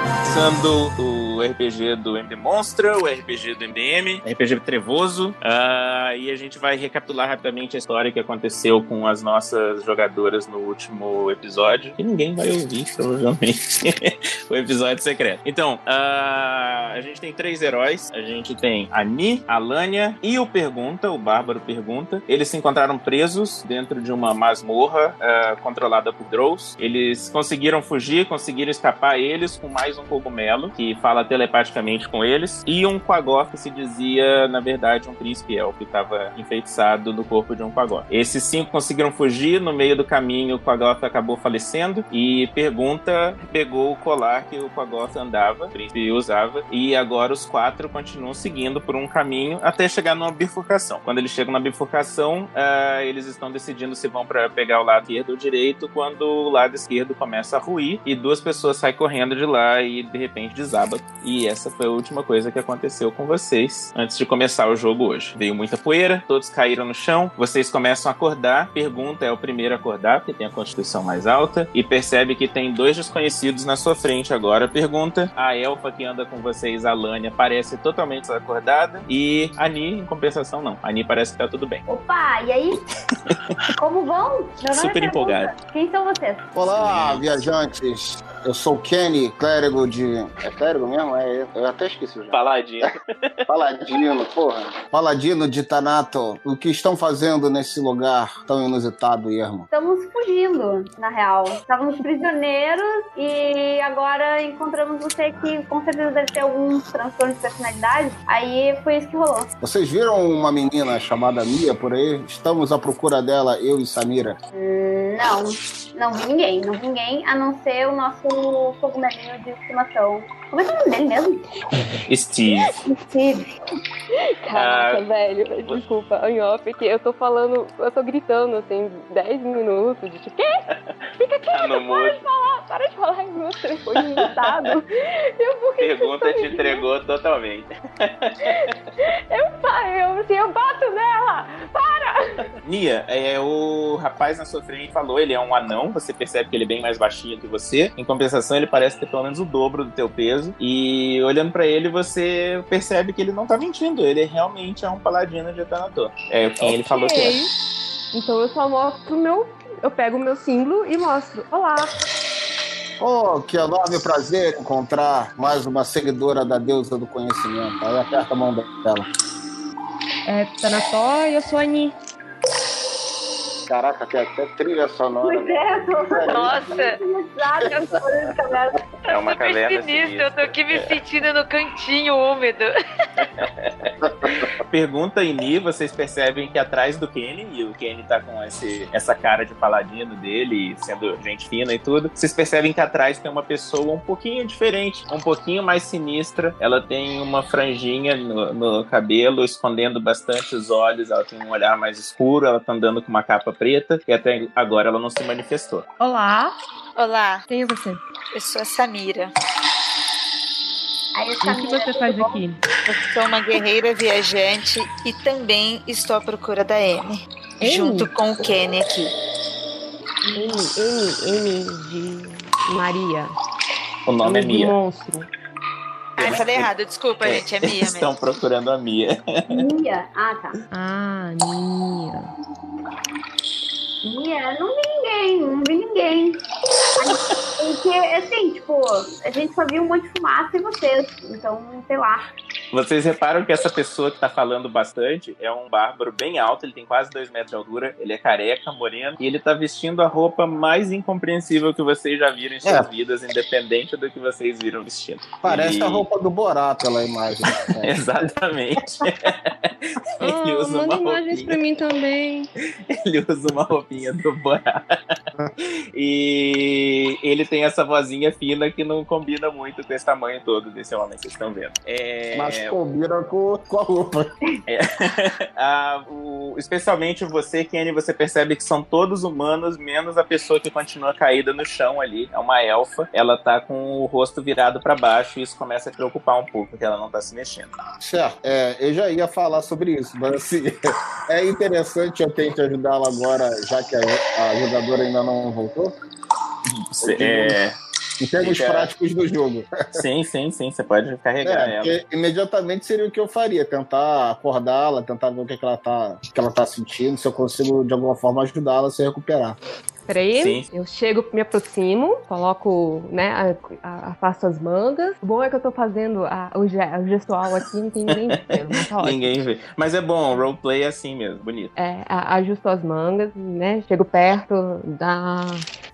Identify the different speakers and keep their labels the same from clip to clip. Speaker 1: começando o RPG do MD Monstra, o RPG do MDM, RPG Trevoso, ah, e a gente vai recapitular rapidamente a história que aconteceu com as nossas jogadoras no último episódio, que ninguém vai ouvir, provavelmente, o episódio secreto. Então, ah, a gente tem três heróis, a gente tem a Ni, a Lânia e o Pergunta, o Bárbaro Pergunta. Eles se encontraram presos dentro de uma masmorra ah, controlada por Drows. Eles conseguiram fugir, conseguiram escapar eles com mais um cogumelo que fala telepaticamente com eles e um Quagor que se dizia, na verdade, um príncipe elfo que estava enfeitiçado no corpo de um Quagor. Esses cinco conseguiram fugir, no meio do caminho o Quagor acabou falecendo e pergunta pegou o colar que o Quagor andava, o príncipe usava, e agora os quatro continuam seguindo por um caminho até chegar numa bifurcação. Quando eles chegam na bifurcação, ah, eles estão decidindo se vão para pegar o lado esquerdo ou direito quando o lado esquerdo começa a ruir e duas pessoas saem correndo de lá e de repente desaba. E essa foi a última coisa que aconteceu com vocês antes de começar o jogo hoje. Veio muita poeira, todos caíram no chão, vocês começam a acordar. Pergunta é o primeiro a acordar, porque tem a constituição mais alta, e percebe que tem dois desconhecidos na sua frente agora. Pergunta: a elfa que anda com vocês, a Lânia, parece totalmente desacordada, e a Ni, em compensação, não. A Ni parece que tá tudo bem.
Speaker 2: Opa, e aí? Como vão? Meu nome
Speaker 1: Super
Speaker 2: Pergunta.
Speaker 1: empolgado.
Speaker 2: Quem são vocês?
Speaker 3: Olá, viajantes! Eu sou o Kenny, clérigo de. É clérigo mesmo? É, eu até esqueci o nome.
Speaker 1: Paladinho.
Speaker 3: Paladino, porra. Paladino de Tanato. O que estão fazendo nesse lugar tão inusitado, Irmão?
Speaker 2: Estamos fugindo, na real. Estávamos prisioneiros e agora encontramos você que com certeza deve ter algum transtorno de personalidade. Aí foi isso que rolou.
Speaker 3: Vocês viram uma menina chamada Mia por aí? Estamos à procura dela, eu e Samira.
Speaker 2: Hum, Não, não vi ninguém, não vi ninguém, a não ser o nosso cogumelinho de estimação. Como é que é o nome dele mesmo?
Speaker 1: Steve.
Speaker 2: Steve.
Speaker 4: Caraca,
Speaker 1: Ah,
Speaker 4: velho,
Speaker 1: você-
Speaker 4: desculpa, em off, que eu tô falando, eu tô gritando, assim, 10 minutos, de tipo, quê? Fica
Speaker 1: Tá
Speaker 4: quieto,
Speaker 1: no
Speaker 4: para
Speaker 1: mudo.
Speaker 4: de falar, para de falar, meu telefone tá irritado. Eu, por que que
Speaker 1: É.
Speaker 4: vocês
Speaker 1: Pergunta te
Speaker 4: estão me-
Speaker 1: entregou totalmente.
Speaker 4: Eu, paro, eu, assim, eu bato nela,
Speaker 1: Nia, é, o rapaz na sua frente falou, ele é um anão, você percebe que ele é bem mais baixinho que você. Em compensação, ele parece ter pelo menos o dobro do teu peso. E olhando pra ele, você percebe que ele não tá mentindo. Ele realmente é um paladino de Etanator. É quem ele falou que é.
Speaker 4: Ok. Então eu só mostro o meu, eu pego o meu símbolo e mostro, olá.
Speaker 3: Oh, que enorme prazer encontrar mais uma seguidora da deusa do conhecimento. Aí aperta a mão dela.
Speaker 4: É, Tanató e eu sou a Ni.
Speaker 3: Caraca, tem até trilha sonora.
Speaker 1: né?
Speaker 2: Pois é, eu tô
Speaker 5: Nossa,
Speaker 2: traumatizada com essa coisa de cabeça.
Speaker 1: É uma
Speaker 5: super
Speaker 1: caverna
Speaker 5: sinistro. Eu tô
Speaker 1: sinistra.
Speaker 5: aqui me sentindo no cantinho úmido.
Speaker 1: Pergunta em Ni, vocês percebem que atrás do Kenny, e o Kenny tá com esse, essa cara de paladino dele, sendo gente fina e tudo, vocês percebem que atrás tem uma pessoa um pouquinho diferente, um pouquinho mais sinistra. Ela tem uma franjinha no, no cabelo, escondendo bastante os olhos, ela tem um olhar mais escuro, ela tá andando com uma capa preta, e até agora ela não se manifestou.
Speaker 6: Olá,
Speaker 7: Olá,
Speaker 6: quem é você? O
Speaker 7: eu sou a Samira.
Speaker 2: Aí eu
Speaker 6: que você faz aqui?
Speaker 7: Eu sou uma guerreira viajante e também estou à procura da Amy.
Speaker 6: Amy?
Speaker 7: Junto com o Kenny aqui.
Speaker 4: M, M, M de Maria.
Speaker 1: O nome é
Speaker 4: M de
Speaker 1: Mia.
Speaker 4: Monstro.
Speaker 7: Ah, eu falei errado, desculpa,
Speaker 1: É,
Speaker 7: gente, é minha
Speaker 1: Eles estão
Speaker 7: mesmo.
Speaker 1: procurando a Mia. Então,
Speaker 2: Mia. Ah, tá.
Speaker 6: Ah, minha.
Speaker 2: Mia, não vi ninguém, não vi ninguém. Porque, assim, tipo, a gente só viu um monte de fumaça e vocês. Então, sei lá.
Speaker 1: Vocês reparam que essa pessoa que tá falando bastante é um bárbaro bem alto, ele tem quase dois metros de altura, ele é careca, moreno, e ele tá vestindo a roupa mais incompreensível que vocês já viram em suas
Speaker 3: É.
Speaker 1: vidas, independente do que vocês viram vestindo.
Speaker 3: Parece
Speaker 1: E-
Speaker 3: a roupa do Borá pela imagem. É.
Speaker 1: Exatamente. ele,
Speaker 4: Ah,
Speaker 1: usa uma
Speaker 4: manda imagens pra
Speaker 1: roupinha,
Speaker 4: mim também.
Speaker 1: ele usa uma roupinha do Borá. e ele tem essa vozinha fina que não combina muito com esse tamanho todo desse homem que vocês estão vendo. É...
Speaker 3: Mas combina com, com a roupa.
Speaker 1: Ah, o- especialmente você, Kenny, você percebe que são todos humanos, menos a pessoa que continua caída no chão ali. É uma elfa. Ela tá com o rosto virado pra baixo e isso começa a preocupar um pouco, porque ela não tá se mexendo.
Speaker 3: Certo, é, eu já ia falar sobre isso, mas assim, é interessante eu tento ajudá-la agora, já que a, a jogadora ainda não voltou.
Speaker 1: Você- é,
Speaker 3: Em termos
Speaker 1: Fica-
Speaker 3: práticos do jogo.
Speaker 1: Sim, sim, sim. Você pode carregar
Speaker 3: É,
Speaker 1: ela.
Speaker 3: porque imediatamente seria o que eu faria, tentar acordá-la, tentar ver o que, que, ela tá, o que ela tá sentindo, se eu consigo de alguma forma ajudá-la a se recuperar.
Speaker 4: Peraí.
Speaker 1: Sim.
Speaker 4: Eu chego, me aproximo, coloco, né, a- a- afasto as mangas. O bom é que eu tô fazendo a- o, ge- o gestual aqui, não tem ninguém vendo, mas tá ótimo.
Speaker 1: Ninguém vê. Mas é bom, roleplay é assim mesmo, bonito.
Speaker 4: É, a- ajusto as mangas, né, chego perto da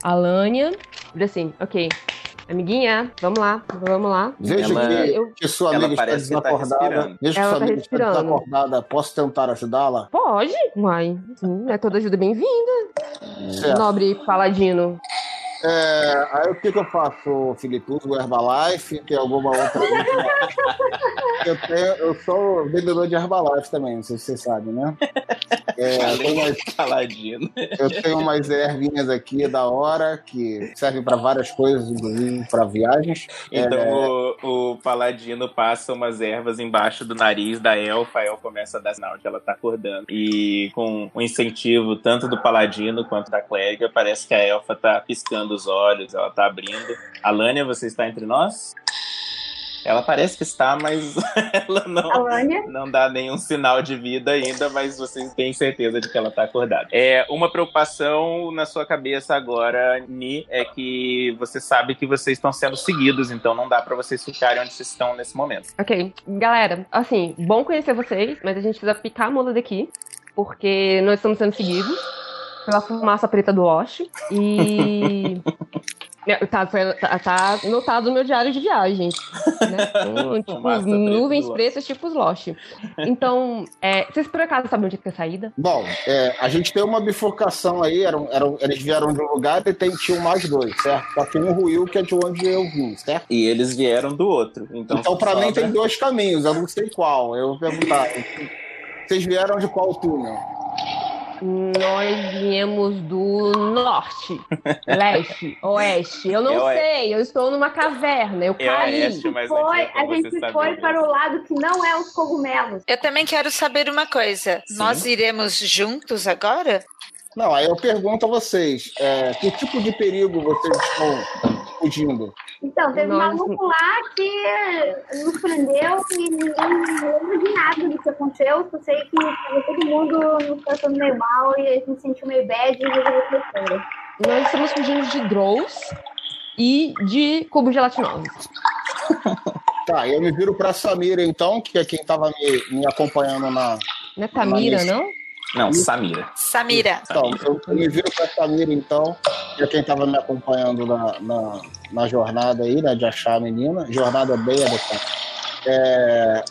Speaker 4: Alânia. Digo assim, ok, amiguinha, vamos lá, vamos lá.
Speaker 3: Vejo
Speaker 1: Ela-
Speaker 3: que,
Speaker 4: Eu-
Speaker 3: que sua
Speaker 1: ela
Speaker 3: amiga está
Speaker 1: parece que tá
Speaker 3: desacordada.
Speaker 1: respirando.
Speaker 3: Vejo que
Speaker 4: Ela
Speaker 3: sua
Speaker 4: tá
Speaker 3: amiga está
Speaker 4: respirando.
Speaker 3: desacordada. Posso tentar ajudá-la?
Speaker 4: Pode, mãe. Sim, é toda ajuda bem-vinda,
Speaker 1: Uhum.
Speaker 3: Certo.
Speaker 4: nobre paladino.
Speaker 3: É, aí o que, que eu faço, Felipe? Uso o Herbalife? Tem alguma outra? eu, tenho, eu sou vendedor de Herbalife também, não sei se vocês sabem, né? É, eu, tenho umas,
Speaker 1: Paladino.
Speaker 3: eu tenho umas ervinhas aqui da hora que servem para várias coisas, inclusive para viagens.
Speaker 1: Então o, o paladino passa umas ervas embaixo do nariz da elfa, a elfa começa a dar sinal de que ela tá acordando. E com o incentivo tanto do paladino quanto da clériga, parece que a elfa tá piscando os olhos, ela tá abrindo. Alânia, você está entre nós? Ela parece que está, mas ela não.
Speaker 2: Alânia,
Speaker 1: não dá nenhum sinal de vida ainda, mas vocês têm certeza de que ela tá acordada. É, uma preocupação na sua cabeça agora, Ni, é que você sabe que vocês estão sendo seguidos, então não dá pra vocês ficarem onde vocês estão nesse momento.
Speaker 4: Ok, galera, assim, bom conhecer vocês, mas a gente precisa picar a mula daqui, porque nós estamos sendo seguidos pela fumaça preta do Osh. E. Né, tá, foi- tá- tá notado no meu diário de viagem. Né?
Speaker 3: É,
Speaker 4: Então, tipo,
Speaker 1: Fumaça preta
Speaker 4: nuvens
Speaker 1: do Lost.
Speaker 4: pretas, tipo os Lost. Então, é, vocês por acaso sabem onde é que é a saída?
Speaker 3: Bom, é, a gente tem uma bifurcação aí, eram, eram, eles vieram de um lugar e tem, tinham mais dois, certo? Só que um ruiu que é de onde eu vim, certo?
Speaker 1: E eles vieram do outro. Então,
Speaker 3: Então, pra mim,
Speaker 1: sobra-
Speaker 3: tem dois caminhos, eu não sei qual. Eu vou perguntar. Vocês vieram de qual túnel?
Speaker 4: Nós viemos do norte, leste, oeste. Eu
Speaker 1: É
Speaker 4: não
Speaker 1: oeste.
Speaker 4: sei, eu estou numa caverna, eu
Speaker 1: É
Speaker 4: caí.
Speaker 1: oeste, mas
Speaker 2: foi,
Speaker 1: antiga,
Speaker 2: a
Speaker 1: como
Speaker 2: gente
Speaker 1: vocês sabem,
Speaker 2: foi
Speaker 1: né?
Speaker 2: para o lado que não é os cogumelos.
Speaker 7: Eu também quero saber uma coisa.
Speaker 1: Sim.
Speaker 7: Nós iremos juntos agora?
Speaker 3: Não, aí eu pergunto a vocês: é, que tipo de perigo vocês estão fugindo?
Speaker 2: Então, teve um
Speaker 4: Nós-
Speaker 2: maluco lá que nos prendeu e ninguém lembra de nada do que aconteceu. Só sei que tava todo mundo nos tratando meio mal e a gente se sentiu meio bad e resolveu ser sério.
Speaker 4: Nós estamos fugindo de Drows e de cubos gelatinosos.
Speaker 3: Tá, eu me viro pra Samira, então, que é quem tava me, me acompanhando na.
Speaker 4: Não é Tamira,
Speaker 3: Mas-
Speaker 4: não?
Speaker 1: Não, Samira.
Speaker 7: Samira,
Speaker 3: Então, eu, eu me viro pra Samira, então, que é quem tava me acompanhando na, na, na jornada aí, né, de achar a menina. Jornada bem adequada. É,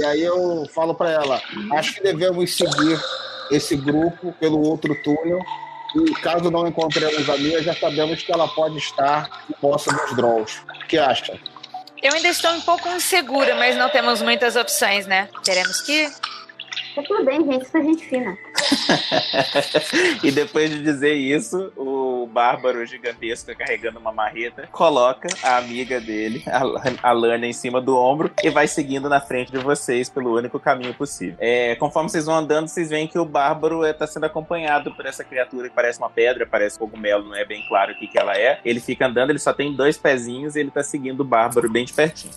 Speaker 3: e aí eu falo pra ela: acho que devemos seguir esse grupo pelo outro túnel. E caso não encontremos a Mia, já sabemos que ela pode estar em posse dos Drolls. O que acha?
Speaker 7: eu ainda estou um pouco insegura, mas não temos muitas opções, né? Teremos que ir.
Speaker 2: Tá tudo bem, gente, isso é gente fina.
Speaker 1: E depois de dizer isso, o bárbaro gigantesco carregando uma marreta coloca a amiga dele, a Lan- a Lana, em cima do ombro e vai seguindo na frente de vocês pelo único caminho possível. É, conforme vocês vão andando, vocês veem que o bárbaro está sendo acompanhado por essa criatura que parece uma pedra, parece cogumelo, não é bem claro o que, que ela é. Ele fica andando, ele só tem dois pezinhos e ele tá seguindo o bárbaro bem de pertinho.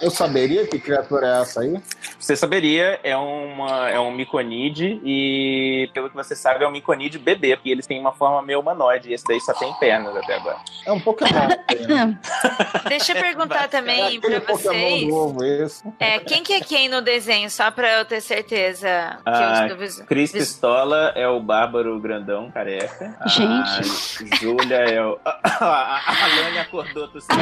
Speaker 3: Eu saberia que criatura é essa aí?
Speaker 1: Você saberia, é, uma, é um miconide e, pelo que você sabe, é um miconide bebê, porque eles têm uma forma meio humanoide e esse daí só tem pernas até agora.
Speaker 3: É um Pokémon. né?
Speaker 7: Deixa eu perguntar
Speaker 3: É
Speaker 7: também
Speaker 3: aquele
Speaker 7: pra
Speaker 3: Pokémon
Speaker 7: vocês.
Speaker 3: novo, esse.
Speaker 7: É, quem que é quem no desenho, só pra eu ter certeza que
Speaker 1: Ah,
Speaker 7: eu estou visu-
Speaker 1: Cris
Speaker 7: vis-
Speaker 1: Pistola é o bárbaro grandão careca. A Júlia é o. A Alane acordou tossindo.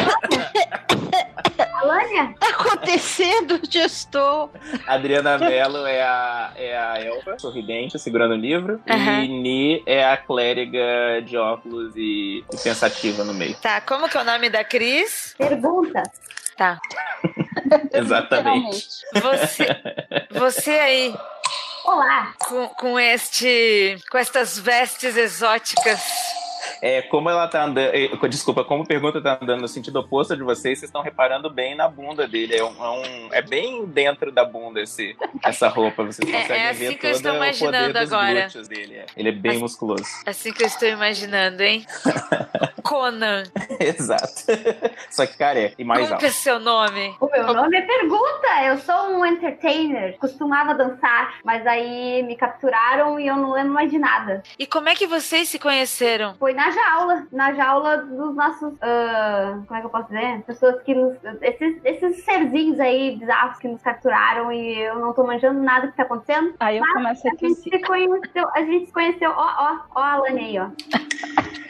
Speaker 2: Alânia,
Speaker 8: Tá acontecendo, gestor?
Speaker 1: A Adriana Mello é a, é a Elfa, sorridente, segurando o livro.
Speaker 7: Aham.
Speaker 1: E Ni é a clériga de óculos e, e pensativa no meio.
Speaker 7: Tá, como que é o nome da Cris? Tá.
Speaker 2: pergunta.
Speaker 1: Exatamente.
Speaker 7: Você, você aí,
Speaker 2: Olá,
Speaker 7: com, com este. com estas vestes exóticas.
Speaker 1: É, como ela tá andando. Desculpa, como pergunta tá andando no sentido oposto de vocês, vocês estão reparando bem na bunda dele. É, um, é um- é bem dentro da bunda esse, essa roupa. Vocês
Speaker 7: É- é
Speaker 1: conseguem
Speaker 7: assim
Speaker 1: ver
Speaker 7: que eu
Speaker 1: todo
Speaker 7: estou
Speaker 1: o
Speaker 7: imaginando
Speaker 1: poder dos
Speaker 7: agora.
Speaker 1: glúteos dele. é. Ele é bem
Speaker 7: Mas-
Speaker 1: musculoso.
Speaker 7: Assim que eu estou imaginando, hein? Conan,
Speaker 1: Exato. Só que careca e mais
Speaker 7: como que
Speaker 1: alto.
Speaker 7: é seu nome?
Speaker 2: O meu nome é Pergunta. Eu sou um entertainer. Costumava dançar, mas aí me capturaram e eu não lembro mais de nada.
Speaker 7: E como é que vocês se conheceram?
Speaker 2: Foi na jaula. Na jaula dos nossos. ah, como é que eu posso dizer? Pessoas que nos. Esses, esses serzinhos aí bizarros que nos capturaram e eu não tô manjando nada que tá acontecendo.
Speaker 9: Aí eu começo a
Speaker 2: A gente
Speaker 9: tossir.
Speaker 2: se conheceu. A gente se conheceu. Ó, ó, ó, a Alane aí, ó.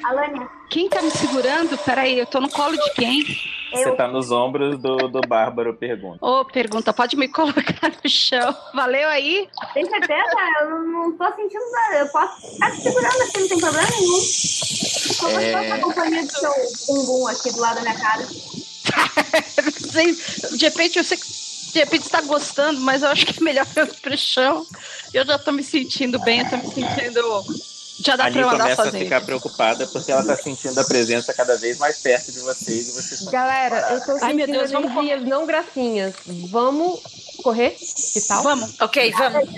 Speaker 2: Alane,
Speaker 9: Quem tá me segurando? Peraí, eu tô no colo de quem?
Speaker 1: Você tá nos ombros do, do Bárbaro, pergunta.
Speaker 9: Ô, pergunta, pode me colocar no chão? Valeu aí?
Speaker 2: tem certeza? Eu não- não tô sentindo nada. Eu posso ficar te segurando aqui, não tem problema nenhum. Como
Speaker 1: É.
Speaker 2: é... a companhia do seu bumbum um aqui do lado da minha cara.
Speaker 9: Vocês- De repente eu sei que de repente
Speaker 5: tá
Speaker 9: está gostando, mas eu acho que é melhor eu ir pro chão. Eu já tô me sentindo bem, eu tô me sentindo. Já dá
Speaker 1: A Ani
Speaker 9: pra eu andar
Speaker 1: começa a
Speaker 9: sozinha.
Speaker 1: ficar preocupada porque ela tá sentindo a presença cada vez mais perto de vocês e vocês estão
Speaker 4: Galera, eu tô
Speaker 9: Ai, meu
Speaker 4: sentindo
Speaker 9: Deus, vamos
Speaker 4: energias não gracinhas. Vamos correr? Que tal?
Speaker 9: Vamos.
Speaker 7: Ok, vamos.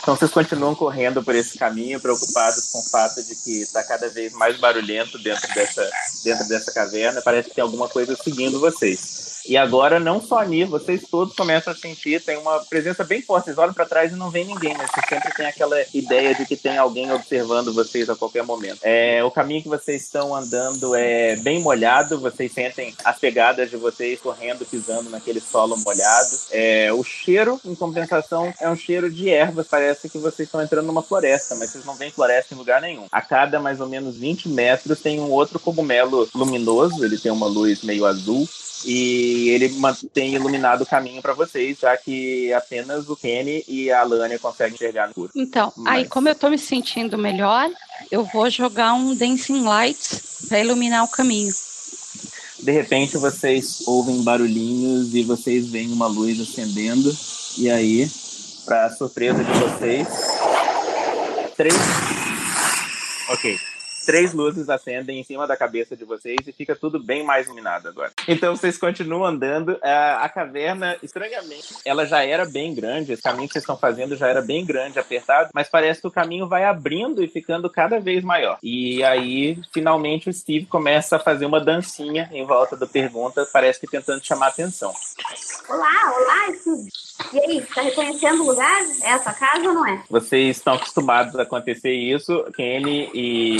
Speaker 1: Então vocês continuam correndo por esse caminho, preocupados com o fato de que está cada vez mais barulhento dentro dessa, dentro dessa caverna. Parece que tem alguma coisa seguindo vocês. E agora, não só a Nir, vocês todos começam a sentir, tem uma presença bem forte. Vocês olham para trás e não vem ninguém, mas vocês sempre têm aquela ideia de que tem alguém observando vocês um a qualquer momento. É, o caminho que vocês estão andando é bem molhado, vocês sentem as pegadas de vocês correndo, pisando naquele solo molhado. É, o cheiro, em compensação, é um cheiro de ervas. Parece que vocês estão entrando numa floresta, mas vocês não veem floresta em lugar nenhum. A cada mais ou menos 20 metros tem um outro cogumelo luminoso, ele tem uma luz meio azul. E ele mantém iluminado o caminho para vocês, já que apenas o Kenny e a Alania conseguem enxergar no escuro.
Speaker 9: Então, aí
Speaker 1: Mas-
Speaker 9: como eu tô me sentindo melhor, eu vou jogar um Dancing Lights pra iluminar o caminho.
Speaker 1: De repente vocês ouvem barulhinhos e vocês veem uma luz acendendo. E aí, para surpresa de vocês, três. Ok. Três luzes acendem em cima da cabeça de vocês e fica tudo bem mais iluminado agora. Então vocês continuam andando. é, A, a caverna, estranhamente, ela já era bem grande. Esse caminho que vocês estão fazendo já era bem grande, apertado. Mas parece que o caminho vai abrindo e ficando cada vez maior. E aí, finalmente, o Steve começa a fazer uma dancinha em volta da pergunta, parece que tentando chamar a atenção.
Speaker 2: Olá, olá, isso. E aí, tá reconhecendo o lugar? É a sua casa ou não é?
Speaker 1: Vocês estão acostumados a acontecer isso. Kenny e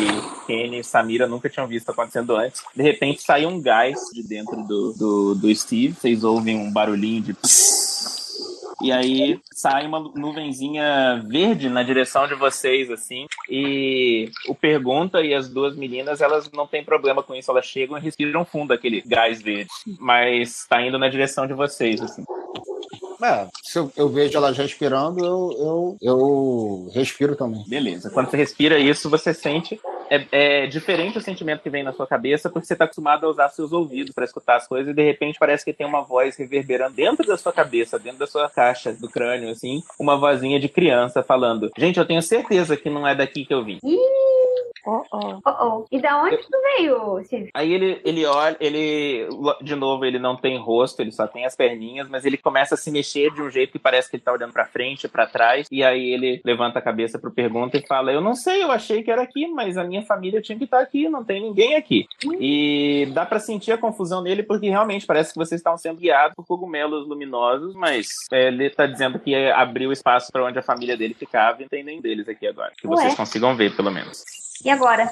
Speaker 1: Kenny e Samira nunca tinham visto acontecendo antes. De repente sai um gás de dentro do, do, do Steve. Vocês ouvem um barulhinho de. pss. E aí sai uma nuvenzinha verde na direção de vocês, assim. E o Pergunta e as duas meninas, elas não têm problema com isso. Elas chegam e respiram fundo aquele gás verde. Mas tá indo na direção de vocês, assim.
Speaker 3: É, se eu, eu vejo ela já respirando, eu, eu, eu respiro também.
Speaker 1: Beleza. Quando você respira isso, você sente. É, é diferente o sentimento que vem na sua cabeça, porque você está acostumado a usar seus ouvidos para escutar as coisas e de repente parece que tem uma voz reverberando dentro da sua cabeça, dentro da sua caixa, do crânio, assim, uma vozinha de criança falando: Gente, eu tenho certeza que não é daqui que eu vim.
Speaker 2: Oh, oh. E da onde tu veio, Steve?
Speaker 1: Aí ele, ele olha, ele. De novo, ele não tem rosto, ele só tem as perninhas, mas ele começa a se mexer de um jeito que parece que ele tá olhando pra frente, pra trás. E aí ele levanta a cabeça pro pergunta e fala: Eu não sei, eu achei que era aqui, mas a minha família tinha que estar aqui, não tem ninguém aqui. E dá pra sentir a confusão nele, porque realmente parece que vocês estão sendo guiados por cogumelos luminosos, mas é, ele tá dizendo que é, abriu espaço pra onde a família dele ficava e não tem nem deles aqui agora. Que
Speaker 2: Ué.
Speaker 1: vocês consigam ver, pelo menos.
Speaker 2: E agora?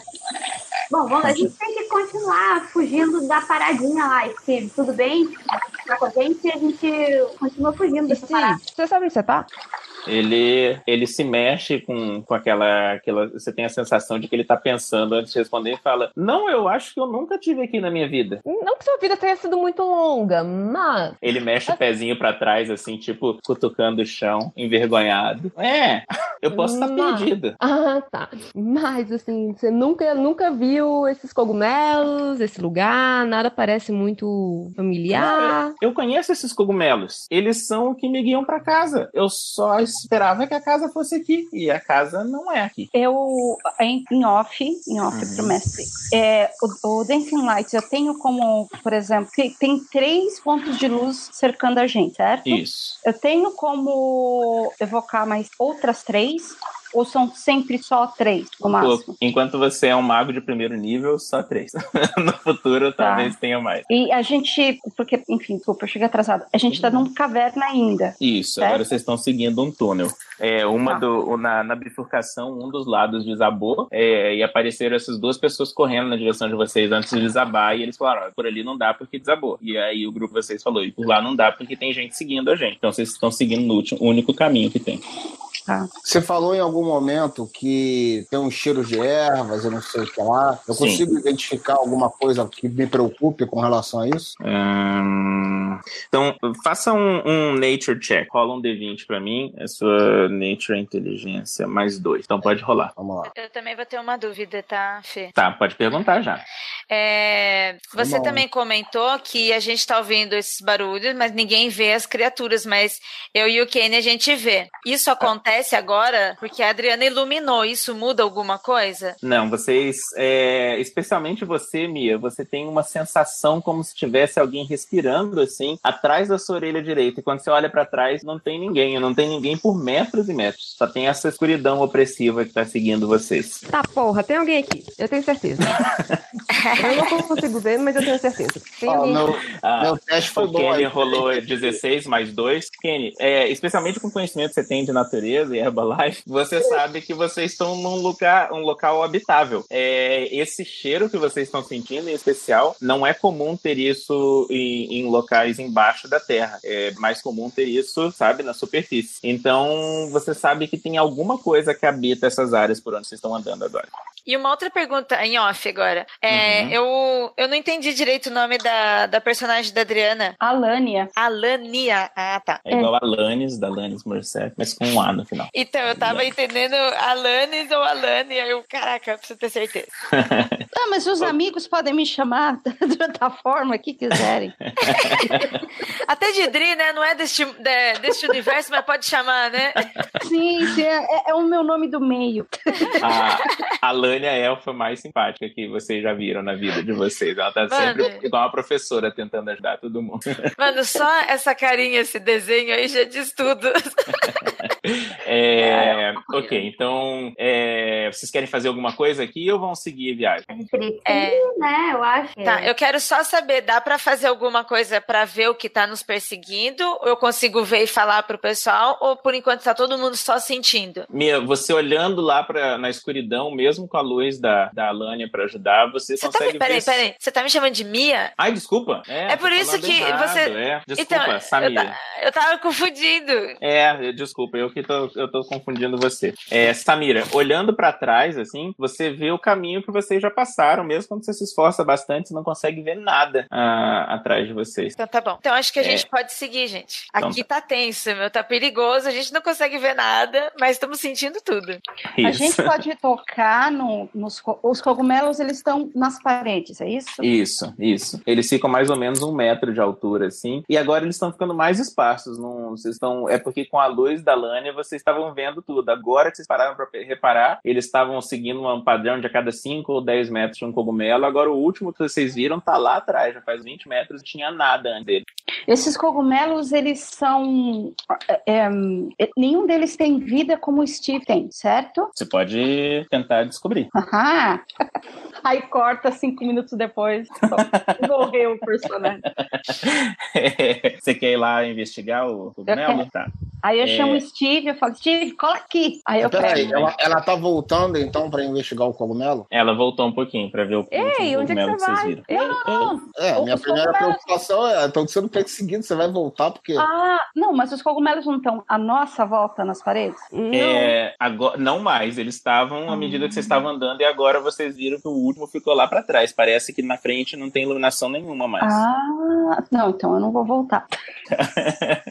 Speaker 2: Bom, vamos, a gente tem que continuar fugindo da paradinha lá, Steve. Tudo bem? Tá com a gente e a gente continua fugindo dessa parada.
Speaker 4: Steve, você sabe onde você tá?
Speaker 1: Ele, ele se mexe com, com aquela, aquela. Você tem a sensação de que ele tá pensando antes de responder e fala: Não, eu acho que eu nunca tive aqui na minha vida.
Speaker 4: Não que sua vida tenha sido muito longa, mas.
Speaker 1: Ele mexe o pezinho pra trás, assim, tipo, cutucando o chão, envergonhado. É, Eu posso estar
Speaker 4: Mas-
Speaker 1: perdida.
Speaker 4: Ah, tá. Mas assim, você nunca, nunca viu esses cogumelos, esse lugar, nada parece muito
Speaker 10: Ah.
Speaker 4: familiar.
Speaker 1: Eu conheço esses cogumelos. Eles são o que me guiam pra casa. Eu só esperava que a casa fosse aqui. E a casa não é aqui.
Speaker 10: Eu, é em, em off, em off
Speaker 1: Uhum.
Speaker 10: pro mestre, é, o, o Dancing Lights eu tenho como, por exemplo, tem, tem três pontos de luz cercando a gente, certo?
Speaker 1: Isso.
Speaker 10: Eu tenho como evocar mais outras três? Ou são sempre só três, no máximo?
Speaker 1: Pô, Enquanto você é um mago de primeiro nível, só três. no futuro,
Speaker 10: Tá.
Speaker 1: talvez tenha mais.
Speaker 10: E a gente, porque, enfim, desculpa, eu cheguei atrasada. A gente
Speaker 1: Uhum.
Speaker 10: tá numa caverna ainda.
Speaker 1: Isso,
Speaker 10: Certo.
Speaker 1: agora vocês estão seguindo um túnel. É, uma
Speaker 10: Tá.
Speaker 1: do, na, na bifurcação, um dos lados desabou é, e apareceram essas duas pessoas correndo na direção de vocês antes de desabar. E eles falaram: "Ó, por ali não dá porque desabou. E aí o grupo de vocês falou: e por lá não dá porque tem gente seguindo a gente. Então vocês estão seguindo no último, único caminho que tem.
Speaker 4: Tá.
Speaker 3: Você falou em algum momento que tem uns cheiros de ervas, eu não sei o que lá. Eu
Speaker 1: Sim.
Speaker 3: consigo identificar alguma coisa que me preocupe com relação a isso?
Speaker 1: Hum, Então, faça um, um nature check. Rola um D20 pra mim. A sua nature é inteligência mais dois. Então pode rolar.
Speaker 3: Vamos lá.
Speaker 7: Eu também vou ter uma dúvida, tá, Fê?
Speaker 1: Tá, pode perguntar já.
Speaker 7: É, você
Speaker 3: Bom.
Speaker 7: também comentou que a gente tá ouvindo esses barulhos, mas ninguém vê as criaturas, mas eu e o Kenny a gente vê.
Speaker 1: É.
Speaker 7: Isso acontece agora porque a Adriana iluminou. Isso muda alguma coisa?
Speaker 1: Não, vocês, é, especialmente você, Mia, você tem uma sensação como se tivesse alguém respirando assim atrás da sua orelha direita. E quando você olha pra trás, não tem ninguém, não tem ninguém por metros e metros. Só tem essa escuridão opressiva que tá seguindo vocês.
Speaker 4: Tá, porra, tem alguém aqui. Eu tenho certeza. Eu não consigo ver, mas eu tenho certeza. Tem
Speaker 3: Ah,
Speaker 4: alguém.
Speaker 3: meu,
Speaker 1: Ah,
Speaker 3: meu teste foi
Speaker 1: o
Speaker 3: bom.
Speaker 1: Kenny
Speaker 3: aí.
Speaker 1: rolou 16 mais 2. Kenny, é, especialmente com o conhecimento que você tem de natureza e Herbalife, você sabe que vocês estão num lugar, um local habitável. É, esse cheiro que vocês estão sentindo, em especial, não é comum ter isso em, em locais embaixo da terra. É mais comum ter isso, sabe, na superfície. Então, você sabe que tem alguma coisa que habita essas áreas por onde vocês estão andando agora.
Speaker 7: E uma outra pergunta em off agora.
Speaker 1: Uhum.
Speaker 7: É, eu, eu não entendi direito o nome da, da personagem da Adriana.
Speaker 10: Alânia,
Speaker 7: Alania. Ah, tá.
Speaker 1: É igual a Lannis, da Lannis Morissette, mas com um A no final.
Speaker 7: Então, eu tava entendendo Alanis ou Alania. Eu, caraca, eu preciso ter certeza.
Speaker 9: Ah, mas os amigos podem me chamar de outra forma que quiserem.
Speaker 7: Até de Dri, né? Não é deste, de- deste universo, mas pode chamar, né?
Speaker 9: Sim, sim, é, é o meu nome do meio.
Speaker 1: Ah, A, a Lânia é a elfa mais simpática que vocês já viram na vida de vocês. Ela tá
Speaker 7: Mano.
Speaker 1: sempre igual uma professora tentando ajudar todo mundo.
Speaker 7: Mano, só essa carinha, esse desenho aí já diz tudo.
Speaker 1: É, ok, então é, vocês querem fazer alguma coisa aqui ou vão seguir a viagem?
Speaker 2: A gente teria que
Speaker 7: É.
Speaker 2: seguir, né? Eu acho.
Speaker 7: Tá, eu quero só saber, dá pra fazer alguma coisa pra ver o que tá nos perseguindo? Ou eu consigo ver e falar pro pessoal? Ou por enquanto tá todo mundo só sentindo?
Speaker 1: Mia, você olhando lá pra, na escuridão, mesmo com a luz da, da Lânia pra ajudar, você,
Speaker 7: Você tá
Speaker 1: consegue
Speaker 7: me... Peraí,
Speaker 1: ver.
Speaker 7: peraí. Você tá me chamando de Mia?
Speaker 1: Ai, desculpa.
Speaker 7: É por
Speaker 1: tô
Speaker 7: isso
Speaker 1: falando
Speaker 7: que
Speaker 1: errado,
Speaker 7: você-
Speaker 1: é. Desculpa,
Speaker 7: Então, eu
Speaker 1: Samir.
Speaker 7: ta- Eu tava confundindo.
Speaker 1: É, eu- desculpa, eu que tô, eu tô confundindo você. É, Samira, olhando pra trás, assim, você vê o caminho que vocês já passaram, mesmo quando você se esforça bastante, você não consegue ver nada ah, atrás de vocês.
Speaker 7: Então tá bom. Então acho que a
Speaker 1: É.
Speaker 7: gente pode seguir, gente.
Speaker 1: Então
Speaker 7: Aqui tá tenso, meu. Tá perigoso. A gente não consegue ver nada, mas estamos sentindo tudo.
Speaker 10: a
Speaker 1: Isso.
Speaker 10: gente pode tocar no, nos co- os cogumelos, eles estão nas paredes, é isso?
Speaker 1: Isso, isso. Eles ficam mais ou menos um metro de altura, assim. E agora eles estão ficando mais esparsos. Não, vocês estão, é porque com a luz da Lânia vocês estavam vendo tudo. Agora que vocês pararam pra pe- reparar, eles estavam seguindo um padrão de a cada 5 ou 10 metros de um cogumelo. Agora o último que vocês viram tá lá atrás, já faz 20 metros, não tinha nada antes dele.
Speaker 10: Esses cogumelos, eles são. é, é, nenhum deles tem vida como o Steve tem, certo?
Speaker 1: Você pode tentar descobrir.
Speaker 10: Aham. Aí corta cinco minutos depois. só Morreu o personagem.
Speaker 1: Você quer ir lá investigar o cogumelo? Tá.
Speaker 10: Aí eu
Speaker 1: É.
Speaker 10: chamo o Steve, eu falo, Steve, cola aqui. Aí eu pego.
Speaker 3: Peraí, ela, ela tá voltando então pra investigar o cogumelo?
Speaker 1: Ela voltou um pouquinho pra ver o
Speaker 4: Ei,
Speaker 1: último
Speaker 4: onde é que você
Speaker 1: cogumelo que vocês
Speaker 4: vai?
Speaker 1: viram.
Speaker 4: Ei,
Speaker 3: É,
Speaker 10: Ou
Speaker 3: minha
Speaker 10: os
Speaker 3: primeira
Speaker 10: cogumelos.
Speaker 3: preocupação é, estão sendo perseguidos, você vai voltar porque
Speaker 10: Ah, não, mas os cogumelos não estão à nossa volta nas paredes?
Speaker 4: não.
Speaker 1: É, agora, não mais, eles estavam à medida
Speaker 10: Ah.
Speaker 1: que vocês estavam andando e agora vocês viram que o último ficou lá pra trás. Parece que na frente não tem iluminação nenhuma mais.
Speaker 10: Ah, não, então eu não vou voltar.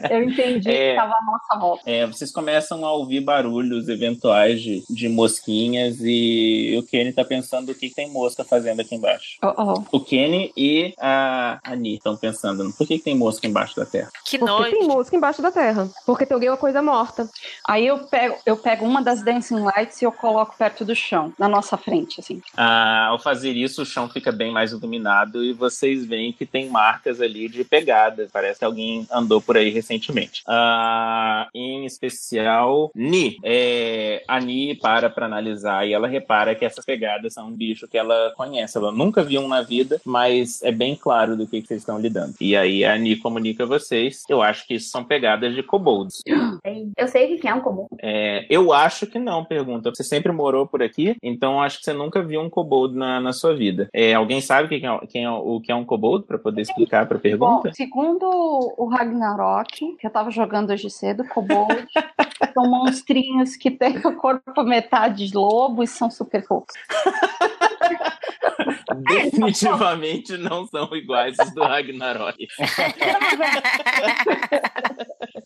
Speaker 10: Eu entendi
Speaker 1: É.
Speaker 10: que estava à nossa volta.
Speaker 1: É, vocês começam a ouvir barulhos eventuais de, de mosquinhas e o Kenny tá pensando o que que tem mosca fazendo aqui embaixo.
Speaker 10: Oh,
Speaker 1: O Kenny e a Ani estão pensando no por que, que tem mosca embaixo da terra.
Speaker 7: Que
Speaker 4: Porque tem música embaixo da terra. Porque tem alguém uma coisa morta.
Speaker 10: Aí eu pego, eu pego uma das dancing lights e eu coloco perto do chão, na nossa frente, assim.
Speaker 1: Ah, ao fazer isso, o chão fica bem mais iluminado e vocês veem que tem marcas ali de pegada. Parece que alguém andou por aí recentemente. Ah, em especial, Ni. É, a Ni para pra analisar e ela repara que essas pegadas são um bicho que ela conhece. Ela nunca viu um na vida, mas é bem claro do que, que vocês estão lidando. E aí a Ni comunica a vocês: eu acho que isso são pegadas de kobolds.
Speaker 2: Eu sei o que é um comum.
Speaker 1: É, eu acho que não, pergunta. Você sempre morou por aqui, então acho que você nunca viu um kobold na, na sua vida. É, alguém sabe quem é, quem é- o que é um kobold para poder explicar para
Speaker 10: Bom,
Speaker 11: é,
Speaker 1: pergunta?
Speaker 10: segundo o Ragnarok, que eu tava jogando hoje cedo, Kobold, são monstrinhos que têm o corpo metade lobo e são super fofos.
Speaker 1: Definitivamente não são iguais os do Ragnarok.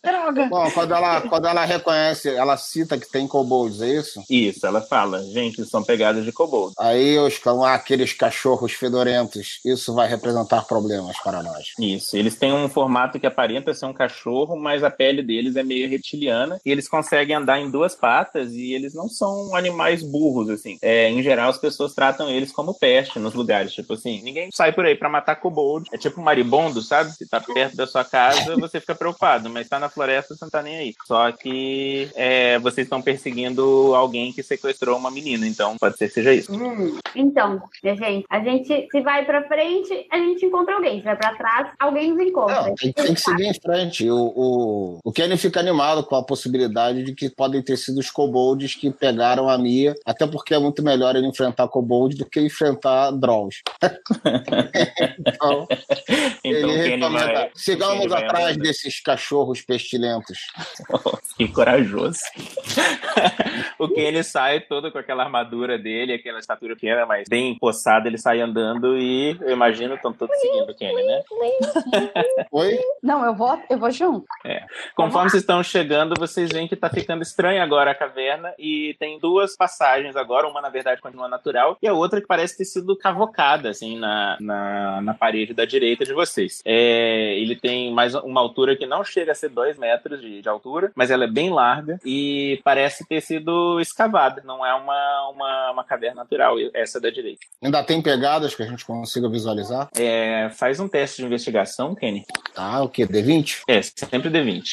Speaker 10: Droga!
Speaker 3: Bom, quando ela, quando ela reconhece, ela cita que tem kobolds, é isso?
Speaker 1: Isso, ela fala, gente, são pegadas de kobold.
Speaker 3: Aí eu exclamo, ah, aqueles cachorros fedorentos, isso vai representar problemas para nós.
Speaker 1: Isso, eles têm um formato que aparenta ser um cachorro, mas a pele deles é meio reptiliana e eles conseguem andar em duas patas e eles não são animais burros, assim. É, em geral, as pessoas tratam eles como peste nos lugares, tipo assim, ninguém sai por aí pra matar kobold. É tipo um maribondo, sabe? Se tá perto da sua casa, você fica preocupado, mas tá na floresta, você não tá nem aí. Só que é, vocês estão perseguindo alguém que sequestrou uma menina, então pode ser que seja isso.
Speaker 2: Hum, Então, minha gente, a gente se vai pra frente, a gente encontra alguém. Se vai pra trás, alguém nos encontra.
Speaker 3: Tem, tem que seguir em frente. O, o, o Kenny fica animado com a possibilidade de que podem ter sido os kobolds que pegaram a Mia, até porque é muito melhor ele enfrentar kobold do que enfrentar Drolls. então,
Speaker 1: Então
Speaker 3: ele
Speaker 1: o Kenny
Speaker 3: recomenda,
Speaker 1: vai- o Kenny
Speaker 3: sigamos
Speaker 1: vai
Speaker 3: atrás
Speaker 1: andando.
Speaker 3: desses cachorros pestilentos.
Speaker 1: que corajoso. o Kenny sai todo com aquela armadura dele, aquela estatura pequena, mas bem empossada, ele sai andando e eu imagino estão todos seguindo o Kenny, né?
Speaker 3: Oi?
Speaker 10: Não, eu vou, eu vou junto.
Speaker 1: É. Conforme vocês estão chegando, vocês veem que tá ficando estranha agora a caverna e tem duas passagens agora, uma na verdade continua natural e a outra que parece ter sido cavocada assim na, na, na parede da direita de vocês. É, ele tem mais uma altura que não chega a ser dois metros de, de altura, mas ela é bem larga e parece ter sido escavada, não é uma, uma, uma caverna natural essa da direita.
Speaker 3: Ainda tem pegadas que a gente consiga visualizar?
Speaker 1: É, faz um teste de investigação, Kenny.
Speaker 3: Ah, o quê? D20?
Speaker 1: É, sempre D20.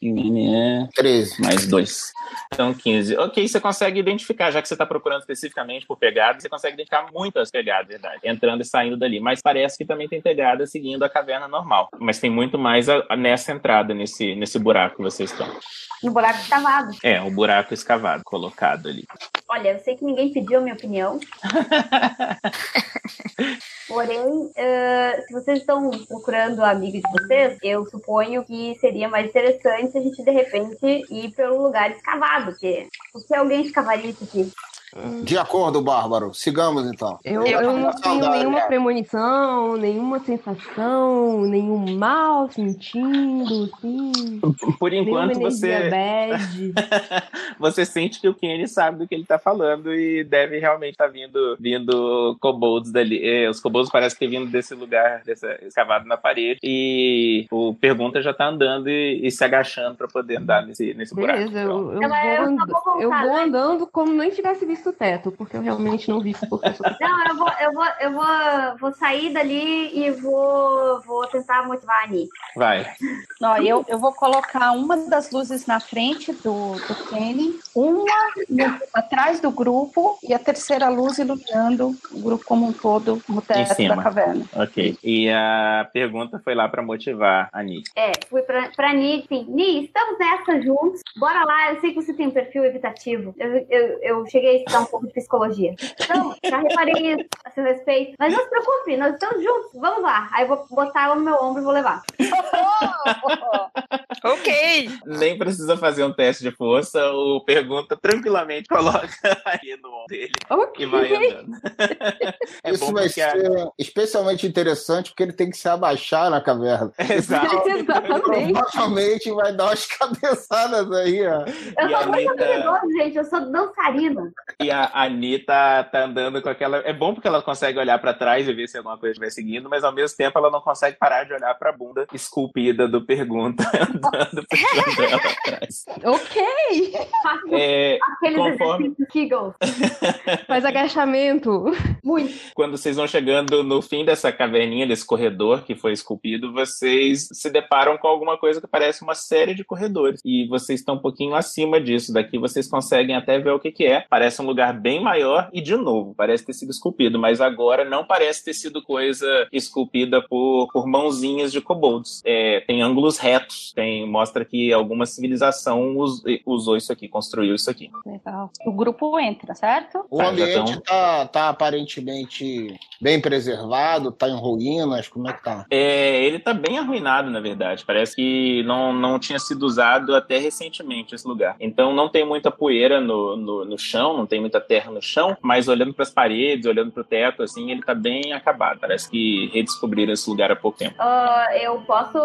Speaker 1: Kenny é
Speaker 3: 13.
Speaker 1: mais dois. Então, 15. Ok, você consegue identificar, já que você está procurando especificamente por pegadas, você consegue identificar muitas pegadas, é verdade, entrando e saindo dali. Mas parece que também tem pegada seguindo a caverna normal. Mas tem muito mais a- a- nessa entrada, nesse, nesse buraco que vocês estão.
Speaker 2: No buraco escavado.
Speaker 1: É, o buraco escavado, colocado ali.
Speaker 2: Olha, eu sei que ninguém pediu a minha opinião. Porém, eh, se vocês estão procurando amigos de vocês, eu suponho que seria mais interessante a gente, de repente, ir pelo lugar escavado, porque por que alguém escavaria isso aqui?
Speaker 3: De acordo, Bárbaro. Sigamos então.
Speaker 4: Eu, eu não tenho
Speaker 2: é.
Speaker 4: nenhuma premonição, nenhuma sensação, nenhum mal sentindo, assim.
Speaker 1: Por enquanto,
Speaker 4: nenhuma energia
Speaker 1: você,
Speaker 4: bad.
Speaker 1: você sente que o Kenny sabe do que ele tá falando e deve realmente estar vindo, vindo kobolds dali. É, os kobolds parecem ter vindo desse lugar, dessa, escavado na parede. E o Pergunta já tá andando e, e se agachando pra poder andar nesse, nesse buraco.
Speaker 4: Beleza, eu, eu,
Speaker 2: Ela-
Speaker 4: vou
Speaker 2: eu só
Speaker 4: and-
Speaker 2: vou voltar,
Speaker 4: eu vou
Speaker 2: né?
Speaker 4: andando como nem tivesse visto o teto, porque eu realmente não vi. Porque eu sou...
Speaker 2: Não, eu vou, eu vou, eu vou, vou sair dali e vou, vou tentar motivar a Ani.
Speaker 1: Vai.
Speaker 10: Não, eu, eu vou colocar uma das luzes na frente do, do Kenny, uma no- atrás do grupo e a terceira luz iluminando o grupo como um todo no
Speaker 11: é, tá
Speaker 10: teto
Speaker 1: cima.
Speaker 10: da caverna.
Speaker 1: Ok. E a pergunta foi lá pra motivar a Nick.
Speaker 2: É, fui pra, pra Ni, assim, Ni, estamos nessa juntos, bora lá, eu sei que você tem um perfil evitativo. Eu, eu, eu cheguei estudar um pouco de psicologia. Não, já reparei nisso, a seu respeito. Mas não se preocupe, nós estamos juntos, vamos lá. Aí eu vou botar ela no meu ombro e vou levar.
Speaker 7: ok.
Speaker 1: Nem precisa fazer um teste de força, o pergunta tranquilamente coloca aí no ombro dele e vai andando. É
Speaker 3: Isso
Speaker 1: bom
Speaker 3: vai
Speaker 1: porque a-
Speaker 3: ser especialmente interessante porque ele tem que se abaixar na caverna.
Speaker 1: Exato.
Speaker 3: Ele Provavelmente vai dar umas cabeçadas aí, ó.
Speaker 2: Eu
Speaker 1: E a
Speaker 2: sou muito
Speaker 1: Anitta-
Speaker 2: habilidosa, gente, eu sou dançarina.
Speaker 1: E a Anitta tá andando com aquela. É bom porque ela consegue olhar pra trás e ver se alguma coisa estiver seguindo, mas ao mesmo tempo ela não consegue parar de olhar pra bunda esculpida do pergunta andando pela dela atrás.
Speaker 4: Ok!
Speaker 2: Faço
Speaker 1: É,
Speaker 2: aqueles
Speaker 1: conforme-
Speaker 2: exercícios Kegel.
Speaker 4: Faz agachamento.
Speaker 2: Muito.
Speaker 1: Quando vocês vão chegando no fim dessa caverninha, desse corredor que foi esculpido, vocês se deparam com alguma coisa que parece uma série de corredores. E vocês estão um pouquinho acima disso. Daqui vocês conseguem até ver o que, que é. Parece um lugar bem maior e, de novo, parece ter sido esculpido, mas agora não parece ter sido coisa esculpida por, por mãozinhas de kobolds. É, tem ângulos retos, tem, mostra que alguma civilização us- usou isso aqui, construiu isso aqui.
Speaker 10: Legal. O grupo entra, certo?
Speaker 3: O
Speaker 1: Tá, já
Speaker 3: ambiente
Speaker 1: tão-
Speaker 3: tá, tá aparentemente bem preservado, tá em ruínas, como é que tá?
Speaker 1: É, ele tá bem arruinado, na verdade. Parece que não, não tinha sido usado até recentemente esse lugar. Então não tem muita poeira no, no, no chão, não tem muita terra no chão, mas olhando pras paredes, olhando pro teto, assim, ele tá bem acabado. Parece que redescobriram esse lugar há pouco tempo.
Speaker 2: Ah, eu posso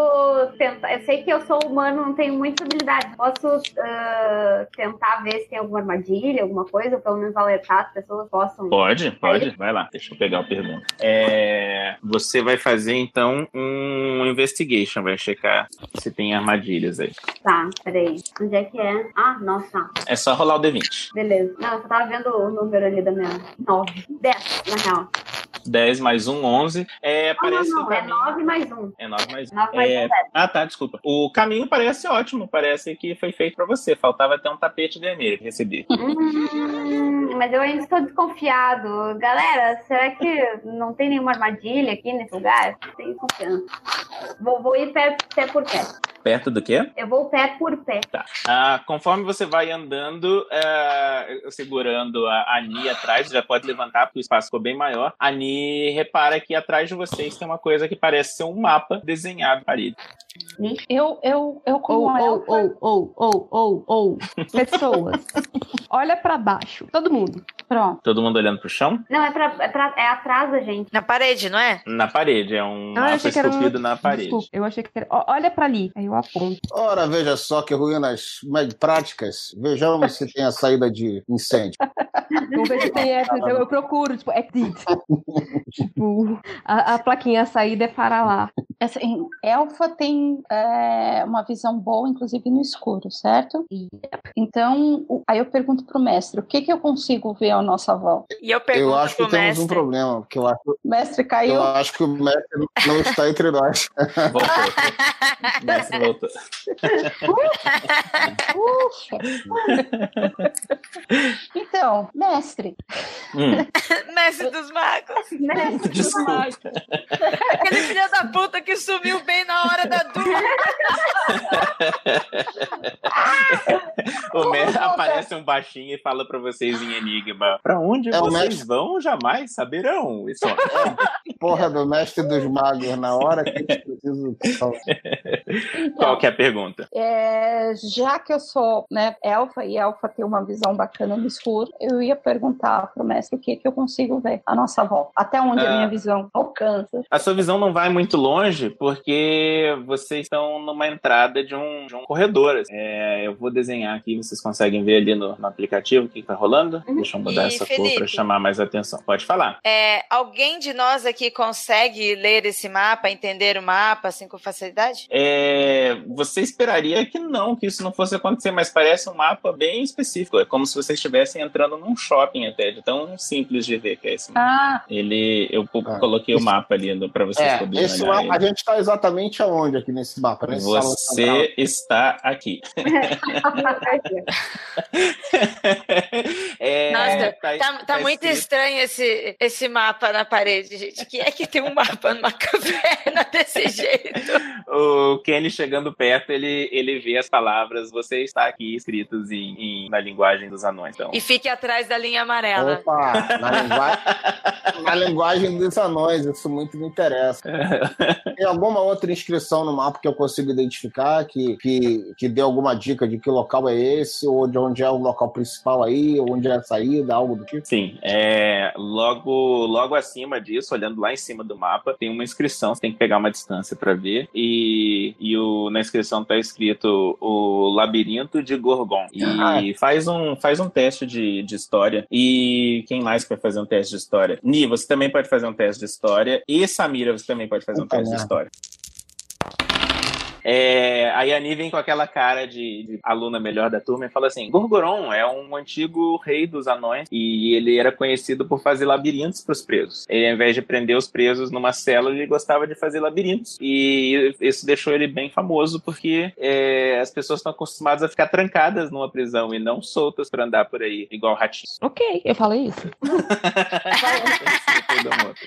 Speaker 2: tentar. Eu sei que eu sou humano, não tenho muita habilidade. Posso ah, tentar ver se tem alguma armadilha, alguma coisa, ou pelo menos alertar as pessoas possam.
Speaker 1: Pode, pode, vai lá. Deixa eu pegar o pergunta. É, você vai fazer então um investigation, vai checar se tem armadilhas aí.
Speaker 2: Tá, peraí. Onde é que é? Ah, nossa.
Speaker 1: É só rolar o D20.
Speaker 2: Beleza. Não, eu só tava vendo o número ali da minha. 9. 10, na real.
Speaker 1: 10 mais 1, 11. É,
Speaker 2: Ah, não,
Speaker 1: parece que
Speaker 2: não.
Speaker 1: pra
Speaker 2: É
Speaker 1: mim-
Speaker 2: 9 mais 1.
Speaker 1: É 9 mais um.
Speaker 2: Nove mais
Speaker 1: É,
Speaker 2: um, dez.
Speaker 1: Ah, tá, desculpa. O caminho parece ótimo, parece que foi feito pra você. Faltava até um tapete vermelho que recebi.
Speaker 2: Hum, mas eu ainda estou desconfiado. Galera, será que não tem nenhuma armadilha aqui nesse lugar? Tenho confiança. Vou, vou ir pé, pé por pé.
Speaker 1: Perto do quê?
Speaker 2: Eu vou pé por pé.
Speaker 1: Ah, conforme você vai andando, é, segurando a Ani atrás, já pode levantar porque o espaço ficou bem maior. A Ani repara que atrás de vocês tem uma coisa que parece ser um mapa desenhado na parede.
Speaker 10: Eu, eu, eu
Speaker 4: Ou,
Speaker 10: como
Speaker 4: ou,
Speaker 10: elfa,
Speaker 4: ou, ou, ou, ou, ou. Pessoas. Olha pra baixo. Todo mundo.
Speaker 10: pronto.
Speaker 1: Todo mundo olhando pro chão?
Speaker 2: Não, é, pra, é, pra, é atrás da gente.
Speaker 7: Na parede, não é?
Speaker 1: Na parede, é um
Speaker 4: Ah, eu
Speaker 1: mapa
Speaker 4: achei que era um-
Speaker 1: esculpido na parede.
Speaker 4: Desculpa, eu achei que era. Ó, Olha pra ali. Aí eu aponto.
Speaker 3: Ora, veja só que ruínas mais práticas. Vejamos se tem a saída de incêndio.
Speaker 4: Eu vejo se tem essa, eu, eu procuro, tipo, exit. tipo, a, a plaquinha a saída é para lá.
Speaker 10: Assim, elfa tem é, uma visão boa, inclusive no escuro, certo? Então, o- aí eu pergunto pro mestre, o que, que eu consigo ver à nossa volta?
Speaker 7: E eu pergunto
Speaker 3: Eu acho que
Speaker 7: pro
Speaker 3: temos um
Speaker 7: mestre.
Speaker 3: problema, porque eu acho,
Speaker 10: Mestre
Speaker 3: eu
Speaker 10: caiu,
Speaker 3: acho que o mestre não está entre nós.
Speaker 1: Voltou. O mestre voltou.
Speaker 10: ufa! então, mestre,
Speaker 1: Hum,
Speaker 7: mestre dos magos.
Speaker 2: Né?
Speaker 1: desculpa.
Speaker 7: Aquele filho da puta que sumiu bem na hora da dúvida.
Speaker 1: O mestre aparece um baixinho e fala pra vocês em enigma. Pra onde
Speaker 3: É o
Speaker 1: vocês
Speaker 3: mestre. É,
Speaker 1: vão, jamais saberão. Isso. é um
Speaker 3: Porra do mestre dos magos, na hora que eles precisam.
Speaker 1: Qual que é a pergunta?
Speaker 10: é, já que eu sou né, elfa e elfa tem uma visão bacana no escuro, eu ia perguntar pro mestre o que, que eu consigo ver à nossa volta, até onde a
Speaker 1: Ah.
Speaker 10: minha visão alcança.
Speaker 1: A sua visão não vai muito longe porque vocês estão numa entrada de um, de um corredor. assim. É, eu vou desenhar aqui, vocês conseguem ver ali no, no aplicativo o que que tá rolando. Deixa eu mudar
Speaker 7: E,
Speaker 1: essa cor pra
Speaker 7: Felipe?
Speaker 1: chamar mais atenção. Pode falar.
Speaker 7: É, alguém de nós aqui consegue ler esse mapa, entender o mapa assim com facilidade?
Speaker 1: É, você esperaria que não, que isso não fosse acontecer, mas parece um mapa bem específico. É como se vocês estivessem entrando num shopping até, de tão simples de ver que é esse mapa.
Speaker 10: Ah,
Speaker 1: Ele, eu pu-
Speaker 3: Ah,
Speaker 1: coloquei
Speaker 3: esse-
Speaker 1: o mapa ali no- pra vocês
Speaker 3: É,
Speaker 1: poderem
Speaker 3: esse
Speaker 1: olhar.
Speaker 3: mapa, a
Speaker 1: ele.
Speaker 3: gente está exatamente aonde aqui nesse mapa? Nesse salão central?
Speaker 1: Você está aqui. É,
Speaker 7: Nossa,
Speaker 1: tá,
Speaker 7: Tá, tá
Speaker 1: tá
Speaker 7: muito
Speaker 1: escrito-
Speaker 7: estranho esse, esse mapa na parede, gente. Quem é que tem um mapa numa caverna desse jeito?
Speaker 1: O o Kenny chegando perto, ele, ele vê as palavras, você está aqui escritas em, em- na linguagem dos anões. Então.
Speaker 7: E fique atrás da linha amarela.
Speaker 3: Opa, na linguagem, na linguagem dos anões, isso muito me interessa.
Speaker 1: É.
Speaker 3: Tem alguma outra inscrição no mapa que eu consigo identificar que, que, que dê alguma dica de que local é esse, ou de onde é o local principal aí, ou onde é a saída, algo do tipo?
Speaker 1: Sim, é, logo, logo acima disso, olhando lá em cima do mapa, tem uma inscrição, você tem que pegar uma distância pra ver. E, e o, na inscrição tá escrito o Labirinto de Gorgon. E
Speaker 12: Ah.
Speaker 1: faz, um, faz um teste de, de história. E quem mais que vai fazer um teste de história? Ni, você também pode fazer um teste de história. E Samira, você também pode fazer um
Speaker 3: Puta
Speaker 1: teste de
Speaker 3: merda.
Speaker 1: história. É, aí a Ni vem com aquela cara de, de aluna melhor da turma e fala assim: Gorgoron é um antigo rei dos anões e ele era conhecido por fazer labirintos para os presos. Ele, ao invés de prender os presos numa cela, ele gostava de fazer labirintos. E isso deixou ele bem famoso porque é, as pessoas estão acostumadas a ficar trancadas numa prisão e não soltas para andar por aí, igual ratinhos.
Speaker 4: Ok, eu falei isso.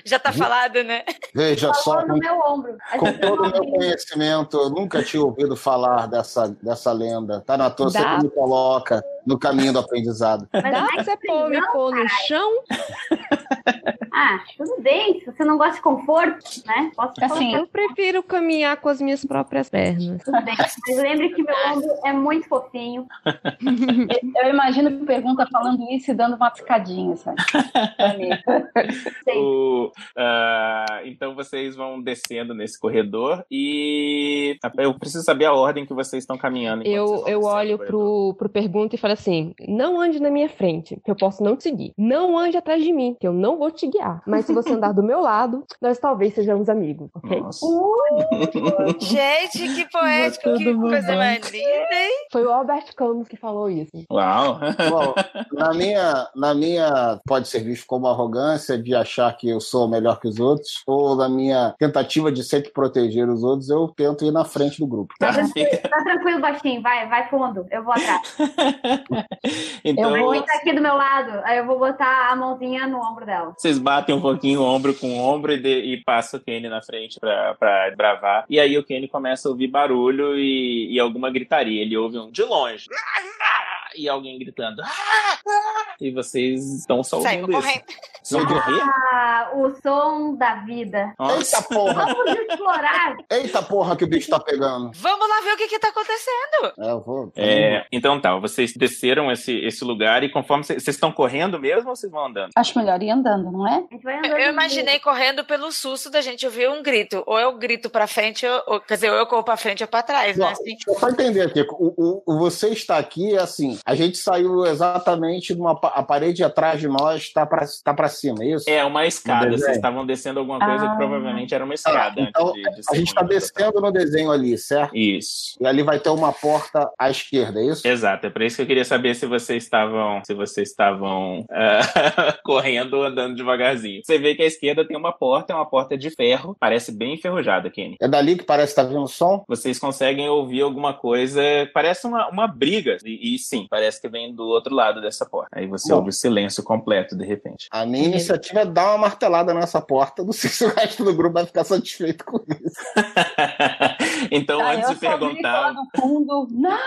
Speaker 7: Já tá falado, né?
Speaker 3: Veja só,
Speaker 2: No
Speaker 3: com,
Speaker 2: meu ombro.
Speaker 3: com
Speaker 4: tá
Speaker 3: todo o meu conhecimento, eu nunca tinha ouvido falar dessa, dessa lenda. Tá na torre, você
Speaker 4: Dá.
Speaker 3: que me coloca no caminho do aprendizado.
Speaker 4: Dá pra você pôr me pôr no chão?
Speaker 2: Ah, tudo bem, se você não gosta de conforto, né? Posso te
Speaker 4: Assim,
Speaker 2: colocar.
Speaker 4: eu prefiro caminhar com as minhas próprias pernas.
Speaker 2: Tudo bem, mas lembre que meu ombro é muito fofinho.
Speaker 11: Eu imagino que pergunta falando isso e dando uma piscadinha, sabe?
Speaker 1: O- ah, então vocês vão descendo nesse corredor e eu preciso saber a ordem que vocês estão caminhando. então. enquanto vocês
Speaker 4: Eu,
Speaker 1: vão
Speaker 4: eu
Speaker 1: descendo.
Speaker 4: olho pro, pro pergunta e falo assim: não ande na minha frente, que eu posso não te seguir. Não ande atrás de mim, que eu não vou te guiar. Mas se você andar do meu lado, nós talvez sejamos amigos, ok?
Speaker 7: Gente, que poético, que coisa mais linda, hein?
Speaker 4: Foi o Albert Camus que falou isso.
Speaker 1: Uau!
Speaker 3: Bom, na minha, na minha pode ser visto como arrogância de achar que eu sou melhor que os outros, ou na minha tentativa de sempre proteger os outros, eu tento ir na frente do grupo.
Speaker 2: Tá tranquilo, tá tranquilo, baixinho. Vai, vai fundo. Eu vou atrás.
Speaker 1: Então
Speaker 2: eu vou estar aqui do meu lado. Aí eu vou botar a mãozinha no ombro dela.
Speaker 1: vocês batem um pouquinho ombro com ombro e, de- e passa o Kenny na frente pra, pra bravar. E aí o Kenny começa a ouvir barulho e, e alguma gritaria. Ele ouve um de longe. E alguém gritando. E vocês estão só
Speaker 2: Sai,
Speaker 1: ouvindo
Speaker 2: vou
Speaker 1: isso.
Speaker 2: correndo.
Speaker 1: Vocês vão correr?
Speaker 2: Ah, o som da vida.
Speaker 1: Nossa.
Speaker 3: Eita porra!
Speaker 2: Vamos explorar.
Speaker 3: Eita porra que o bicho tá pegando.
Speaker 7: Vamos lá ver o que que tá acontecendo.
Speaker 3: É, eu vou.
Speaker 1: É, então tá, vocês desceram esse, esse lugar e conforme vocês vocês estão correndo mesmo ou vocês vão andando?
Speaker 11: Acho melhor ir andando, não é?
Speaker 7: Eu imaginei correndo pelo susto da gente ouvir um grito. Ou eu grito pra frente, ou, ou- quer dizer, ou eu corro pra frente ou pra trás, né?
Speaker 3: Não,
Speaker 7: Assim.
Speaker 3: deixa eu só entender aqui, o, o- o você está aqui, é assim, a gente saiu exatamente de uma pa- a parede atrás de nós, está para tá pra cima, é isso?
Speaker 1: É uma escada,
Speaker 3: desenho.
Speaker 1: vocês estavam descendo alguma coisa
Speaker 3: Ah.
Speaker 1: que provavelmente era uma escada.
Speaker 3: Então, a gente está descendo no desenho ali, certo?
Speaker 1: Isso.
Speaker 3: E ali vai ter uma porta à esquerda, é isso?
Speaker 1: Exato, é por isso que eu queria saber se vocês estavam se vocês estavam ah, correndo ou andando devagarzinho. Você vê que à esquerda tem uma porta, é uma porta de ferro, parece bem enferrujada, Kenny.
Speaker 3: É dali que parece que tá vindo som?
Speaker 1: Vocês conseguem ouvir alguma coisa, parece uma, uma briga, e, e sim, parece que vem do outro lado dessa porta. Aí você
Speaker 3: Bom.
Speaker 1: ouve o silêncio completo de repente.
Speaker 3: A minha iniciativa é dar uma martelada nessa porta. Não sei se o resto do grupo vai ficar satisfeito com isso.
Speaker 1: Então,
Speaker 11: Ah,
Speaker 1: antes
Speaker 11: eu
Speaker 1: de
Speaker 11: só grito lá
Speaker 1: perguntar,
Speaker 11: do fundo, não!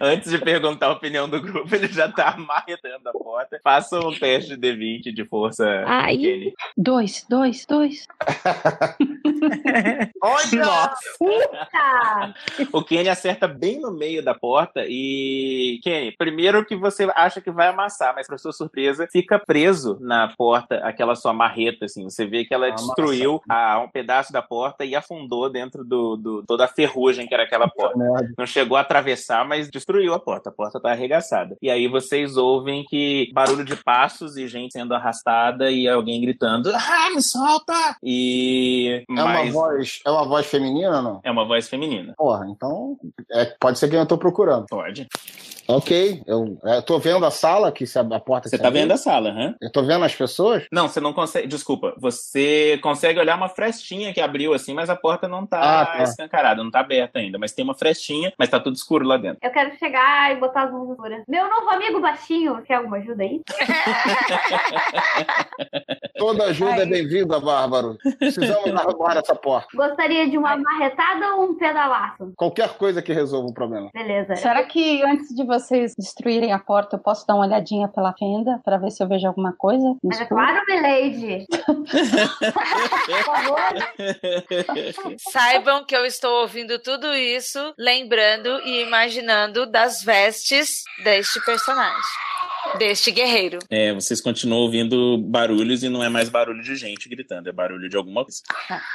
Speaker 1: antes de perguntar a opinião do grupo, ele já tá amarretando a porta. Faça um teste de D20 de força. Kenny.
Speaker 11: Dois, dois, dois.
Speaker 3: Olha!
Speaker 2: Puta!
Speaker 1: O Kenny acerta bem no meio da porta e. Kenny, primeiro que você acha que vai amassar, mas pra sua surpresa, fica preso na porta aquela sua marreta, assim. Você vê que ela
Speaker 12: Amassa.
Speaker 1: destruiu a- um pedaço da porta e afundou dentro do, do- toda a ferrugem que era aquela porta.
Speaker 3: merda.
Speaker 1: Não chegou a atravessar, mas destruiu a porta. A porta tá arregaçada. E aí vocês ouvem que barulho de passos e gente sendo arrastada e alguém gritando. "Ah!" me solta! E.
Speaker 3: É uma,
Speaker 1: mas-
Speaker 3: voz, é uma voz feminina ou não?
Speaker 1: É uma voz feminina.
Speaker 3: Porra, então é, pode ser quem eu tô procurando.
Speaker 1: Pode.
Speaker 3: Ok, eu, é, eu tô vendo a sala que se a, a porta
Speaker 1: Você
Speaker 3: se
Speaker 1: tá
Speaker 3: abriu.
Speaker 1: vendo a sala, né?
Speaker 3: Eu tô vendo as pessoas?
Speaker 1: Não, você não consegue. Desculpa. Você consegue olhar uma frestinha que abriu assim, mas a porta não tá
Speaker 3: Ah, tá.
Speaker 1: escancarada, não tá aberta ainda. Mas tem uma frestinha, mas tá tudo escuro lá dentro.
Speaker 2: Eu quero chegar e botar as luzes escuras. Meu novo amigo baixinho, quer alguma ajuda aí?
Speaker 3: Toda ajuda é bem-vinda, Bárbaro. Precisamos arrumar essa porta.
Speaker 2: Gostaria de uma marretada ou um pedalaço?
Speaker 3: Qualquer coisa que resolva o problema.
Speaker 2: Beleza.
Speaker 11: Será que antes de vocês destruírem a porta, eu posso dar uma olhadinha pela fenda pra ver se eu vejo alguma coisa? no
Speaker 2: Mas é
Speaker 11: escuro?
Speaker 2: claro, Milady. Por favor.
Speaker 7: Saibam que eu estou ouvindo tudo isso, lembrando e imaginando das vestes deste personagem, deste guerreiro.
Speaker 1: É, vocês continuam ouvindo barulhos e não é mais barulho de gente gritando, é barulho de alguma coisa.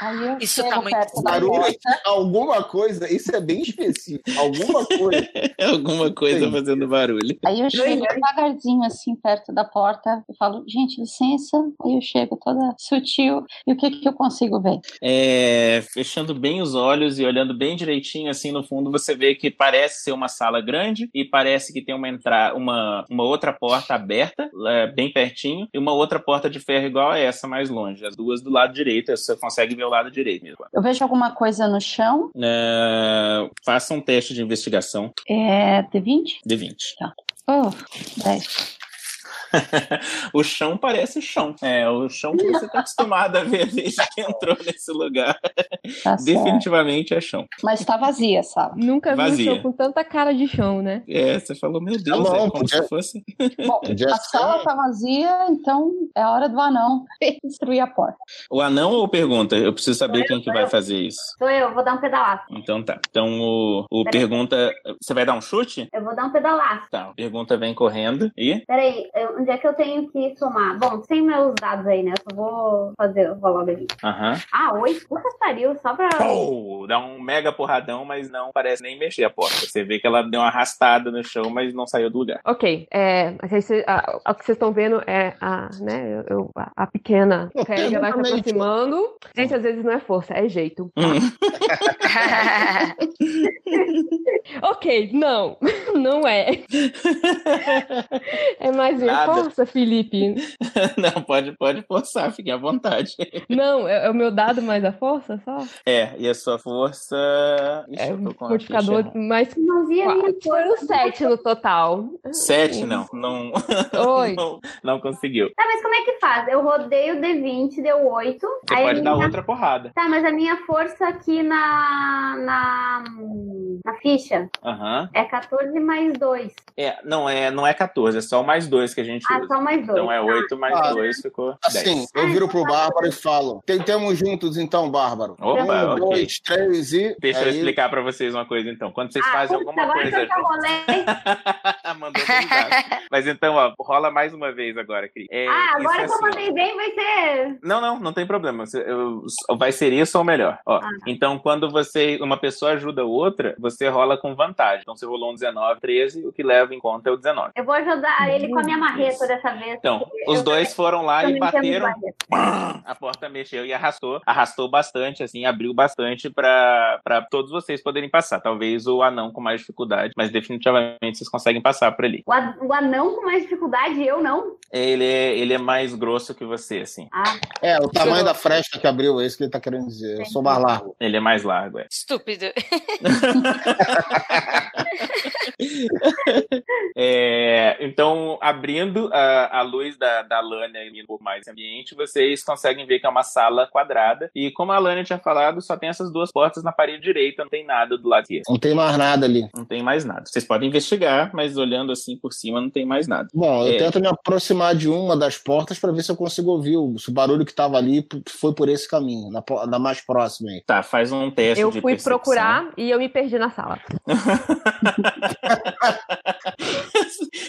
Speaker 11: Aí eu
Speaker 7: Isso
Speaker 11: chego
Speaker 7: tá muito
Speaker 11: perto da
Speaker 3: Barulho,
Speaker 11: porta.
Speaker 3: alguma coisa, isso é bem específico. Alguma coisa.
Speaker 1: alguma coisa fazendo barulho.
Speaker 11: Aí eu
Speaker 3: Uhum.
Speaker 11: chego devagarzinho assim perto da porta e falo, gente, licença. Aí eu chego toda sutil e o que que eu consigo ver?
Speaker 1: É, fechando bem os olhos e olhando bem direitinho assim no fundo, você vê que parece ser uma sala grande e parece que tem uma entrada, uma, uma outra porta aberta, é, bem pertinho, e uma outra porta de ferro igual a essa mais longe. As duas do lado direito, você consegue ver o lado direito mesmo.
Speaker 11: Eu vejo alguma coisa no chão?
Speaker 1: É, faça um teste de investigação
Speaker 11: É D20?
Speaker 1: de 20.
Speaker 11: Oh, 10.
Speaker 1: O chão parece chão. É, o chão que você está acostumado a ver desde que entrou nesse lugar.
Speaker 11: Tá certo.
Speaker 1: Definitivamente é chão.
Speaker 11: Mas tá vazia a sala.
Speaker 4: Nunca vi um
Speaker 1: Vazia.
Speaker 4: chão com tanta cara de chão, né?
Speaker 1: É, você falou, meu Deus,
Speaker 3: bom,
Speaker 1: é como
Speaker 3: podia-
Speaker 1: se fosse.
Speaker 11: Bom, a sala tá vazia, então é hora do anão destruir a porta.
Speaker 1: O anão ou pergunta? Eu preciso saber quem que vai fazer isso.
Speaker 2: Sou eu, vou dar um pedalaço.
Speaker 1: Então tá. Então o, o
Speaker 2: Peraí.
Speaker 1: pergunta. Você vai dar um chute?
Speaker 2: Eu vou dar um pedalaço.
Speaker 1: Tá, o pergunta vem correndo e.
Speaker 2: Peraí, eu- onde é que eu tenho que somar? Bom, sem meus dados aí, né? Eu só vou fazer, eu vou logo ali.
Speaker 1: Aham.
Speaker 2: Ah, oito? Puta que pariu, só pra.
Speaker 1: Pou! Dá um mega porradão, mas não parece nem mexer a porta. Você vê que ela deu uma arrastada no chão, mas não saiu do lugar.
Speaker 4: Ok, é, mas aí cê- a- a- o que vocês estão vendo é a, né, eu- eu- a, a pequena Kelly vai se
Speaker 7: exatamente.
Speaker 4: aproximando. Gente, às vezes não é força, é jeito. ok, não, não é. É mais minha
Speaker 1: Nada.
Speaker 4: força, Felipe.
Speaker 1: não, pode, pode forçar, fique à vontade.
Speaker 4: Não, é, é o meu dado mais a força só?
Speaker 1: É, e a sua força. Ixi, eu tô com a ficha
Speaker 4: Modificador
Speaker 1: errada.
Speaker 4: mais. Não vi Foram sete no total.
Speaker 1: Sete, não. Não,
Speaker 4: Oi.
Speaker 1: não, não conseguiu.
Speaker 2: Tá, mas como é que faz? Eu rodei o D20, deu oito.
Speaker 1: Você
Speaker 2: aí a
Speaker 1: pode dar
Speaker 2: minha-
Speaker 1: outra porrada.
Speaker 2: Tá, mas a minha força aqui na. na. na ficha
Speaker 1: Aham.
Speaker 2: é 14 mais 2.
Speaker 1: É, não, é, não é 14, é só o mais dois que a gente
Speaker 2: Ah,
Speaker 1: usa.
Speaker 2: só mais dois.
Speaker 1: Então é 8 mais
Speaker 3: Ah,
Speaker 1: 2, ficou 10.
Speaker 3: Assim, eu viro pro Bárbaro e falo: tentemos juntos então, Bárbaro.
Speaker 1: Opa,
Speaker 3: um,
Speaker 1: ok.
Speaker 3: dois, três e.
Speaker 1: Deixa eu
Speaker 3: Aí-
Speaker 1: explicar pra vocês uma coisa então. Quando vocês fazem alguma
Speaker 2: Ah, Agora
Speaker 1: coisa.
Speaker 2: que eu rolei.
Speaker 1: Mandou Mas então, ó, rola mais uma vez agora, Cris. É,
Speaker 2: Ah,
Speaker 1: isso
Speaker 2: agora
Speaker 1: é
Speaker 2: que eu
Speaker 1: assim, ó.
Speaker 2: mandei bem, vai ser.
Speaker 1: Não, não, não tem problema. Você- eu- vai ser isso ou melhor. Ó,
Speaker 2: Ah.
Speaker 1: Então, quando você uma pessoa ajuda a outra, você rola com vantagem. Então, você rolou um 19, 13, o que leva em conta é o 19.
Speaker 2: Eu vou ajudar ele com a minha marreta dessa vez.
Speaker 1: Então, os dois foram lá e
Speaker 2: também tenho
Speaker 1: bateram.
Speaker 2: marreta.
Speaker 1: Pam! A porta mexeu e arrastou, arrastou bastante, assim, abriu bastante pra pra todos vocês poderem passar. Talvez o anão com mais dificuldade, mas definitivamente vocês conseguem passar por ali.
Speaker 2: O an- o anão com mais dificuldade, eu não.
Speaker 1: Ele é, ele é mais grosso que você, assim.
Speaker 2: Ah,
Speaker 3: É, o tamanho da fresta que abriu, é isso que ele tá querendo dizer. Eu sou mais largo.
Speaker 1: Ele é mais largo, é.
Speaker 7: Estúpido.
Speaker 1: É, então, abrindo a, a luz da, da Lânia e um pouco mais esse ambiente, vocês conseguem ver que é uma sala quadrada. E como a Lânia tinha falado, só tem essas duas portas na parede direita, não tem nada do lado esquerdo.
Speaker 3: Não tem mais nada ali.
Speaker 1: Não tem mais nada. Vocês podem investigar, mas olhando assim por cima, não tem mais nada.
Speaker 3: Bom, eu
Speaker 1: É.
Speaker 3: tento me aproximar de uma das portas pra ver se eu consigo ouvir o, se o barulho que tava ali p- foi por esse caminho, na, po- na mais próxima aí.
Speaker 1: Tá, faz um teste
Speaker 4: Eu
Speaker 1: de
Speaker 4: fui
Speaker 1: percepção.
Speaker 4: procurar e eu me perdi na sala.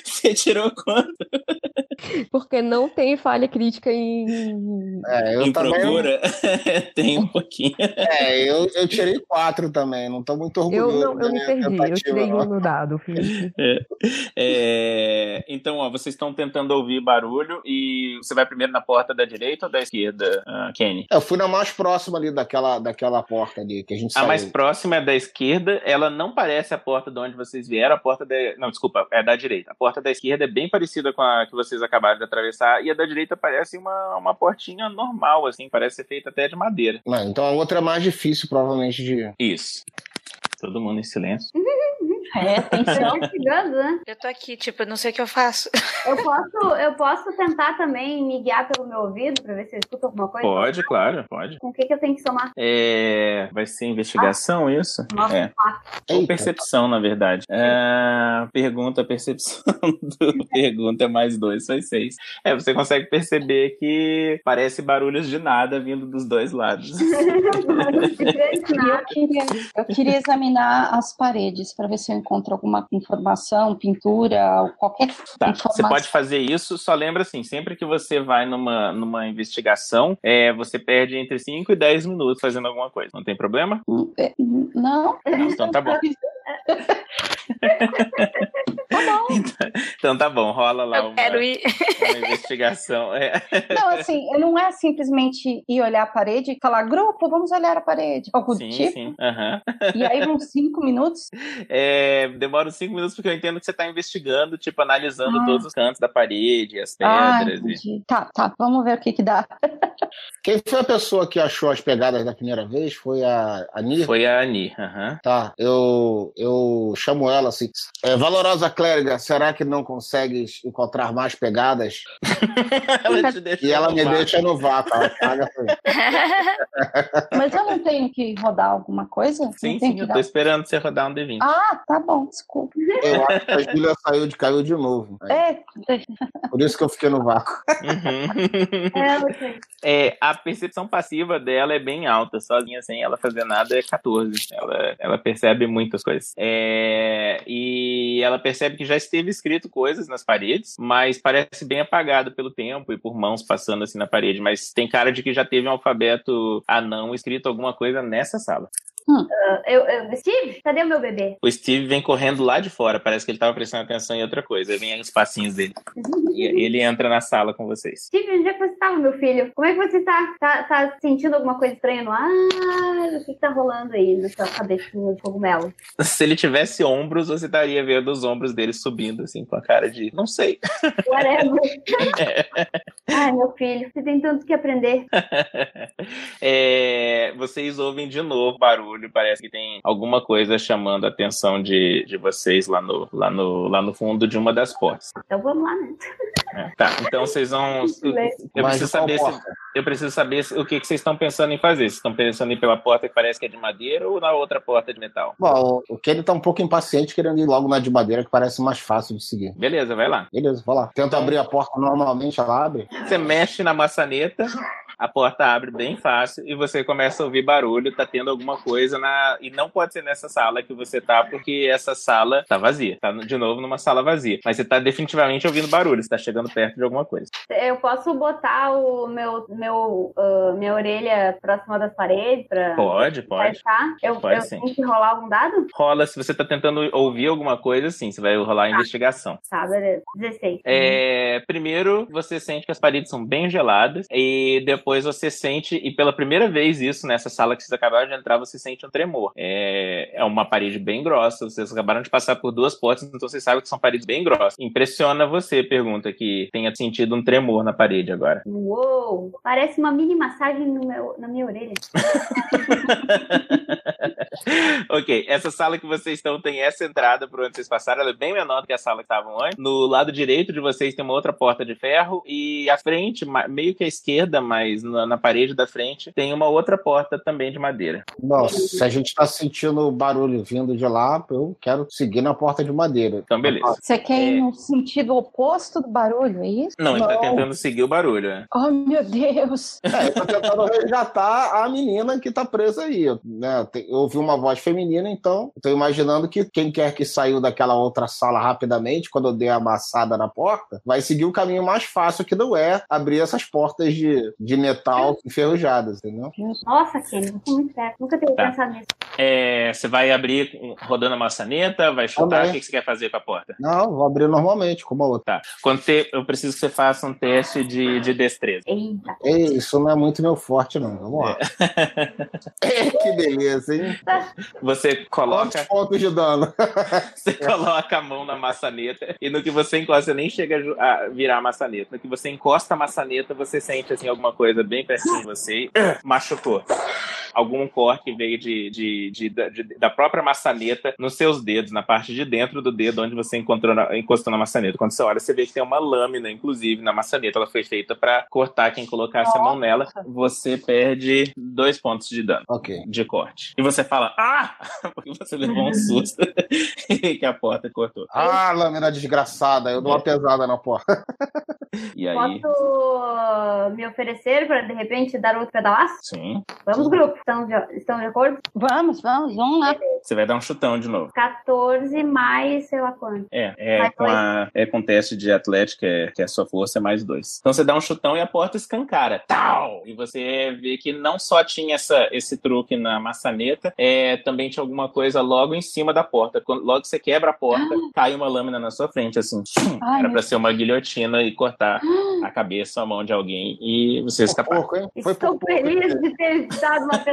Speaker 1: Você tirou quanto?
Speaker 4: Porque não tem falha crítica em.
Speaker 3: É, eu
Speaker 1: Em
Speaker 3: também.
Speaker 1: procura, tem um pouquinho.
Speaker 3: É, eu, eu tirei quatro também, não tô muito
Speaker 4: Eu,
Speaker 3: orgulhoso.
Speaker 4: não, eu
Speaker 3: da
Speaker 4: me
Speaker 3: minha
Speaker 4: perdi, eu
Speaker 3: tentativa,
Speaker 4: tirei um
Speaker 3: não.
Speaker 4: no dado, Felipe.
Speaker 1: É. É, então, ó, vocês estão tentando ouvir barulho e você vai primeiro na porta da direita ou da esquerda, ah, Kenny?
Speaker 3: Eu fui na mais próxima ali daquela, daquela porta ali que a gente
Speaker 1: A
Speaker 3: saiu.
Speaker 1: mais próxima é da esquerda, ela não parece a porta de onde vocês vieram, a porta da. Não, desculpa, é da direita. A porta da esquerda é bem parecida com a que vocês acabaram de atravessar, e a da direita parece uma, uma portinha normal, assim, parece ser feita até de madeira.
Speaker 3: Não, então a outra é mais difícil, provavelmente, de.
Speaker 1: Isso. Todo mundo em silêncio.
Speaker 2: É, atenção. né?
Speaker 7: Eu tô aqui, tipo, eu não sei o que eu faço.
Speaker 2: Eu posso, eu posso tentar também me guiar pelo meu ouvido pra ver se eu escuto alguma coisa? assim.
Speaker 1: Pode, claro, pode.
Speaker 2: Com o que, que eu tenho que somar?
Speaker 1: É, vai ser investigação isso?
Speaker 2: Nossa,
Speaker 1: É. Ou percepção, na verdade. Ah, pergunta, percepção. do- pergunta mais dois, faz seis. É, você consegue perceber que parece barulhos de nada vindo dos dois lados.
Speaker 11: E eu queria, eu queria examinar as paredes para ver se eu encontro alguma informação, pintura, ou qualquer
Speaker 1: Tá, você
Speaker 11: informação.
Speaker 1: pode fazer isso, só lembra assim, sempre que você vai numa, numa investigação, é, você perde entre 5 e 10 minutos fazendo alguma coisa. Não tem problema?
Speaker 11: Uh. Não?
Speaker 1: Não, então tá bom. Então tá bom, rola lá uma,
Speaker 11: quero ir.
Speaker 1: uma investigação. É.
Speaker 11: Não, assim, eu não é simplesmente ir olhar a parede e falar, grupo, vamos olhar a parede. Algo do
Speaker 1: Sim,
Speaker 11: tipo.
Speaker 1: sim. aham.
Speaker 11: E aí vão cinco minutos.
Speaker 1: É, demora uns cinco minutos porque eu entendo que você tá investigando, tipo, analisando
Speaker 11: Ah.
Speaker 1: todos os cantos da parede, as
Speaker 11: Ah,
Speaker 1: pedras. e-
Speaker 11: entendi. Tá, tá, vamos ver o que que dá.
Speaker 3: Quem foi a pessoa que achou as pegadas da primeira vez? Foi a Ani?
Speaker 1: Foi a Ani, aham.
Speaker 3: Tá, eu, eu chamo ela assim. É, valorosa clériga, será que não consegues encontrar mais pegadas?
Speaker 1: ela te deixa
Speaker 3: e ela
Speaker 1: no
Speaker 3: me
Speaker 1: vácuo.
Speaker 3: deixa no vácuo. Ela caga pra mim.
Speaker 11: Mas eu não tenho que rodar alguma coisa?
Speaker 1: Sim,
Speaker 11: não tenho
Speaker 1: sim,
Speaker 11: que
Speaker 1: eu
Speaker 11: dar.
Speaker 1: tô esperando você rodar um D20.
Speaker 11: Ah, tá bom, desculpa.
Speaker 3: Eu acho que a Júlia saiu de caiu de novo. né?
Speaker 11: É,
Speaker 3: Por isso que eu fiquei no vácuo.
Speaker 1: É, a percepção passiva dela é bem alta, sozinha, sem ela fazer nada, é 14. Ela, ela percebe muitas coisas. É, e ela percebe que já esteve escrito coisas nas paredes, mas parece bem apagado pelo tempo e por mãos passando assim na parede. Mas tem cara de que já teve um alfabeto anão escrito alguma coisa nessa sala.
Speaker 2: Ah, eu, eu- Steve, cadê o meu bebê?
Speaker 1: O Steve vem correndo lá de fora, parece que ele tava prestando atenção em outra coisa. Vem os passinhos dele. E ele entra na sala com vocês.
Speaker 2: Steve, onde é que você tava, meu filho? Como é que você tá? Tá, tá sentindo alguma coisa estranha no ar? O que, que tá rolando aí na sua cabecinha de cogumelo?
Speaker 1: Se ele tivesse ombros, você estaria vendo os ombros dele subindo, assim, com a cara de. Não sei.
Speaker 2: Whatever. Ai, meu filho, você tem tanto que aprender.
Speaker 1: É, vocês ouvem de novo barulho, parece que tem alguma coisa chamando a atenção de, de vocês lá no, lá, no, lá no fundo de uma das portas.
Speaker 2: Então vamos lá, né?
Speaker 1: né? Tá, então vocês vão. Eu
Speaker 3: Mas
Speaker 1: preciso
Speaker 3: qual
Speaker 1: saber se.
Speaker 3: porta?
Speaker 1: Eu preciso saber se- o que, que vocês estão pensando em fazer. Vocês estão pensando em ir pela porta que parece que é de madeira ou na outra porta de metal?
Speaker 3: Bom, o Kenny tá um pouco impaciente querendo ir logo na de madeira, que parece mais fácil de seguir.
Speaker 1: Beleza, vai lá.
Speaker 3: Beleza, vou lá. Tento abrir a porta normalmente, ela abre.
Speaker 1: Você mexe na maçaneta, a porta abre bem fácil e você começa a ouvir barulho, tá tendo alguma coisa na. E não pode ser nessa sala que você tá, porque essa sala tá vazia. Tá de novo numa sala vazia. Mas você tá definitivamente ouvindo barulho, você tá chegando perto de alguma coisa.
Speaker 2: Eu posso botar o meu, meu, ah, minha orelha próxima das paredes pra.
Speaker 1: Pode, pode.
Speaker 2: Tá? Eu,
Speaker 1: Pode
Speaker 2: eu
Speaker 1: sim.
Speaker 2: tenho que rolar algum dado?
Speaker 1: Rola, se você tá tentando ouvir alguma coisa, sim, você vai rolar a investigação.
Speaker 2: Tá, beleza. 16.
Speaker 1: É, primeiro, você sente que as paredes são bem geladas, e depois você sente, e pela primeira vez isso, nessa sala que vocês acabaram de entrar, você sente um tremor. É, é uma parede bem grossa, vocês acabaram de passar por duas portas, então vocês sabem que são paredes bem grossas. Impressiona você, pergunta, que tenha sentido um tremor na parede agora.
Speaker 2: Uou! Parece uma mini massagem no meu, na minha orelha.
Speaker 1: ok, essa sala que vocês estão tem essa entrada por onde vocês passaram, ela é bem menor do que a sala que estavam antes. No lado direito de vocês tem uma outra porta de ferro e à frente, ma- meio que à esquerda, mas na, na parede da frente, tem uma outra porta também de madeira.
Speaker 3: Bom, se a gente tá sentindo barulho vindo de lá, eu quero seguir na porta de madeira.
Speaker 1: Então, beleza.
Speaker 11: Você quer ir no sentido oposto do barulho, é isso?
Speaker 1: Não, ele tá tentando seguir o barulho, né?
Speaker 11: Oh, meu Deus.
Speaker 3: É, eu tô tentando resgatar a menina que tá presa aí. tá Né? Tem- Eu ouvi uma uma voz feminina, então estou imaginando que quem quer que saiu daquela outra sala rapidamente, quando eu dei a amassada na porta, vai seguir o caminho mais fácil que não é abrir essas portas de, de metal enferrujadas, entendeu?
Speaker 2: Nossa, Kenny, eu tô muito perto. Nunca teria
Speaker 1: Tá.
Speaker 2: pensado nisso.
Speaker 1: É, você vai abrir com- rodando a maçaneta, vai chutar,
Speaker 3: Também.
Speaker 1: o que que você quer fazer com a porta?
Speaker 3: Não, vou abrir normalmente, como a outra.
Speaker 1: Quando você- eu preciso que você faça um teste de, de destreza.
Speaker 2: Eita.
Speaker 3: Ei, isso não é muito meu forte, não. Vamos lá. É. que beleza, hein?
Speaker 1: Você
Speaker 3: Quantos
Speaker 1: coloca,
Speaker 3: pontos de dano?
Speaker 1: você coloca a mão na maçaneta e no que você encosta, você nem chega a ju- a virar a maçaneta. No que você encosta a maçaneta, você sente assim alguma coisa bem pertinho de você e "Ah", machucou. Algum corte que veio de, de- de- da- de- da própria maçaneta nos seus dedos, na parte de dentro do dedo onde você encontrou na- encostou na maçaneta. Quando você olha, você vê que tem uma lâmina, inclusive, na maçaneta. Ela foi feita pra cortar quem colocasse a mão nela. Você perde dois pontos de dano de corte. E você fala, ah! Porque você levou um susto que a porta cortou.
Speaker 3: Ah, lâmina desgraçada, eu dou uma pesada na porta.
Speaker 1: E aí?
Speaker 2: Posso ah, me oferecer para de repente dar outro pedaço?
Speaker 1: Sim.
Speaker 2: Vamos, grupo. Estão de, estão de acordo?
Speaker 11: Vamos, vamos, vamos lá.
Speaker 1: Você vai dar um chutão de novo.
Speaker 2: 14 mais sei lá quanto.
Speaker 1: É, é
Speaker 2: Mais
Speaker 1: com, a, é com teste de atlética, é- que é a sua força, é mais dois. Então você dá um chutão e a porta escancara. Tal! E você vê que não só tinha essa, esse truque na maçaneta, é, também tinha alguma coisa logo em cima da porta. Quando, logo que você quebra a porta, cai uma lâmina na sua frente, assim. tchum!
Speaker 2: Ai,
Speaker 1: Era
Speaker 2: meu
Speaker 1: pra ser uma guilhotina e cortar a cabeça, a mão de alguém e você escapar.
Speaker 2: Estou feliz de ter dado uma pedalada.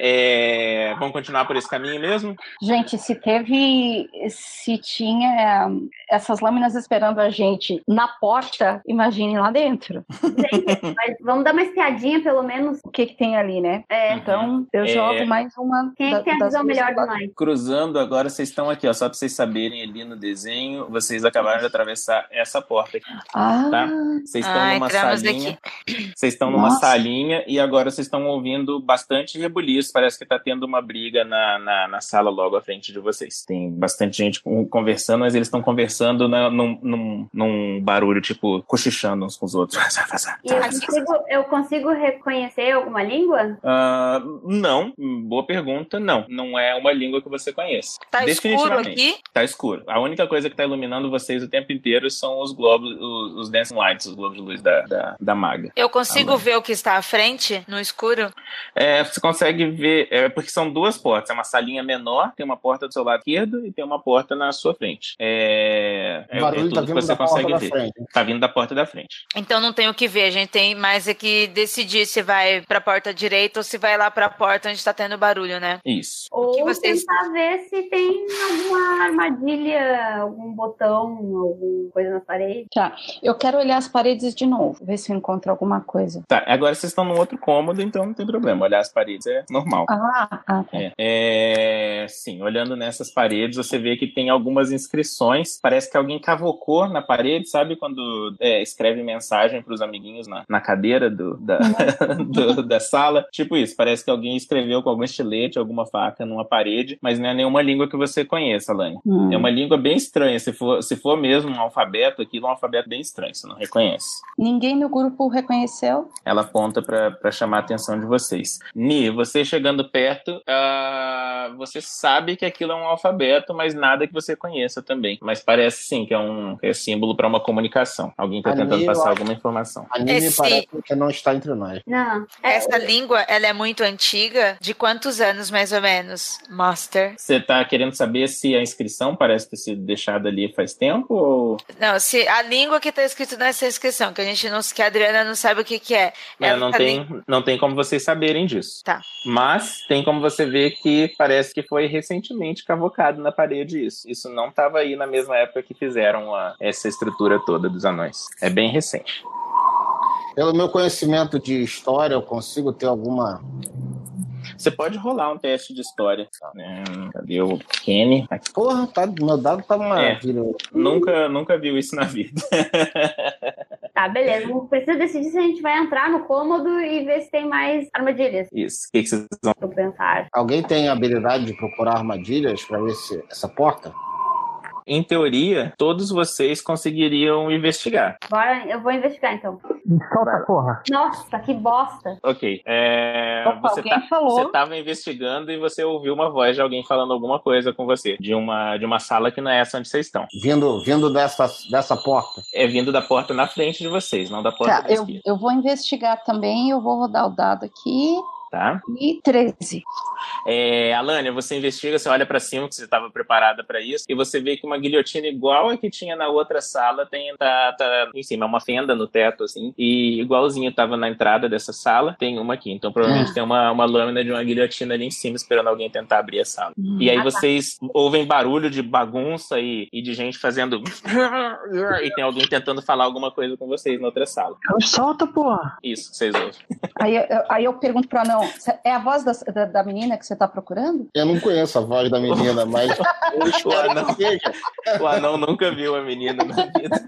Speaker 1: É, vamos continuar por esse caminho mesmo?
Speaker 11: Gente, se teve, se tinha eh, essas lâminas esperando a gente na porta, imagine lá dentro.
Speaker 2: Mas vamos dar uma espiadinha, pelo menos.
Speaker 11: O que, que tem ali, né? Então, eu
Speaker 1: É.
Speaker 11: jogo mais uma.
Speaker 2: Quem é que tem a
Speaker 11: das
Speaker 2: visão
Speaker 11: duas
Speaker 2: melhor
Speaker 11: lá-
Speaker 2: de nós?
Speaker 1: Cruzando agora, vocês estão aqui, ó. Só pra vocês saberem ali no desenho, vocês acabaram de atravessar essa porta aqui.
Speaker 11: Ah.
Speaker 1: Tá? Vocês estão
Speaker 11: Ah,
Speaker 1: numa
Speaker 11: entramos
Speaker 1: salinha. Vocês estão numa
Speaker 11: Nossa.
Speaker 1: salinha e agora vocês estão ouvindo bastante rebuliço. Parece que tá tendo uma briga na, na, na sala logo à frente de vocês. Tem bastante gente con- conversando, mas eles estão conversando na- num, num, num barulho, tipo, cochichando uns com os outros. Tá,
Speaker 2: E eu consigo, eu consigo reconhecer alguma língua?
Speaker 1: Ah, não, boa pergunta. Não, não é uma língua que você conhece.
Speaker 7: Tá escuro
Speaker 1: Definitivamente.
Speaker 7: aqui?
Speaker 1: Tá escuro. A única coisa que tá iluminando vocês o tempo inteiro são os globos, os, os dancing lights, os globos de luz da, da, da maga.
Speaker 7: Eu consigo
Speaker 1: Ah,
Speaker 7: ver o que está à frente, no escuro?
Speaker 1: É, você consegue ver, é, porque são duas portas. É uma salinha menor, tem uma porta do seu lado esquerdo e tem uma porta na sua frente. É, é,
Speaker 3: O barulho
Speaker 1: é tudo
Speaker 3: tá
Speaker 1: que
Speaker 3: vindo
Speaker 1: você
Speaker 3: da porta
Speaker 1: consegue
Speaker 3: da
Speaker 1: ver.
Speaker 3: frente.
Speaker 1: Tá vindo da porta da frente.
Speaker 7: Então não tem o que ver, a gente tem mais é que decidir se vai pra porta direita ou se vai lá pra porta onde tá tendo barulho, né?
Speaker 1: Isso.
Speaker 2: Ou
Speaker 7: que vocês-
Speaker 2: tentar ver se tem alguma armadilha, algum botão, alguma coisa na parede.
Speaker 11: Tá, eu quero olhar as paredes de novo, ver se eu encontro alguma coisa.
Speaker 1: Tá, agora vocês estão num outro cômodo, então não tem problema. Olhar as paredes é normal.
Speaker 11: Ah, ah, tá.
Speaker 1: É, é, sim, olhando nessas paredes, você vê que tem algumas inscrições. Parece que alguém cavocou na parede, sabe? Quando é, escreve mensagem pros amiguinhos na, na cadeira do, da, do- da sala. Tipo isso, parece que alguém escreveu com algum estilete, alguma faca numa parede, mas não é nenhuma língua que você conheça, Lani.
Speaker 11: Hum.
Speaker 1: É uma língua bem estranha. Se for, se for mesmo um alfabeto, aquilo é um alfabeto bem estranho, você não reconhece.
Speaker 11: Ninguém no grupo reconheceu?
Speaker 1: Ela aponta pra pra chamar a atenção de vocês. Ni, você chegando perto, ah, você sabe que aquilo é um alfabeto, mas nada que você conheça também. Mas parece sim que é um que é símbolo pra uma comunicação. Alguém tá
Speaker 3: A
Speaker 1: tentando
Speaker 3: Ni, eu
Speaker 1: passar
Speaker 3: acho-
Speaker 1: alguma informação.
Speaker 3: A Nini
Speaker 7: Esse-
Speaker 3: parece que não está entre nós.
Speaker 2: Não.
Speaker 7: Essa língua, ela é muito antiga? De quantos anos, mais ou menos, Master?
Speaker 1: Você tá querendo saber se a inscrição parece ter sido deixada ali faz tempo ou
Speaker 7: Não, se a língua que tá escrito nessa inscrição, que a gente não que a Adriana não sabe o que que é.
Speaker 1: É,
Speaker 7: Ela
Speaker 1: não,
Speaker 7: tá
Speaker 1: tem,
Speaker 7: li-
Speaker 1: não tem como vocês saberem disso.
Speaker 7: Tá.
Speaker 1: Mas tem como você ver que parece que foi recentemente cavocado na parede isso. Isso não estava aí na mesma época que fizeram a- essa estrutura toda dos anões. É bem recente.
Speaker 3: Pelo meu conhecimento de história, eu consigo ter alguma.
Speaker 1: Você pode rolar um teste de história. né? Cadê o Kenny? Aqui.
Speaker 3: Porra, tá, meu dado tá uma
Speaker 1: É.
Speaker 3: maravilha.
Speaker 1: Nunca, nunca viu isso na vida.
Speaker 2: Tá, beleza.
Speaker 1: Uhum.
Speaker 2: Não Precisa decidir se a gente vai entrar no cômodo e ver se tem mais armadilhas.
Speaker 1: Isso. O que, que vocês vão
Speaker 2: Vou pensar.
Speaker 3: Alguém tem habilidade de procurar armadilhas pra ver se essa porta?
Speaker 1: em teoria, todos vocês conseguiriam investigar.
Speaker 2: Bora, eu vou investigar então.
Speaker 1: Solta, porra.
Speaker 2: Nossa, que bosta.
Speaker 1: Ok. É,
Speaker 2: Opa,
Speaker 1: você,
Speaker 2: alguém
Speaker 1: tá,
Speaker 2: falou.
Speaker 1: você tava investigando e você ouviu uma voz de alguém falando alguma coisa com você. De uma, de uma sala que não é essa onde vocês estão.
Speaker 3: Vindo, vindo dessa, dessa porta.
Speaker 1: É vindo da porta na frente de vocês, não da porta
Speaker 11: Tá,
Speaker 1: da
Speaker 11: eu,
Speaker 1: esquerda.
Speaker 11: eu vou investigar também, eu vou rodar o dado aqui.
Speaker 1: Tá?
Speaker 11: E 13.
Speaker 1: É, Alânia, você investiga, você olha pra cima, que você estava preparada pra isso, e você vê que uma guilhotina igual a que tinha na outra sala tem tá, tá em cima, é uma fenda no teto, assim, e igualzinho tava na entrada dessa sala, tem uma aqui. Então provavelmente
Speaker 12: Ah.
Speaker 1: tem uma, uma lâmina de uma guilhotina ali em cima esperando alguém tentar abrir a sala.
Speaker 12: Hum.
Speaker 1: E aí
Speaker 12: Ah, tá.
Speaker 1: vocês ouvem barulho de bagunça e, e de gente fazendo. e tem alguém tentando falar alguma coisa com vocês na outra sala.
Speaker 11: Solta, porra!
Speaker 1: Isso, vocês ouvem.
Speaker 11: Aí eu, eu- aí eu pergunto pra não, cê- é a voz das- da, da menina que você tá procurando?
Speaker 3: Eu não conheço a voz da menina, mas eu
Speaker 1: O
Speaker 3: espero
Speaker 1: anão,
Speaker 3: que seja.
Speaker 1: o anão nunca viu a menina na vida.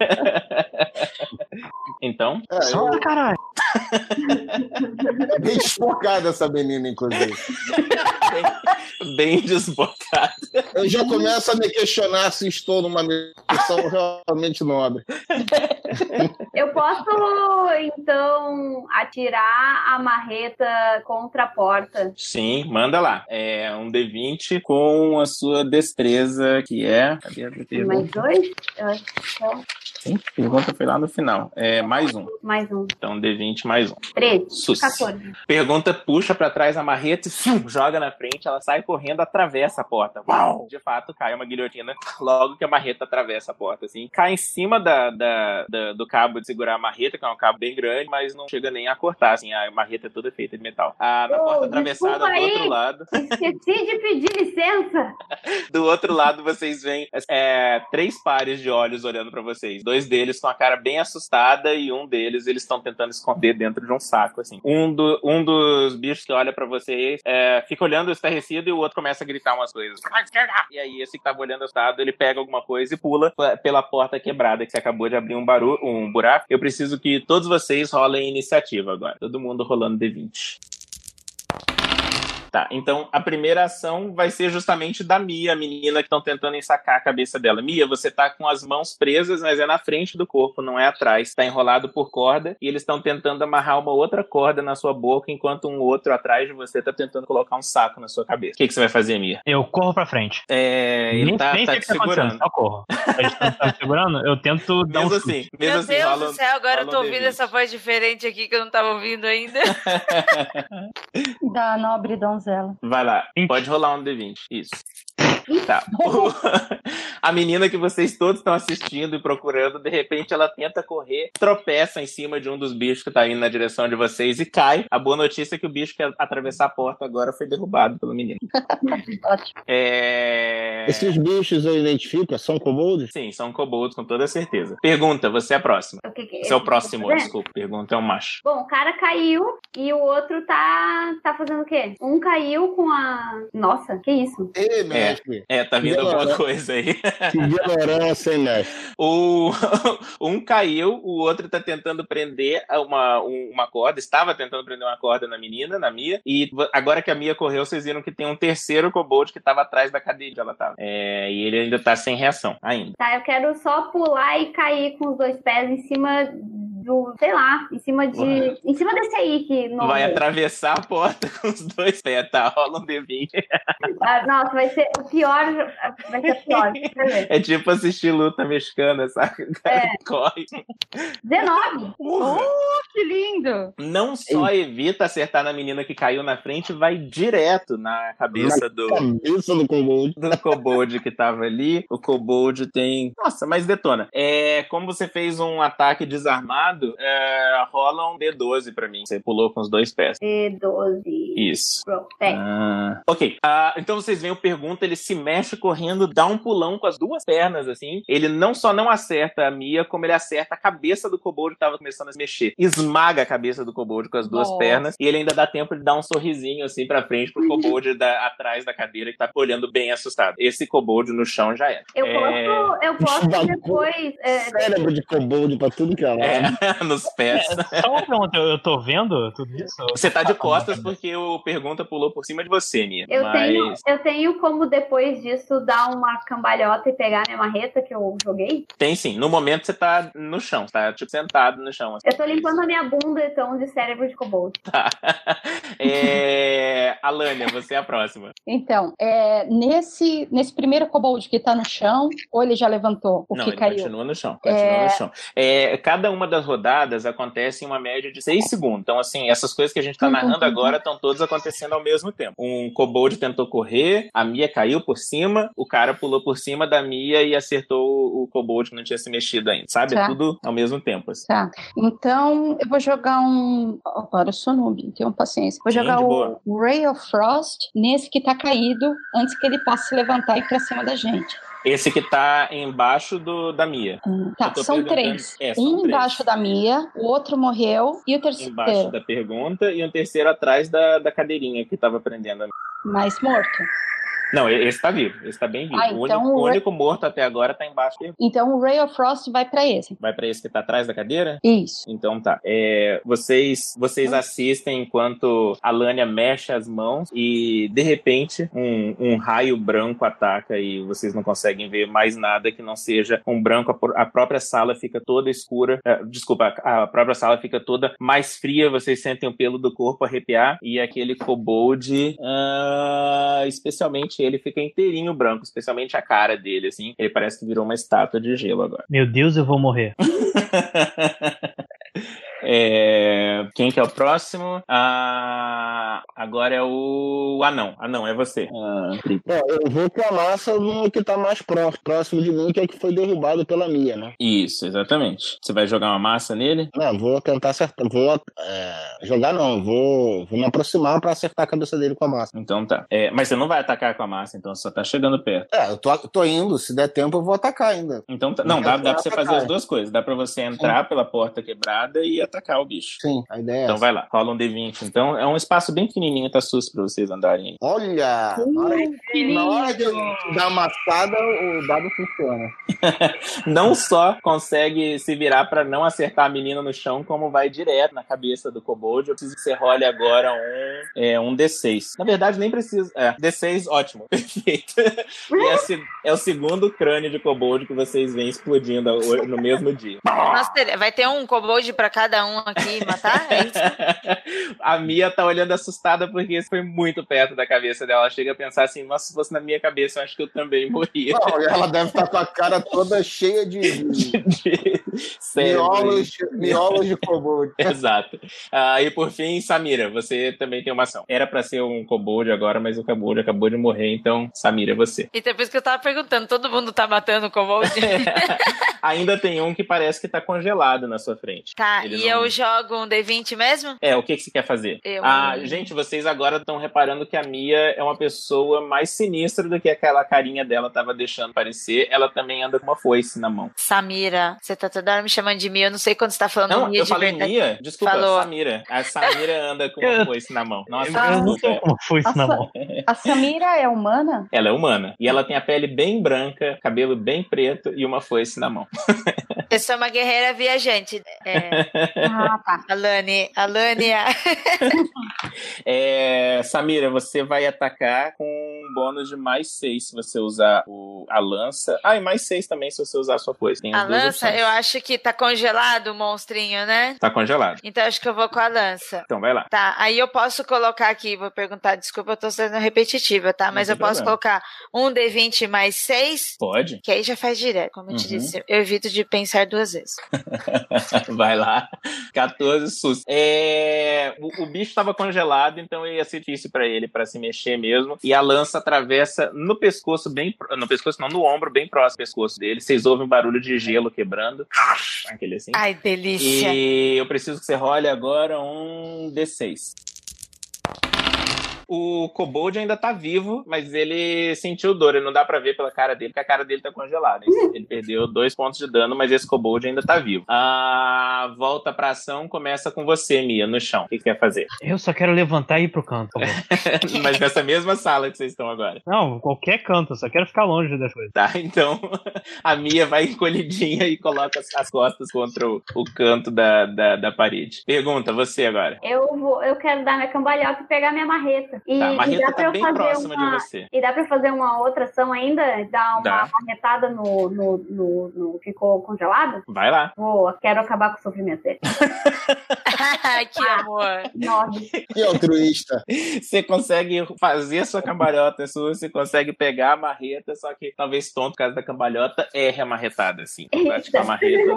Speaker 1: Então.
Speaker 3: Solta,
Speaker 6: caralho.
Speaker 3: É bem desfocada essa menina, inclusive.
Speaker 1: Bem desbocada.
Speaker 3: Eu já começo a me questionar se estou numa missão realmente nobre.
Speaker 2: Eu posso, então, atirar a marreta contra a porta.
Speaker 1: Sim, manda lá. É um D20 com a sua destreza, que é. Cadê a
Speaker 2: Mais
Speaker 1: pergunta?
Speaker 2: dois? Eu acho que só
Speaker 1: Sim, a pergunta foi lá no final. É mais um.
Speaker 2: mais um.
Speaker 1: Então, D20 mais um.
Speaker 2: Três.
Speaker 1: Sus.
Speaker 2: 14.
Speaker 1: Pergunta puxa pra trás a marreta e fiu, joga na frente, ela sai correndo, atravessa a porta. Uau! De fato, cai uma guilhotina logo que a marreta atravessa a porta, assim. Cai em cima da, da- da- do cabo de segurar a marreta, que é um cabo bem grande, mas não chega nem a cortar, assim. A marreta é toda feita de metal. Ah, na
Speaker 2: Ô,
Speaker 1: porta atravessada do
Speaker 2: desculpa aí.
Speaker 1: outro lado.
Speaker 2: Esqueci de pedir licença.
Speaker 1: Do outro lado, vocês veem é, três pares de olhos olhando pra vocês. Dois deles com a cara bem assustada e um deles eles estão tentando esconder dentro de um saco, assim. Um, do- um dos bichos que olha pra vocês é, fica olhando estarrecido e o outro começa a gritar umas coisas. E aí, esse que tava olhando assustado, ele pega alguma coisa e pula p- pela porta quebrada que você acabou de abrir um, baru um buraco. Eu preciso que todos vocês rolem iniciativa agora. Todo mundo rolando D20. Tá, então a primeira ação vai ser justamente da Mia, a menina que estão tentando ensacar a cabeça dela. Mia, você tá com as mãos presas, mas é na frente do corpo, não é atrás. Tá enrolado por corda e eles estão tentando amarrar uma outra corda na sua boca, enquanto um outro atrás de você tá tentando colocar um saco na sua cabeça. O que, que você vai fazer, Mia?
Speaker 13: Eu corro pra frente.
Speaker 1: É,
Speaker 13: nem,
Speaker 1: ele tá,
Speaker 13: nem
Speaker 1: tá
Speaker 13: sei o
Speaker 1: te
Speaker 13: que tá acontecendo,
Speaker 1: segurando.
Speaker 13: só corro. Eles tão- tão me tá segurando, eu tento dar um
Speaker 1: Mesmo
Speaker 13: chute.
Speaker 1: assim,
Speaker 7: Meu
Speaker 1: mesmo assim,
Speaker 7: Deus
Speaker 1: rola-
Speaker 7: do céu, agora eu
Speaker 1: rola
Speaker 7: tô
Speaker 1: um
Speaker 7: ouvindo
Speaker 1: D20.
Speaker 7: essa voz diferente aqui que eu não tava ouvindo ainda.
Speaker 11: Da nobre donzela.
Speaker 1: Vai lá, pode rolar um D20. Isso. Tá. A menina que vocês todos estão assistindo e procurando, de repente ela tenta correr, tropeça em cima de um dos bichos que tá indo na direção de vocês e cai. A boa notícia é que o bicho que ia atravessar a porta agora foi derrubado pelo menino. É...
Speaker 3: Esses bichos eu identifico, é um são kobolds?
Speaker 1: Sim, são kobolds com toda certeza. Pergunta, você é a próxima.
Speaker 2: O que que-
Speaker 1: Você é o próximo,
Speaker 2: Né?
Speaker 1: desculpa. Pergunta é o macho.
Speaker 2: Bom, o cara caiu e o outro tá, tá fazendo o quê? Um caiu com a. Nossa, que isso?
Speaker 1: É, é, tá vindo
Speaker 3: Ignorante.
Speaker 1: alguma coisa aí.
Speaker 3: Que ignorância, hein, mestre?
Speaker 1: O, um caiu, o outro tá tentando prender uma, um- uma corda, estava tentando prender uma corda na menina, na Mia, e vo- agora que a Mia correu, vocês viram que tem um terceiro kobold que tava atrás da cadeia que ela tava. É, e ele ainda tá sem reação, ainda.
Speaker 2: Tá, eu quero só pular e cair com os dois pés em cima do. Sei lá, em cima de.
Speaker 1: Ué.
Speaker 2: Em cima desse aí que. Não é.
Speaker 1: Vai atravessar a porta com os dois pés, tá? Rola um D20.
Speaker 2: Ah, nossa, vai ser o pior. Vai ser o pior. Quer ver?
Speaker 1: É tipo assistir luta mexicana, sabe? O cara corre.
Speaker 2: 19!
Speaker 10: Oh, que lindo!
Speaker 1: Não só evita acertar na menina que caiu na frente, vai direto na cabeça do.
Speaker 3: é Cabeça do kobold.
Speaker 1: do Cobold que tava ali. O Cobold tem. Nossa, mas detona. É, como você fez um ataque desarmado, é, rola um D12 pra mim. Você pulou com os dois pés.
Speaker 2: E 12.
Speaker 1: Isso.
Speaker 7: é.
Speaker 2: Protect.
Speaker 1: Ah, ok. Ah, então vocês veem o pergunta, ele se mexe correndo, dá um pulão com as duas pernas, assim. Ele não só não acerta a Mia, como ele acerta a cabeça do Kobold que tava começando a se mexer. Esmaga a cabeça do Kobold com as duas
Speaker 12: Nossa.
Speaker 1: pernas. E ele ainda dá tempo de dar um sorrisinho assim pra frente pro Kobold da- atrás da cadeira que tá olhando bem assustado. Esse Kobold no chão já era.
Speaker 2: Eu
Speaker 1: É,
Speaker 2: posso, eu posso depois. é,
Speaker 3: Cérebro de kobold pra tudo que é lá.
Speaker 1: é. nos pés.
Speaker 2: É,
Speaker 13: Só
Speaker 2: um
Speaker 13: uma pergunta, eu eu tô vendo tudo isso?
Speaker 1: Você tá de costas porque o pergunta pulou por cima de você, Mia.
Speaker 2: Eu,
Speaker 1: mas...
Speaker 2: tenho, eu tenho como depois disso dar uma cambalhota e pegar minha marreta que eu joguei?
Speaker 1: Tem sim. No momento você tá no chão, você tá tipo sentado no chão. assim.
Speaker 2: Eu tô limpando a minha bunda então de cérebro de kobold.
Speaker 1: É... Alânia, você é a próxima.
Speaker 11: Então, é, nesse, nesse primeiro kobold que tá no chão, ou ele já levantou o
Speaker 1: Não,
Speaker 11: que
Speaker 1: ele
Speaker 11: caiu?
Speaker 1: continua no chão. Continua
Speaker 11: É.
Speaker 1: no chão. É, cada uma das rodadas acontece em uma média de seis segundos. Então, assim, essas coisas que a gente tá
Speaker 11: Uhum.
Speaker 1: narrando agora estão todas acontecendo ao mesmo tempo. Um kobold tentou correr, a Mia caiu por cima, o cara pulou por cima da Mia e acertou o o kobold que não tinha se mexido ainda. Sabe? É
Speaker 11: Tá.
Speaker 1: Tudo ao mesmo tempo. Assim.
Speaker 11: Tá. Então, eu vou jogar um. Agora eu sou noob, então paciência. Vou
Speaker 1: Sim,
Speaker 11: jogar
Speaker 1: de
Speaker 11: o
Speaker 1: boa.
Speaker 11: Ray of Frost nesse que tá caído antes que ele possa se levantar e ir pra cima da gente.
Speaker 1: Esse que tá embaixo do, da Mia.
Speaker 11: Tá,
Speaker 1: Eu tô
Speaker 11: são
Speaker 1: perguntando-
Speaker 11: três.
Speaker 1: É, são
Speaker 11: um
Speaker 1: três.
Speaker 11: embaixo da Mia, o outro morreu e o terceiro.
Speaker 1: Embaixo da pergunta e um terceiro atrás da, da cadeirinha que tava prendendo a Mia.
Speaker 11: Mas morto.
Speaker 1: Não, e- esse tá vivo, esse tá bem vivo.
Speaker 11: Ah,
Speaker 1: o,
Speaker 11: então
Speaker 1: único, o
Speaker 11: o-
Speaker 1: único morto até agora tá embaixo. da pergunta.
Speaker 11: Então o Ray of Frost vai pra esse.
Speaker 1: Vai pra esse que tá atrás da cadeira?
Speaker 11: Isso.
Speaker 1: Então tá. É, vocês vocês assistem enquanto a Lânia mexe as mãos e de repente um, um raio branco ataca e vocês não conseguem ver mais nada que não seja um branco. A, por- a própria sala fica toda escura. é, desculpa, a, a própria sala fica toda mais fria. Vocês sentem o pelo do corpo arrepiar e aquele kobold, ah, especialmente ele fica inteirinho branco, especialmente a cara dele assim. Ele parece que virou uma estátua de gelo agora.
Speaker 13: Meu Deus, eu vou morrer.
Speaker 1: É, Quem que é o próximo? Ah, agora é o anão. Anão, é você. Ah,
Speaker 3: É, eu vou com a massa no que tá mais pró- próximo de mim, que é o que foi derrubado pela Mia, né?
Speaker 1: Isso, exatamente. Você vai jogar uma massa nele?
Speaker 3: Não, vou tentar acertar. Vou é, jogar, não. Vou, vou me aproximar pra acertar a cabeça dele com a massa.
Speaker 1: Então tá. É, mas você não vai atacar com a massa, então você só tá chegando perto.
Speaker 3: É, eu tô, tô indo. Se der tempo, eu vou atacar ainda.
Speaker 1: Então tá- Não, dá, dá pra você fazer as duas coisas. Dá pra você entrar pela porta quebrada e atacar o bicho.
Speaker 3: Sim, a ideia é
Speaker 1: Então
Speaker 3: essa.
Speaker 1: vai lá, rola um D20. Então é um espaço bem pequenininho, tá sujo pra vocês andarem.
Speaker 3: Olha! na hora- é na hora de eu dar uma assada, o dado funciona.
Speaker 1: não só consegue se virar pra não acertar a menina no chão, como vai direto na cabeça do Kobold. Eu preciso que você role agora um, é, um D6. Na verdade, nem preciso. É, D6, ótimo, perfeito. E é, se- é o segundo crânio de Kobold que vocês vêm explodindo ao- no mesmo dia.
Speaker 7: Nossa, ter- vai ter um kobold pra cada um aqui matar? É isso?
Speaker 1: A Mia tá olhando assustada porque isso foi muito perto da cabeça dela. Ela chega a pensar assim: nossa, se fosse na minha cabeça, eu acho que eu também morria.
Speaker 3: Não, ela deve estar com a cara toda cheia de, de
Speaker 1: Sério,
Speaker 3: miolos,
Speaker 1: gente.
Speaker 3: miolos de kobold.
Speaker 1: Exato. Ah, e por fim, Samira, você também tem uma ação. Era pra ser um kobold agora, mas o kobold acabou de morrer, então, Samira, é você.
Speaker 7: E depois que eu tava perguntando, todo mundo tá matando o kobold?
Speaker 1: Ainda tem um que parece que tá congelado na sua frente.
Speaker 7: tá,
Speaker 1: Ele
Speaker 7: e
Speaker 1: não-
Speaker 7: eu jogo um D20 mesmo?
Speaker 1: É, o que, que você quer fazer?
Speaker 7: Eu-
Speaker 1: Ah, gente, vocês agora estão reparando que a Mia é uma pessoa mais sinistra do que aquela carinha dela tava deixando parecer. Ela também anda com uma foice na mão.
Speaker 7: Samira, você tá toda hora me chamando de Mia, eu não sei quando você tá falando
Speaker 1: Não,
Speaker 7: Mia
Speaker 1: eu
Speaker 7: de
Speaker 1: falei
Speaker 7: verdade.
Speaker 1: Mia. Desculpa,
Speaker 7: Falou.
Speaker 1: Samira. A Samira anda com uma foice na mão. Nossa,
Speaker 11: eu não
Speaker 1: desculpa.
Speaker 13: Como foi isso na
Speaker 11: Nossa.
Speaker 13: mão?
Speaker 11: A Samira é humana?
Speaker 1: Ela é humana. E ela tem a pele bem branca, cabelo bem preto e uma foice na mão.
Speaker 7: Eu sou uma guerreira viajante. É.
Speaker 11: Ah, tá.
Speaker 7: Alane, Alânia.
Speaker 1: É, Samira, você vai atacar com um bônus de mais 6 se você usar o- a lança. Ah, e mais 6 também se você usar a sua foice. Tem as
Speaker 7: A
Speaker 1: duas
Speaker 7: lança,
Speaker 1: opções.
Speaker 7: eu acho que tá congelado o monstrinho, né?
Speaker 1: Tá congelado.
Speaker 7: Então acho que eu vou com a lança.
Speaker 1: Então vai lá.
Speaker 7: Tá, aí eu posso colocar aqui, vou perguntar, desculpa, eu tô sendo repetitiva, tá?
Speaker 1: Não
Speaker 7: Mas
Speaker 1: tem
Speaker 7: eu posso
Speaker 1: problema.
Speaker 7: colocar um D20 mais 6,
Speaker 1: Pode?
Speaker 7: que aí já faz direto, como eu te
Speaker 1: Uhum.
Speaker 7: disse. Eu evito de pensar duas vezes.
Speaker 1: Vai lá. 14 sus. É, o, o bicho estava congelado, então ia ser difícil para ele para se mexer mesmo. E a lança atravessa no pescoço bem pro- no pescoço não, no ombro bem próximo do pescoço dele. Vocês ouvem um barulho de gelo quebrando. Aquele assim.
Speaker 7: Ai, delícia.
Speaker 1: E eu preciso que você role agora um D6. O Kobold ainda tá vivo, mas ele sentiu dor. Ele não dá pra ver pela cara dele, porque a cara dele tá congelada. Ele, ele perdeu dois pontos de dano, mas esse Kobold ainda tá vivo. A volta pra ação começa com você, Mia, no chão. O que, que quer fazer?
Speaker 13: Eu só quero levantar e ir pro canto. tá bom?
Speaker 1: mas nessa mesma sala que vocês estão agora.
Speaker 13: Não, qualquer canto, eu só quero ficar longe das coisas.
Speaker 1: Tá, então a Mia vai encolhidinha e coloca as, as costas contra o, o canto da, da, da parede. Pergunta, você agora.
Speaker 2: Eu, vou, eu quero dar minha cambalhota e pegar minha marreta. E,
Speaker 1: Tá, a
Speaker 2: e
Speaker 1: marreta
Speaker 2: dá
Speaker 1: tá
Speaker 2: pra eu
Speaker 1: bem
Speaker 2: fazer
Speaker 1: próxima de
Speaker 2: uma,
Speaker 1: você.
Speaker 2: E dá pra eu fazer uma outra ação ainda? Dar uma
Speaker 1: Dá.
Speaker 2: marretada no, no, no, no que ficou congelado?
Speaker 1: Vai lá.
Speaker 2: Boa, quero acabar com o sofrimento dele.
Speaker 7: que amor.
Speaker 2: Nove.
Speaker 3: Que altruísta.
Speaker 1: Você consegue fazer a sua cambalhota sua, você consegue pegar a marreta, só que talvez tonto por causa da cambalhota, erre a marretada, assim. Bate com a marreta, do...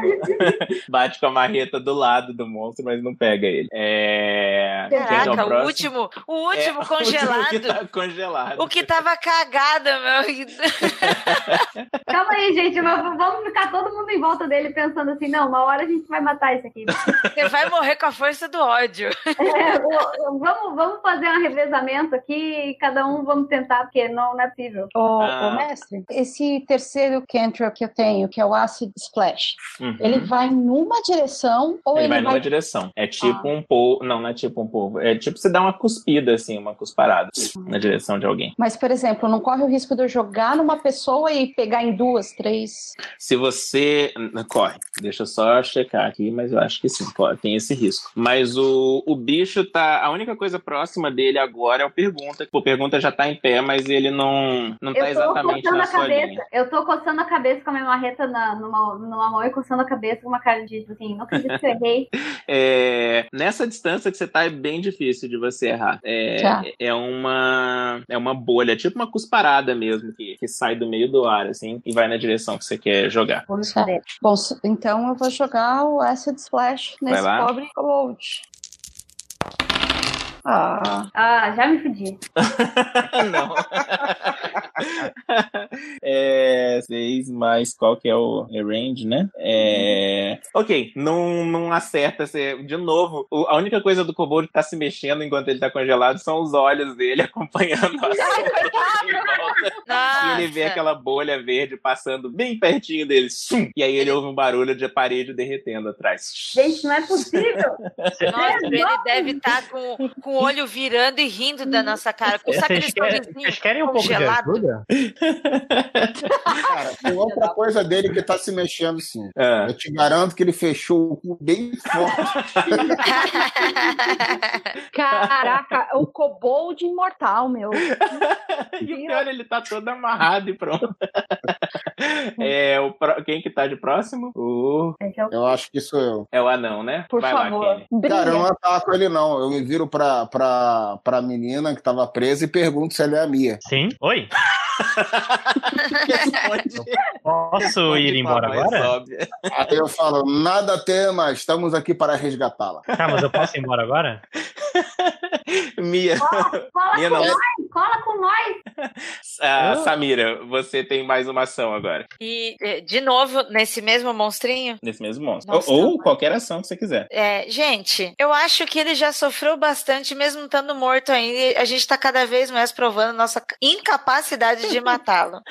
Speaker 1: Bate com a marreta do lado do monstro, mas não pega ele. É... quem que é
Speaker 7: Caraca, o
Speaker 1: próximo?
Speaker 7: último, o
Speaker 1: É,
Speaker 7: último
Speaker 1: o último
Speaker 7: congelado.
Speaker 1: que tá congelado.
Speaker 7: O que tava cagada, meu.
Speaker 2: Calma aí, gente. mas Vamos ficar todo mundo em volta dele pensando assim: não, uma hora a gente vai matar isso aqui.
Speaker 7: Você vai morrer com a força do ódio.
Speaker 2: É, o- vamos, vamos fazer um revezamento aqui e cada um vamos tentar, porque não, não é possível.
Speaker 11: Ô,
Speaker 1: Ah.
Speaker 11: ô, mestre, esse terceiro cantrip que eu tenho, que é o Acid Splash,
Speaker 1: Uhum.
Speaker 11: ele vai numa direção ou
Speaker 1: Ele
Speaker 11: ele,
Speaker 1: vai numa direção.
Speaker 7: Ah.
Speaker 1: É tipo um povo. Não, não é tipo um povo. É tipo você dá uma cuspida, assim, uma cusparada na direção de alguém.
Speaker 11: Mas, por exemplo, não corre o risco de eu jogar numa pessoa e pegar em duas, três.
Speaker 1: Se você. Corre. Deixa eu só checar aqui, mas eu acho que sim, corre, tem esse risco. Mas o, o bicho tá. A única coisa próxima dele agora é o pergunta. O pergunta já tá em pé, mas ele não, não tá
Speaker 2: eu tô
Speaker 1: exatamente
Speaker 2: coçando
Speaker 1: na
Speaker 2: a
Speaker 1: sua
Speaker 2: cabeça.
Speaker 1: linha.
Speaker 2: Eu tô coçando a cabeça com a minha marreta na, numa, numa mão e coçando a cabeça com uma cara de tipo assim, não acredito que eu errei.
Speaker 1: É, nessa distância que você tá é bem difícil de você errar. É,
Speaker 2: Tá.
Speaker 1: é uma é uma bolha, tipo uma cusparada mesmo que, que sai do meio do ar assim e vai na direção que você quer jogar.
Speaker 2: Vou me
Speaker 11: fuder. Bom, s- então eu vou jogar o Acid Splash
Speaker 1: Vai
Speaker 11: nesse
Speaker 1: lá.
Speaker 11: pobre Cold. Ah.
Speaker 2: Ah, já me fudi.
Speaker 1: É, 6 mais qual que é o é range, né? É, ok, não, não acerta. Você, de novo, o- a única coisa do Kobold que tá se mexendo enquanto ele tá congelado são os olhos dele acompanhando a E ele vê aquela bolha verde passando bem pertinho dele. Sum! E aí ele ouve um barulho de parede derretendo atrás.
Speaker 2: Gente, não é possível.
Speaker 7: Nossa, ele deve estar com, com o olho virando e rindo da nossa cara. Com o
Speaker 13: Vocês
Speaker 7: sacristão
Speaker 13: querem, vocês querem um pouco de
Speaker 7: congelado.
Speaker 13: ajuda?
Speaker 3: Cara, tem outra coisa dele que tá se mexendo, sim.
Speaker 13: É.
Speaker 3: Eu te garanto que ele fechou o cu bem forte.
Speaker 11: Caraca, o Cobold imortal, meu.
Speaker 1: E o pior, ele tá todo amarrado e pronto. É, o pró- Quem que tá de próximo? O...
Speaker 3: Eu acho que sou eu.
Speaker 1: É o anão, né?
Speaker 3: Por
Speaker 1: Vai lá, Kenny.
Speaker 3: Cara, eu não ataco ele, não. Eu me viro pra, pra, pra menina que tava presa e pergunto se ela é a Mia.
Speaker 13: Sim? Oi? Posso ir embora agora?
Speaker 3: Aí eu falo, nada tema, estamos aqui para resgatá-la.
Speaker 13: Tá, mas eu posso ir embora agora?
Speaker 1: Mia.
Speaker 2: Cola
Speaker 1: Minha
Speaker 2: com
Speaker 1: não.
Speaker 2: nós, cola com nós.
Speaker 1: Ah, Samira, você tem mais uma ação agora.
Speaker 7: E, eh, de novo, nesse mesmo monstrinho.
Speaker 1: Nesse mesmo monstro.
Speaker 7: Nossa,
Speaker 1: ou ou qualquer ação que você quiser. Tá,
Speaker 7: É, gente, eu acho que ele já sofreu bastante, mesmo estando morto ainda. A gente tá cada vez mais provando nossa incapacidade de matá-lo.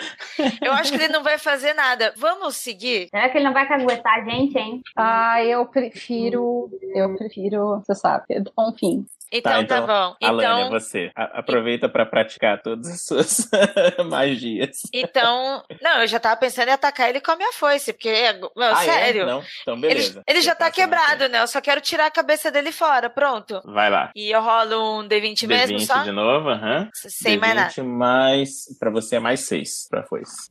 Speaker 7: Eu acho que ele não vai fazer nada. Vamos seguir?
Speaker 2: Será É que ele não vai caguetar a gente, hein?
Speaker 11: Ah, eu prefiro. Eu prefiro. Você sabe, eu dou um fim.
Speaker 7: Então tá, bom.
Speaker 1: Alana,
Speaker 7: então,
Speaker 1: você. a- aproveita pra praticar todas as suas magias.
Speaker 7: então. Não, eu já tava pensando em atacar ele com a minha foice, porque. Meu,
Speaker 1: Ah, é?
Speaker 7: sério.
Speaker 1: Não? Então,
Speaker 7: Ele-
Speaker 1: beleza.
Speaker 7: Ele, já tá quebrado, né? Eu só quero tirar a cabeça dele fora, pronto.
Speaker 1: Vai lá.
Speaker 7: E eu rolo um D20 mesmo
Speaker 1: D20
Speaker 7: só?
Speaker 1: de novo, aham.
Speaker 7: Sem
Speaker 1: D20
Speaker 7: mais
Speaker 1: mais- Pra você é mais 6, pra foice.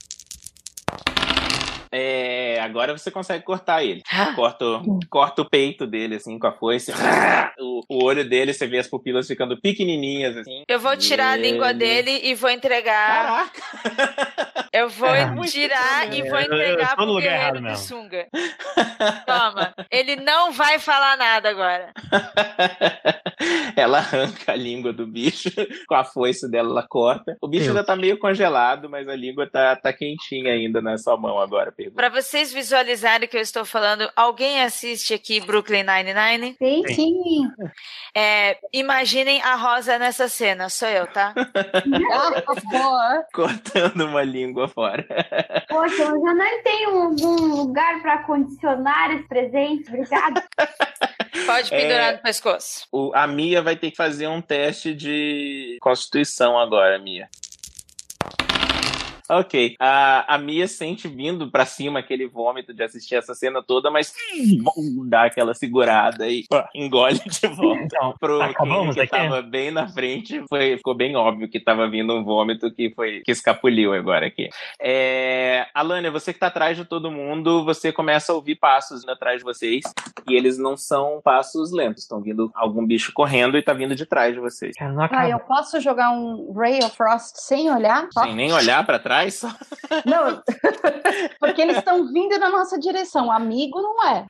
Speaker 1: É, agora você consegue cortar ele. Corta,
Speaker 7: Hum.
Speaker 1: o- corta o peito dele, assim, com a foice. O, o olho dele, você vê as pupilas ficando pequenininhas, assim.
Speaker 7: Eu vou tirar a língua dele e vou entregar.
Speaker 1: Caraca!
Speaker 7: Eu vou
Speaker 13: É,
Speaker 7: tirar e vou
Speaker 1: né?
Speaker 13: Eu- eu- eu
Speaker 7: entregar
Speaker 13: tô no
Speaker 7: pro
Speaker 13: lugar
Speaker 7: guerreiro
Speaker 13: errado
Speaker 7: de
Speaker 13: mesmo.
Speaker 7: sunga. Toma. Ele não vai falar nada agora.
Speaker 1: Ela arranca a língua do bicho, com a foice dela ela corta. O bicho
Speaker 12: Eu.
Speaker 1: ainda tá meio congelado, mas a língua tá, tá quentinha ainda na sua mão agora, pergunta.
Speaker 7: Pra vocês visualizarem o que eu estou falando, alguém assiste aqui Brooklyn Nine-Nine?
Speaker 11: Sim,
Speaker 1: Sim.
Speaker 11: sim.
Speaker 7: É, imaginem a Rosa nessa cena, sou eu, tá?
Speaker 1: Cortando uma língua fora.
Speaker 2: Poxa, mas eu não tenho algum lugar pra condicionar esse presente, obrigada.
Speaker 7: Pode pendurar
Speaker 1: É.
Speaker 7: no pescoço.
Speaker 1: O- a Mia vai ter que fazer um teste de constituição agora, Mia. Ok. A, a Mia sente vindo pra cima aquele vômito de assistir essa cena toda, mas hum, dá aquela segurada e pô, engole de volta. pro
Speaker 13: Então, acabamos
Speaker 1: que
Speaker 13: aqui?
Speaker 1: tava bem na frente, foi, ficou bem óbvio que tava vindo um vômito que foi que escapuliu agora aqui. É, Alânia, você que tá atrás de todo mundo, você começa a ouvir passos indo atrás de vocês e eles não são passos lentos, estão vindo algum bicho correndo e tá vindo de trás de vocês.
Speaker 11: Ah, eu posso jogar um Ray of Frost sem olhar? Só-
Speaker 1: Sem nem olhar pra trás, só
Speaker 11: Não, porque eles estão vindo na nossa direção. Amigo não é.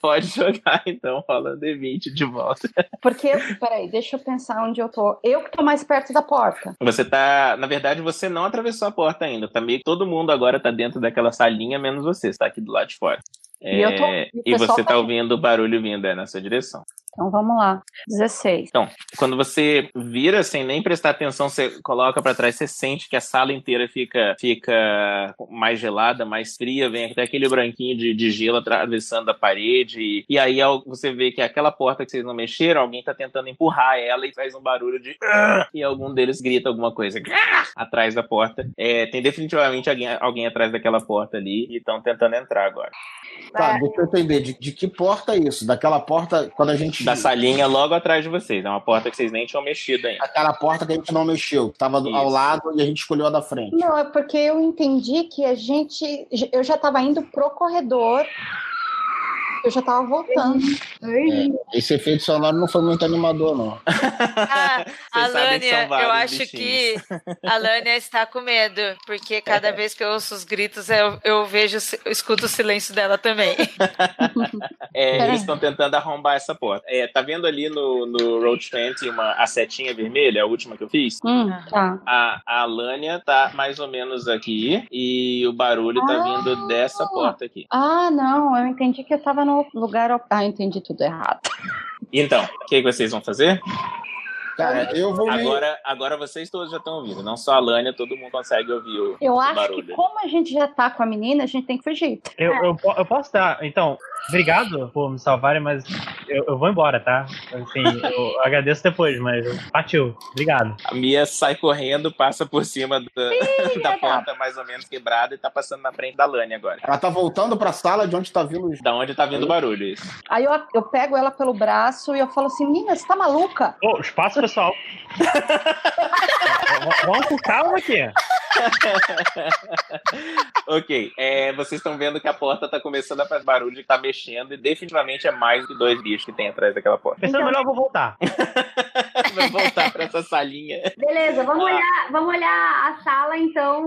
Speaker 1: pode jogar então, rola D20 de volta.
Speaker 11: Porque, peraí, deixa eu pensar onde eu tô. Eu que tô mais perto da porta.
Speaker 1: Você tá, na verdade, você não atravessou a porta ainda. Tá meio todo mundo agora tá dentro daquela salinha, menos você, você tá aqui do lado de fora.
Speaker 11: E eu tô-
Speaker 1: É,
Speaker 11: e o
Speaker 1: e
Speaker 11: pessoal
Speaker 1: você
Speaker 11: tá
Speaker 1: tá ouvindo o barulho vindo é, na sua direção.
Speaker 11: Então vamos lá. 16.
Speaker 1: Então, quando você vira sem nem prestar atenção, você coloca pra trás, você sente que a sala inteira fica, fica mais gelada, mais fria, vem até aquele branquinho de, de gelo atravessando a parede. E, e aí ao- você vê que aquela porta que vocês não mexeram, alguém tá tentando empurrar ela e faz um barulho de. "Ah!" E algum deles grita alguma coisa "Ah!" atrás da porta. É, tem definitivamente alguém, alguém atrás daquela porta ali e estão tentando entrar agora.
Speaker 3: Tá, deixa eu entender. De, de que porta é isso? Daquela porta, quando a gente.
Speaker 1: Da salinha logo atrás de vocês. É uma porta que vocês nem tinham mexido ainda.
Speaker 3: Aquela porta que a gente não mexeu, que tava do- ao lado e a gente escolheu a da frente.
Speaker 11: Não, é porque eu entendi que a gente. Eu já tava indo pro corredor. Eu já tava voltando.
Speaker 3: É, esse efeito sonoro não foi muito animador, não.
Speaker 1: sabem que são
Speaker 7: Alânia, eu
Speaker 1: vários
Speaker 7: acho que
Speaker 1: bichinhos.
Speaker 7: a Alânia está com medo, porque cada vez que eu ouço os gritos, eu, eu vejo, eu escuto o silêncio dela também.
Speaker 1: É,
Speaker 7: Peraí.
Speaker 1: eles estão tentando arrombar essa porta. É, tá vendo ali no, no Road 20 uma, a setinha vermelha, a última que eu fiz?
Speaker 11: Hum, tá.
Speaker 1: A, a Alânia tá mais ou menos aqui e o barulho tá vindo dessa porta aqui.
Speaker 11: Ah, não, eu entendi que eu tava no lugar. op- Ah, eu entendi tudo errado.
Speaker 1: Então, o que, que vocês vão fazer?
Speaker 3: Cara, eu vou. me-
Speaker 1: Agora, agora vocês todos já estão ouvindo, não só a Alânia, todo mundo consegue ouvir o,
Speaker 11: Eu
Speaker 1: o
Speaker 11: acho
Speaker 1: barulho.
Speaker 11: que, como a gente já tá com a menina, a gente tem que fugir.
Speaker 13: Eu, eu, po- eu posso dar. Então, obrigado por me salvarem, mas eu, eu vou embora, tá? Assim, eu agradeço depois, mas partiu. Obrigado.
Speaker 1: A Mia sai correndo, passa por cima da, da porta mais ou menos quebrada e tá passando na frente da Alânia agora.
Speaker 3: Ela tá voltando pra sala de onde tá vindo os.
Speaker 1: Da onde tá vindo o barulho, isso.
Speaker 11: Aí eu, eu pego ela pelo braço e eu falo assim: Menina, você tá maluca?
Speaker 13: Ô, espaço pessoal. V- Vamos com calma aqui.
Speaker 1: Ok, é, vocês estão vendo que a porta tá começando a fazer barulho, tá mexendo e definitivamente é mais do que dois bichos que tem atrás daquela porta.
Speaker 13: Pensando é melhor, eu vou voltar.
Speaker 1: Vai voltar pra essa salinha.
Speaker 2: Beleza, vamos,
Speaker 1: Ah.
Speaker 2: olhar, vamos olhar a sala, então,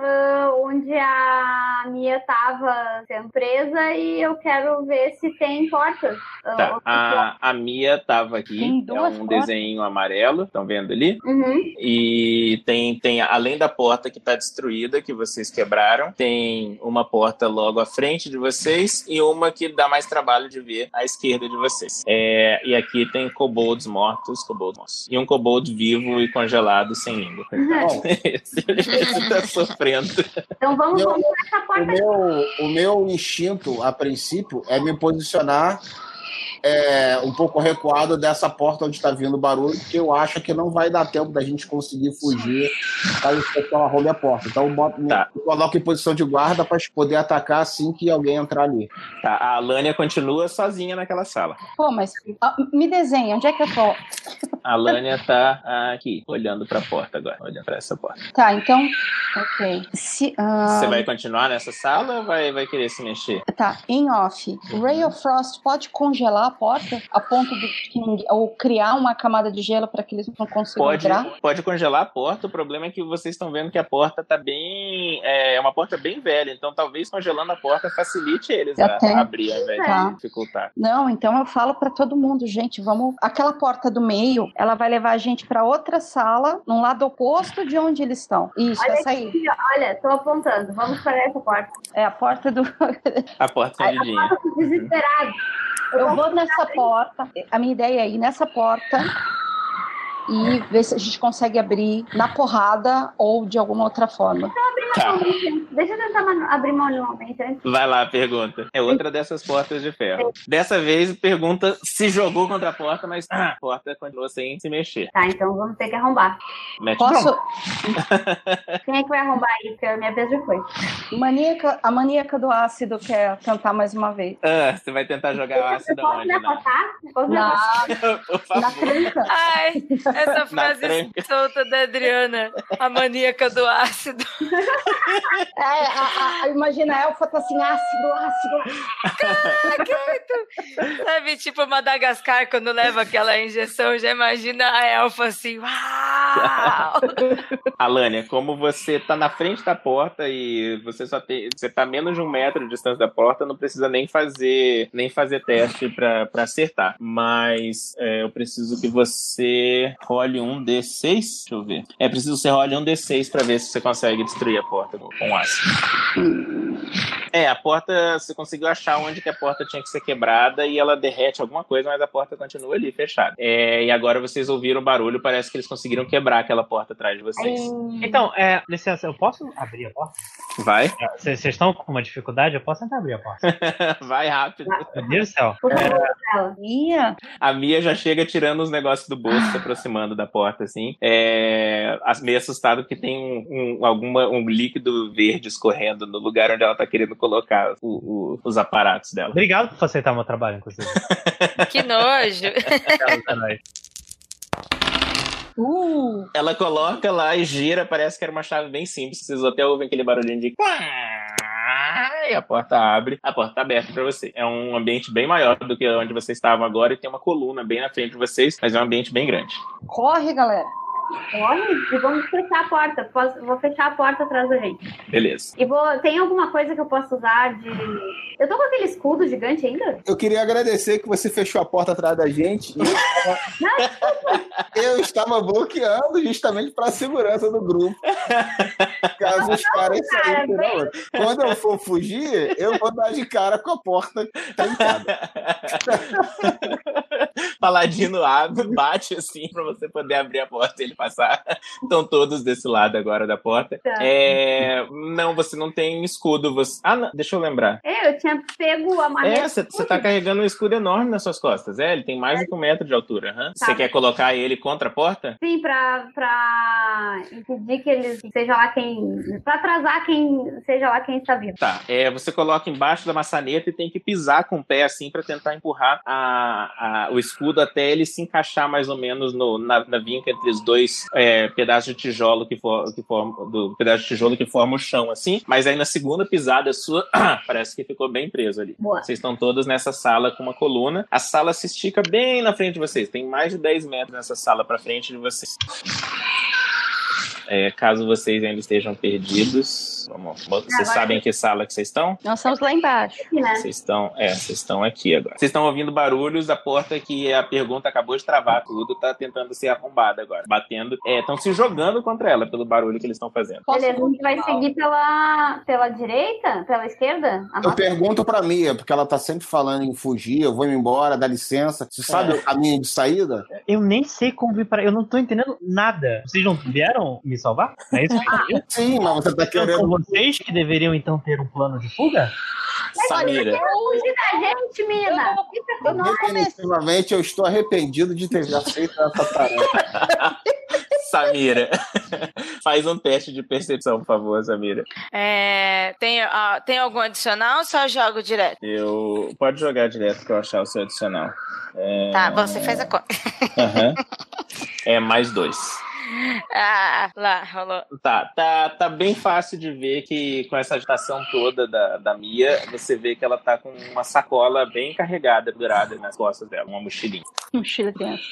Speaker 2: ah, onde a Mia tava sendo presa e eu quero ver se tem portas. Ah,
Speaker 1: Tá,
Speaker 2: outro bloco.
Speaker 1: a, a Mia tava aqui,
Speaker 2: Tem
Speaker 1: é
Speaker 2: duas
Speaker 1: um
Speaker 2: portas.
Speaker 1: desenho amarelo, estão vendo ali?
Speaker 2: Uhum.
Speaker 1: E tem, tem, além da porta que tá destruída, que vocês quebraram, tem uma porta logo à frente de vocês e uma que dá mais trabalho de ver à esquerda de vocês. É, e aqui tem kobolds mortos, kobolds mortos. E um kobold vivo e congelado sem língua.
Speaker 2: Uhum.
Speaker 1: Esse, esse tá sofrendo.
Speaker 2: Então vamos, vamos pra essa
Speaker 3: O
Speaker 2: porta.
Speaker 3: meu, o meu instinto, a princípio, é me posicionar é, um pouco recuado dessa porta onde está vindo o barulho, porque eu acho que não vai dar tempo da gente conseguir fugir tá? caso o pessoal arrombe a porta. Então eu, boto,
Speaker 1: Tá.
Speaker 3: eu coloco em posição de guarda para poder atacar assim que alguém entrar ali.
Speaker 1: Tá, a Alânia continua sozinha naquela sala.
Speaker 11: Pô, mas ah, me desenha, onde é que eu tô?
Speaker 1: A Lânia tá aqui, olhando pra porta agora, olhando pra essa porta.
Speaker 11: Tá, então. Ok. Se, ah,
Speaker 1: Você vai continuar nessa sala ou vai, vai querer se mexer?
Speaker 11: Tá, em off. Ray of Frost pode congelar a porta a ponto de que ninguém- ou criar uma camada de gelo para que eles não consigam
Speaker 1: Pode,
Speaker 11: entrar?
Speaker 1: pode congelar a porta, o problema é que vocês estão vendo que a porta tá bem. É é uma porta bem velha, então talvez congelando a porta facilite eles a,
Speaker 11: Até.
Speaker 1: a abrir ao invés
Speaker 11: Tá.
Speaker 1: de dificultar.
Speaker 11: Não, então eu falo pra todo mundo, gente, vamos. Aquela porta do meio, ela vai levar a gente pra outra sala, num lado oposto de onde eles estão. Isso,
Speaker 2: Olha
Speaker 11: essa aí.
Speaker 2: aqui, olha, tô apontando. Vamos para essa porta.
Speaker 11: É a porta do.
Speaker 1: A porta é candidinha.
Speaker 2: Desesperado.
Speaker 11: Eu vou nessa porta. A minha ideia é ir nessa porta e ver se a gente consegue abrir na porrada ou de alguma outra forma.
Speaker 1: Tá.
Speaker 2: Deixa eu tentar manu- abrir então. manualmente antes.
Speaker 1: Vai lá, pergunta. É outra dessas portas de ferro. Dessa vez, pergunta se jogou contra a porta, mas ah, a porta continua sem se mexer.
Speaker 2: Tá, então vamos ter que arrombar.
Speaker 1: Mete
Speaker 11: Posso?
Speaker 1: bronca.
Speaker 2: Quem é que vai arrombar aí? Porque a minha vez já foi.
Speaker 11: Maníaca, a maníaca do ácido quer tentar mais uma vez.
Speaker 1: Ah, você vai tentar jogar o ácido né? Ah,
Speaker 2: Posso
Speaker 1: onde,
Speaker 2: me
Speaker 1: não?
Speaker 2: afastar? Posso me
Speaker 11: Não.
Speaker 2: afastar?
Speaker 1: Por favor.
Speaker 7: Ai, essa
Speaker 1: Na
Speaker 7: frase
Speaker 1: tranca.
Speaker 7: solta da Adriana, a maníaca do ácido.
Speaker 11: É, a, a- imagina a elfa tá assim, ácido, ácido. ácido.
Speaker 7: Sabe, tipo Madagascar, quando leva aquela injeção, já imagina a elfa assim. Uau!
Speaker 1: Alânia, como você tá na frente da porta e você só tem. Você tá a menos de um metro de distância da porta, não precisa nem fazer nem fazer teste pra, pra acertar. Mas é, eu preciso que você role um D6. Deixa eu ver. É preciso que você role um D6 pra ver se você consegue destruir a porta com com ácido. É, a porta. Você conseguiu achar onde que a porta tinha que ser quebrada e ela derrete alguma coisa, mas a porta continua ali, fechada. É, e agora vocês ouviram o barulho, parece que eles conseguiram quebrar aquela porta atrás de vocês.
Speaker 13: Então, é, licença, eu posso abrir a porta?
Speaker 1: Vai.
Speaker 13: Vocês estão com uma dificuldade? Eu posso tentar abrir a porta.
Speaker 1: Vai rápido.
Speaker 13: Meu Deus do céu.
Speaker 11: Minha.
Speaker 1: A Mia já chega tirando os negócios do bolso, se aproximando da porta, assim. É... as- Meio assustada porque tem um, um- alguma, um líquido verde escorrendo no lugar onde ela tá querendo colocar o- o- os aparatos dela.
Speaker 13: Obrigado por aceitar meu trabalho, inclusive.
Speaker 7: Que nojo.
Speaker 11: Uh,
Speaker 1: Ela coloca lá e gira, parece que era uma chave bem simples, que vocês até ouvem aquele barulhinho de. E a porta abre, a porta tá aberta pra você. É um ambiente bem maior do que onde vocês estavam agora e tem uma coluna bem na frente de vocês, mas é um ambiente bem grande.
Speaker 11: corre, galera.
Speaker 2: Corre e vamos fechar a porta. Posso- vou fechar a porta atrás da gente.
Speaker 1: Beleza.
Speaker 2: E vou. Tem alguma coisa que eu posso usar de. Eu tô com aquele escudo gigante ainda?
Speaker 3: Eu queria agradecer que você fechou a porta atrás da gente. Eu estava, eu estava bloqueando justamente para a segurança do grupo. Caso os caras
Speaker 2: cara,
Speaker 3: saíssem.
Speaker 2: bem-
Speaker 3: não. Quando eu for fugir, eu vou dar de cara com a porta trancada.
Speaker 1: Paladino abre, bate assim pra você poder abrir a porta e ele passar. Estão todos desse lado agora da porta.
Speaker 2: Tá.
Speaker 1: É, Não, você não tem escudo. Você... Ah, não, deixa eu lembrar.
Speaker 2: É, eu tinha pego a
Speaker 1: É,
Speaker 2: maneira.
Speaker 1: você tá carregando um escudo enorme nas suas costas. É, ele tem mais do que um metro de altura. aham. Você
Speaker 2: Tá.
Speaker 1: quer colocar ele contra a porta?
Speaker 2: Sim, assim pra, pra impedir que eles, seja lá quem. Pra atrasar quem, seja lá quem está vivo.
Speaker 1: Tá. É, você coloca embaixo da maçaneta e tem que pisar com o pé assim pra tentar empurrar a- a- o escudo até ele se encaixar mais ou menos no- na, na vinca entre os dois é, pedaços de tijolo que for, que forma- do pedaço de tijolo que forma o chão assim. Mas aí na segunda pisada sua parece que ficou bem preso ali.
Speaker 2: Boa.
Speaker 1: Vocês estão todas nessa sala com uma coluna. A sala se estica bem na frente de vocês. Tem mais de 10 metros nessa sala pra frente de vocês. É, caso vocês ainda estejam perdidos, vamos, vocês
Speaker 11: Agora-
Speaker 1: sabem em que sala que vocês estão?
Speaker 11: Nós estamos lá embaixo.
Speaker 2: né?
Speaker 1: Vocês estão, é, vocês estão aqui agora. Vocês estão ouvindo barulhos da porta que a pergunta acabou de travar tudo, tá tentando ser arrombada agora, batendo, é, estão se jogando contra ela pelo barulho que eles estão fazendo.
Speaker 2: Beleza, a gente vai seguir pela, pela direita? Pela esquerda? A
Speaker 3: Eu
Speaker 2: nossa-
Speaker 3: pergunto pra Mia, porque ela tá sempre falando em fugir, eu vou me embora, dá licença. Você sabe
Speaker 13: É.
Speaker 3: o caminho de saída?
Speaker 13: Eu nem sei como vir para. Eu não tô entendendo nada. Vocês não vieram me salvar? Não é isso que eu entendi?
Speaker 3: Ah, Sim, mas você tá
Speaker 13: Então, são vocês que deveriam então ter um plano de fuga?
Speaker 1: Samira.
Speaker 2: Fugir é da gente, mina! Fica com nós.
Speaker 3: Definitivamente eu estou arrependido de ter feito essa tarefa.
Speaker 1: Samira, faz um teste de percepção, por favor, Samira.
Speaker 7: É, tem, ah, tem algum adicional ou só jogo direto?
Speaker 1: Eu. Pode jogar direto que eu achar o seu adicional. É,
Speaker 7: Tá, bom, você faz a conta.
Speaker 1: aham. É mais dois.
Speaker 7: Ah, lá, rolou.
Speaker 1: Tá, tá, tá bem fácil de ver que com essa agitação toda da, da Mia, você vê que ela tá com uma sacola bem carregada, pendurada nas costas dela, uma mochilinha.
Speaker 11: Mochila dentro.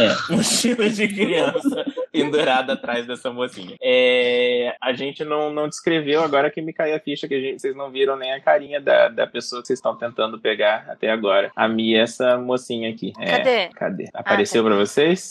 Speaker 1: É, mochila de criança pendurada atrás dessa mocinha. É, a gente não, não descreveu agora que me caiu a ficha, que a gente- vocês não viram nem a carinha da, da pessoa que vocês estão tentando pegar até agora. A Mia, é essa mocinha aqui. É,
Speaker 7: Cadê? Hum,
Speaker 1: Cadê? Apareceu pra vocês?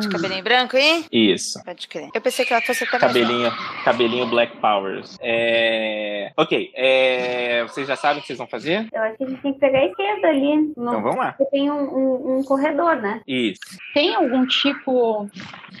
Speaker 7: De cabelinho branco, hein?
Speaker 1: Hum. Isso.
Speaker 7: Pode crer. Eu pensei que ela fosse até mais
Speaker 1: Cabelinho, cabelinho Black Powers. É... Ok, é... vocês já sabem o que vocês vão fazer?
Speaker 2: Eu acho que a gente tem que pegar a esquerda ali. No...
Speaker 1: Então vamos lá.
Speaker 2: Porque Tem um, um- um corredor, né?
Speaker 1: Isso.
Speaker 11: Tem algum tipo.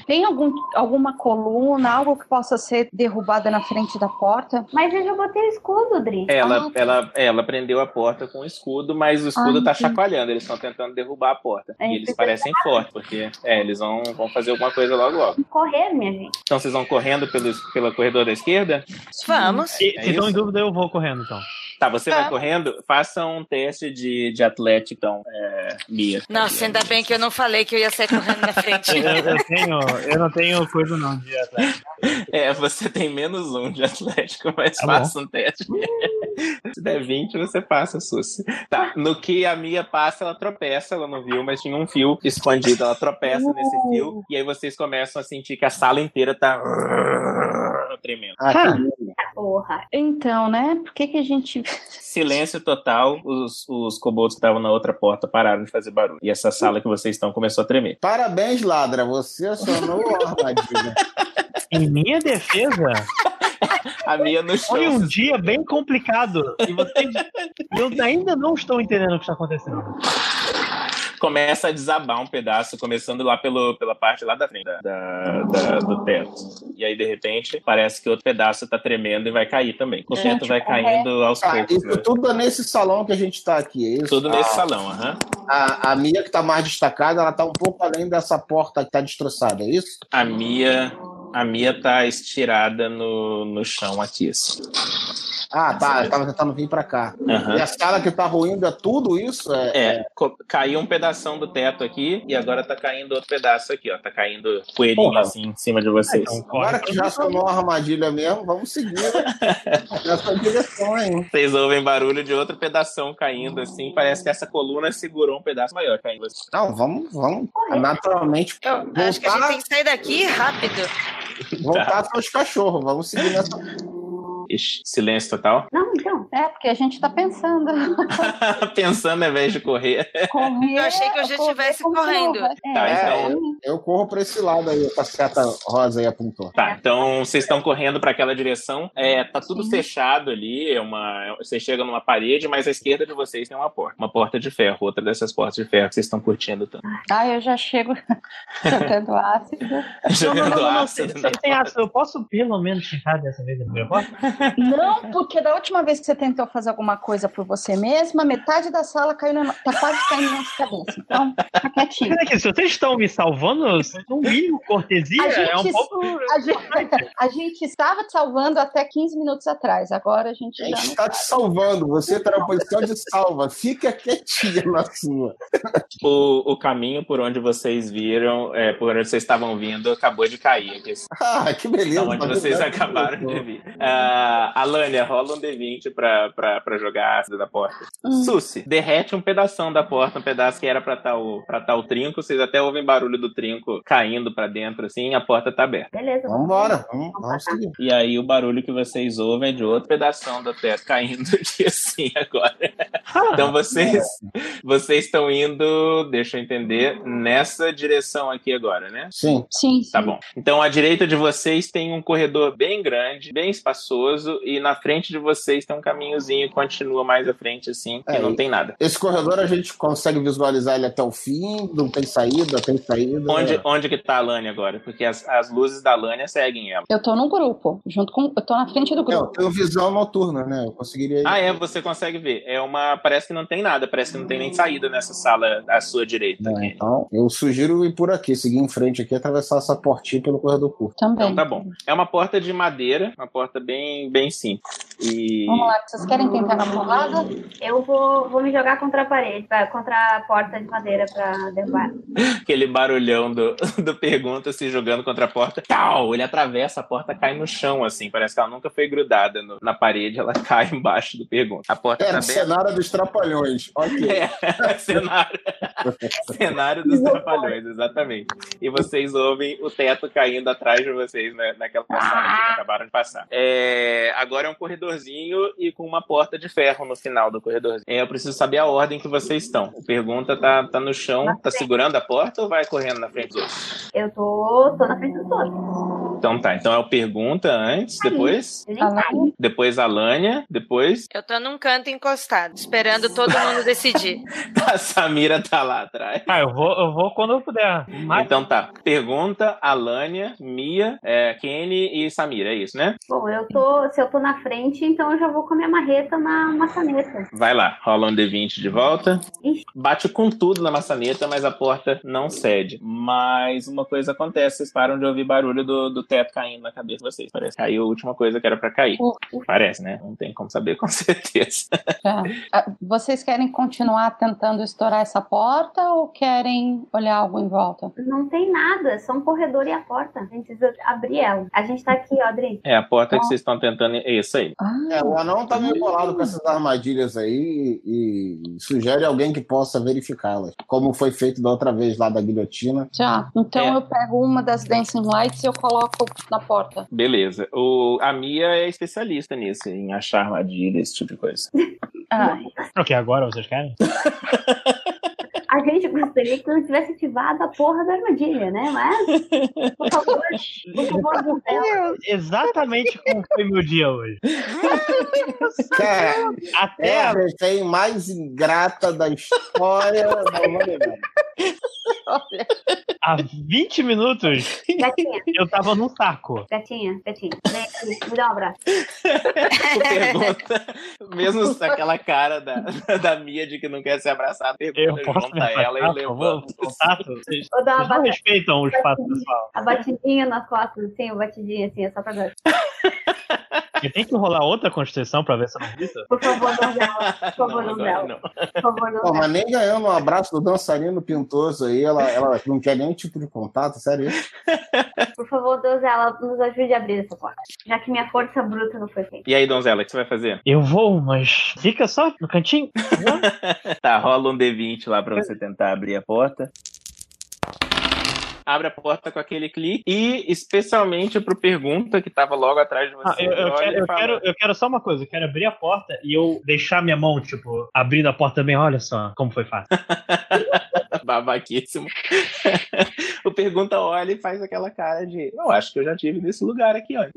Speaker 11: Tem algum, alguma coluna, algo que possa ser derrubada na frente da porta?
Speaker 2: Mas eu já botei o escudo, Dri.
Speaker 1: É, Ela, ela, ela prendeu a porta com o escudo, mas o escudo
Speaker 2: Ah,
Speaker 1: tá
Speaker 2: entendi.
Speaker 1: chacoalhando, eles estão tentando derrubar a porta.
Speaker 2: É,
Speaker 1: e eles
Speaker 2: precisa
Speaker 1: parecem fortes, porque é, eles vão, vão fazer alguma coisa logo logo.
Speaker 2: Correr, minha gente.
Speaker 1: Então vocês vão correndo pelo, pelo corredor da esquerda?
Speaker 7: Vamos.
Speaker 13: Se
Speaker 1: É
Speaker 13: se estão em
Speaker 1: isso?
Speaker 13: dúvida, eu vou correndo então.
Speaker 1: Tá, você vai
Speaker 7: Tá.
Speaker 1: correndo, faça um teste de, de atlético, então, é, Mia.
Speaker 7: Nossa, ainda bem que eu não falei que eu ia sair correndo na frente.
Speaker 13: Eu, eu tenho, eu não tenho coisa não de atrás.
Speaker 1: É, você tem menos um de Atlético, mas
Speaker 13: Tá bom.
Speaker 1: faça um teste.
Speaker 2: Uh.
Speaker 1: Se der 20, você passa, Susi. Tá, no que a Mia passa, ela tropeça, ela não viu, mas tinha um fio expandido, ela tropeça nesse fio, e aí vocês começam a sentir que a sala inteira tá tremendo.
Speaker 3: Ah,
Speaker 2: Porra.
Speaker 11: Então, né? Por que, que a gente.
Speaker 1: Silêncio total, os, os kobolds que estavam na outra porta pararam de fazer barulho, e essa sala que vocês estão começou a tremer.
Speaker 3: Parabéns, Ladra, você acionou a armadilha.
Speaker 13: Em minha defesa,
Speaker 1: A Mia no chão.
Speaker 13: foi um dia bem complicado. E vocês eu ainda não estou entendendo o que está acontecendo.
Speaker 1: começa a desabar um pedaço, começando lá pelo, pela parte lá da frente da- da- da- do teto. E aí, de repente, parece que outro pedaço tá tremendo e vai cair também.
Speaker 3: É,
Speaker 1: O
Speaker 3: tipo,
Speaker 1: teto vai caindo aos
Speaker 3: Ah,
Speaker 1: poucos.
Speaker 3: isso
Speaker 1: né?
Speaker 3: tudo é nesse salão que a gente tá aqui, é isso?
Speaker 1: Tudo nesse
Speaker 3: Ah,
Speaker 1: salão, aham.
Speaker 3: A, a Mia que tá mais destacada, ela tá um pouco além dessa porta que tá destroçada, é isso?
Speaker 1: A Mia. A Mia tá estirada no, no chão aqui, assim.
Speaker 3: Ah, tá, eu tava tentando vir pra cá.
Speaker 1: Aham.
Speaker 3: E a sala que tá ruindo é tudo isso?
Speaker 1: É, co- caiu um pedação do teto aqui e agora tá caindo outro pedaço aqui, ó. Tá caindo poeirinha
Speaker 3: Porra.
Speaker 1: assim em cima de vocês.
Speaker 13: Ah, então.
Speaker 3: Agora que já acionou a armadilha mesmo, vamos seguir nessa direção, hein?
Speaker 1: Vocês ouvem barulho de outro pedação caindo, assim. Parece que essa coluna segurou um pedaço maior caindo. assim.
Speaker 3: Não, vamos, vamos é naturalmente
Speaker 7: Eu acho que a gente tem que sair daqui rápido.
Speaker 1: Tá.
Speaker 3: voltar seus cachorros, vamos seguir nessa.
Speaker 1: Ixi, silêncio total. Tá
Speaker 11: Não, então. É, porque a gente tá pensando.
Speaker 1: Pensando ao invés de correr.
Speaker 11: Correr,
Speaker 7: Eu achei que eu já estivesse correndo.
Speaker 1: Tá,
Speaker 3: É,
Speaker 1: então-
Speaker 3: eu- eu corro pra esse lado aí, essa seta rosa aí apontou.
Speaker 1: Tá, então vocês estão correndo para aquela direção. É, tá tudo fechado ali. É uma, vocês chegam numa parede, mas à esquerda de vocês tem uma porta. Uma porta de ferro, outra dessas portas de ferro que vocês estão curtindo tanto.
Speaker 11: Ah, eu já chego jogando ácido.
Speaker 1: Jogando
Speaker 13: Vocês
Speaker 1: ácido. na-
Speaker 13: têm aço, eu posso pelo menos ficar dessa vez na primeira porta?
Speaker 11: Não, porque da última vez que você tentou fazer alguma coisa por você mesma, metade da sala caiu na, tá quase caindo na nossa cabeça. Então, fica quietinho.
Speaker 13: Mas aqui, se vocês estão me salvando, vocês não mínimo cortesia.
Speaker 11: A
Speaker 13: É um
Speaker 11: gente,
Speaker 13: pouco.
Speaker 11: a, gente, a gente estava te salvando até 15 minutos atrás. Agora a gente
Speaker 3: A
Speaker 11: já
Speaker 3: gente
Speaker 11: não.
Speaker 3: está te salvando, você tá na posição de salva, fica quietinha na sua.
Speaker 1: O, o caminho por onde vocês viram, é, por onde vocês estavam vindo, acabou de cair. Aqui.
Speaker 3: Ah, que beleza.
Speaker 1: Da onde vocês acabaram de vir. Ah, Alânia, rola um D20 pra, pra, pra jogar ácido na porta.
Speaker 3: Hum.
Speaker 1: Susi, derrete um pedação da porta, um pedaço que era pra tá o, pra tá o trinco. Vocês até ouvem barulho do trinco caindo pra dentro, assim, a porta tá aberta.
Speaker 2: Beleza.
Speaker 3: Vambora, vamos, vamos seguir.
Speaker 1: E aí o barulho que vocês ouvem é de outro pedação do teto caindo aqui assim agora.
Speaker 3: Ah,
Speaker 1: Então vocês vocês estão indo, deixa eu entender, nessa direção aqui agora, né?
Speaker 3: Sim.
Speaker 11: Sim, sim.
Speaker 1: Tá bom. Então, à direita de vocês tem um corredor bem grande, bem espaçoso, e na frente de vocês tem um caminhozinho que continua mais à frente, assim, que
Speaker 3: É,
Speaker 1: não
Speaker 3: e-
Speaker 1: tem nada.
Speaker 3: Esse corredor a gente consegue visualizar ele até o fim, não tem saída, tem saída. né?
Speaker 1: Onde, onde que tá a Lânia agora? Porque as, as luzes da Lânia seguem ela.
Speaker 11: Eu tô no grupo, junto com. Eu tô na frente do
Speaker 3: Eu
Speaker 11: grupo.
Speaker 3: tenho visão noturna, né? Eu conseguiria.
Speaker 1: Ah, é, você consegue ver. É uma. Parece que não tem nada, parece que não tem nem saída nessa sala à sua direita.
Speaker 3: Né, Então, eu sugiro ir por aqui, seguir em frente aqui, atravessar essa portinha pelo corredor curto.
Speaker 11: Também.
Speaker 1: Então tá bom. É uma porta de madeira, uma porta bem, bem simples. E.
Speaker 11: Vamos lá, vocês querem tentar na porrada?
Speaker 2: Eu vou, vou me jogar contra a parede, pra- contra a porta de madeira pra derrubar.
Speaker 1: Aquele barulhão do, do pergunta se jogando contra a porta. Tal! Ele atravessa, a porta cai no chão, assim. Parece que ela nunca foi grudada no- na parede, ela cai embaixo do pergunta. A porta
Speaker 3: Era um
Speaker 1: tá
Speaker 3: o
Speaker 1: aberta.
Speaker 3: É, cenário dos trapalhões. Ok.
Speaker 1: É, cenário. cenário dos trapalhões, exatamente. E vocês ouvem o teto caindo atrás de vocês né, naquela passada que acabaram de passar. É, agora é um corredorzinho e com uma porta de ferro no final do corredorzinho. É, eu preciso saber a ordem que vocês estão. A pergunta tá, tá no chão, tá segurando a porta ou vai correndo na frente dos outros?
Speaker 2: Eu tô, tô na frente do todo.
Speaker 1: Então tá, então é o pergunta antes,
Speaker 7: Tá
Speaker 1: depois.
Speaker 2: Eu nem saio.
Speaker 1: Depois a Lânia, depois
Speaker 7: Eu tô num canto encostado, esperando todo mundo decidir.
Speaker 1: a Samira tá lá atrás.
Speaker 13: Ah, eu vou, eu vou quando eu puder. Mas
Speaker 1: Então tá. Pergunta, Alânia, Mia, é, Kenny e Samira, é isso, né?
Speaker 2: Bom, eu tô. Se eu tô na frente, então eu já vou com a minha marreta na maçaneta.
Speaker 1: Vai lá, rola um D20 de volta.
Speaker 2: Ixi.
Speaker 1: Bate com tudo na maçaneta, mas a porta não cede. Mas uma coisa acontece, vocês param de ouvir barulho do, do teto caindo na cabeça de vocês. Parece que caiu a última coisa que era pra cair. Parece, né? Não tem como saber com certeza.
Speaker 11: Tá. Ah, Vocês querem continuar tentando estourar essa porta ou querem olhar algo em volta?
Speaker 2: Não tem nada, é só um corredor e a porta. A gente precisa abrir ela. A gente tá aqui, ó, Adri.
Speaker 1: É, a porta
Speaker 2: Ah.
Speaker 1: que vocês estão tentando. É isso aí.
Speaker 3: É, o anão tá meio bolado com essas armadilhas aí e, e sugere alguém que possa verificá-las. Como foi feito da outra vez lá da guilhotina.
Speaker 11: Já. Então eu pego uma das Dancing Lights e eu coloco na porta.
Speaker 1: Beleza. O, a Mia é especialista nisso, em achar armadilha, esse tipo de coisa.
Speaker 11: Ah,
Speaker 13: Ok, agora vocês querem?
Speaker 2: A gente gostaria que não tivesse ativado a porra da armadilha, né? Mas. Por favor, por favor, não dela.
Speaker 13: Exatamente como foi meu dia hoje.
Speaker 3: Cara,
Speaker 13: Até
Speaker 3: é a refém mais ingrata da história da humanidade.
Speaker 13: há 20 minutos
Speaker 2: Gatinha,
Speaker 13: eu tava num saco.
Speaker 2: gatinha, gatinha. Vem aqui, me dá um abraço.
Speaker 1: pergunta, mesmo com aquela cara da, da Mia de que não quer se abraçar, pergunta,
Speaker 13: Eu posso me
Speaker 1: junta ela
Speaker 13: afastar,
Speaker 1: e
Speaker 13: por favor, um
Speaker 1: levanta.
Speaker 13: contato? Vocês,
Speaker 2: Vou dar uma
Speaker 13: vocês não
Speaker 2: bata-
Speaker 13: respeitam o espaço pessoal.
Speaker 2: A batidinha nas costas, assim, a batidinha, assim, é só pra ver.
Speaker 13: Eu tenho que rolar outra constituição pra ver se eu não grito?
Speaker 2: Por favor, não dela. Por favor, não dela. Por favor, não
Speaker 3: Pô, mas
Speaker 2: dela.
Speaker 3: nem ganhando um abraço do dançarino pintoso aí, ela, ela não quer nenhum tipo de contato, sério.
Speaker 2: Por favor, Deus, ela nos ajude a abrir essa porta. Já que minha força bruta não foi feita.
Speaker 1: E aí, donzela, o que você vai fazer?
Speaker 13: Eu vou, mas fica só no cantinho.
Speaker 1: Tá, rola um D20 lá pra você tentar abrir a porta. Abre a porta com aquele clique e especialmente pro pergunta que tava logo atrás de
Speaker 13: Ah,
Speaker 1: você.
Speaker 13: eu, eu
Speaker 1: olha
Speaker 13: quero,
Speaker 1: e
Speaker 13: eu,
Speaker 1: fala,
Speaker 13: quero, eu quero só uma coisa, eu quero abrir a porta e eu deixar minha mão, tipo, abrindo a porta bem, olha só como foi fácil.
Speaker 1: Babaquíssimo. o pergunta olha e faz aquela cara de. Eu acho que eu já tive nesse lugar aqui, olha.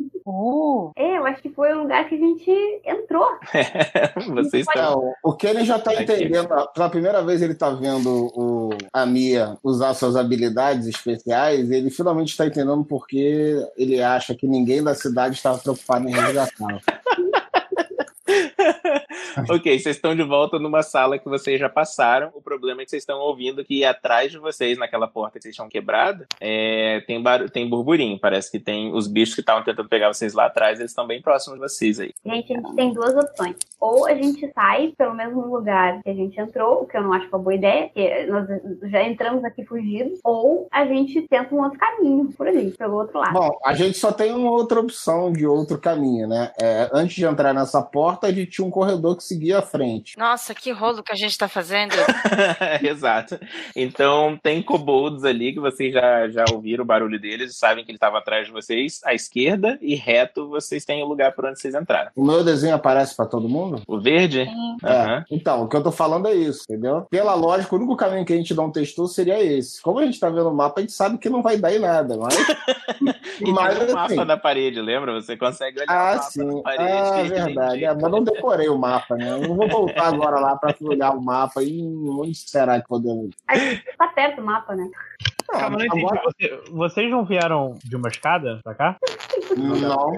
Speaker 2: É, eu acho que foi o lugar que a gente entrou.
Speaker 1: Vocês
Speaker 3: É,
Speaker 1: estão.
Speaker 3: o- o que ele já tá
Speaker 1: Aqui.
Speaker 3: entendendo, pela primeira vez ele tá vendo o, a Mia usar suas habilidades especiais, ele finalmente tá entendendo porque ele acha que ninguém da cidade estava preocupado em resgatá-lo.
Speaker 1: Ok, vocês estão de volta numa sala que vocês já passaram. O problema é que vocês estão ouvindo que atrás de vocês, naquela porta que vocês tinham quebrado, é, tem, barulho, tem burburinho. Parece que tem os bichos que estavam tentando pegar vocês lá atrás, eles estão bem próximos de vocês aí.
Speaker 2: Gente, a gente tem duas opções. Ou a gente sai pelo mesmo lugar que a gente entrou, o que eu não acho uma boa ideia, porque nós já entramos aqui fugidos. Ou a gente tenta um outro caminho por ali, pelo outro lado.
Speaker 3: Bom, a gente só tem uma outra opção de outro caminho, né? É, antes de entrar nessa porta, a gente tinha um corredor que seguia à frente.
Speaker 7: Nossa, que rolo que a gente tá fazendo.
Speaker 1: Exato. Então tem kobolds ali que vocês já, já ouviram o barulho deles, sabem que ele estava atrás de vocês, à esquerda e reto vocês têm o lugar por onde vocês entraram.
Speaker 3: O meu desenho aparece pra todo mundo?
Speaker 1: O verde?
Speaker 3: É.
Speaker 1: Aham.
Speaker 3: Então, o que eu tô falando é isso, entendeu? Pela lógica, o único caminho que a gente não testou seria esse. Como a gente tá vendo o mapa, a gente sabe que não é? vai dar em nada, mas.
Speaker 1: E
Speaker 3: mas,
Speaker 1: tem um
Speaker 3: assim,
Speaker 1: mapa na parede, lembra? Você consegue olhar o
Speaker 3: Ah,
Speaker 1: mapa na
Speaker 3: sim.
Speaker 1: parede.
Speaker 3: Ah,
Speaker 1: e
Speaker 3: verdade. É, mas eu não decorei o mapa, né? Eu não vou voltar agora lá pra olhar o mapa. e onde será que podemos.
Speaker 2: Tá perto do mapa, né?
Speaker 13: Calma, não entendi.
Speaker 3: agora-
Speaker 13: Você- vocês não vieram de uma escada pra cá?
Speaker 3: Não.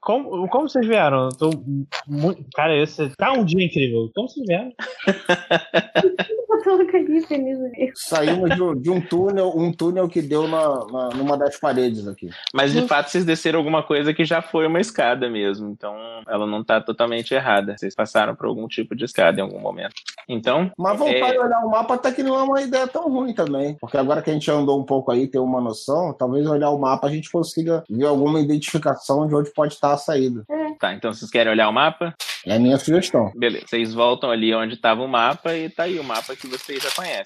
Speaker 13: Como, como vocês vieram? Eu tô mu- cara, esse tá um dia incrível. Como vocês vieram?
Speaker 2: Eu tô feliz nisso.
Speaker 3: Saímos de, de um túnel, um túnel que deu na, na- numa das paredes aqui.
Speaker 1: Mas de fato vocês desceram alguma coisa que já foi uma escada mesmo. Então ela não tá totalmente errada. Vocês passaram por algum tipo de escada em algum momento. Então.
Speaker 3: Mas voltar
Speaker 1: é,
Speaker 3: e olhar o mapa até que não é uma ideia tão ruim também. Porque agora que a gente andou um pouco aí, tem uma noção, talvez olhar o mapa a gente consiga ver alguma identificação de onde pode estar a saída.
Speaker 1: Tá, então vocês querem olhar o mapa?
Speaker 3: É a minha sugestão.
Speaker 1: Beleza. Vocês voltam ali onde estava o mapa e tá aí o mapa que vocês já conhecem.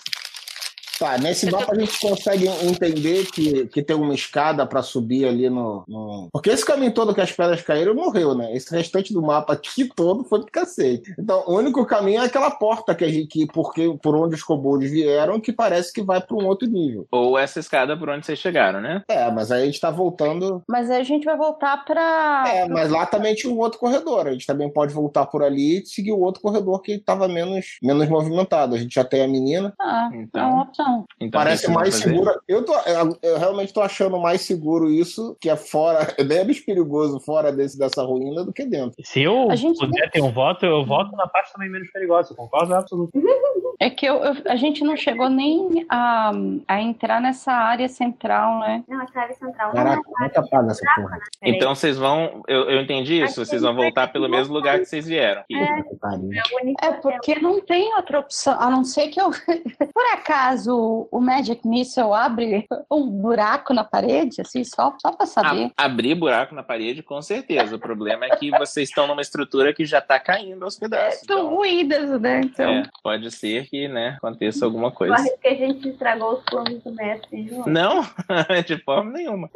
Speaker 3: Tá, nesse mapa a gente consegue entender que, que tem uma escada pra subir ali no, no- Porque esse caminho todo que as pedras caíram morreu, né? Esse restante do mapa aqui todo foi pro cacete. Então, o único caminho é aquela porta que a gente. Que, porque, por onde os kobolds vieram, que parece que vai pra um outro nível.
Speaker 1: Ou essa escada Tá por onde vocês chegaram, né?
Speaker 3: É, mas aí a gente tá voltando.
Speaker 11: Mas aí a gente vai voltar pra.
Speaker 3: É, mas lá também tinha um outro corredor. A gente também pode voltar por ali e seguir o outro corredor que tava menos, menos movimentado. A gente já tem a menina.
Speaker 11: Ah,
Speaker 1: Então-
Speaker 11: é uma opção.
Speaker 1: Então,
Speaker 3: Parece
Speaker 1: o que
Speaker 3: mais
Speaker 1: vocês vão fazer?
Speaker 3: seguro. Eu, tô, eu, eu realmente tô achando mais seguro isso, que é fora, é menos perigoso fora desse, dessa ruína do que dentro.
Speaker 13: Se eu
Speaker 3: A gente
Speaker 13: puder ter um voto, eu voto na parte também menos perigosa. Eu concordo
Speaker 3: Uhum.
Speaker 13: absolutamente.
Speaker 10: É que eu- eu- a gente não chegou nem a, a entrar nessa área central, né?
Speaker 2: Não, essa área né? central
Speaker 1: Caraca,
Speaker 3: como é que apaga essa porra?
Speaker 11: É.
Speaker 1: Então vocês vão. Eu, eu entendi isso. vocês vão voltar pelo mesmo lugar que vocês vieram. hum.
Speaker 11: É porque não tem outra opção, a não ser que eu. Por acaso o Magic Missile abre um buraco na parede, assim, só, só pra saber.
Speaker 1: A- abrir buraco na parede, com certeza. O problema é que vocês estão numa estrutura que já tá caindo aos pedaços.
Speaker 2: É,
Speaker 10: Estão ruídas, né? Então.
Speaker 1: É, pode ser que, né, aconteça alguma
Speaker 2: Eu
Speaker 1: coisa.
Speaker 2: acho que a gente estragou os planos do mestre, João.
Speaker 1: Não, de forma nenhuma.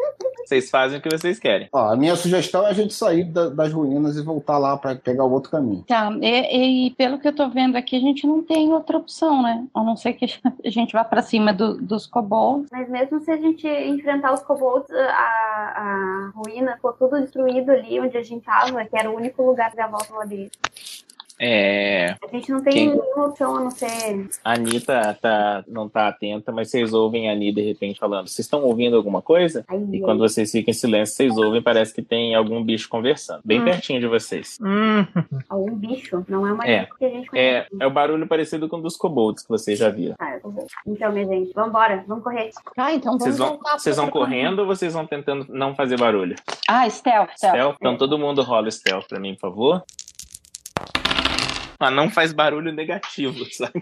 Speaker 1: Vocês fazem o que vocês querem.
Speaker 3: Ó, a minha sugestão é a gente sair da- das ruínas e voltar lá pra pegar o outro caminho.
Speaker 11: Tá, e, e pelo que eu tô vendo aqui, a gente não tem outra opção, né? A não ser que a gente vá pra cima do- dos kobolds.
Speaker 2: Mas mesmo se a gente enfrentar os kobolds, a, a ruína ficou tudo destruído ali onde a gente tava, que era o único lugar da volta do labirinto.
Speaker 1: É.
Speaker 2: A gente não tem
Speaker 1: Quem-
Speaker 2: nenhuma opção a não ser.
Speaker 1: A Anitta tá, não tá atenta, mas vocês ouvem a Ani de repente falando. Vocês estão ouvindo alguma coisa? E quando vocês ficam em silêncio, vocês ouvem, parece que tem algum bicho conversando, bem
Speaker 2: Hum.
Speaker 1: pertinho de vocês.
Speaker 2: Algum bicho, não é uma
Speaker 1: É.
Speaker 2: bicho que a gente conhece.
Speaker 1: É, é o barulho parecido com o dos kobolds que vocês já viram.
Speaker 2: Ah, eu tô bom. Então, minha gente, vambora, vamos correr.
Speaker 11: Ah, então
Speaker 1: Vocês vão, vocês vão correndo ou vocês vão tentando não fazer barulho?
Speaker 11: Ah, Estel,
Speaker 1: Stealth? Então todo mundo rola stealth pra mim, por favor. Ah, não faz barulho negativo, sabe?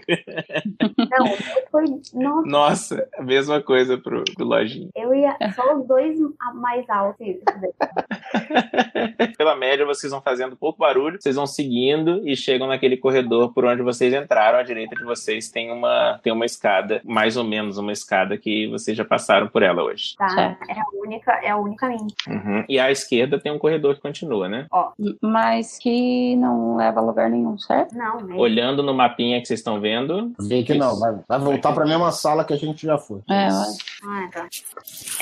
Speaker 2: Não, foi. Nossa,
Speaker 1: Nossa, a mesma coisa pro, pro lojinho.
Speaker 2: eu ia. Só os dois a- mais altos.
Speaker 1: Pela média, vocês vão fazendo pouco barulho, vocês vão seguindo e chegam naquele corredor por onde vocês entraram. À direita de vocês tem uma, tem uma escada, mais ou menos uma escada que vocês já passaram por ela hoje.
Speaker 2: Tá? É a única, é o único caminho.
Speaker 1: Uhum. E à esquerda tem um corredor que continua, né?
Speaker 2: Ó,
Speaker 11: mas que não leva a lugar nenhum, certo?
Speaker 2: Não,
Speaker 1: Olhando no mapinha que vocês estão vendo.
Speaker 3: Vê que não, vai, vai voltar pra mesma sala que a gente já foi.
Speaker 11: É,
Speaker 2: Ah, tá.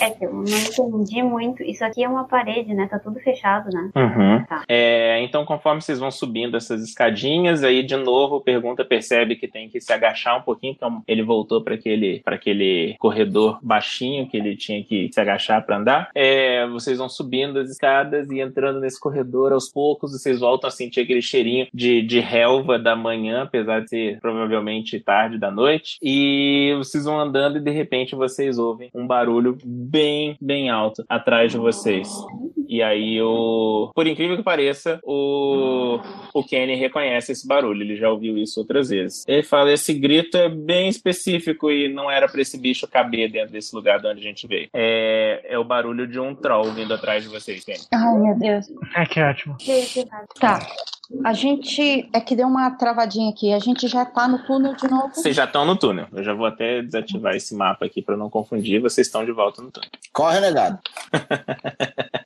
Speaker 2: É que eu não entendi muito. Isso aqui é uma parede, né? Tá tudo fechado, né?
Speaker 1: Uhum.
Speaker 2: Tá.
Speaker 1: É, então, conforme vocês vão subindo essas escadinhas, aí de novo pergunta percebe que tem que se agachar um pouquinho. Então, ele voltou para aquele, pra aquele corredor baixinho que ele tinha que se agachar para andar. É, vocês vão subindo as escadas e entrando nesse corredor aos poucos. Vocês voltam a sentir aquele cheirinho de, de relva da manhã, apesar de ser provavelmente tarde da noite. E vocês vão andando e de repente vocês ouvem um barulho bem, bem alto atrás de vocês. E aí o. Por incrível que pareça, o. O Kenny reconhece esse barulho, ele já ouviu isso outras vezes. Ele fala: esse grito é bem específico e não era pra esse bicho caber dentro desse lugar de onde a gente veio. É, é o barulho de um troll vindo atrás de vocês, Kenny.
Speaker 11: Ai, meu Deus.
Speaker 13: É que é ótimo.
Speaker 11: Tá. A gente. É que deu uma travadinha aqui. A gente já tá no túnel de novo.
Speaker 1: Vocês já estão no túnel. Eu já vou até desativar esse mapa aqui pra não confundir. Vocês estão de volta no túnel.
Speaker 3: Corre, negado.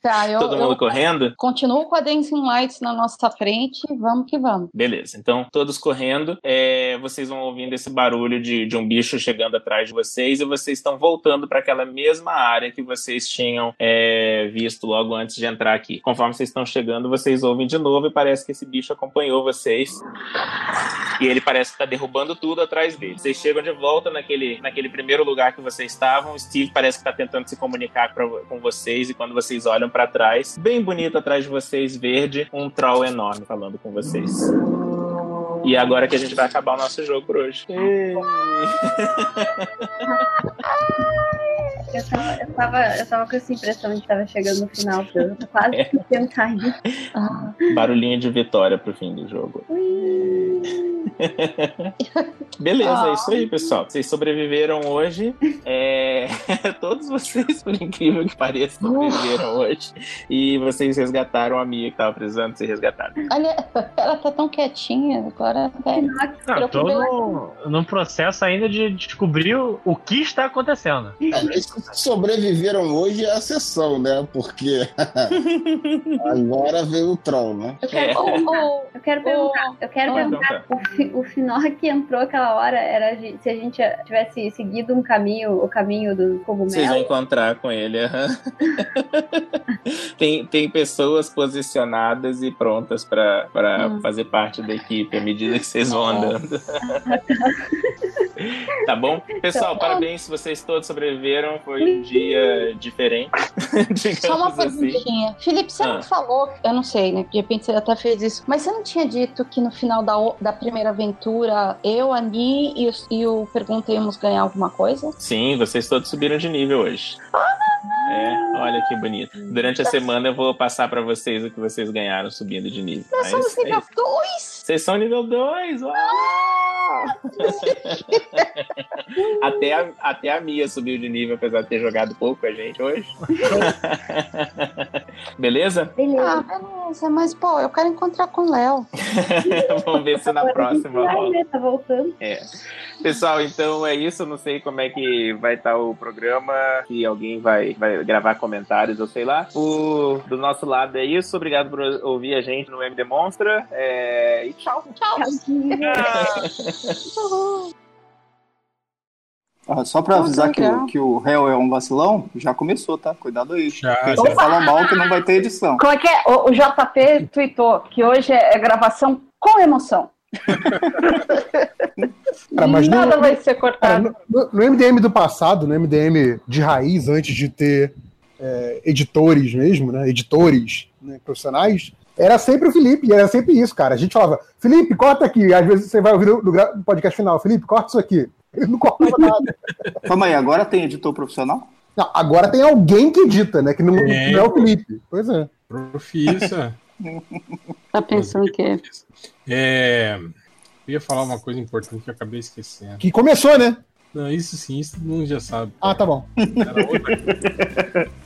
Speaker 11: Tá, eu,
Speaker 1: Todo
Speaker 11: eu
Speaker 1: mundo correndo?
Speaker 11: continuo com a Dancing Lights na nossa frente. Vamos que vamos.
Speaker 1: Beleza, então todos correndo, é, vocês vão ouvindo esse barulho de, de um bicho chegando atrás de vocês e vocês estão voltando para aquela mesma área que vocês tinham é, visto logo antes de entrar aqui. Conforme vocês estão chegando, vocês ouvem de novo e parece que esse bicho acompanhou vocês e ele parece que tá derrubando tudo atrás dele. Vocês chegam de volta naquele, naquele primeiro lugar que vocês estavam. O Steve parece que tá tentando se comunicar pra- com vocês. E quando vocês olham para trás, bem bonito atrás de vocês, verde, um troll enorme falando com vocês. E agora que a gente vai acabar o nosso jogo por hoje.
Speaker 2: Eu tava, eu, tava, eu tava com essa impressão de que tava chegando no final, porque eu tô quase
Speaker 1: É.
Speaker 2: ficando tarde. Ah,
Speaker 1: Barulhinho de vitória pro fim do jogo. Beleza, é isso aí, pessoal. Vocês sobreviveram hoje. É, Todos vocês, por incrível que pareça, sobreviveram hoje. E vocês resgataram a Mia que tava precisando ser resgatada.
Speaker 11: Olha, ela tá tão quietinha agora. Até...
Speaker 13: Não, tô num, num processo ainda de descobrir o, o que está acontecendo.
Speaker 3: Os que sobreviveram hoje é a sessão, né? Porque agora veio o Troll, né?
Speaker 2: Eu
Speaker 8: É.
Speaker 1: É.
Speaker 2: quero perguntar, eu quero perguntar, eu quero
Speaker 1: Então,
Speaker 3: oh,
Speaker 2: perguntar
Speaker 1: tá.
Speaker 2: o, fi- o Finor que entrou aquela hora era de- se a gente tivesse seguido um caminho, o caminho do
Speaker 1: Vocês vão
Speaker 2: cogumelo.
Speaker 1: encontrar com ele. aham. tem, tem pessoas posicionadas e prontas pra pra
Speaker 2: Hum.
Speaker 1: fazer parte da equipe à medida que vocês vão andando. tá bom? Pessoal, parabéns se vocês todos sobreviveram. Foi um dia diferente.
Speaker 11: Uhum. Só uma
Speaker 1: digamos assim.
Speaker 11: perguntinha. Felipe, você
Speaker 1: Ah.
Speaker 11: não falou, eu não sei, né? De repente você até fez isso, mas você não tinha dito que no final da, o- da primeira aventura, eu, a Ni e, os- e o Pergunta íamos ganhar alguma coisa?
Speaker 1: Sim, vocês todos subiram de nível hoje.
Speaker 11: Uhum.
Speaker 1: É, olha que bonito. Durante a
Speaker 11: Tá.
Speaker 1: semana eu vou passar pra vocês o que vocês ganharam subindo de nível. Mas
Speaker 11: Nós somos
Speaker 1: é
Speaker 11: nível
Speaker 1: isso.
Speaker 11: 2!
Speaker 1: Vocês são nível 2! Até a, até a Mia subiu de nível, apesar de ter jogado pouco com a gente hoje. Beleza?
Speaker 11: Ah, beleza, mas pô, eu quero encontrar com o Léo.
Speaker 1: Vamos ver se na próxima rola.
Speaker 2: Tá voltando.
Speaker 1: É. Pessoal, então é isso. Eu Não sei como é que vai estar o programa, se alguém vai, vai gravar comentários ou sei lá. O, do nosso lado é isso. Obrigado por ouvir a gente no M Demonstra. É, e tchau.
Speaker 12: Ah, só pra
Speaker 11: Pô,
Speaker 12: avisar
Speaker 11: que
Speaker 12: que o,
Speaker 11: legal.
Speaker 12: que o réu é um vacilão, já começou, tá? Cuidado aí.
Speaker 13: Já,
Speaker 12: Você
Speaker 9: já.
Speaker 12: fala mal que não vai ter edição.
Speaker 9: Como é que é? O, o JP tweetou que hoje é, é gravação com emoção.
Speaker 14: Cara, mas no-
Speaker 9: Nada vai ser cortado.
Speaker 14: no, no MDM do passado, no MDM de raiz, antes de ter é, editores mesmo, né? Editores né, profissionais, era sempre o Felipe, e era sempre isso, cara. A gente falava, Felipe, corta aqui. Às vezes você vai ouvir no, no gra- no podcast final, Felipe, corta isso aqui. Ele não cortava nada.
Speaker 12: Calma aí, agora tem editor profissional?
Speaker 14: Não, agora tem alguém que edita, né? Que não,
Speaker 12: É.
Speaker 14: não é o Felipe. Pois é.
Speaker 15: Profissa.
Speaker 11: Tá pensando que é.
Speaker 15: É, eu ia falar uma coisa importante que eu acabei esquecendo.
Speaker 14: Que começou, né?
Speaker 15: Não, isso sim, isso todo mundo já sabe.
Speaker 14: Ah, tá bom.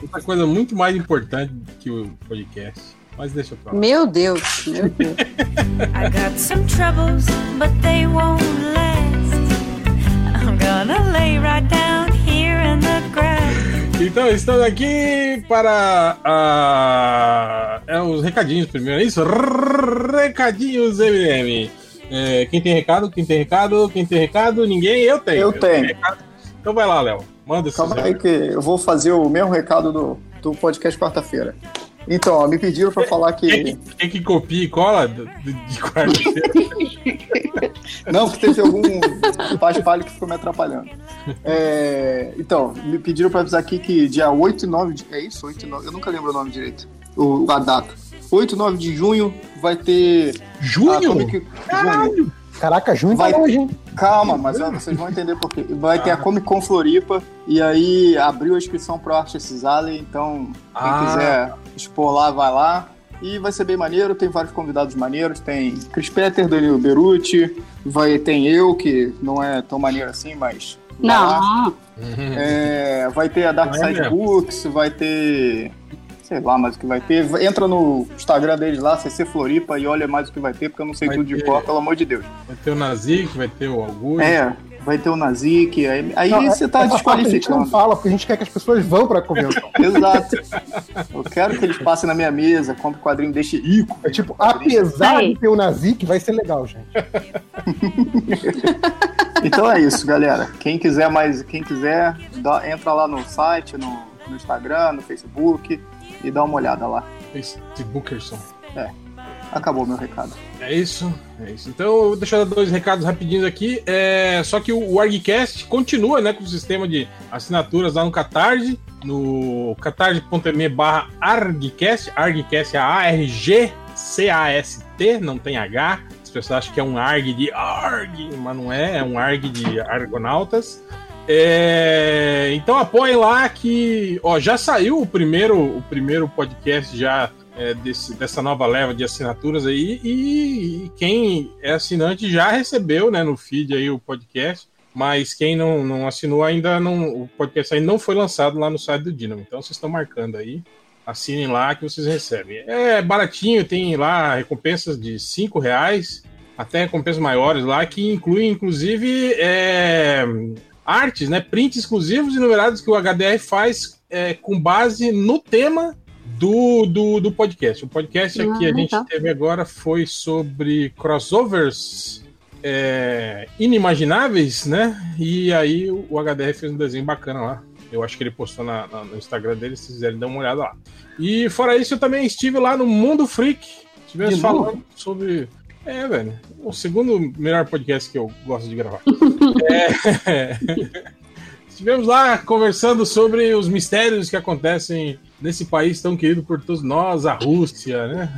Speaker 15: Outra coisa muito mais importante que o podcast. Mas deixa eu falar.
Speaker 8: Meu Deus, meu Deus.
Speaker 16: I got some troubles, but they won't last. I'm gonna lay right down here in the grass.
Speaker 15: Então, estamos aqui para ah, é, os recadinhos primeiro, é isso? Recadinhos MDM. É, quem tem recado, quem tem recado, quem tem recado, ninguém, eu tenho.
Speaker 12: Eu tenho.
Speaker 15: recado. Então vai lá, Léo. Manda esse
Speaker 12: Calma aí que eu vou fazer o mesmo recado do, do podcast quarta-feira. Então, ó, me pediram pra falar que.
Speaker 15: Quem que copia e cola de, de quarta-feira?
Speaker 12: Não, que teve algum paspalho que ficou me atrapalhando. É, então, me pediram pra avisar aqui que dia 8 e 9 de. É isso? 8 e 9. Eu nunca lembro o nome direito. O, a data. 8 e 9 de junho vai ter.
Speaker 15: Junho?
Speaker 12: Caralho!
Speaker 14: Caraca, junho
Speaker 12: vai
Speaker 14: tá longe, hein? Ah.
Speaker 12: Calma, mas ó, vocês vão entender por quê. Vai ter a Comic Con Floripa e aí abriu a inscrição pro Artists Alley, então quem
Speaker 15: Ah.
Speaker 12: quiser expor lá, vai lá. E vai ser bem maneiro, tem vários convidados maneiros, tem Chris Petter, Danilo Beruti, vai, tem eu, que não é tão maneiro assim, mas. vai lá.
Speaker 11: Não.
Speaker 12: É, vai ter a Dark
Speaker 11: Não é
Speaker 12: Side
Speaker 11: mesmo?
Speaker 12: Books, vai ter. Sei lá mais o que vai ter. Entra no Instagram deles lá, CC Floripa, e olha mais o que vai ter, porque eu não sei
Speaker 15: Vai
Speaker 12: tudo de
Speaker 15: ter-
Speaker 12: cor, pelo amor de Deus.
Speaker 15: Vai ter o Nazik, vai ter o Augusto.
Speaker 12: É, vai ter o Nazik, aí, aí
Speaker 14: Não, é,
Speaker 12: você tá
Speaker 14: essa parte A gente não
Speaker 12: desqualificando.
Speaker 14: fala, porque a gente quer que as pessoas vão pra convenção.
Speaker 12: Exato. Eu quero que eles passem na minha mesa, compre quadrinho, deixe rico.
Speaker 14: É tipo, apesar de ter o Nazik, um vai ser legal, gente.
Speaker 12: Então é isso, galera. Quem quiser mais, quem quiser, dá- entra lá no site, no, no Instagram, no Facebook e dá uma olhada lá.
Speaker 15: Facebookerson.
Speaker 12: É. Acabou meu recado.
Speaker 15: É isso, é isso. Então, eu vou deixar dois recados rapidinhos aqui. É, só que o ArgCast continua né, com o sistema de assinaturas lá no Catarse, no catarse.me barra ArgCast, ArgCast é A-R-G-C-A-S-T, não tem H. Se pessoas acham que é um ARG de ARG, mas não é, é um ARG de Argonautas. É, então apoiem lá que ó, já saiu o primeiro, o primeiro podcast já é, desse- dessa nova leva de assinaturas aí e, e quem é assinante já recebeu né, no feed aí o podcast, mas quem não, não assinou ainda não, o podcast ainda não foi lançado lá no site do Dinamo. Então vocês estão marcando aí, assinem lá que vocês recebem. É baratinho, tem lá recompensas de cinco reais até recompensas maiores lá que incluem inclusive é, artes, né, prints exclusivos e numerados que o HDR faz é, com base no tema do, do, do podcast. O podcast
Speaker 17: Ah,
Speaker 15: aqui a gente
Speaker 17: legal.
Speaker 15: teve agora foi sobre crossovers é, inimagináveis, né? E aí o o HDR fez um desenho bacana lá. Eu acho que ele postou na- na- no Instagram dele, se quiserem dar uma olhada lá. E fora isso, eu também estive lá no Mundo Freak. Estivemos
Speaker 12: De novo?
Speaker 15: falando sobre. É, velho. O segundo melhor podcast que eu gosto de gravar. É. Estivemos lá conversando sobre os mistérios que acontecem nesse país tão querido por todos nós, a Rússia, né?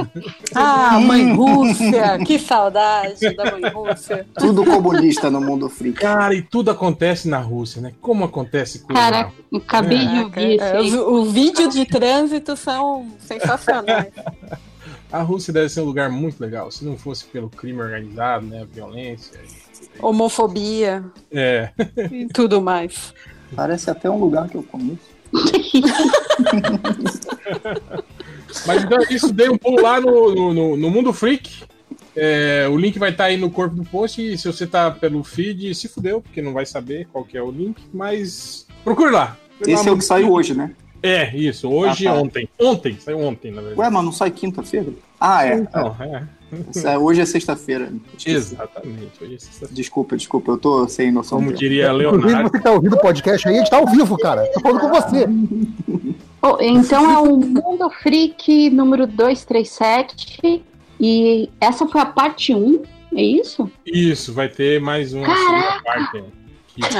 Speaker 8: Ah, mãe Rússia! que saudade da mãe Rússia.
Speaker 12: Tudo comunista no mundo freak.
Speaker 15: Cara, e tudo acontece na Rússia, né? Como acontece coisa lá?
Speaker 8: Caraca, acabei de ouvir.
Speaker 15: Caraca,
Speaker 8: os,
Speaker 15: é,
Speaker 8: o vídeo de trânsito são sensacionais.
Speaker 15: A Rússia deve ser um lugar muito legal, se não fosse pelo crime organizado, né? A violência.
Speaker 8: Homofobia
Speaker 15: É.
Speaker 8: e tudo mais.
Speaker 12: Parece até um lugar que eu conheço.
Speaker 15: Mas então é isso, dei um pulo lá no, no- no- no Mundo Freak. É, o link vai estar aí no corpo do post. E se você tá pelo feed, se fudeu, porque não vai saber qual que é o link, mas. Procure lá.
Speaker 12: Esse é o que saiu hoje, né?
Speaker 15: É, isso. Hoje e
Speaker 12: Ah, tá.
Speaker 15: ontem. Ontem, saiu ontem, na verdade.
Speaker 12: Ué, mas não sai quinta-feira? Ah, é.
Speaker 15: Então, é.
Speaker 12: Sa- Hoje é sexta-feira.
Speaker 15: Exatamente, hoje é sexta-feira.
Speaker 12: Desculpa, desculpa, eu tô sem noção.
Speaker 15: Como
Speaker 12: mesmo.
Speaker 15: diria
Speaker 14: Inclusive, você que tá ouvindo o podcast aí, a gente tá ao vivo, cara. Tô falando com você.
Speaker 11: Bom, então é o Mundo Freak número 237. E essa foi a parte 1, é isso?
Speaker 15: Isso, vai ter mais uma segunda parte. Que-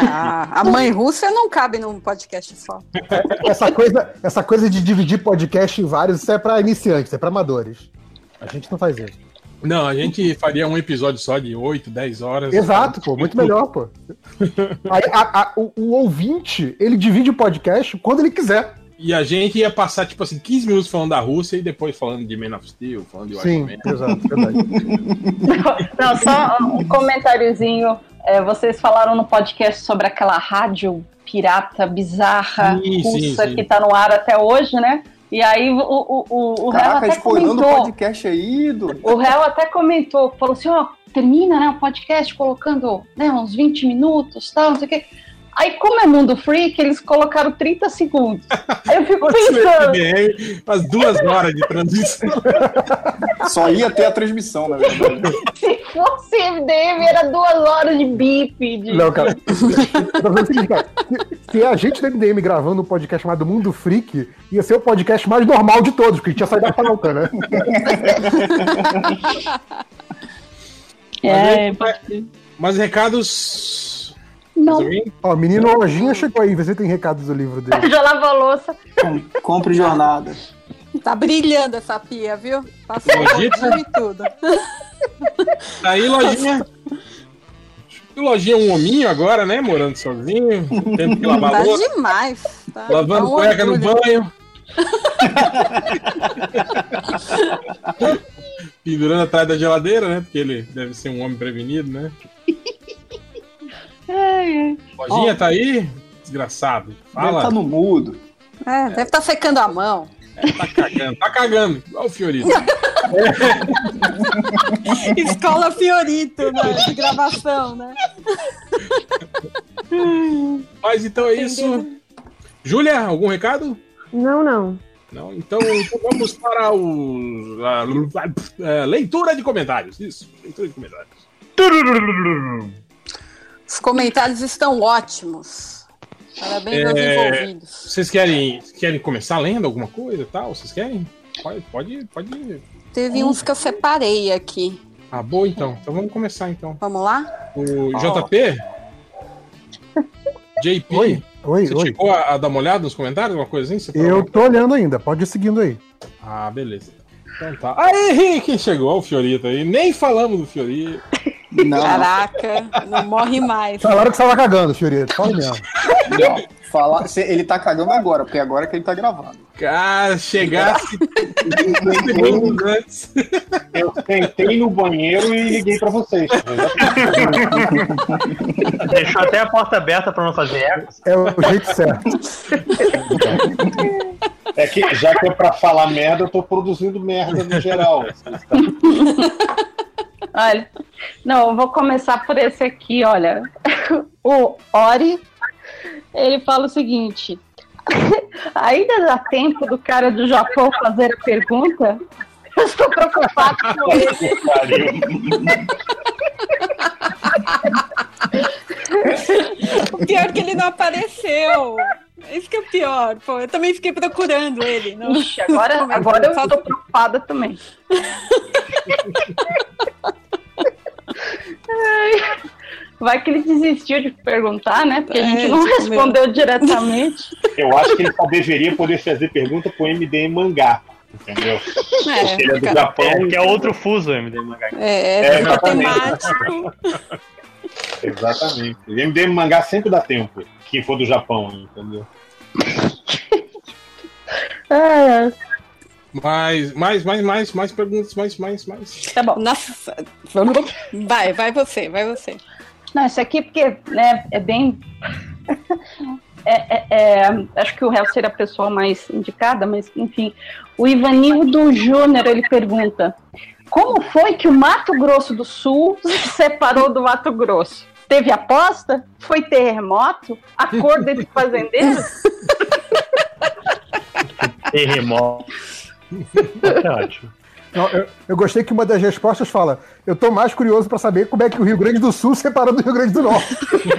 Speaker 8: Ah, a mãe Rússia não cabe num podcast só.
Speaker 14: É, Essa coisa, essa coisa de dividir podcast em vários, isso é pra iniciantes, é pra amadores. A gente não faz isso.
Speaker 15: Não, a gente faria um episódio só de 8, 10 horas.
Speaker 14: Exato, pô, muito melhor, pô. Aí, a- a- o, o ouvinte, ele divide o podcast quando ele quiser.
Speaker 15: E a gente ia passar, tipo assim, 15 minutos falando da Rússia e depois falando de Man of Steel, falando de
Speaker 14: Sim,
Speaker 15: Watchmen.
Speaker 14: exato, verdade.
Speaker 18: Não, só um comentáriozinho. É, vocês falaram no podcast sobre aquela rádio pirata bizarra
Speaker 12: Sim, sim,
Speaker 18: russa
Speaker 12: sim.
Speaker 18: que tá no ar até hoje, né? E aí o, o, o, o Hel
Speaker 12: Caraca,
Speaker 18: até
Speaker 12: spoilando o
Speaker 18: comentou.
Speaker 12: podcast aí, do.
Speaker 18: O Hel até comentou, falou assim, ó,
Speaker 11: Termina, né, o podcast colocando, né, uns 20 minutos, tal, não sei o quê.
Speaker 18: aí como é mundo freak, eles colocaram 30 segundos. Aí eu fico
Speaker 15: Putz,
Speaker 18: pensando.
Speaker 15: FBR, As duas horas de transição.
Speaker 12: Só ia ter a transmissão, na verdade.
Speaker 18: Se fosse MDM, era duas horas de bip. De...
Speaker 14: Não, cara. Eu tô falando o seguinte, cara, se- Se a gente do MDM gravando um podcast chamado Mundo Freak, ia ser o podcast mais normal de todos, porque a gente ia sair da pauta, né?
Speaker 15: É, Mas recados.
Speaker 14: Não.
Speaker 15: alguém?
Speaker 14: Ó, o menino Lojinha chegou aí, vê se tem recados do livro dele.
Speaker 18: Já lavou a louça.
Speaker 12: Compre jornada.
Speaker 8: Tá brilhando essa pia, viu? Passou
Speaker 15: Lojinha?
Speaker 8: um e tudo.
Speaker 15: Tá aí, lojinha. O lojinha é um hominho agora, né? Morando sozinho, tendo que lavar
Speaker 8: tá
Speaker 15: louça,
Speaker 8: demais. Tá, tá
Speaker 15: lavando
Speaker 8: um
Speaker 15: cueca no
Speaker 8: orgulho.
Speaker 15: banho. Pendurando atrás da geladeira, né? Porque ele deve ser um homem prevenido, né? Lojinha tá aí? Desgraçado. Fala.
Speaker 12: Deve tá no mudo.
Speaker 8: É, deve estar secando a mão.
Speaker 15: Tá cagando, tá cagando. Olha o Fiorito.
Speaker 8: Escola Fiorito, né? De gravação, né?
Speaker 15: Mas então é isso. Júlia, algum recado?
Speaker 4: Não, não.
Speaker 15: Não, então, então vamos para o. a- a- a- leitura de comentários. Isso, leitura de comentários.
Speaker 8: Os comentários estão ótimos. Parabéns aos
Speaker 15: É,
Speaker 8: envolvidos.
Speaker 15: vocês querem, querem começar lendo alguma coisa e tal? Vocês querem? Pode, pode, pode.
Speaker 8: Teve uns que eu separei aqui.
Speaker 15: Ah, boa então. Então vamos começar então.
Speaker 8: Vamos lá?
Speaker 15: O
Speaker 8: Ó.
Speaker 15: JP? JP? Oi,
Speaker 14: oi,
Speaker 15: Você
Speaker 14: oi.
Speaker 15: chegou tá a, a dar uma olhada nos comentários? Uma coisa assim? Você falou
Speaker 14: Eu tô olhando ainda, pode ir seguindo aí.
Speaker 15: Ah, beleza. Então tá. Aí, quem chegou? Olha o Fiorito aí. Nem falamos do Fiorito.
Speaker 8: Caraca, não morre mais.
Speaker 14: Falaram que você tava cagando, Fiorito. Fala mesmo.
Speaker 12: Não, fala, cê- ele tá cagando agora, porque agora que ele tá gravando.
Speaker 15: Cara, chegasse.
Speaker 17: Eu sentei no banheiro e liguei pra vocês.
Speaker 13: Deixou até a porta aberta pra não fazer eco.
Speaker 14: É o jeito certo.
Speaker 17: É que já que é pra falar merda, eu tô produzindo merda no geral.
Speaker 18: Olha,
Speaker 11: Não, eu vou começar por esse aqui, olha. O Ori, ele fala o seguinte: ainda dá tempo do cara do Japão fazer a pergunta? Eu estou preocupado com ele.
Speaker 8: O pior é que ele não apareceu. Isso que é o pior. Pô, eu também fiquei procurando ele. Não...
Speaker 18: Ixi, agora- agora eu
Speaker 8: tô preocupada também.
Speaker 18: ai, vai que ele desistiu de perguntar, né? Porque a gente
Speaker 11: É,
Speaker 18: não
Speaker 11: tipo,
Speaker 18: respondeu
Speaker 11: meu.
Speaker 18: diretamente.
Speaker 17: Eu acho que ele só deveria poder fazer pergunta pro MDM mangá. Entendeu? Porque ele é do Japão.
Speaker 13: É, que é outro fuso, MD Mangá.
Speaker 17: É, Exatamente. MDM mangá sempre dá tempo. Quem for do Japão, entendeu?
Speaker 18: É.
Speaker 15: Mais, mais, mais, mais, mais perguntas, mais, mais, mais.
Speaker 18: Tá bom.
Speaker 8: Nossa, vamos- vai, vai você, vai você.
Speaker 18: Não, isso aqui porque né, é bem. É, é- é, acho que o réu seria a pessoa mais indicada, mas enfim. O Ivanildo Júnior ele pergunta: Como foi que o Mato Grosso do Sul se separou do Mato Grosso? Teve aposta? Foi terremoto? Acordo entre fazendeiros?
Speaker 13: Terremoto.
Speaker 14: É ótimo. eu, eu gostei que uma das respostas fala: Eu tô mais curioso pra saber como é que o Rio Grande do Sul separou do Rio Grande do Norte.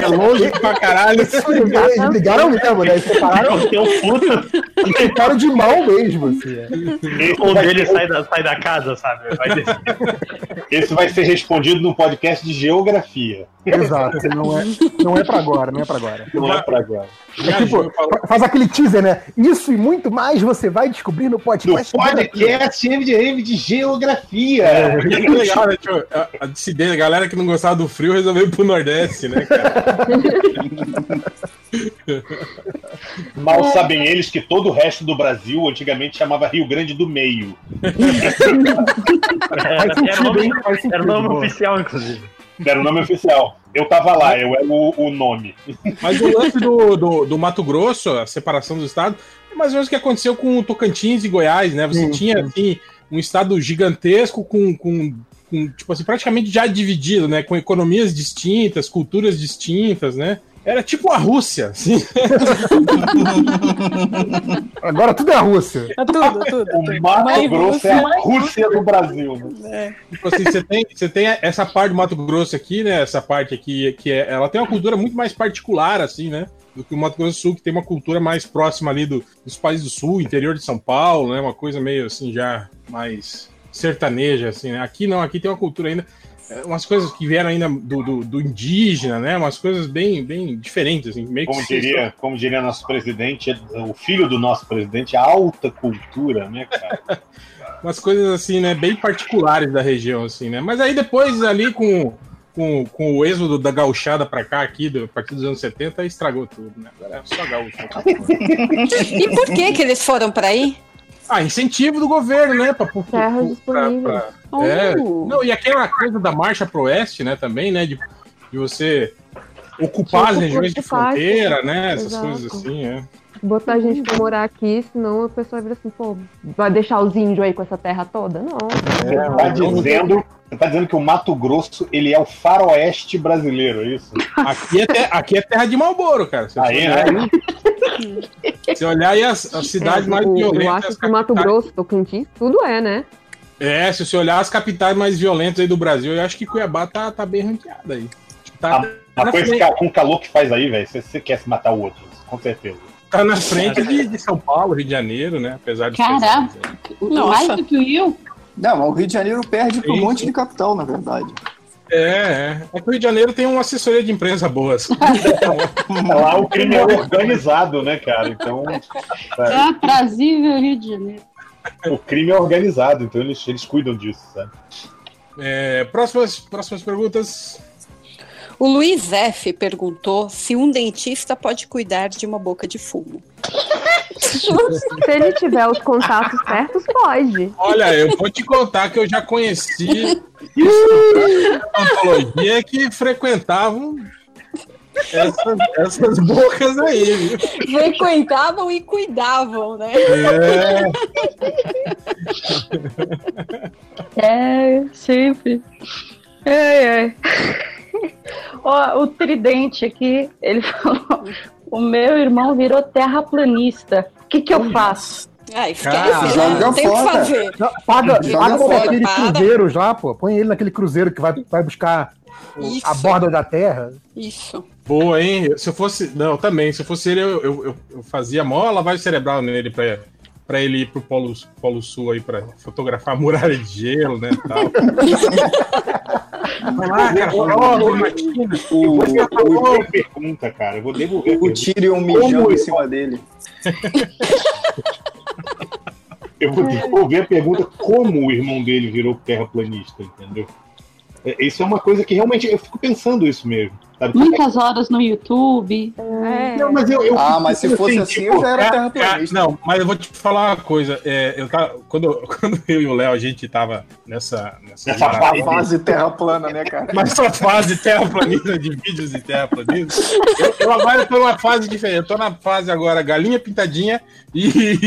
Speaker 15: É longe pra caralho.
Speaker 14: Eles ligaram, eles ligaram mesmo, né? Eles separaram. Eles separaram de mal mesmo. Assim, é.
Speaker 13: Um deles sai da, sai da casa, sabe? Vai descer.
Speaker 17: Esse vai ser respondido num podcast de geografia.
Speaker 14: Exato, não é, não é pra agora, não é pra agora.
Speaker 17: Não é pra agora.
Speaker 14: É tipo, fa- faz aquele teaser, né? Isso e muito mais você vai descobrir no podcast.
Speaker 17: No
Speaker 14: podcast
Speaker 17: MDM de Geografia.
Speaker 15: É, muito legal, né? Tipo, a, a dissidência, a galera que não gostava do frio resolveu ir pro Nordeste, né, cara?
Speaker 17: Mal sabem eles que todo o resto do Brasil antigamente chamava Rio Grande do Meio.
Speaker 13: Era, era o nome, era o nome oficial, inclusive.
Speaker 17: Era o nome oficial. Eu tava lá, eu era o, o nome.
Speaker 15: Mas o lance do, do, do Mato Grosso, a separação dos estados, é mais ou menos o que aconteceu com o Tocantins e Goiás, né? Você tinha, assim, um estado gigantesco com, com, com, tipo assim, praticamente já dividido, né? Com economias distintas, culturas distintas, né? Era tipo a Rússia, assim.
Speaker 14: Agora tudo é a Rússia.
Speaker 8: É tudo, é tudo.
Speaker 17: O Mato Grosso é a Rússia do Brasil. né?
Speaker 15: Tipo assim, você tem, você tem essa parte do Mato Grosso aqui, né? Essa parte aqui, que é, ela tem uma cultura muito mais particular, assim, né? Do que o Mato Grosso do Sul, que tem uma cultura mais próxima ali do- dos países do Sul, interior de São Paulo, né? Uma coisa meio assim, já mais sertaneja, assim, né? Aqui não, aqui tem uma cultura ainda. é, Umas coisas que vieram ainda do, do, do indígena, né? Umas coisas bem, bem diferentes, assim, meio que
Speaker 17: Como
Speaker 15: se-
Speaker 17: diria, como diria nosso presidente, o filho do nosso presidente, a alta cultura, né, cara?
Speaker 15: umas coisas assim, né, bem particulares da região, assim, né? Mas aí depois ali com, com, com o êxodo da gauchada pra cá, aqui, do, a partir dos anos 70, estragou tudo, né? Agora é só gaúcho.
Speaker 8: E por que que eles foram pra aí?
Speaker 15: Ah, incentivo do governo, né? Pra, pra,
Speaker 8: Terras disponíveis. Oh.
Speaker 15: é. Não, e aquela coisa da marcha pro oeste, né, também, né, de, de você ocupar
Speaker 4: Tipo,
Speaker 15: as regiões de
Speaker 4: ocupar,
Speaker 15: fronteira,
Speaker 4: tipo,
Speaker 15: né, essas
Speaker 4: exato.
Speaker 15: coisas assim, é.
Speaker 4: Botar a gente pra morar aqui, senão a pessoa vira assim, pô, vai deixar os índios aí com essa terra toda? Não.
Speaker 15: É,
Speaker 17: Você tá dizendo, você tá dizendo que o Mato Grosso ele é o faroeste brasileiro, é isso?
Speaker 15: Aqui é, te- aqui é terra de Malboro, cara. Se
Speaker 17: Aí,
Speaker 15: olhar
Speaker 17: né?
Speaker 15: aí- se olhar aí as, as cidades
Speaker 4: É,
Speaker 15: mais
Speaker 4: eu-
Speaker 15: violentas...
Speaker 4: Eu acho que o Mato Grosso, Tocantins, tudo é, né?
Speaker 15: É, se você olhar as capitais mais violentas aí do Brasil, eu acho que Cuiabá tá, tá bem ranqueada aí. Tipo, Tá,
Speaker 17: Mas
Speaker 15: na
Speaker 17: com, Ah, esse,
Speaker 15: frente,
Speaker 17: ca- com o calor que faz aí, velho, você, você quer se matar o outro, com certeza.
Speaker 15: tá na frente de, de São Paulo, Rio de Janeiro, né? Apesar de.
Speaker 12: Caraca,
Speaker 15: Nossa.
Speaker 12: mais do que o Rio? Não, mas o Rio de Janeiro perde pra um monte de capital, na verdade.
Speaker 15: É, é. É que o Rio de Janeiro tem uma assessoria de imprensa boa. assim.
Speaker 17: Lá o crime é organizado, né, cara? Então.
Speaker 11: É aprazível Rio de Janeiro.
Speaker 17: o crime é organizado, então eles, eles cuidam disso, sabe?
Speaker 15: É, próximas, próximas perguntas.
Speaker 19: O Luiz F perguntou se um dentista pode cuidar de uma boca de fumo.
Speaker 4: Se ele tiver os contatos certos, pode.
Speaker 15: Olha, eu vou te contar que eu já conheci odontologia que frequentavam essas, essas bocas aí. viu?
Speaker 8: Frequentavam e cuidavam, né?
Speaker 15: É.
Speaker 11: É, sempre. Ai, ai. Ó, o tridente aqui, ele falou: o meu irmão virou terraplanista. O que, que eu faço?
Speaker 8: Ah,
Speaker 19: Ai,
Speaker 11: É
Speaker 12: Ah,
Speaker 8: né?
Speaker 14: Cara, Não, Paga,
Speaker 11: Joga
Speaker 14: paga
Speaker 11: fora.
Speaker 14: aqueles
Speaker 11: Para.
Speaker 14: cruzeiros lá, pô. Põe ele naquele cruzeiro que vai, vai buscar o- a borda da terra.
Speaker 19: Isso.
Speaker 15: Boa, hein? Se eu fosse. Não, também. Se eu fosse ele, eu, eu, eu- eu fazia mó lavagem cerebral nele pra, pra ele ir pro Polo, Polo Sul aí pra fotografar a muralha de gelo, né? e Tal. Vai lá, cara.
Speaker 17: O- O, o, Igor pergunta, cara. Eu vou devolver. O
Speaker 12: um
Speaker 17: Tyrion mijando em cima dele. Eu vou devolver a pergunta como o irmão dele virou terraplanista, entendeu? É, Isso é uma coisa que realmente eu fico pensando isso mesmo. Sabe?
Speaker 11: Muitas horas no YouTube.
Speaker 17: Não, mas eu- eu- Ah, mas se fosse assim,
Speaker 11: tipo,
Speaker 17: eu já era
Speaker 15: Cara,
Speaker 17: terraplanista.
Speaker 15: cara, Ah, Não, mas eu vou te falar uma coisa. É, eu tava, quando, quando eu e o Léo, a gente tava nessa. Nessa,
Speaker 12: Essa
Speaker 15: parada-
Speaker 12: fase terra plana, né, cara?
Speaker 15: Mas essa fase terraplanista de vídeos e terraplanista, eu, eu agora tô numa fase diferente. Eu tô na fase agora galinha pintadinha e.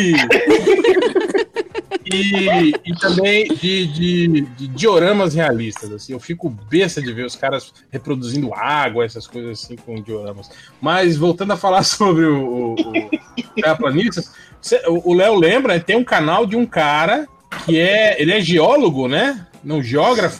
Speaker 15: e, e também de, de, de dioramas realistas. Assim. Eu fico besta de ver os caras reproduzindo água, essas coisas assim com dioramas. Mas voltando a falar sobre o, o, o terraplanistas, É, cê- o o Léo lembra, tem um canal de um cara que é. Ele é geólogo, né? Não, geógrafo.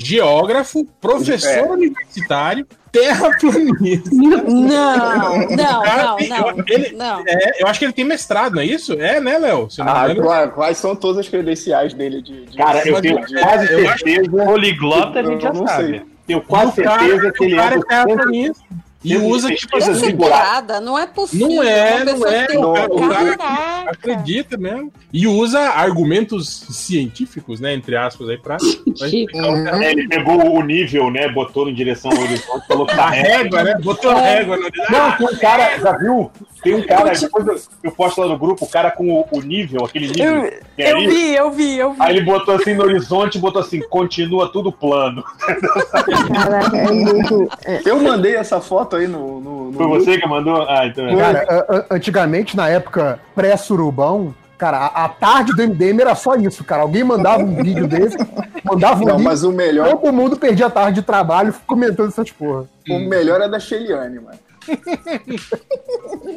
Speaker 15: Geógrafo, professor
Speaker 12: É.
Speaker 15: universitário, terraplanista.
Speaker 8: Não, não,
Speaker 15: O cara
Speaker 8: não,
Speaker 15: tem-
Speaker 8: não,
Speaker 15: eu- ele-
Speaker 8: não.
Speaker 15: é, eu acho que ele tem mestrado, não é isso? É, né, Léo? Se eu não me
Speaker 12: Ah,
Speaker 15: engano.
Speaker 12: claro, quais são todas as credenciais dele de. de-
Speaker 15: Cara, eu tenho quase certeza-
Speaker 17: Poliglota a gente já
Speaker 12: Eu não
Speaker 17: sabe.
Speaker 12: sei.
Speaker 17: Tenho quase
Speaker 15: E o cara-
Speaker 17: certeza que
Speaker 15: o
Speaker 17: ele
Speaker 15: cara
Speaker 17: é
Speaker 15: é terraplanista. E usa, tipo,
Speaker 17: Essa
Speaker 15: assim,
Speaker 8: Parada, não é possível.
Speaker 15: Não é,
Speaker 8: uma
Speaker 15: não
Speaker 8: pessoa
Speaker 15: é.
Speaker 8: ter
Speaker 15: O
Speaker 8: um
Speaker 15: cara, o cara é
Speaker 8: cara-
Speaker 15: acredita mesmo. E usa argumentos científicos, né? Entre aspas, aí pra. pra explicar o cara.
Speaker 17: É, ele pegou o nível, né? Botou em direção ao horizonte, falou que tá
Speaker 15: A régua, né? Botou a régua. né?
Speaker 17: Não, tem um cara, já viu? Tem um cara, depois eu, eu posto lá no grupo, o cara com o, o nível, aquele nível.
Speaker 8: Eu,
Speaker 17: que tem
Speaker 8: eu
Speaker 17: ali.
Speaker 8: vi, eu vi, eu vi.
Speaker 17: Aí ele botou assim no horizonte, botou assim, continua tudo plano.
Speaker 11: É,
Speaker 12: Eu mandei essa foto aí no. no, no
Speaker 17: Foi você que mandou? Ah, então é.
Speaker 14: Cara, a- a- antigamente, na época pré-surubão, cara, a, a tarde do MDM era só isso, cara. Alguém mandava um vídeo desse, mandava um
Speaker 12: Não,
Speaker 14: link,
Speaker 12: mas o melhor-
Speaker 14: Todo mundo perdia a tarde de trabalho comentando essas porra.
Speaker 12: O melhor é da Sheliane, mano.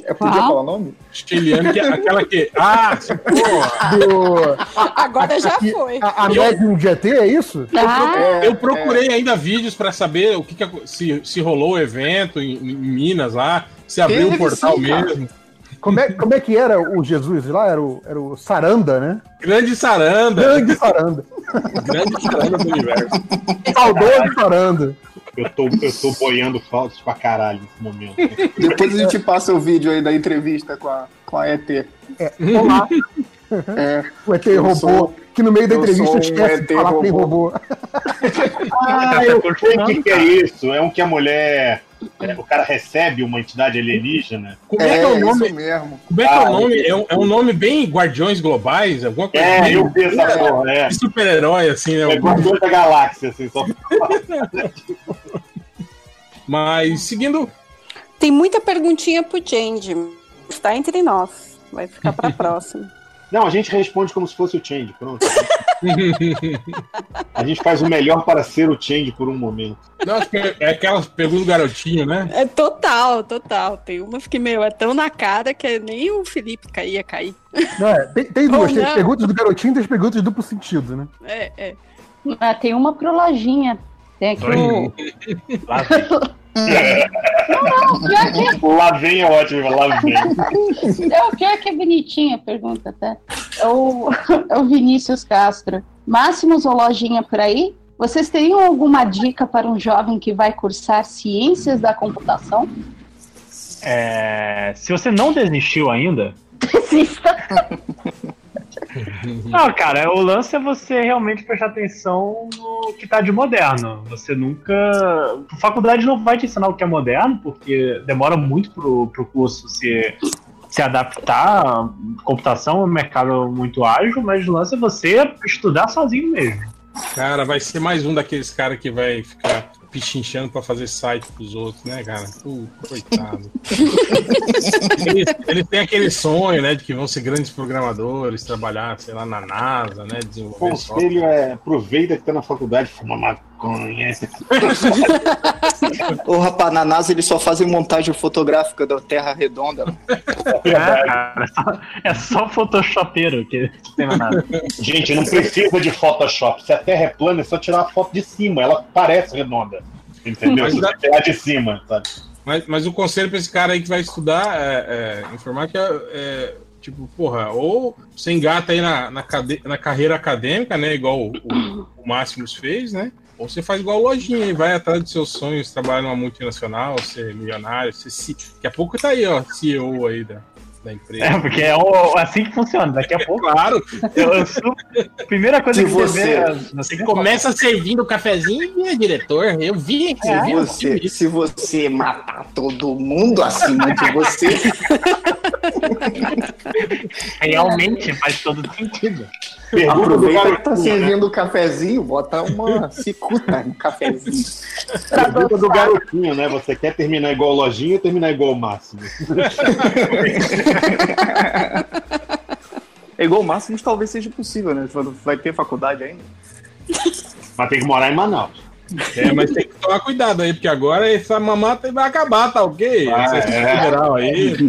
Speaker 12: É, podia
Speaker 14: Qual?
Speaker 12: falar o nome?
Speaker 15: Chiliano, que é aquela que. Ah, se- porra!
Speaker 8: Agora já
Speaker 14: Aqui,
Speaker 8: foi.
Speaker 14: A, a Medium GT, é isso?
Speaker 11: Tá.
Speaker 15: Eu,
Speaker 12: é,
Speaker 15: pro- eu procurei ainda vídeos pra saber o que, que aco- se, se rolou o evento em, em Minas lá, se abriu o
Speaker 14: Teve
Speaker 15: portal
Speaker 14: sim, cara.
Speaker 15: mesmo.
Speaker 14: Como é, como é que era o Jesus lá? Era o, era o Saranda, né?
Speaker 15: Grande saranda.
Speaker 14: Grande saranda.
Speaker 15: Grande saranda do universo.
Speaker 14: Saudoso saranda.
Speaker 17: Eu tô, eu tô boiando falsos pra caralho nesse momento.
Speaker 12: Depois a gente passa o vídeo aí da entrevista com a, com a É, ET.
Speaker 14: olá. o ET
Speaker 12: É, eu
Speaker 14: robô,
Speaker 12: sou-
Speaker 14: que no meio da
Speaker 12: eu
Speaker 14: entrevista
Speaker 12: sou um
Speaker 14: esquece de
Speaker 12: ET
Speaker 14: falar que tem robô.
Speaker 17: Ah, eu sei o que, que é isso. É um que a mulher. é, o cara recebe uma entidade alienígena.
Speaker 15: Como é, que é o nome? Como é que é o
Speaker 17: Ah,
Speaker 15: nome? É um, é um nome bem Guardiões Globais? Alguma coisa
Speaker 17: É,
Speaker 15: bem-
Speaker 17: eu vi essa porra, é.
Speaker 15: De super-herói, assim, né?
Speaker 17: É Guardiões da Galáxia, assim, só.
Speaker 15: Mas seguindo.
Speaker 19: Tem muita perguntinha pro Change. Está entre nós. Vai ficar pra próxima.
Speaker 17: Não, a gente responde como se fosse o Change, pronto. a gente faz o melhor para ser o Change por um momento.
Speaker 15: Não, acho que é aquelas perguntas do garotinho, né?
Speaker 19: É total, total. Tem uma que, meu, é tão na cara que nem o Felipe caía cair.
Speaker 14: Não, é, tem, tem
Speaker 19: Ou
Speaker 14: duas, tem as
Speaker 19: Oh, não.
Speaker 14: perguntas do garotinho e tem as perguntas de duplo sentido, né?
Speaker 19: É, é.
Speaker 11: Ah, tem uma pro Lojinha. Tem aqui o.
Speaker 17: Lá vem.
Speaker 13: Hum.
Speaker 17: Lá vem é ótimo, lá vem.
Speaker 11: É o pior que é bonitinha a pergunta, até. É o, é o Vinícius Castro. Máximos ou lojinha por aí? Vocês teriam alguma dica para um jovem que vai cursar ciências da computação?
Speaker 20: É, se você não desistiu ainda,
Speaker 13: Não, cara, o lance é você realmente prestar atenção no que tá de moderno. Você nunca. A faculdade não vai te ensinar o que é moderno, porque demora muito pro, pro curso se, se adaptar. Computação é um mercado muito ágil, mas o lance é você estudar sozinho mesmo.
Speaker 15: Cara, vai ser mais um daqueles caras que vai ficar pichinchando pra fazer site pros outros, né, cara? Pô, coitado. eles, eles têm aquele sonho, né, de que vão ser grandes programadores, trabalhar, sei lá, na NASA, né,
Speaker 17: O
Speaker 15: desenvolver software.
Speaker 17: conselho é aproveita que tá na faculdade, fuma maconha.
Speaker 12: Ô, rapaz, na NASA eles só fazem montagem fotográfica da Terra Redonda.
Speaker 13: É, cara, é só- é só photoshopeiro que que tem mais nada.
Speaker 17: Gente, não precisa de Photoshop. Se a Terra é plana, é só tirar a foto de cima. Ela parece redonda. Entendeu?
Speaker 15: Mas
Speaker 17: Se
Speaker 15: dá-
Speaker 17: você tirar de cima, sabe?
Speaker 15: Mas, mas o conselho pra esse cara aí que vai estudar é, é, informática é, tipo, porra, ou você engata aí na, na, cade- na carreira acadêmica, né? Igual o, o, o Máximos fez, né? Ou você faz igual a lojinha e vai atrás dos seus sonhos, trabalha numa multinacional, ser milionário, ser se, daqui a pouco tá aí, ó, CEO aí da, da empresa. É
Speaker 13: É, porque é o- assim que funciona. Daqui a pouco.
Speaker 15: Claro.
Speaker 13: Eu, eu sou- primeira coisa
Speaker 15: Se
Speaker 13: que
Speaker 15: você-
Speaker 13: você vê. é
Speaker 15: Você começa servindo o cafezinho e é diretor. Eu vi um que
Speaker 12: Se você, se você matar todo mundo acima de você,
Speaker 13: Realmente faz
Speaker 15: um
Speaker 13: todo sentido.
Speaker 12: aproveita que tá
Speaker 15: né?
Speaker 12: servindo o cafezinho, bota uma cicuta no cafezinho. Tá
Speaker 17: Pergunta do garotinho, né? Você quer terminar igual lojinha ou terminar igual o máximo?
Speaker 12: É igual o máximo, talvez seja possível, né? Vai ter faculdade ainda.
Speaker 17: Mas tem que morar em Manaus.
Speaker 15: É, mas tem que tomar cuidado aí, porque agora essa mamata vai acabar, tá ok?
Speaker 17: Ah,
Speaker 15: Essa
Speaker 17: é.
Speaker 15: federal aí.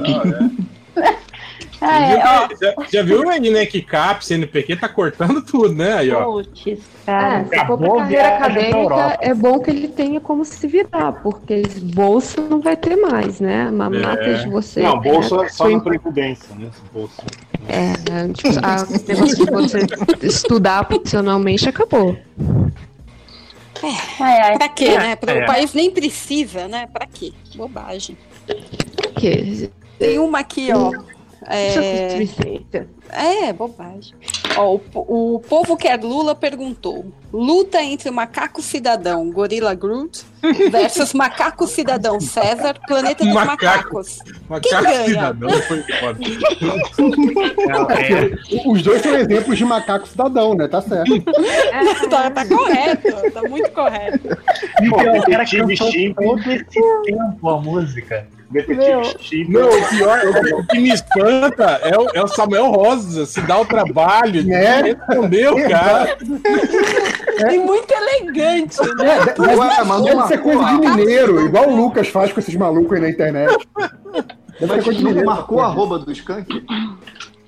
Speaker 15: Tá,
Speaker 5: Ah,
Speaker 15: né?
Speaker 11: É,
Speaker 15: já, viu, já, já viu aí, né, que CAP, CNPq tá cortando tudo, né? Aí, ó.
Speaker 11: Putz,
Speaker 4: É,
Speaker 11: cara, se for pra
Speaker 13: Acabou a
Speaker 11: carreira
Speaker 13: viagem pra Europa.
Speaker 11: acadêmica, é bom que ele tenha como se virar, porque bolsa não vai ter mais, né? Mamata
Speaker 17: É.
Speaker 11: de você.
Speaker 17: Não, bolsa
Speaker 11: né?
Speaker 17: só
Speaker 11: Foi-
Speaker 17: na previdência, né? Bolsa.
Speaker 11: É, tipo, a- o negócio de você estudar profissionalmente acabou.
Speaker 19: É. Pra quê,
Speaker 11: É,
Speaker 19: né? Pra-
Speaker 11: é.
Speaker 19: O país nem precisa, né? Pra quê? Bobagem.
Speaker 11: Porque
Speaker 19: Tem uma aqui, ó.
Speaker 11: Isso é
Speaker 19: É, é bobagem. Ó, o, po- o povo quer Lula perguntou: luta entre o macaco cidadão Gorila Groot versus macaco cidadão César, planeta dos
Speaker 15: Macaco.
Speaker 19: macacos. Quem
Speaker 15: Macaco
Speaker 19: ganha?
Speaker 15: cidadão foi foda.
Speaker 14: Os dois são exemplos de macaco cidadão, né? Tá certo.
Speaker 19: tá, tá correto, tá muito correto.
Speaker 13: o cara
Speaker 17: Detetive
Speaker 13: cantou
Speaker 17: Chimp.
Speaker 13: todo esse tempo a música.
Speaker 15: Não, o pior,
Speaker 14: é
Speaker 15: o que me espanta é o, é o Samuel Rosa, se dá o trabalho,
Speaker 13: É.
Speaker 15: né? Respondeu, cara.
Speaker 9: E muito elegante, né?
Speaker 14: É, de-
Speaker 9: Tudo
Speaker 14: deve,
Speaker 9: na
Speaker 14: deve
Speaker 9: boa.
Speaker 14: ser coisa
Speaker 19: é
Speaker 14: de mineiro, igual o Lucas faz com esses malucos aí na internet. Deve ser
Speaker 12: Mas
Speaker 14: coisa de
Speaker 12: não
Speaker 14: mineiro.
Speaker 12: marcou a arroba do skunk?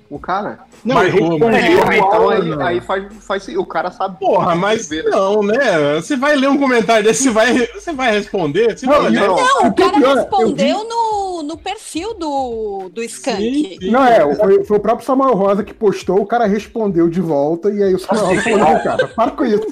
Speaker 12: O cara?
Speaker 15: Não, Marcou,
Speaker 12: respondeu,
Speaker 15: marcou.
Speaker 12: então aí, aí faz, faz. O cara sabe.
Speaker 15: é, Porra, Ah, mas não, né? Você vai ler um comentário desse, você vai, você vai responder? Você vai olhar.
Speaker 19: Não, o cara
Speaker 14: pior, eu
Speaker 19: respondeu no, no perfil do, do Skank.
Speaker 14: Não, é, foi, foi o próprio Samuel Rosa que postou, o cara respondeu de volta, e aí o Samuel Rosa falou, não, cara, para com isso.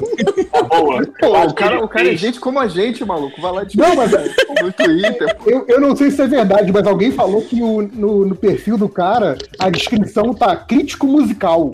Speaker 12: Pô, o cara, o cara é gente como a gente, maluco. Vai lá de
Speaker 14: Não, mas-
Speaker 15: é-
Speaker 12: no Twitter.
Speaker 14: Eu, eu não sei se é verdade, mas alguém falou que o- no, no perfil do cara a descrição tá crítico musical.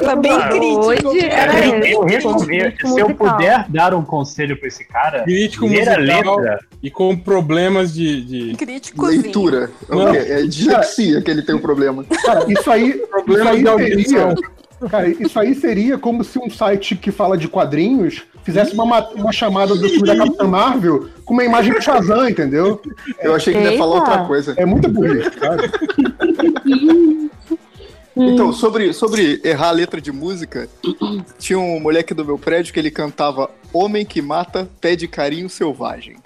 Speaker 13: Tá bem crítico.
Speaker 11: Hoje era
Speaker 13: Eu-
Speaker 11: esse. tipo
Speaker 13: eu recomendo,
Speaker 11: Crítico
Speaker 13: se eu
Speaker 11: musical.
Speaker 13: puder dar um conselho pra esse cara,
Speaker 15: Crítico
Speaker 13: ler a
Speaker 15: musical
Speaker 13: letra.
Speaker 15: e com problemas de. de...
Speaker 19: Críticozinho.
Speaker 12: Leitura.
Speaker 15: Não.
Speaker 12: É, é dislexia que ele tem o problema.
Speaker 14: Cara, isso aí, isso
Speaker 15: Problema
Speaker 14: aí
Speaker 15: de audição.
Speaker 14: seria. Cara, isso aí seria como se um site que fala de quadrinhos fizesse uma, ma- uma chamada do filme da Capitã Marvel com uma imagem do Shazam, entendeu?
Speaker 12: Eu achei que ele ia falar Eita. outra coisa.
Speaker 14: É muito bonito, cara.
Speaker 12: Então, sobre, sobre errar a letra de música, tinha um moleque do meu prédio que ele cantava Homem que mata, pede carinho selvagem.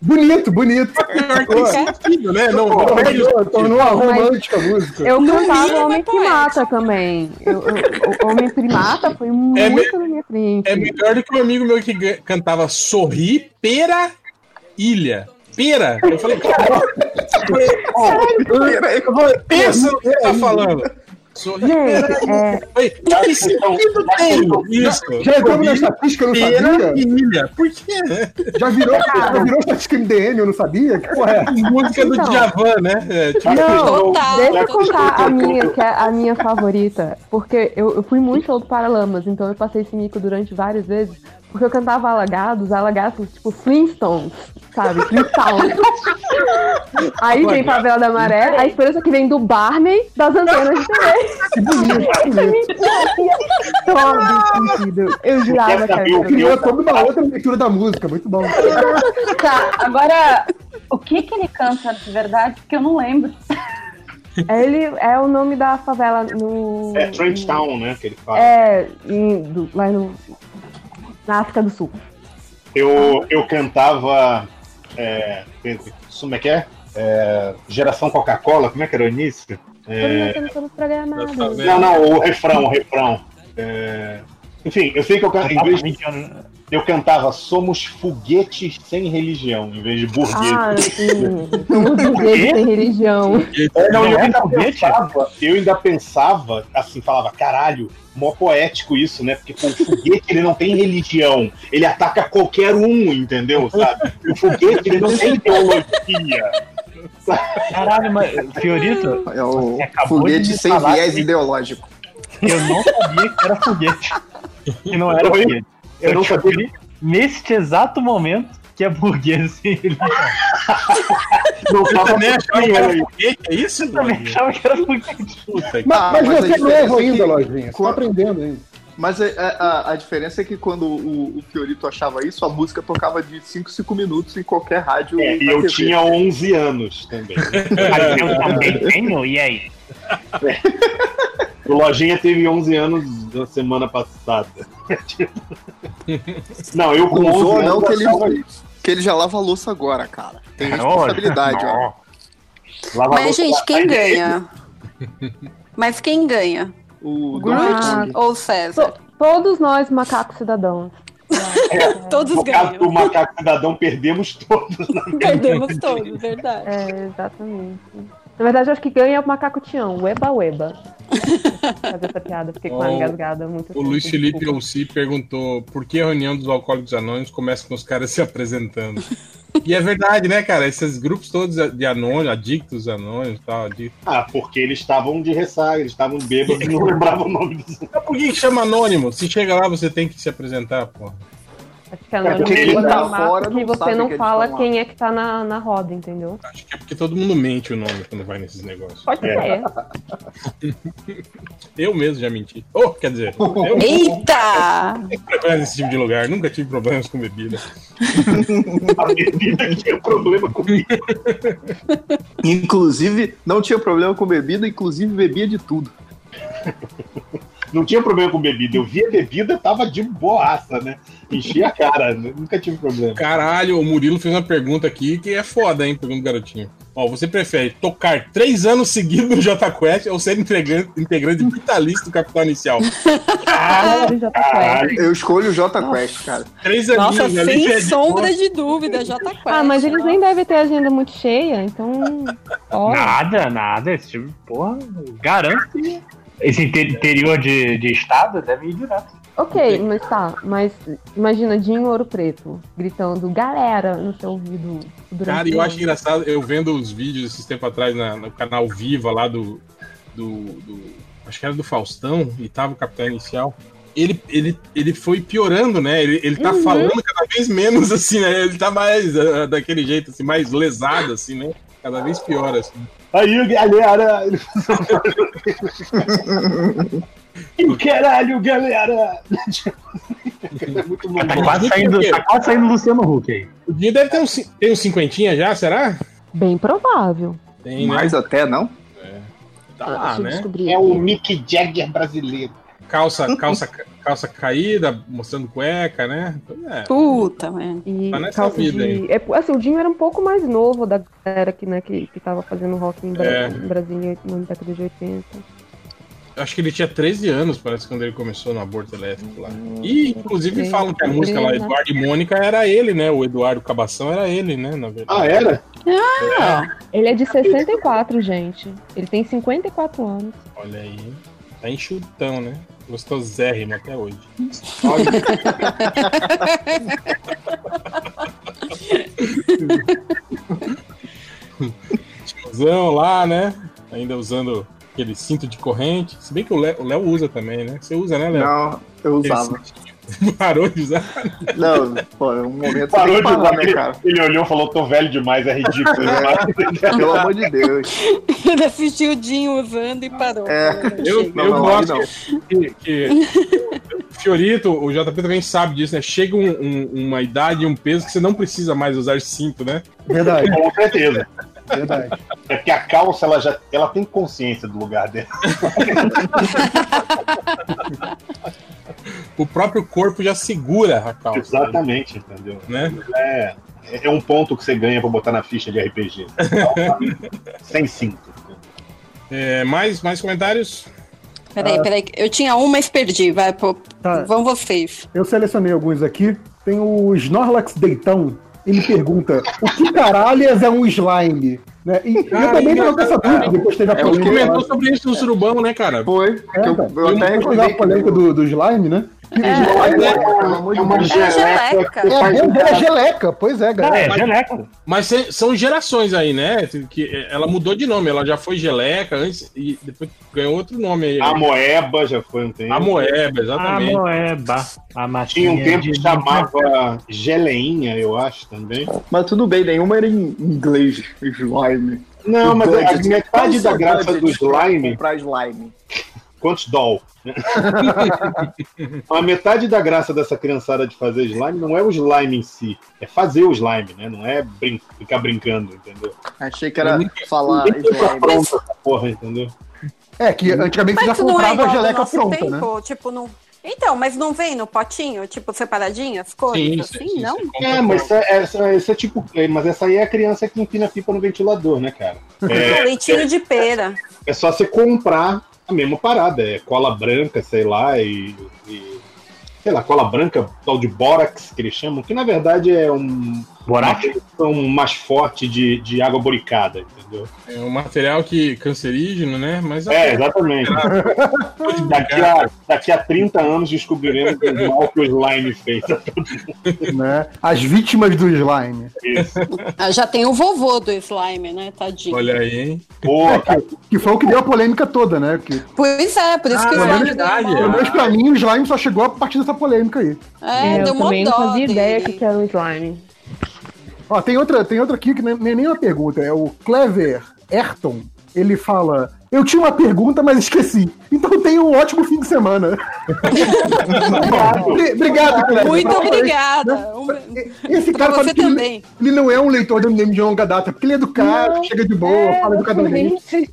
Speaker 14: Bonito, bonito. é
Speaker 15: Tem sentido, né? Não,
Speaker 14: Pô, tornou- tornou a romântica a música.
Speaker 4: Eu
Speaker 14: não
Speaker 4: cantava Homem Primata também. Eu, eu- o Homem Primata foi muito
Speaker 15: É
Speaker 4: na minha frente.
Speaker 15: É melhor do que um amigo meu que gan- cantava Sorri Pera Ilha. Pera! Eu falei, cara, ó, eu falei, ó, pensa no que você tá falando. Sou é... Oi, que sentido tem isso?
Speaker 14: Já entramos na estatística, eu não sabia.
Speaker 15: Ilha. Por quê?
Speaker 14: Já virou, já virou estatística MDM, eu não sabia? Que porra é?
Speaker 15: Música do
Speaker 4: Então.
Speaker 15: Djavan, né? É, tipo,
Speaker 4: Não,
Speaker 14: Tá
Speaker 4: deixa eu contar a minha, que é a minha favorita. Porque eu, eu fui muito outro Paralamas, então eu passei esse mico durante várias vezes. Porque eu cantava alagados, alagados tipo Flintstones, sabe? Flintstones. Aí vem Favela da Maré, a esperança que vem do Barney, das antenas de TV. Todo sentido. Eu jurava, cara. que
Speaker 14: Eu
Speaker 4: era
Speaker 14: criou toda uma outra leitura da música, muito bom.
Speaker 11: Tá, agora, o que que ele canta de verdade? Porque eu não lembro.
Speaker 4: Ele é o nome da favela no.
Speaker 17: É Trench Town, né? Que ele fala.
Speaker 4: É, em- do- lá no. Na África do Sul.
Speaker 17: Eu, eu cantava. É, como é que é? É, Geração Coca-Cola, como é que era o início? É, Não, não, o refrão, o refrão. É, Enfim, eu sei que eu canto em inglês. Eu cantava Somos Foguetes Sem Religião, em vez de burguês.
Speaker 4: Ah, sim. Somos burgueses sem religião.
Speaker 17: É, não, eu,
Speaker 4: Não é
Speaker 17: ainda
Speaker 4: foguete?
Speaker 17: pensava, eu ainda pensava, assim, falava, caralho, mó poético isso, né? Porque pô, o foguete ele não tem religião, ele ataca qualquer um, entendeu? Sabe? O foguete ele não tem ideologia.
Speaker 20: Caralho, mas Fiorito,
Speaker 12: É o
Speaker 20: você acabou de
Speaker 12: foguete
Speaker 20: me
Speaker 12: sem
Speaker 20: falar
Speaker 12: viés
Speaker 20: que
Speaker 12: ideológico.
Speaker 20: Eu não sabia que era foguete. Que não era
Speaker 12: Oi?
Speaker 20: foguete.
Speaker 12: Eu
Speaker 20: Eu,
Speaker 12: não
Speaker 20: descobri neste exato momento que é burguês sem religião.
Speaker 17: Não
Speaker 20: eu
Speaker 15: tava
Speaker 20: também achava que era
Speaker 15: acompanhando.
Speaker 20: foguete, é isso? Eu também achava que era foguete.
Speaker 12: Ah,
Speaker 14: mas
Speaker 12: a
Speaker 14: você é
Speaker 12: diferença
Speaker 14: novo
Speaker 12: é que-
Speaker 14: ainda, Lojinha. Você tá aprendendo ainda.
Speaker 12: Mas é- é- a, a diferença é que quando o, o Fiorito achava isso, a música tocava de 5, 5 minutos em qualquer rádio.
Speaker 17: É, e
Speaker 12: na
Speaker 17: eu
Speaker 12: TV.
Speaker 17: tinha 11 anos também.
Speaker 12: Mas eu também
Speaker 20: Ah, tenho, e aí?
Speaker 17: O Lojinha teve 11 anos na semana passada. Tipo, não, eu com
Speaker 12: Não usou
Speaker 17: 11
Speaker 12: não
Speaker 17: anos
Speaker 12: que
Speaker 17: achava É,
Speaker 12: ele, que ele já lava a louça agora, cara. Tem
Speaker 17: Olha,
Speaker 12: responsabilidade, ó.
Speaker 17: Lava
Speaker 19: Mas, gente, quem ganha? Mas quem ganha?
Speaker 12: O
Speaker 19: Groot ou César?
Speaker 4: Todos nós, macacos cidadãos.
Speaker 17: Todos ganham. É, No caso do Macaco Cidadão, perdemos todos. né?
Speaker 4: Perdemos todos, verdade. É, exatamente. Na verdade, eu acho que ganha é o macaco Tião, o Eba Weba. Fazer essa piada, fiquei com a
Speaker 15: Oh,
Speaker 4: engasgada muito.
Speaker 15: O Luiz Felipe Olsi perguntou por que a reunião dos alcoólicos anônimos começa com os caras se apresentando. E é verdade, né, cara? Esses grupos todos de anônimos, adictos anônimos e tal. Adictos.
Speaker 17: Ah, porque eles estavam de ressaca, eles estavam bêbados e não lembravam o nome dos
Speaker 15: Mas Então, por que que chama anônimo? Se chega lá, você tem que se apresentar, porra.
Speaker 4: Acho que a Nani
Speaker 15: porque ele
Speaker 4: botou
Speaker 15: tá
Speaker 4: no mapa
Speaker 15: fora,
Speaker 4: que
Speaker 15: não
Speaker 4: você
Speaker 15: sabe
Speaker 4: não
Speaker 15: que eles
Speaker 4: fala
Speaker 15: estão lá.
Speaker 4: quem é que tá na, na roda, entendeu?
Speaker 15: É porque todo mundo mente o nome quando vai nesses negócios. É.
Speaker 4: Pode ser.
Speaker 15: Eu mesmo já menti. Oh, quer dizer, eu
Speaker 19: Eita!
Speaker 15: não tenho problema nesse tipo de lugar, nunca tive problemas com bebida.
Speaker 17: A bebida que é problema comigo.
Speaker 12: Inclusive, não tinha problema com bebida, inclusive bebia de tudo.
Speaker 17: Não tinha problema com bebida. Eu via bebida, tava de boaça, né? Enchia a cara, né? nunca tive problema.
Speaker 15: Caralho, o Murilo fez uma pergunta aqui que é foda, hein? Pergunta do garotinho. Ó, você prefere tocar três anos seguidos no Jota Quest ou ser integrante, integrante vitalício do Capital Inicial? tá
Speaker 12: Caralho, Eu escolho o Jota Quest, cara.
Speaker 15: Três
Speaker 12: aninhos
Speaker 19: Nossa,
Speaker 12: ali,
Speaker 19: sem
Speaker 12: perdi.
Speaker 19: sombra de dúvida, já tá quase.
Speaker 4: Ah, mas eles nem devem ter agenda muito cheia, então. Ó.
Speaker 20: Nada, nada. Esse tipo, porra, garanto que esse inter- interior de, de estado deve ir direto.
Speaker 4: Ok, mas tá, mas imagina Dinho Ouro Preto gritando galera no seu ouvido durante um
Speaker 15: Cara, eu
Speaker 4: o
Speaker 15: acho
Speaker 4: ano.
Speaker 15: engraçado, eu vendo os vídeos esses tempos atrás na- no canal Viva lá do, do, do- Acho que era do Faustão e tava o Capitão Inicial. Ele, ele, ele foi piorando, né? Ele, ele tá
Speaker 17: Uhum.
Speaker 15: falando cada vez menos, assim, né? Ele tá mais ah, daquele jeito, assim, mais lesado, assim, né? Cada vez pior, assim.
Speaker 17: Aí, galera! um Caralho, galera! É muito bom.
Speaker 20: Tá quase saindo, tá quase saindo Luciano Huck aí.
Speaker 15: O Dinho deve ter um, cin- tem um cinquentinha já, será?
Speaker 4: Bem provável.
Speaker 15: Tem,
Speaker 14: né?
Speaker 12: Mais até, não?
Speaker 15: Tá lá, né?
Speaker 17: É o Mick Jagger brasileiro.
Speaker 15: Calça, calça, calça caída, mostrando cueca, né?
Speaker 4: Uh.
Speaker 15: É.
Speaker 19: Puta, mano.
Speaker 4: E
Speaker 15: Tá nessa
Speaker 4: calça
Speaker 15: vida
Speaker 4: de... é, assim, o Dinho era um pouco mais novo da galera que, né, que, que tava fazendo rock em Bra...
Speaker 15: É.
Speaker 4: em Brasília no década de 80.
Speaker 15: Acho que ele tinha 13 anos, parece, quando ele começou no aborto elétrico lá. E, inclusive,
Speaker 16: Sim,
Speaker 15: falam que a música lá,
Speaker 16: Sabrina.
Speaker 15: Eduardo e Mônica, era ele, né? O Eduardo Cabação era ele, né? Na verdade.
Speaker 17: Ah, era?
Speaker 4: Ah, ele é de 64, gente. Ele tem 54 anos.
Speaker 15: Olha aí. Tá enxutão, né? Gostosérrimo até hoje. Tiozão lá, né? Ainda usando aquele cinto de corrente. Se bem que o Léo o Léo usa também, né? Você usa,
Speaker 14: É,
Speaker 15: né, Léo?
Speaker 12: Não, eu
Speaker 15: Aquele
Speaker 12: usava.
Speaker 15: cinto. Parou de usar?
Speaker 12: Não, pô, é um momento tem
Speaker 17: Parou
Speaker 12: que
Speaker 17: de
Speaker 12: parar,
Speaker 17: usar,
Speaker 12: né,
Speaker 17: ele,
Speaker 12: cara?
Speaker 17: ele olhou e falou, tô velho demais, é ridículo.
Speaker 12: É, pelo amor de Deus.
Speaker 19: Ele assistiu o Dinho usando e parou.
Speaker 5: É.
Speaker 15: Eu,
Speaker 12: Não,
Speaker 15: eu
Speaker 12: não,
Speaker 15: gosto
Speaker 12: aí
Speaker 15: que, que- Fiorito, o JP também sabe disso, né? Chega um- um- uma idade e um peso que você não precisa mais usar cinto, né?
Speaker 14: Verdade.
Speaker 12: É,
Speaker 17: Com certeza.
Speaker 14: Verdade.
Speaker 17: É porque a calça, ela já ela tem consciência do lugar dela.
Speaker 15: O próprio corpo já segura a calça.
Speaker 17: Exatamente, entendeu?
Speaker 15: Né?
Speaker 17: É, é um ponto que você ganha pra botar na ficha de RPG. Sem cinto.
Speaker 15: É, mais, mais comentários?
Speaker 19: Peraí,
Speaker 14: Ah.
Speaker 19: peraí. Eu tinha um, mas perdi. Vai, pô.
Speaker 14: Tá.
Speaker 19: Vão vocês.
Speaker 14: Eu selecionei alguns aqui. Tem o Snorlax Deitão. Ele pergunta: o que caralhas é um slime? Né? E, e eu também
Speaker 15: Caralho,
Speaker 14: não tenho essa dúvida, depois teve a
Speaker 15: É, ele
Speaker 14: polêmica.
Speaker 15: comentou
Speaker 14: lá.
Speaker 15: sobre isso no surubão, né, cara?
Speaker 12: Foi.
Speaker 14: É, cara. Depois teve a polêmica do, do slime, né? Que
Speaker 15: É.
Speaker 14: slime
Speaker 15: É
Speaker 14: uma-
Speaker 15: uma
Speaker 14: uma
Speaker 15: geleca.
Speaker 14: É, a bomba é geleca, pois é, galera.
Speaker 15: Mas- Mas se- são gerações aí, né? Que ela mudou de nome, ela já foi Geleca antes e depois ganhou outro nome aí.
Speaker 17: A moeba já foi um tempo.
Speaker 15: É. A moeba, exatamente.
Speaker 17: A
Speaker 20: moeba. A
Speaker 17: Tinha um tempo que
Speaker 20: de-
Speaker 17: chamava geleinha, eu acho, também.
Speaker 12: Mas tudo bem, nenhuma era em inglês, slime.
Speaker 17: Não,
Speaker 12: O
Speaker 17: mas a
Speaker 12: budget.
Speaker 17: metade
Speaker 12: Qual o
Speaker 17: da
Speaker 12: seu
Speaker 17: graça
Speaker 12: budget
Speaker 17: do slime-
Speaker 12: pra Comprar slime.
Speaker 17: Quantos doll? a metade da graça dessa criançada de fazer slime não é o slime em si, é fazer o slime, né? Não é brin- ficar brincando, entendeu?
Speaker 12: Achei que era
Speaker 17: Ninguém-
Speaker 12: falar
Speaker 17: ninguém fica
Speaker 12: slime.
Speaker 17: pronto essa porra, entendeu?
Speaker 14: É, que antigamente
Speaker 17: você já
Speaker 14: tu não comprava é igual a
Speaker 17: geleca
Speaker 14: nosso pronta, né? tempo,
Speaker 8: Tipo, não... Então, mas não vem no potinho, tipo, separadinho as coisas?
Speaker 17: Sim, sim,
Speaker 8: assim, não?
Speaker 17: É, mas essa, essa- essa é tipo. é, Mas essa aí é a criança que enfia a pipa no ventilador, né, cara?
Speaker 8: É, leitinho
Speaker 17: É,
Speaker 8: de pera.
Speaker 17: é só você comprar a mesma parada. É cola branca, sei lá, e. e- sei lá, cola branca, tal de bórax que eles chamam, que na verdade é um.
Speaker 20: Borax.
Speaker 17: Uma versão mais forte de, de água boricada, entendeu?
Speaker 15: É um material que cancerígeno, né? Mas
Speaker 17: É, exatamente.
Speaker 8: Ah,
Speaker 17: Daqui a, daqui a 30 anos descobriremos o mal que o slime fez.
Speaker 14: Né? As vítimas do slime.
Speaker 17: Isso.
Speaker 19: Ah, já tem o vovô do slime, né? Tadinho.
Speaker 15: Olha aí, hein?
Speaker 14: É, que, que foi o que deu a polêmica toda, né? Que,
Speaker 19: Pois é, por isso
Speaker 8: Ah,
Speaker 19: que o
Speaker 5: Ah,
Speaker 14: pelo
Speaker 19: slime
Speaker 14: menos, pelo menos pra mim, o slime só chegou a partir dessa polêmica aí.
Speaker 19: É,
Speaker 4: eu
Speaker 19: deu mó
Speaker 4: também
Speaker 19: dó
Speaker 4: não fazia
Speaker 19: dele.
Speaker 4: ideia que que era um slime.
Speaker 14: Ó, tem outra, tem outra aqui que nem, nem uma pergunta, é o Clever Ayrton. Ele fala: Eu tinha uma pergunta, mas esqueci. Então tenha um ótimo fim de semana. Obri- obrigado, Clever.
Speaker 19: Muito
Speaker 14: Parabéns.
Speaker 19: obrigada. Um
Speaker 14: Esse
Speaker 19: Pra
Speaker 14: cara
Speaker 19: você
Speaker 14: sabe que
Speaker 19: também.
Speaker 14: ele, ele não é um leitor do MDM de longa data, porque ele é educado, chega de boa,
Speaker 19: é,
Speaker 14: fala educadamente.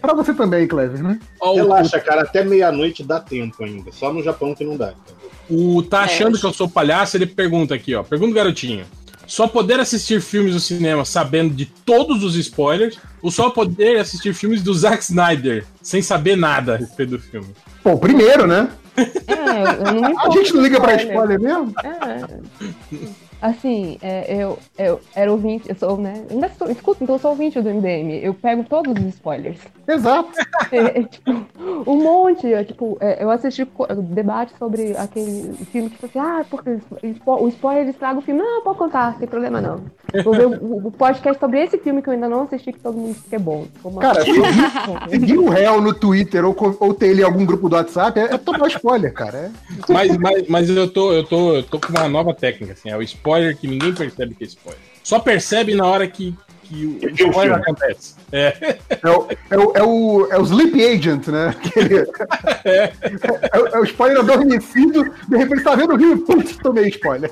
Speaker 14: pra você também, Clever, né?
Speaker 17: Relaxa, cara, até meia-noite dá tempo ainda. Só no Japão que não dá.
Speaker 15: O tá achando que eu sou palhaço, ele pergunta aqui, ó. Pergunta, garotinho. Só poder assistir filmes no cinema sabendo de todos os spoilers, ou só poder assistir filmes do Zack Snyder, sem saber nada a respeito do filme?
Speaker 14: Pô, primeiro, né?
Speaker 4: É, eu não me
Speaker 14: A
Speaker 4: importo
Speaker 14: gente não liga pra
Speaker 4: com né?
Speaker 14: spoiler mesmo?
Speaker 4: É. Assim, é, eu, eu era ouvinte, eu sou, né? Ainda sou, escuta, então eu sou ouvinte do MDM. Eu pego todos os spoilers.
Speaker 14: Exato.
Speaker 4: É, é, tipo, um monte. é, tipo, é, eu assisti co- debate sobre aquele filme que tipo assim, ah, porque spo- o spoiler estraga o filme. Não, pode contar, não tem problema não. Vou ver o, o podcast sobre esse filme que eu ainda não assisti, que todo mundo disse que é bom. Como-
Speaker 14: Cara, seguir, seguir o réu no Twitter ou, co- ou ter ele em algum grupo do WhatsApp é, é tomar spoiler, cara. É-
Speaker 15: Mas, mas, mas eu, tô, eu, tô, eu tô com uma nova técnica, assim. É o spoiler que ninguém percebe que é spoiler. Só percebe na hora que, que o
Speaker 14: que o
Speaker 15: spoiler
Speaker 14: filme.
Speaker 15: acontece. É.
Speaker 14: É o, é, o, é, o, é o Sleep Agent, né? Aquele- é, o- é o spoiler adormecido, de repente tá vendo o rio, putz, tomei spoiler.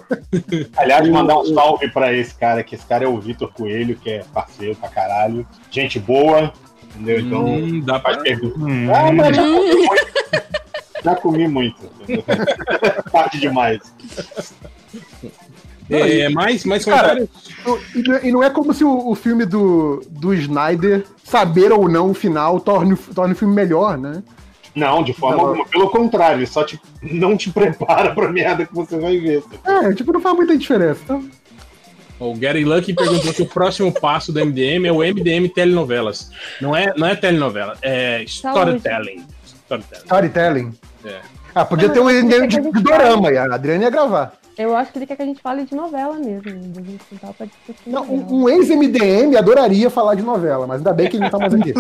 Speaker 17: Aliás, mandar um salve pra esse cara, que esse cara é o Vitor Coelho, que é parceiro pra caralho. Gente boa, entendeu? Então,
Speaker 15: Hum, dá Hum.
Speaker 17: faz pergunta. Ah, mas já comi muito. Já comi muito. entendeu? Parte demais.
Speaker 15: É, mais, mais
Speaker 14: Cara,
Speaker 15: comentários?
Speaker 14: e não- e não é como se o, o filme do, do Snyder, saber ou não o final, torne, o- torne o filme melhor, né?
Speaker 17: Não, de forma
Speaker 14: Não.
Speaker 17: alguma. Pelo contrário, ele só te, não te prepara pra merda que você vai ver.
Speaker 14: É, tipo, não faz muita diferença. Então,
Speaker 15: O Gary Lucky perguntou se o próximo passo do MDM é o MDM telenovelas. Não é, não é telenovela, é storytelling. Storytelling.
Speaker 14: storytelling.
Speaker 15: É.
Speaker 14: Ah, podia ter um MDM de, de dorama, e a Adriana ia gravar.
Speaker 4: Eu acho que ele quer que a gente fale de novela mesmo. A gente sentar pra discutir.
Speaker 14: Não, um, um ex-MDM adoraria falar de novela, mas ainda bem que ele não tá mais aqui.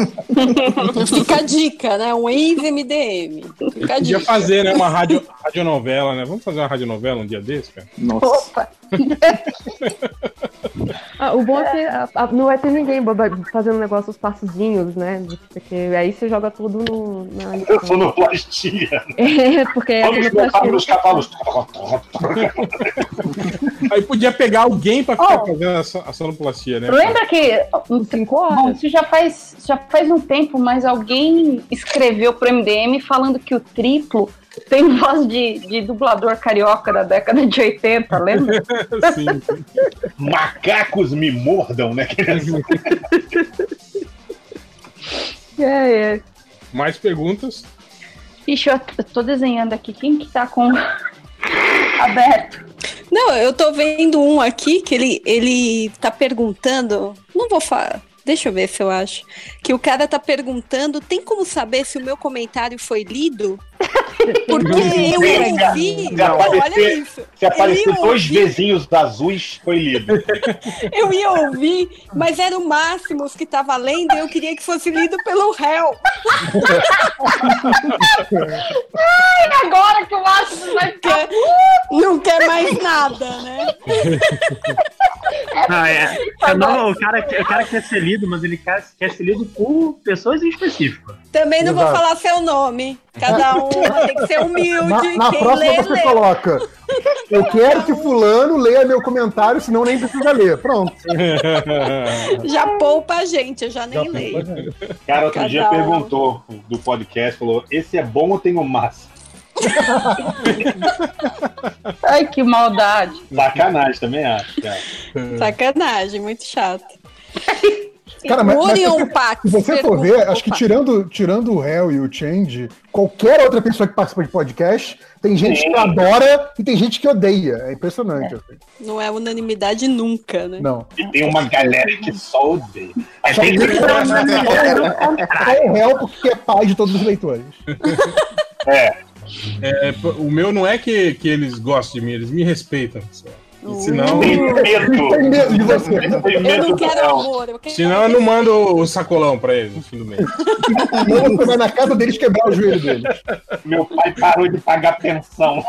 Speaker 5: Fica a dica, né? Um ex-MDM. Fica a
Speaker 15: Podia
Speaker 5: dica.
Speaker 15: fazer né, uma radio, radionovela, né? Vamos fazer uma radionovela um dia desse, cara? Nossa.
Speaker 4: Ah, o bom é que a- a- não vai ter ninguém boba- fazendo um negócio os passozinhos, né? Porque aí você joga tudo no. Na...
Speaker 17: Sonoplastia.
Speaker 4: É, porque é
Speaker 17: Vamos montar nos cavalos.
Speaker 15: Aí podia pegar alguém pra
Speaker 17: Oh.
Speaker 15: ficar fazendo a, so- a sonoplastia, né?
Speaker 11: Lembra que. Bom, isso já faz, já faz um tempo, mas alguém escreveu pro MDM falando que o triplo tem voz de, de dublador carioca da década de
Speaker 8: Tá
Speaker 11: 80, lembra?
Speaker 17: Macacos me mordam, né?
Speaker 11: É, é.
Speaker 15: Mais perguntas?
Speaker 11: Ixi, eu eu tô desenhando aqui. Quem que tá com. aberto?
Speaker 5: Não, eu tô vendo um aqui que ele, ele tá perguntando. Não vou falar. Deixa eu ver se eu acho. Que o cara tá perguntando: tem como saber se o meu comentário foi lido? Porque eu ouvi.
Speaker 17: Se
Speaker 5: Não, olha
Speaker 17: aparecer,
Speaker 5: isso.
Speaker 17: se aparecer
Speaker 5: Eu ia
Speaker 17: dois
Speaker 5: ouvir.
Speaker 17: vizinhos azuis, foi lido.
Speaker 5: Eu ia ouvir, mas era o Máximos que tava lendo e eu queria que fosse lido pelo réu.
Speaker 11: Ai, agora que o Márcio vai ficar.
Speaker 5: Não quer mais nada, né?
Speaker 20: Ah, é.
Speaker 11: tá
Speaker 20: Eu não-
Speaker 5: assim,
Speaker 20: o, cara, o cara quer ser lido, mas ele quer, quer ser lido por pessoas em específico.
Speaker 5: Também não vou
Speaker 14: Exato.
Speaker 5: falar seu nome. Cada um tem que ser humilde.
Speaker 14: Na, na
Speaker 5: Quem
Speaker 14: próxima
Speaker 5: lê,
Speaker 14: você
Speaker 5: lê.
Speaker 14: coloca. Eu quero que fulano leia meu comentário, senão nem precisa ler. Pronto.
Speaker 5: Já poupa a gente, eu já nem leio.
Speaker 17: Cara, outro dia
Speaker 5: Cada um.
Speaker 17: perguntou do podcast, falou, esse é bom ou tem o máximo?
Speaker 11: Ai, que maldade.
Speaker 17: Sacanagem também acho, cara.
Speaker 5: Tá Sacanagem, muito chato. um
Speaker 14: Cara, mas, mas se
Speaker 5: Orion
Speaker 14: você-
Speaker 5: Pax
Speaker 14: se você for
Speaker 5: pergunta-
Speaker 14: ver, acho que
Speaker 5: Opa.
Speaker 14: tirando, tirando o réu e o Change, qualquer outra pessoa que participa de podcast, tem gente
Speaker 5: Sim.
Speaker 14: que adora e tem gente que odeia. É impressionante. assim.
Speaker 5: Não é unanimidade nunca, né?
Speaker 14: Não.
Speaker 17: E tem uma galera que só né? odeia. Mas
Speaker 14: Só
Speaker 17: É, tem
Speaker 14: tem Só o réu porque é pai de todos os leitores.
Speaker 17: É.
Speaker 15: p- o meu não é que, que eles gostam de mim, eles me respeitam. Só. E Senão.
Speaker 17: Tem medo. Tem medo de você. Tem medo Uh. Eu não quero do réu. amor, eu quero-
Speaker 15: Senão eu não mando o sacolão pra eles no fim do mês.
Speaker 14: Não, você vai na casa deles quebrar o joelho deles.
Speaker 17: Meu pai parou de pagar pensão.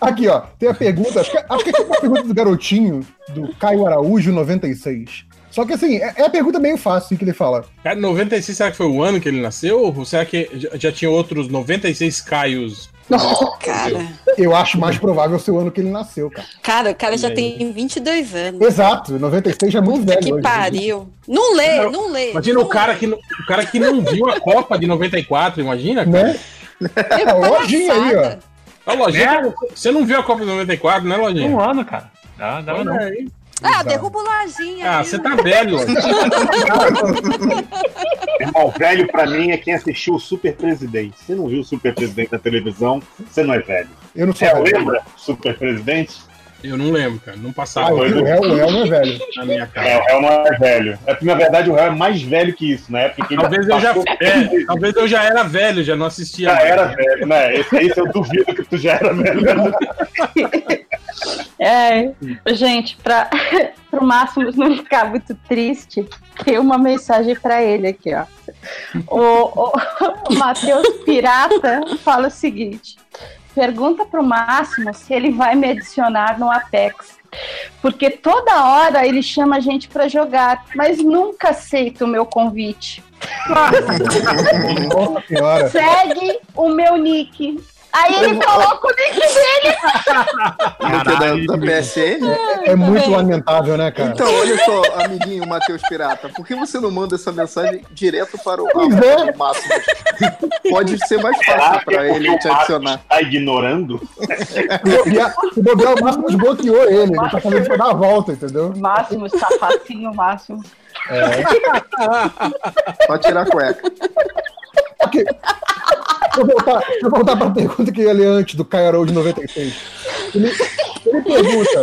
Speaker 14: Aqui, ó, tem a pergunta, acho que, acho que aqui é uma pergunta do garotinho, do Caio Araújo, 96. Só que assim, é, é a pergunta meio fácil que ele fala.
Speaker 15: Cara, 96, será que foi o ano que ele nasceu? Ou será que já- já tinha outros 96 Caios?
Speaker 5: cara.
Speaker 14: Eu acho mais provável ser o ano que ele nasceu, cara.
Speaker 5: Cara, o cara
Speaker 15: E
Speaker 5: já
Speaker 15: aí?
Speaker 5: tem 22 anos.
Speaker 14: Exato, 96 já é muito
Speaker 5: Puta
Speaker 14: velho.
Speaker 5: que
Speaker 14: hoje.
Speaker 5: pariu. Não lê, não lê.
Speaker 15: Imagina o cara, que, não- o cara que não viu a Copa de 94, imagina, cara.
Speaker 14: É, lojinha aí, ó.
Speaker 15: Ó, lojinha, você não viu a Copa de 94, né, Lojinha?
Speaker 20: Um ano, cara. Dá, dá
Speaker 15: Olha
Speaker 20: não.
Speaker 15: aí.
Speaker 5: Ah, derruba o lojinha.
Speaker 15: Ah, você tá velho, Lojinha.
Speaker 17: Irmão, velho pra mim é quem assistiu o Super Presidente. Se não viu o Super Presidente na televisão, você não é velho.
Speaker 14: Eu não
Speaker 17: sei. Você lembra Super Presidente?
Speaker 15: Eu não lembro, cara. Não passava.
Speaker 17: Ah, o réu- o réu não é
Speaker 14: velho.
Speaker 15: Na minha cara.
Speaker 17: É, o réu não é velho. É, porque, na verdade, o réu é mais velho que isso, né? Porque ele
Speaker 15: Talvez eu, já,
Speaker 17: passou-
Speaker 15: é, talvez eu já era velho, já não assistia.
Speaker 17: Já era velho, né? Esse, esse eu duvido que tu já era velho.
Speaker 11: É, gente, para o Máximo não ficar muito triste, tem uma mensagem para ele aqui, ó. O, o, o Matheus Pirata fala o seguinte: pergunta pro Máximo se ele vai me adicionar no Apex. Porque toda hora ele chama a gente para jogar, mas nunca aceita o meu convite.
Speaker 14: né? Nossa senhora.
Speaker 11: Segue o meu nick, Aí ele coloca o nick dele.
Speaker 12: Caralho. Da, da PSN?
Speaker 14: É, é muito lamentável, né, cara?
Speaker 12: Então, olha só, amiguinho Matheus Pirata, por que você não manda essa mensagem direto para o
Speaker 14: Pois é.
Speaker 12: máximo? Pode ser mais fácil para
Speaker 17: é
Speaker 12: ele te adicionar.
Speaker 17: Tá ignorando?
Speaker 14: Se bobear- Se bobear, o Máximo desbloqueou ele. Ele tá fazendo pra dar a volta, entendeu?
Speaker 11: Máximo, sapatinho, máximo.
Speaker 12: É. Pode tirar a cueca.
Speaker 14: Ok. Deixa eu voltar, deixa eu voltar pra pergunta que eu ia ler antes do Cairo de 96. Ele, ele pergunta: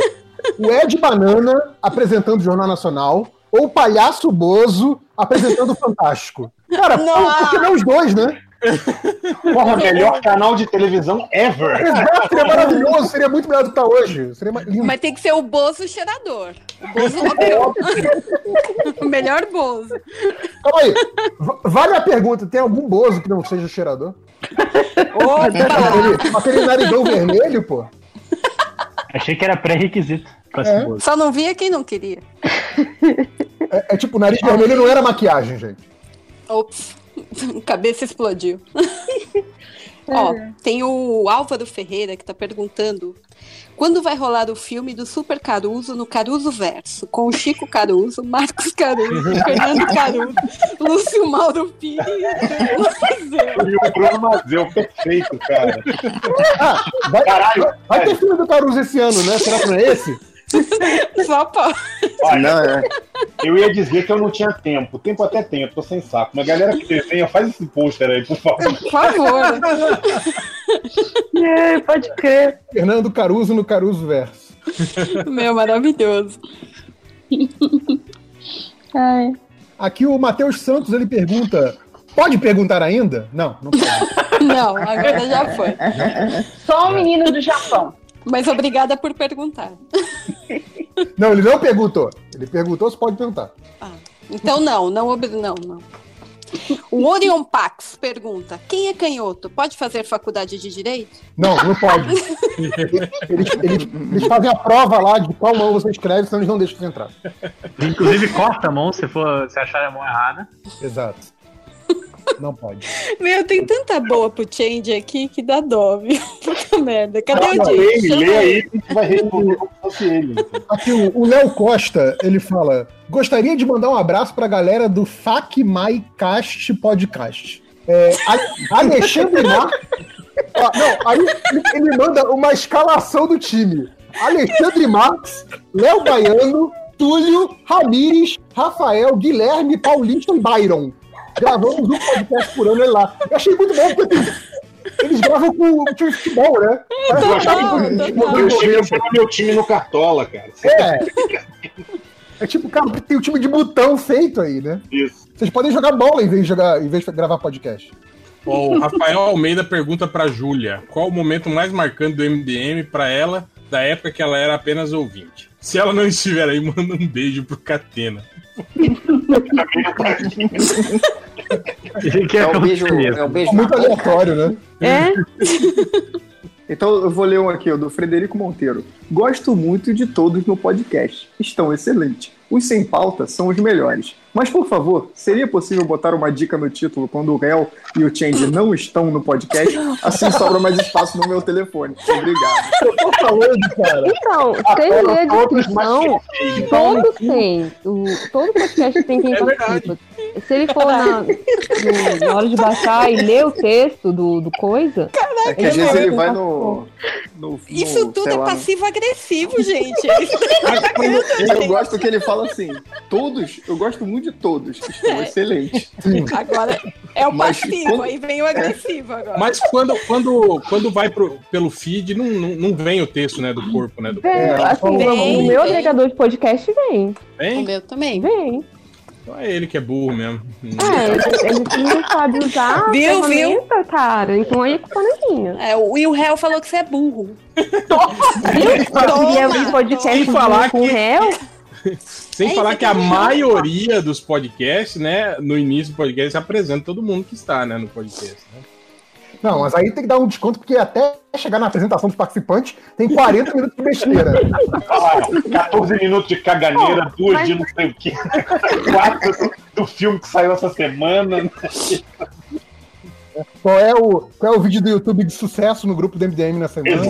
Speaker 14: o Ed Banana apresentando o Jornal Nacional ou o Palhaço Bozo apresentando o Fantástico? Cara, por por que não os dois, né?
Speaker 17: Porra, melhor canal de televisão ever.
Speaker 14: Exato, seria maravilhoso, seria muito melhor do que tá hoje. Seria ma- lindo.
Speaker 5: Mas tem que ser o Bozo cheirador. O Bozo é O Melhor Bozo.
Speaker 14: Calma aí. Va- Vale a pergunta: tem algum Bozo que não seja cheirador? Aquele, aquele narigão vermelho, pô.
Speaker 20: Achei que era pré-requisito pra ser
Speaker 15: É.
Speaker 20: bozo.
Speaker 5: Só não via quem não queria.
Speaker 14: É, é tipo, o nariz vermelho não era maquiagem, gente.
Speaker 5: Ops, cabeça explodiu. Ó, tem o Álvaro Ferreira que tá perguntando quando vai rolar o filme do Super Caruso no Caruso Verso, com o Chico Caruso, Marcos Caruso, Fernando Caruso, Lúcio Mauro Pires e o Mazeu.
Speaker 17: E o Bruno Mazeu, perfeito, cara.
Speaker 14: Ah, Vai,
Speaker 17: Caralho,
Speaker 14: vai ter filme do Caruso esse ano, né? Será que não é esse?
Speaker 5: Só pode.
Speaker 17: Olha, Eu ia dizer que eu não tinha tempo. Tempo até tenho, eu tô sem saco. Mas galera que desenha, faz esse pôster aí, por favor.
Speaker 5: Por favor.
Speaker 14: É, pode crer. Fernando Caruso no Caruso Verso.
Speaker 5: Meu, maravilhoso.
Speaker 14: Aqui o Matheus Santos ele pergunta: pode perguntar ainda? Não, não pode.
Speaker 5: Não, agora já foi.
Speaker 11: Só o menino do Japão.
Speaker 5: Mas obrigada por perguntar.
Speaker 14: Não, ele não perguntou. Ele perguntou se pode perguntar.
Speaker 5: Então não, não, obri- não, não. O Orion Pax pergunta: quem é canhoto? Pode fazer faculdade de direito?
Speaker 14: Não, não pode. Eles, eles- eles fazem a prova lá de qual mão você escreve, senão eles não deixam você entrar.
Speaker 20: Inclusive, corta a mão se, for, se achar a mão errada.
Speaker 14: Exato. Não pode.
Speaker 5: Meu, tem tanta boa pro Change aqui que dá dó, viu? Puta merda. Cadê
Speaker 17: Fala
Speaker 5: o
Speaker 17: aí,
Speaker 5: Change?
Speaker 17: lê aí, que a gente vai responder como se fosse ele.
Speaker 14: Aqui o o Léo Costa, ele fala: gostaria de mandar um abraço pra galera do Fac My Cast Podcast. É, A- Alexandre Mar. Ó, não, aí ele- ele manda uma escalação do time: Alexandre Marx, Léo Baiano, Túlio, Ramires, Rafael, Guilherme, Paulista e Byron. Gravamos um podcast por ano ele lá. Eu achei muito bom, porque assim, eles gravam com com futebol, né?
Speaker 17: Eu
Speaker 14: Parece
Speaker 17: gosto
Speaker 14: que tá
Speaker 17: muito.
Speaker 14: com- com-
Speaker 17: Eu cheguei pelo meu time no Cartola, cara. tá
Speaker 14: é. É tipo, cara, tem o time de botão feito aí, né?
Speaker 17: Isso.
Speaker 14: Vocês podem jogar bola em vez de, jogar, em vez de gravar podcast.
Speaker 15: Ó, o Rafael Almeida pergunta pra Júlia qual o momento mais marcante do MDM pra ela da época que ela era apenas ouvinte. Se ela não estiver aí, manda um beijo pro Catena.
Speaker 12: É um beijo. É um beijo.
Speaker 14: Muito aleatório, né?
Speaker 4: É?
Speaker 12: Então eu vou ler um aqui, ó, do Frederico Monteiro. Gosto muito de todos no podcast. Estão excelentes. Os sem pauta são os melhores. Mas por favor, seria possível botar uma dica no título quando o réu e o Change não estão no podcast? Assim sobra mais espaço no meu telefone. Obrigado.
Speaker 14: Eu tô falando, cara.
Speaker 4: Então, tem
Speaker 12: Adoro
Speaker 4: meia
Speaker 12: todos,
Speaker 4: descrição.
Speaker 12: mas-
Speaker 4: Todos têm. O, todo podcast tem
Speaker 12: É
Speaker 4: quem participa. Se ele for na, no- na hora de baixar e ler o texto do, do coisa.
Speaker 12: É que às vezes ele
Speaker 14: né?
Speaker 12: vai no. no-
Speaker 5: Isso
Speaker 12: no-
Speaker 5: tudo
Speaker 12: sei
Speaker 5: é
Speaker 12: lá, no-
Speaker 5: passivo-agressivo, gente. Eles tão cagando,
Speaker 12: Eu
Speaker 5: gente.
Speaker 12: gosto que ele fala assim: todos, eu gosto muito de todos, estão excelentes.
Speaker 5: É. Agora é o
Speaker 15: Mas
Speaker 5: passivo,
Speaker 15: quando-
Speaker 5: aí vem o agressivo agora.
Speaker 15: Mas quando, quando, quando vai pro- pelo feed, não, não, não vem o texto né, do corpo, né? Do
Speaker 4: Vem,
Speaker 12: É,
Speaker 15: corpo.
Speaker 4: assim,
Speaker 15: Vem,
Speaker 4: o meu
Speaker 15: vem.
Speaker 4: agregador de podcast vem.
Speaker 15: Vem? O
Speaker 5: meu também.
Speaker 4: Vem.
Speaker 15: Então é ele que é burro mesmo.
Speaker 4: É, a gente não sabe usar. a
Speaker 5: Viu, viu?
Speaker 4: ferramenta, Cara, então aí é culpa não é minha.
Speaker 5: É, o- e o réu falou que você é burro.
Speaker 4: Eu queria abrir podcast
Speaker 15: Sem falar
Speaker 4: com o réu.
Speaker 15: Sem
Speaker 4: É
Speaker 15: falar
Speaker 4: isso
Speaker 15: que a
Speaker 4: que eu ia
Speaker 15: maioria dos podcasts, né, no início do podcast, apresenta todo mundo que está, né, no podcast. né?
Speaker 14: Não, mas aí tem que dar um desconto, porque até chegar na apresentação dos participantes, tem 40 minutos de besteira.
Speaker 17: Ah, 14 minutos de caganeira,
Speaker 14: Pô,
Speaker 17: duas
Speaker 14: mas-
Speaker 17: de não sei o que, quatro do filme que saiu essa semana. né?
Speaker 14: Qual é, o, qual é o vídeo do YouTube de sucesso no grupo do MDM na semana?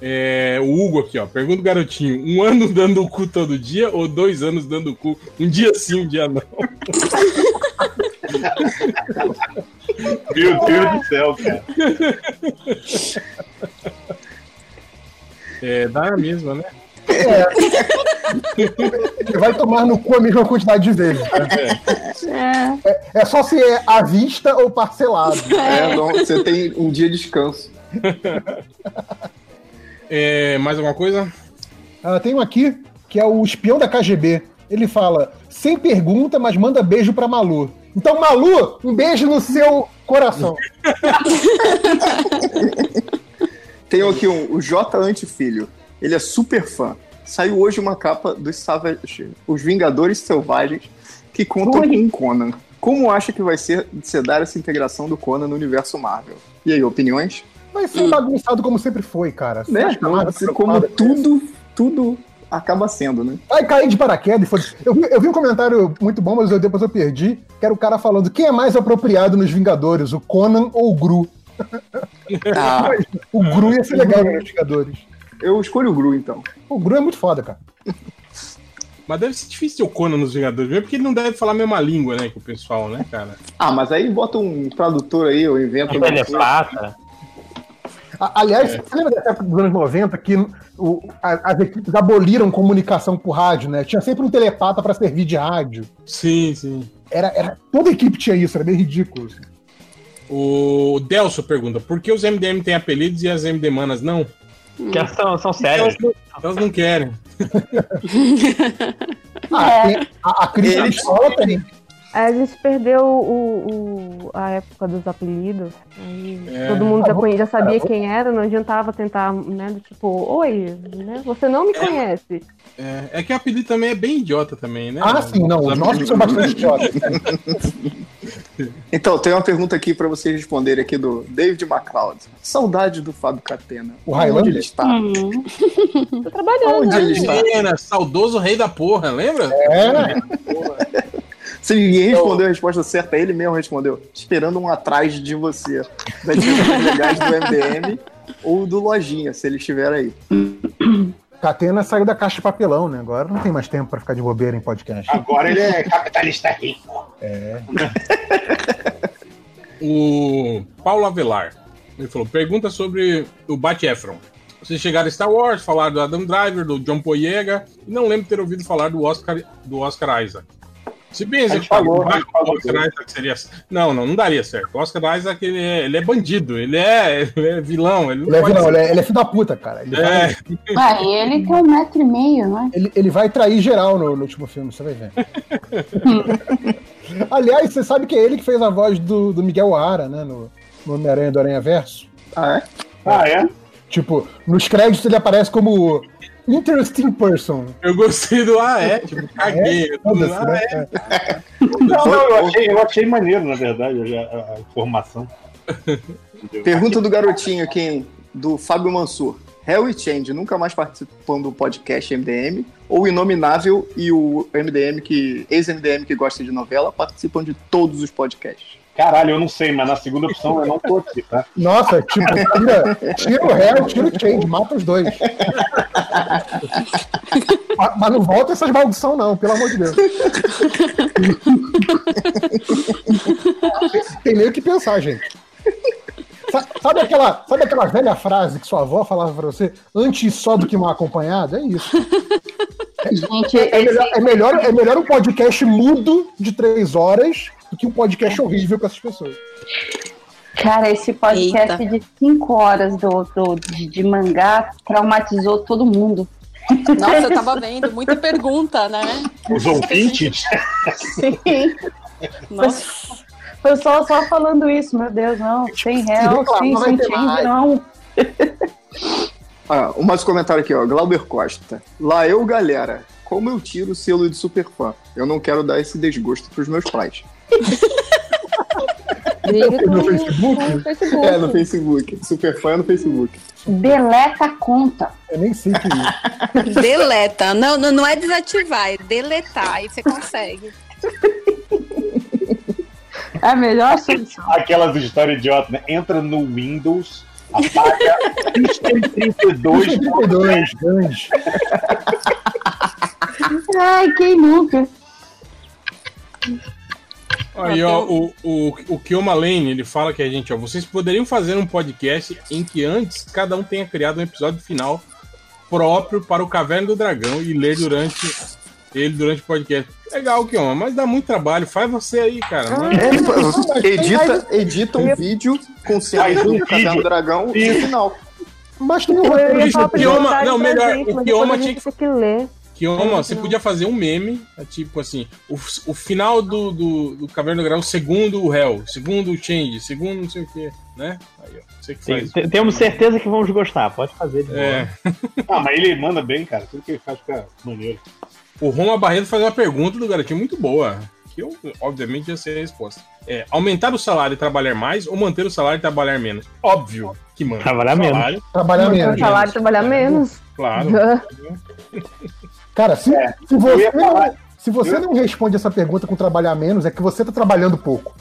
Speaker 15: É, o Hugo aqui, ó. Pergunta o garotinho: um ano dando o cu todo dia ou dois anos dando o cu? Um dia sim, um dia não.
Speaker 17: Meu Deus do céu, cara.
Speaker 15: É, dá a mesma, né?
Speaker 14: Você É. vai tomar no cu a mesma quantidade de vezes. né? É, é só se é à vista ou parcelado.
Speaker 12: É, não, você tem um dia de descanso.
Speaker 15: É, mais alguma coisa?
Speaker 14: Ah, tem um aqui que é o espião da KGB. Ele fala: sem pergunta, mas manda beijo pra Malu. Então, Malu, um beijo no seu coração.
Speaker 12: Tem aqui um, o J Antifilho. Ele é super fã. Saiu hoje uma capa dos Savage, os Vingadores Selvagens, que contam
Speaker 18: Ui.
Speaker 12: com o Conan. Como acha que vai ser se dar essa integração do Conan no universo Marvel? E aí, opiniões?
Speaker 14: Vai ser bagunçado como sempre foi, cara. Você
Speaker 12: Né?
Speaker 14: acha que a Marvel tá
Speaker 12: Como
Speaker 14: preocupada com
Speaker 12: tudo, tudo acaba sendo, né?
Speaker 14: Vai cair de paraquedas. e foda-se. Eu, vi- eu vi um comentário muito bom, mas eu, depois eu perdi. Que era o cara falando: quem é mais apropriado nos Vingadores, o Conan ou o Gru?
Speaker 12: Ah.
Speaker 14: o Gru ia ser legal nos Vingadores.
Speaker 12: Eu escolho o Gru, então.
Speaker 14: O Gru é muito foda, cara.
Speaker 15: Mas deve ser difícil ter o Conan nos Vingadores, mesmo porque ele não deve falar a mesma língua, né, que o pessoal, né, cara?
Speaker 12: Ah, mas aí bota um tradutor aí, eu invento
Speaker 15: Um
Speaker 12: uma
Speaker 15: telepata.
Speaker 14: A- aliás,
Speaker 17: É.
Speaker 14: você lembra da época dos anos 90 que o- a- as equipes aboliram comunicação por rádio, né? Tinha sempre um telepata pra servir de rádio.
Speaker 15: Sim, sim.
Speaker 14: Era, era- toda equipe tinha isso, era meio ridículo. assim.
Speaker 15: O Delso pergunta: por que os MDM têm apelidos e as MD manas não?
Speaker 20: Porque elas são- são
Speaker 15: Porque
Speaker 20: sérias.
Speaker 17: Então,
Speaker 15: Elas não, elas não querem.
Speaker 14: Ah, tem- a, a crise da escola tem.
Speaker 6: É. A gente perdeu o, o- a época dos apelidos. aí
Speaker 14: É.
Speaker 6: Todo mundo já,
Speaker 14: Ah, vou-
Speaker 6: conhe- já sabia
Speaker 14: ah, vou-
Speaker 6: quem era, não adiantava tentar, né? do Tipo, oi, né, você não me conhece.
Speaker 15: É, é que o apelido também é bem idiota também, né?
Speaker 14: Ah, sim, não. Os nossos são bastante idiotas.
Speaker 12: Então, tem uma pergunta aqui pra vocês responderem aqui do David McLeod. Saudade do Fábio Catena.
Speaker 14: O Highlander?
Speaker 12: ele está?
Speaker 6: Tô trabalhando.
Speaker 12: Onde ele está?
Speaker 15: Catena, saudoso rei da porra, lembra? Então-
Speaker 14: É.
Speaker 12: Se ninguém respondeu a resposta certa, ele mesmo respondeu. Esperando um atrás de você. Das perguntas legais do MDM ou do Lojinha, se ele estiver aí.
Speaker 14: Catena saiu da caixa de papelão, né? Agora não tem mais tempo pra ficar de bobeira em podcast.
Speaker 17: Agora ele é capitalista rico.
Speaker 14: É.
Speaker 15: O Paulo Avelar. Ele falou: pergunta sobre o Bat Efron. Vocês chegaram a Star Wars, falaram do Adam Driver, do John Boyega, e não lembro ter ouvido falar do Oscar, do Oscar Isaac. Se bem
Speaker 17: gente
Speaker 15: executado,
Speaker 17: falou,
Speaker 15: o
Speaker 17: a gente falou
Speaker 15: Oscar Isaac seria. Não, não, não daria certo. O Oscar Isaac ele é, ele é bandido, ele é, ele é vilão. Ele não
Speaker 14: Ele é,
Speaker 15: pode
Speaker 14: vilão,
Speaker 15: ser-
Speaker 14: ele, é, ele é filho da puta, cara. Ele,
Speaker 15: É.
Speaker 14: vai,
Speaker 11: Ah, e ele tem um metro e meio, né?
Speaker 14: ele, ele vai trair geral no, no último filme, você vai ver. Aliás, você sabe que é ele que fez a voz do, do Miguel O'Hara, né? No, no Homem-Aranha do Aranha Verso.
Speaker 12: Ah, é?
Speaker 17: Ah, é?
Speaker 14: Tipo, nos créditos ele aparece como Interesting Person.
Speaker 15: Eu gostei do Ah, é? Tipo, caguei.
Speaker 14: É, foda-se,
Speaker 15: Ah,
Speaker 14: né?
Speaker 15: é.
Speaker 17: Não, não, eu achei, eu achei maneiro, na verdade, a, a- a informação.
Speaker 12: Pergunta do garotinho aqui, hein, do Fábio Mansur. Hell e Change nunca mais participam do podcast MDM, ou o Inominável e o MDM que. ex-MDM que gosta de novela participam de todos os podcasts.
Speaker 17: Caralho, eu não sei, mas na segunda opção eu não tô aqui, tá?
Speaker 14: Nossa, tipo, tira, tira o réu, tira o change, mata os dois. Ma- Mas não volta essas maldição, não, pelo amor de Deus. Tem meio que pensar, gente. Sa- Sabe aquela, sabe aquela velha frase que sua avó falava pra você? Antes só do que mal acompanhado? É isso.
Speaker 11: Gente,
Speaker 14: É melhor, é, melhor, é melhor um podcast mudo de três horas do que um podcast horrível pra essas pessoas.
Speaker 11: Cara, esse podcast
Speaker 14: Eita.
Speaker 11: de 5 horas do, do- de, de mangá traumatizou todo mundo.
Speaker 5: Nossa, eu tava vendo, muita pergunta, né?
Speaker 17: Os ouvintes?
Speaker 11: Sim. O pessoal só falando isso, meu Deus, não, sem réu,
Speaker 14: reclamar,
Speaker 11: sem
Speaker 14: vai
Speaker 11: sem
Speaker 14: ter mais.
Speaker 11: change, não.
Speaker 12: Ah, um mais comentário aqui, ó. Glauber Costa. Lá eu, galera. Como eu tiro o selo de superfã? Eu não quero dar esse desgosto pros meus pais.
Speaker 17: É
Speaker 14: No Facebook?
Speaker 11: Facebook.
Speaker 12: É, no Facebook. Superfã é no Facebook.
Speaker 11: Deleta a conta.
Speaker 14: Eu nem sei é. que isso.
Speaker 5: Deleta. Não, não, não é desativar, é deletar. Aí você consegue.
Speaker 11: É a melhor solução.
Speaker 17: Aquelas histórias idiotas, né? Entra no Windows, apaga System 32.
Speaker 14: 32, grande.
Speaker 11: Ai, quem nunca?
Speaker 15: Aí, ó, o, o, o Kioma Lane, ele fala que a gente, ó, vocês poderiam fazer um podcast em que antes cada um tenha criado um episódio final próprio para o Caverna do Dragão e ler durante ele durante o podcast. Legal, Kioma, mas dá muito trabalho. Faz você aí, cara.
Speaker 6: Ah.
Speaker 20: É,
Speaker 12: É,
Speaker 15: Manda-
Speaker 12: edita, edita um vídeo com cenas
Speaker 15: um
Speaker 12: do
Speaker 15: vídeo.
Speaker 12: Caverna do Dragão e o final.
Speaker 14: Mas tem
Speaker 6: Eu
Speaker 14: um
Speaker 6: ia
Speaker 14: roteiro.
Speaker 6: falar pra
Speaker 15: Kioma-
Speaker 6: perguntar
Speaker 15: não,
Speaker 6: isso
Speaker 15: melhor,
Speaker 6: pra gente,
Speaker 15: o
Speaker 6: mas
Speaker 15: Kioma
Speaker 6: depois a
Speaker 15: tinha
Speaker 6: gente tem que ler.
Speaker 15: Kioma,
Speaker 6: É,
Speaker 15: você
Speaker 6: não.
Speaker 15: podia fazer um meme, é tipo assim, o, o final do, do, do Caverna do Dragão, segundo o Hell, segundo o Change, segundo não sei o que, né? Aí, ó, você que
Speaker 20: Sim,
Speaker 15: faz.
Speaker 20: te- temos certeza que vamos gostar. Pode fazer de
Speaker 15: É.
Speaker 20: boa.
Speaker 17: Ah, mas ele manda bem, cara. Tudo que ele faz fica maneiro.
Speaker 15: O Roma Barreto faz uma pergunta do garotinho muito boa, que eu, obviamente, já sei a resposta. É, aumentar o salário e trabalhar mais ou manter o salário e trabalhar menos? Óbvio que manda.
Speaker 20: Trabalhar menos.
Speaker 15: Salário,
Speaker 14: Trabalhar menos.
Speaker 4: Salário trabalhar menos.
Speaker 15: Claro.
Speaker 14: Cara, se, se
Speaker 17: É, eu
Speaker 14: você,
Speaker 17: ia falar.
Speaker 14: não, se você não responde essa pergunta com trabalhar menos, é que você tá trabalhando pouco.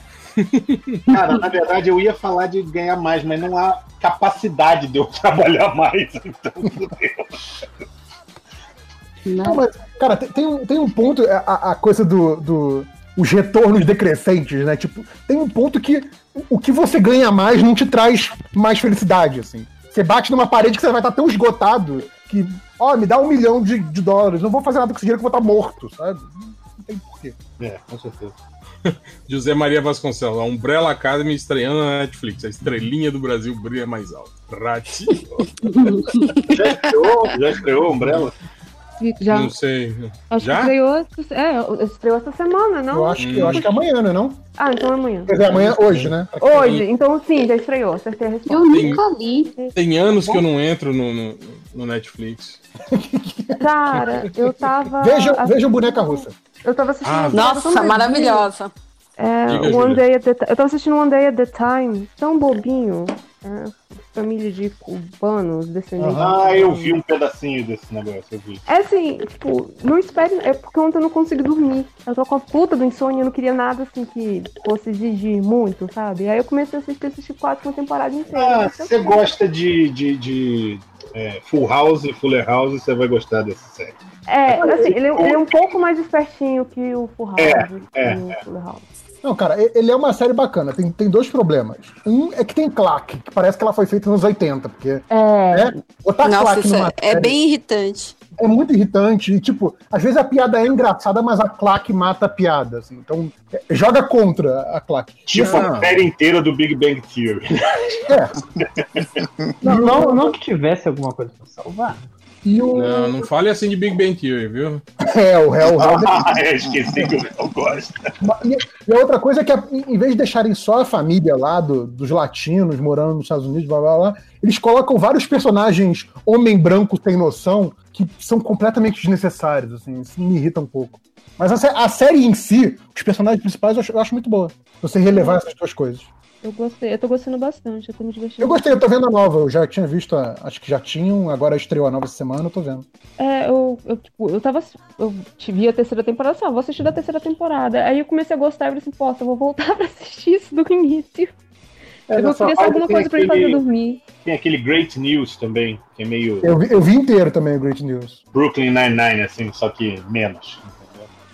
Speaker 17: Cara, na verdade, eu ia falar de ganhar mais, mas não há capacidade de eu trabalhar mais. Então, fudeu.
Speaker 14: Não, mas, cara, tem, tem um, tem um ponto, a- a, a coisa do, do- os retornos decrescentes, né? Tipo, tem um ponto que o que você ganha mais não te traz mais felicidade, assim. Você bate numa parede que você vai estar tão esgotado que, ó, me dá um milhão de, de dólares, não vou fazer nada com esse dinheiro que eu vou estar morto, sabe? Não tem porquê.
Speaker 17: É, com certeza.
Speaker 15: José Maria Vasconcelos, a Umbrella Academy estreando na Netflix. A estrelinha do Brasil brilha mais alto. Rati.
Speaker 17: já estreou? Já estreou Umbrella?
Speaker 4: Já.
Speaker 15: Não sei.
Speaker 4: Acho que
Speaker 15: Já?
Speaker 4: estreou, essa- é, estreou essa semana, não?
Speaker 14: Eu acho que, eu acho que é amanhã, né? Não?
Speaker 4: Ah, então é amanhã.
Speaker 14: Quer dizer, amanhã, hoje, né?
Speaker 4: Hoje, então sim, já estreou, acertei a resposta.
Speaker 15: Eu nunca
Speaker 4: li.
Speaker 15: Tem anos que eu não entro no, no, no Netflix.
Speaker 4: Cara, eu tava.
Speaker 14: Vejam,
Speaker 4: Ah, a-
Speaker 14: vejam Boneca Russa.
Speaker 4: Eu tava assistindo.
Speaker 15: Ah,
Speaker 4: tava
Speaker 5: Nossa,
Speaker 4: tão bobinho.
Speaker 5: maravilhosa.
Speaker 4: É,
Speaker 15: Diga,
Speaker 4: One
Speaker 15: Júlia.
Speaker 4: Day at the Ti- Eu tava assistindo One Day at the Time, tão bobinho. É, família de cubanos, descendentes.
Speaker 17: Ah, eu vi um pedacinho desse negócio, eu vi.
Speaker 4: É assim, tipo, não espere. É porque ontem eu não consegui dormir. Eu tô com a puta do insônia, eu não queria nada assim que fosse exigir muito, sabe? Aí eu comecei a assistir, assisti quase uma temporada inteira. Então,
Speaker 17: Ah, você gosta de, de, de é, Full House e Fuller House, você vai gostar dessa série.
Speaker 4: É, assim, ele, é- ele é um pouco mais espertinho que o Full House.
Speaker 17: É, é,
Speaker 4: que o Full House.
Speaker 14: Não, cara, e- ele é uma série bacana. Tem, tem dois problemas. Um é que tem claque, que parece que ela foi feita nos 80, porque.
Speaker 4: É.
Speaker 14: Né, botar
Speaker 5: Nossa,
Speaker 14: claque
Speaker 5: isso
Speaker 14: numa
Speaker 5: é
Speaker 14: série
Speaker 5: bem irritante.
Speaker 14: É muito irritante. E, tipo, às vezes a piada é engraçada, mas a claque mata a piada. assim. Então, é, joga contra a claque.
Speaker 17: Tipo a
Speaker 14: não,
Speaker 17: série inteira do Big Bang Theory.
Speaker 14: é, não, não, não.
Speaker 20: que tivesse alguma coisa pra salvar.
Speaker 14: E o.
Speaker 15: Não, não fale assim de Big Bang Theory, viu?
Speaker 14: É, o réu, o réu.
Speaker 17: Ah, é, esqueci que eu não gosto.
Speaker 14: E, e a outra coisa é que, em em vez de deixarem só a família lá do- dos latinos morando nos Estados Unidos, blá blá blá, eles colocam vários personagens homem branco sem noção que são completamente desnecessários, assim, isso me irrita um pouco. Mas a, sé- a série em si, os personagens principais eu acho, eu acho muito boa. Você relevar essas duas coisas.
Speaker 4: Eu gostei, eu tô gostando bastante, eu tô me divertindo.
Speaker 14: Eu gostei, eu tô vendo a nova, eu já tinha visto, a- acho que já tinham, agora estreou a nova semana, eu tô vendo.
Speaker 4: É, eu, eu, tipo, eu tava. Eu te- vi a terceira temporada, assim, ah, vou assistir da terceira temporada. Aí eu comecei a gostar e falei assim, poxa, eu vou voltar pra assistir isso do início.
Speaker 17: É,
Speaker 4: eu
Speaker 17: nessa
Speaker 4: queria só
Speaker 17: hora
Speaker 4: alguma
Speaker 17: tem
Speaker 4: coisa pra ele fazer
Speaker 17: aquele-
Speaker 4: dormir.
Speaker 17: Tem aquele Great News também, que é meio
Speaker 14: Eu vi, eu vi inteiro também o Great News.
Speaker 17: Brooklyn Nine-Nine, assim, só que menos.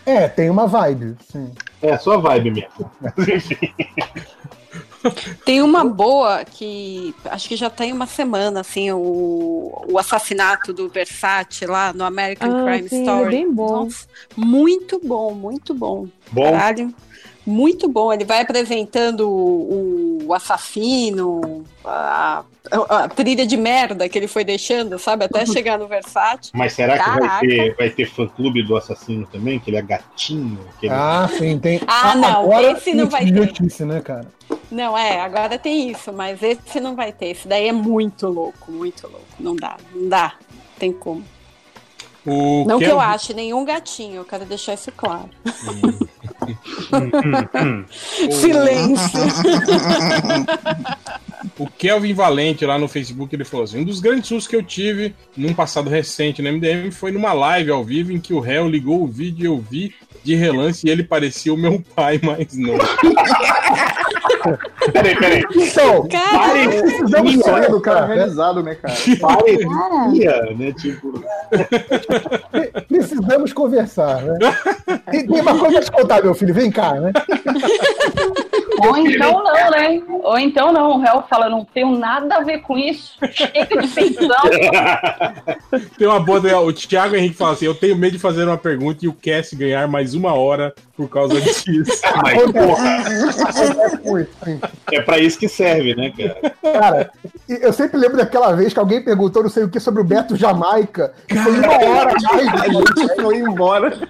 Speaker 14: É, tem uma vibe, sim.
Speaker 17: É, sua vibe mesmo.
Speaker 5: Tem uma boa que acho que já tem uma semana, assim, o, o assassinato do Versace lá no American
Speaker 4: Ah,
Speaker 5: Crime
Speaker 4: sim,
Speaker 5: Story.
Speaker 4: é bem bom.
Speaker 5: Nossa, muito bom, muito bom.
Speaker 17: Bom.
Speaker 5: Caralho. Muito bom. Ele vai apresentando o, o assassino, a, a- a trilha de merda que ele foi deixando, sabe? Até chegar no Versace.
Speaker 17: Mas será que vai
Speaker 5: Caraca.
Speaker 17: ter, vai ter fã-clube do assassino também? Que ele é gatinho? que ele-
Speaker 14: Ah, sim, tem.
Speaker 5: Ah, não,
Speaker 14: agora
Speaker 5: esse não
Speaker 14: tem
Speaker 5: vai
Speaker 14: esse
Speaker 5: ter.
Speaker 14: idiotice, né, cara?
Speaker 5: Não, é, agora tem isso, mas esse não vai ter. Esse daí é muito louco, muito louco. Não dá, não dá. Tem como.
Speaker 15: O
Speaker 5: não que
Speaker 15: Kel-
Speaker 5: eu ache nenhum gatinho, eu quero deixar isso claro. Silêncio.
Speaker 15: O Kelvin Valente lá no Facebook ele falou assim: um dos grandes sustos que eu tive num passado recente no MDM foi numa live ao vivo em que o réu ligou o vídeo e eu vi De relance, ele parecia o meu pai, mas não.
Speaker 17: peraí, peraí.
Speaker 14: Então,
Speaker 12: Parecia um sonho caramelizado, né, cara?
Speaker 14: é um
Speaker 17: Parecia, né? Tipo.
Speaker 14: Precisamos conversar, né? Tem, tem uma coisa pra te contar, meu filho. Vem cá, né?
Speaker 11: Ou então não, né? Ou então não. O réu fala, não tenho nada a ver com isso. Chega de pensão.
Speaker 15: Tem uma boa. né? O Thiago Henrique fala assim: Eu tenho medo de fazer uma pergunta e o Cass ganhar mais uma hora por causa disso.
Speaker 17: Mas, porra. É pra isso que serve, né, cara?
Speaker 14: Cara, e eu sempre lembro daquela vez que alguém perguntou não sei o que sobre o Beto Jamaica. E Foi uma hora
Speaker 15: A gente
Speaker 14: foi embora.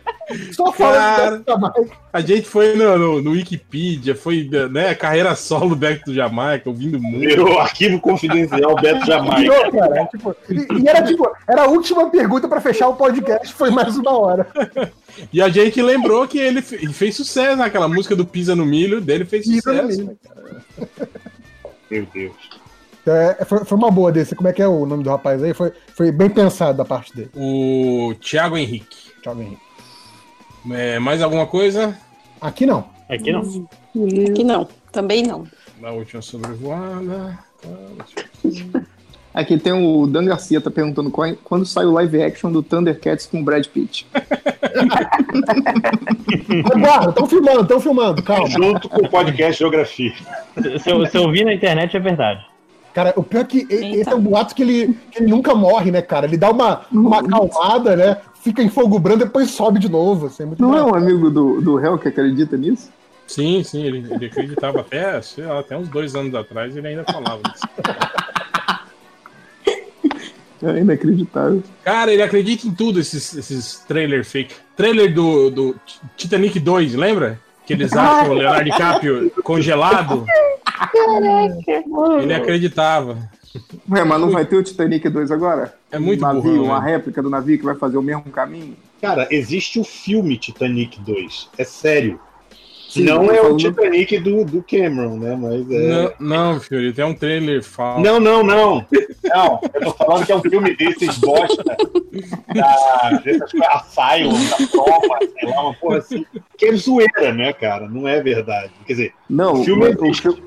Speaker 14: Só falando
Speaker 15: Cara.
Speaker 14: do Beto Jamaica.
Speaker 15: A gente foi no, no, no Wikipedia, foi né, carreira solo do Beto Jamaica, ouvindo muito.
Speaker 17: Virou arquivo confidencial Beto
Speaker 14: Virou, cara. Tipo, e, e era tipo, era a última pergunta pra fechar o podcast, foi mais uma hora.
Speaker 15: E a gente lembrou que ele fe- ele fez sucesso naquela música do Pisa no Milho dele, fez
Speaker 14: Pisa no
Speaker 15: sucesso.
Speaker 14: Milho.
Speaker 17: Meu Deus.
Speaker 14: Então, é, foi, foi uma boa desse. Como é que é o nome do rapaz aí? Foi, foi bem pensado da parte dele.
Speaker 15: O Thiago Henrique.
Speaker 14: Thiago Henrique.
Speaker 15: É, mais alguma coisa?
Speaker 14: Aqui não.
Speaker 15: Aqui É não.
Speaker 5: Aqui É não, também não.
Speaker 15: Na última sobrevoada.
Speaker 12: Aqui tem o Dan Garcia tá perguntando qual é- quando sai o live action do Thundercats com o Brad Pitt.
Speaker 14: Aguarda, estão filmando, estão filmando, calma.
Speaker 17: Junto com o podcast Geografia.
Speaker 20: Se eu, se eu vi na internet, é verdade.
Speaker 14: Cara, o pior é que e- esse é um boato que ele, que ele nunca morre, né, cara? Ele dá uma, uma
Speaker 12: Uhum.
Speaker 14: acalmada, né? Fica em fogo brando, depois sobe de novo. Assim, é muito
Speaker 12: Não é
Speaker 14: engraçado.
Speaker 12: um amigo do, do réu que acredita nisso?
Speaker 15: Sim, sim, ele, ele acreditava até, sei lá, até uns dois anos atrás ele ainda falava disso.
Speaker 12: É inacreditável.
Speaker 15: Cara, ele acredita em tudo, esses, esses trailer fake. Trailer do, do Ti- Titanic 2, lembra? Que eles
Speaker 17: Ah,
Speaker 15: acham o Leonardo DiCaprio congelado.
Speaker 12: Caraca.
Speaker 15: Ele acreditava.
Speaker 12: Ué, É, mas não vai ter o Titanic 2 agora?
Speaker 15: É muito
Speaker 12: um navio,
Speaker 15: burrão,
Speaker 12: uma
Speaker 15: né?
Speaker 12: réplica do navio que vai fazer o mesmo caminho?
Speaker 17: Cara, existe o filme Titanic 2. É sério.
Speaker 12: Sim,
Speaker 17: não
Speaker 12: eu
Speaker 17: é o
Speaker 12: falo-
Speaker 17: Titanic do, do Cameron, né? Mas é.
Speaker 15: Não, não, Fiorito, é um trailer falso.
Speaker 17: Não, não, não. Não, eu tô falando que é um filme desses bosta. Ah, Da, dessas coisas, Asylum, da prova, sei lá, uma porra assim. Que é zoeira, né, cara? Não é verdade. Quer dizer,
Speaker 12: Não,
Speaker 17: o filme
Speaker 12: mas o que, eu,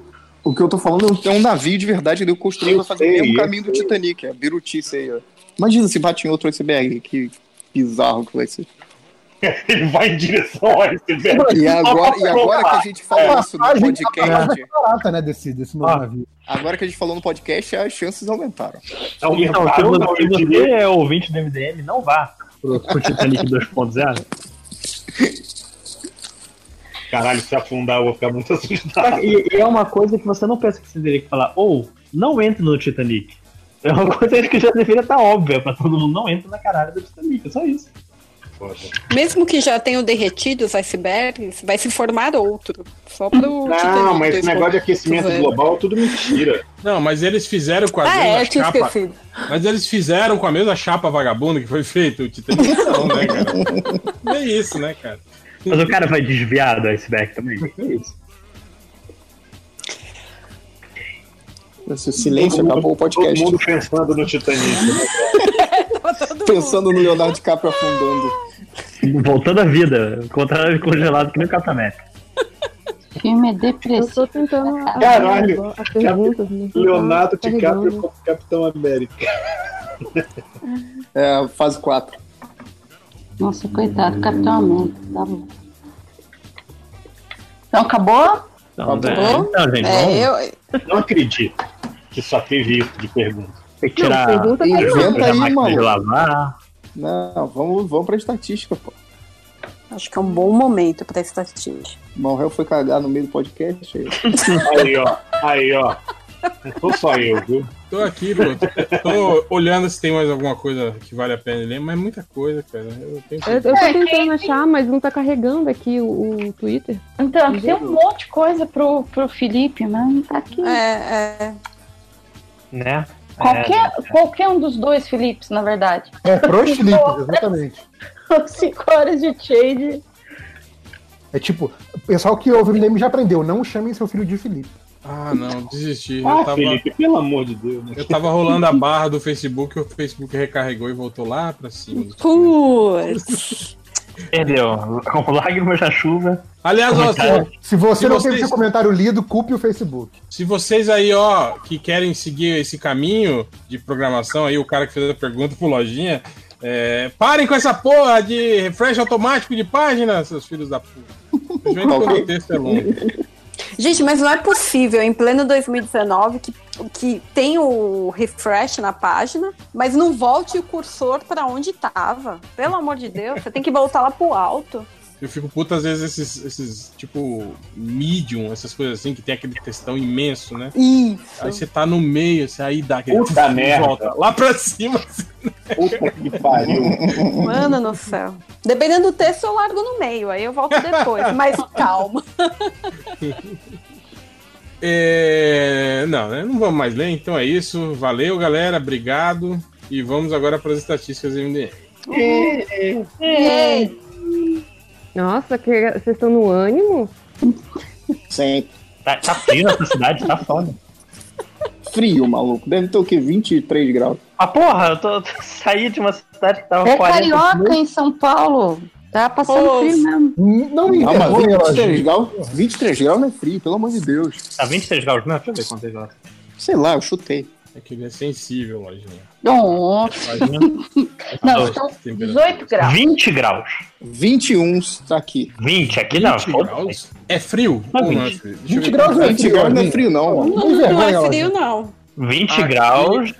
Speaker 12: o que eu tô falando é um navio de verdade que eu construí
Speaker 17: Eu
Speaker 12: vai fazer
Speaker 17: sei,
Speaker 12: o mesmo
Speaker 17: eu
Speaker 12: caminho do Titanic, é birutice aí, ó. Imagina se bate em outro iceberg, que bizarro que vai ser.
Speaker 17: Ele vai em direção ao iceberg. É,
Speaker 12: E agora, e agora que a gente falou isso no
Speaker 14: passagem tá
Speaker 12: podcast,
Speaker 14: mais barata, né, desse,
Speaker 20: Ah.
Speaker 14: desse novo navio.
Speaker 12: agora que a gente falou no podcast, as chances aumentaram.
Speaker 20: Então, se você, se você é ouvinte do MDM, não vá pro, pro Titanic 2.0.
Speaker 17: Caralho, se afundar, eu vou ficar muito assustado.
Speaker 20: E, e é uma coisa que você não pensa que você teria que falar. Ou, não entre no Titanic. É uma coisa que já deveria estar óbvia pra todo mundo. Não entra na caralho do Titanic, é só isso.
Speaker 5: Mesmo que já tenham derretido os icebergs, vai se formar outro. Só pro tipo,
Speaker 17: Não, Ah, mas esse negócio de aquecimento
Speaker 5: Zero.
Speaker 17: global é tudo mentira.
Speaker 15: Não, mas eles fizeram com a
Speaker 5: Ah,
Speaker 15: mesma
Speaker 5: é, eu tinha
Speaker 15: chapa.
Speaker 5: esquecido.
Speaker 15: Mas eles fizeram com a mesma chapa vagabunda que foi feito o Titanic, não, né, cara? É isso, né, cara?
Speaker 20: Mas o cara vai desviar do iceberg também. É isso.
Speaker 12: Esse silêncio
Speaker 17: Todo mundo-
Speaker 12: acabou o podcast.
Speaker 17: Todo mundo pensando no Titanic.
Speaker 12: Pensando no Leonardo DiCaprio afundando.
Speaker 20: Voltando à vida. Encontrar congelado que nem o Catamete.
Speaker 11: Filme é depressivo.
Speaker 6: Eu tô tentando. a-
Speaker 17: Caralho,
Speaker 6: As perguntas, né?
Speaker 17: Leonardo
Speaker 6: Tá
Speaker 17: DiCaprio
Speaker 6: ligando.
Speaker 17: como Capitão América.
Speaker 12: É a fase 4.
Speaker 11: Nossa, coitado, Capitão América. Tá bom. Então acabou?
Speaker 20: Não,
Speaker 11: Tá
Speaker 20: é-
Speaker 11: bom.
Speaker 20: não, gente,
Speaker 11: É,
Speaker 20: vamos-
Speaker 11: eu-
Speaker 17: Não acredito que só teve isso é de pergunta.
Speaker 20: Tem que tirar
Speaker 12: pergunta tá Inventa aí,
Speaker 20: a máquina de
Speaker 12: maluco.
Speaker 20: lavar.
Speaker 12: Não, vamos, vamos pra estatística, pô.
Speaker 5: Acho que é um bom momento pra estatística.
Speaker 12: Bom, o réu foi cagar no meio do podcast. Aí.
Speaker 17: Aí, ó. Aí, ó. Não sou só eu, viu?
Speaker 15: Tô aqui, Bruno. Tô olhando se tem mais alguma coisa que vale a pena ler, mas é muita coisa, cara. Eu tenho que-
Speaker 6: Eu, eu tô
Speaker 11: É,
Speaker 4: É,
Speaker 6: tentando achar, mas não tá carregando aqui o, o Twitter.
Speaker 11: Então, tem um monte de coisa pro, pro Felipe, mas não tá aqui.
Speaker 5: É, é.
Speaker 20: Né?
Speaker 11: Qualquer, qualquer um dos dois Filipes, na verdade.
Speaker 14: É, pro Felipe, exatamente.
Speaker 11: Cinco horas de Shade.
Speaker 14: É tipo, o pessoal que ouve o MDM já aprendeu, não chamem seu filho de Felipe.
Speaker 15: Ah, não, desisti.
Speaker 17: Ah,
Speaker 15: eu, tava,
Speaker 17: Felipe, pelo amor de Deus. Né?
Speaker 15: eu tava rolando a barra do Facebook, o Facebook recarregou e voltou lá pra cima.
Speaker 5: Putz.
Speaker 20: Perdeu. Com lágrimas na chuva.
Speaker 15: Aliás, ó,
Speaker 20: Comentário.
Speaker 15: se-
Speaker 14: Se você
Speaker 15: se
Speaker 14: não
Speaker 15: vocês-
Speaker 14: teve seu comentário lido, culpe o Facebook.
Speaker 15: Se vocês aí, ó, que querem seguir esse caminho de programação aí, o cara que fez a pergunta pro Lojinha, é, parem com essa porra de refresh automático de página, seus filhos da puta. Vejam aí como o texto é longo.
Speaker 5: Gente, mas não é possível em pleno 2019 que, que tem o refresh na página, mas não volte o cursor pra onde tava. Pelo amor de Deus, você tem que voltar lá pro alto.
Speaker 15: Eu fico puto às vezes esses, esses, tipo, medium, essas coisas assim, que tem aquele textão imenso, né?
Speaker 5: Isso.
Speaker 15: Aí você tá no meio, assim, aí dá aquele...
Speaker 17: Puta merda.
Speaker 15: Lá pra cima.
Speaker 17: Puta que pariu.
Speaker 5: Mano no céu. Dependendo do texto, eu largo no meio, aí eu volto depois. Mas calma.
Speaker 15: É, Não, né? não vamos mais ler, então é isso. Valeu, galera. Obrigado. E vamos agora para as estatísticas do MDM.
Speaker 4: É.
Speaker 11: um.
Speaker 15: É.
Speaker 4: Nossa, que... vocês estão no ânimo?
Speaker 12: Sim.
Speaker 20: Tá, tá frio nessa cidade, tá foda.
Speaker 12: Frio, maluco. Deve ter o quê? 23 graus.
Speaker 20: Ah, porra, eu tô, tô- saí de uma cidade que tava
Speaker 12: É
Speaker 20: 40.
Speaker 12: carioca,
Speaker 11: Em São Paulo. Tá passando
Speaker 20: Pô,
Speaker 11: frio mesmo.
Speaker 14: Não
Speaker 12: me
Speaker 20: envergonha,
Speaker 12: mas 23
Speaker 20: Lojinha.
Speaker 12: graus, 23 graus não é frio, pelo amor de Deus.
Speaker 20: Tá 23 graus, não? Deixa eu ver quanto é graus.
Speaker 12: Sei lá, eu chutei.
Speaker 15: É que ele é sensível, Lojinha.
Speaker 11: Nossa.
Speaker 12: tá
Speaker 11: Não,
Speaker 15: Dois,
Speaker 11: são
Speaker 15: temperatura.
Speaker 11: 18 graus.
Speaker 20: 20 graus.
Speaker 12: 21 tá aqui.
Speaker 20: 20, aqui não.
Speaker 15: 20 graus? É frio? Ou não é frio? né? Deixa eu ver.
Speaker 12: é
Speaker 5: Não, não é frio, não.
Speaker 20: 20
Speaker 15: Aqui-
Speaker 20: graus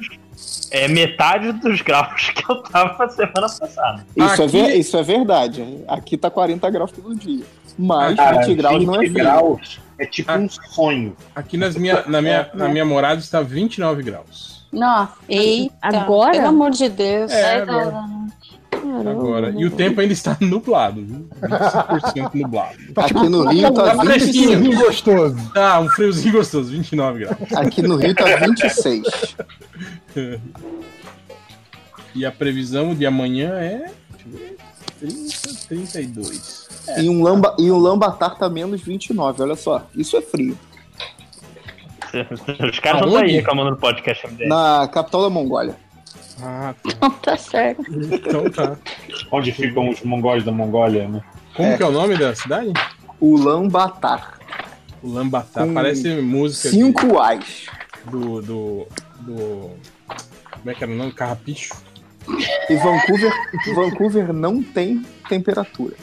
Speaker 20: é metade dos graus que eu tava semana passada.
Speaker 12: Isso, é,
Speaker 20: Aqui-
Speaker 12: ver- isso é verdade. Aqui tá 40 graus todo dia. Mas
Speaker 15: Ah,
Speaker 12: 20 graus não é
Speaker 15: 20
Speaker 12: frio.
Speaker 15: graus
Speaker 12: é tipo um sonho.
Speaker 15: Ah. Aqui nas minha, na, minha,
Speaker 12: É, né?
Speaker 15: na minha morada está 29 graus.
Speaker 11: Nossa.
Speaker 5: Eita,
Speaker 11: agora?
Speaker 5: Pelo amor de Deus.
Speaker 11: É,
Speaker 15: agora. Agora. E o
Speaker 12: né?
Speaker 15: tempo ainda está nublado, viu? 25% nublado.
Speaker 12: Tá tipo Aqui no Rio tá
Speaker 15: Tá fresquinho.
Speaker 12: 25.
Speaker 14: gostoso.
Speaker 15: Tá, um friozinho gostoso, 29 graus.
Speaker 12: Aqui no Rio tá 26.
Speaker 15: E a previsão de amanhã é. Deixa eu ver. 30, 32.
Speaker 12: E um, lamba, e um lambatar tá menos 29, olha só. Isso é frio.
Speaker 20: Os caras não estão aí reclamando no podcast MDM.
Speaker 12: Na capital da Mongólia.
Speaker 15: É. Ah,
Speaker 11: tá certo.
Speaker 15: Então tá.
Speaker 17: Onde ficam os mongóis da Mongólia, né?
Speaker 15: Como que é o nome da cidade?
Speaker 12: Ulambatar.
Speaker 15: Ulambatar.
Speaker 12: Com
Speaker 15: Parece música.
Speaker 12: cinco
Speaker 15: de-
Speaker 12: Ais.
Speaker 15: Do, do. do. Como é que era o nome? Carrapicho?
Speaker 12: E Vancouver, Vancouver não tem temperatura.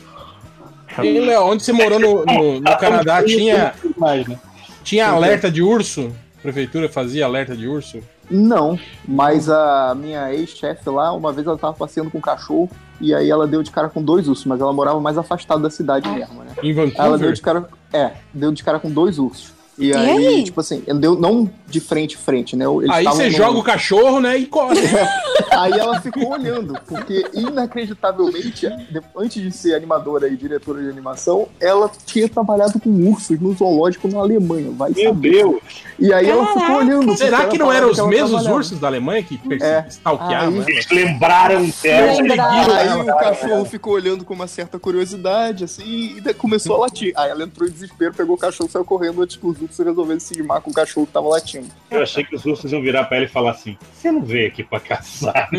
Speaker 15: E Léo, onde você morou no, no, no Canadá tinha,
Speaker 12: Mais, né?
Speaker 15: tinha alerta de urso? A prefeitura fazia alerta de urso?
Speaker 12: Não, mas a minha ex-chefe lá, uma vez ela tava passeando com um cachorro e aí ela deu de cara com dois ursos, mas ela morava mais afastada da cidade mesmo, né?
Speaker 15: Em Vancouver?
Speaker 12: Ela deu de cara, é, deu de cara com dois ursos. E,
Speaker 15: E
Speaker 12: aí,
Speaker 15: aí?
Speaker 12: tipo assim, ele deu não de frente a frente, né? Eles
Speaker 15: Aí
Speaker 12: estavam
Speaker 15: você
Speaker 12: no-
Speaker 15: joga o cachorro, né? E corre.
Speaker 12: Aí ela ficou olhando, porque inacreditavelmente, de- antes de ser animadora e diretora de animação, ela tinha trabalhado com ursos no zoológico na Alemanha, vai Meu Deus! E aí ela ficou olhando. porque
Speaker 15: Será
Speaker 12: ela
Speaker 15: que não
Speaker 12: falava
Speaker 15: eram os
Speaker 12: que ela
Speaker 15: mesmos
Speaker 12: trabalhava.
Speaker 15: ursos da Alemanha que perse-
Speaker 12: É.
Speaker 15: stalkeavam
Speaker 12: Aí-
Speaker 15: ela? Eles seguiram
Speaker 12: Aí
Speaker 15: ela.
Speaker 12: o cachorro ficou olhando com uma certa curiosidade, assim, e daí começou a latir. Aí ela entrou em desespero, pegou o cachorro, saiu correndo antes que os ursos resolveram se esguimar com o cachorro que tava latindo.
Speaker 17: Eu achei que os russos iam virar pra ele e falar assim: você não veio aqui pra caçar.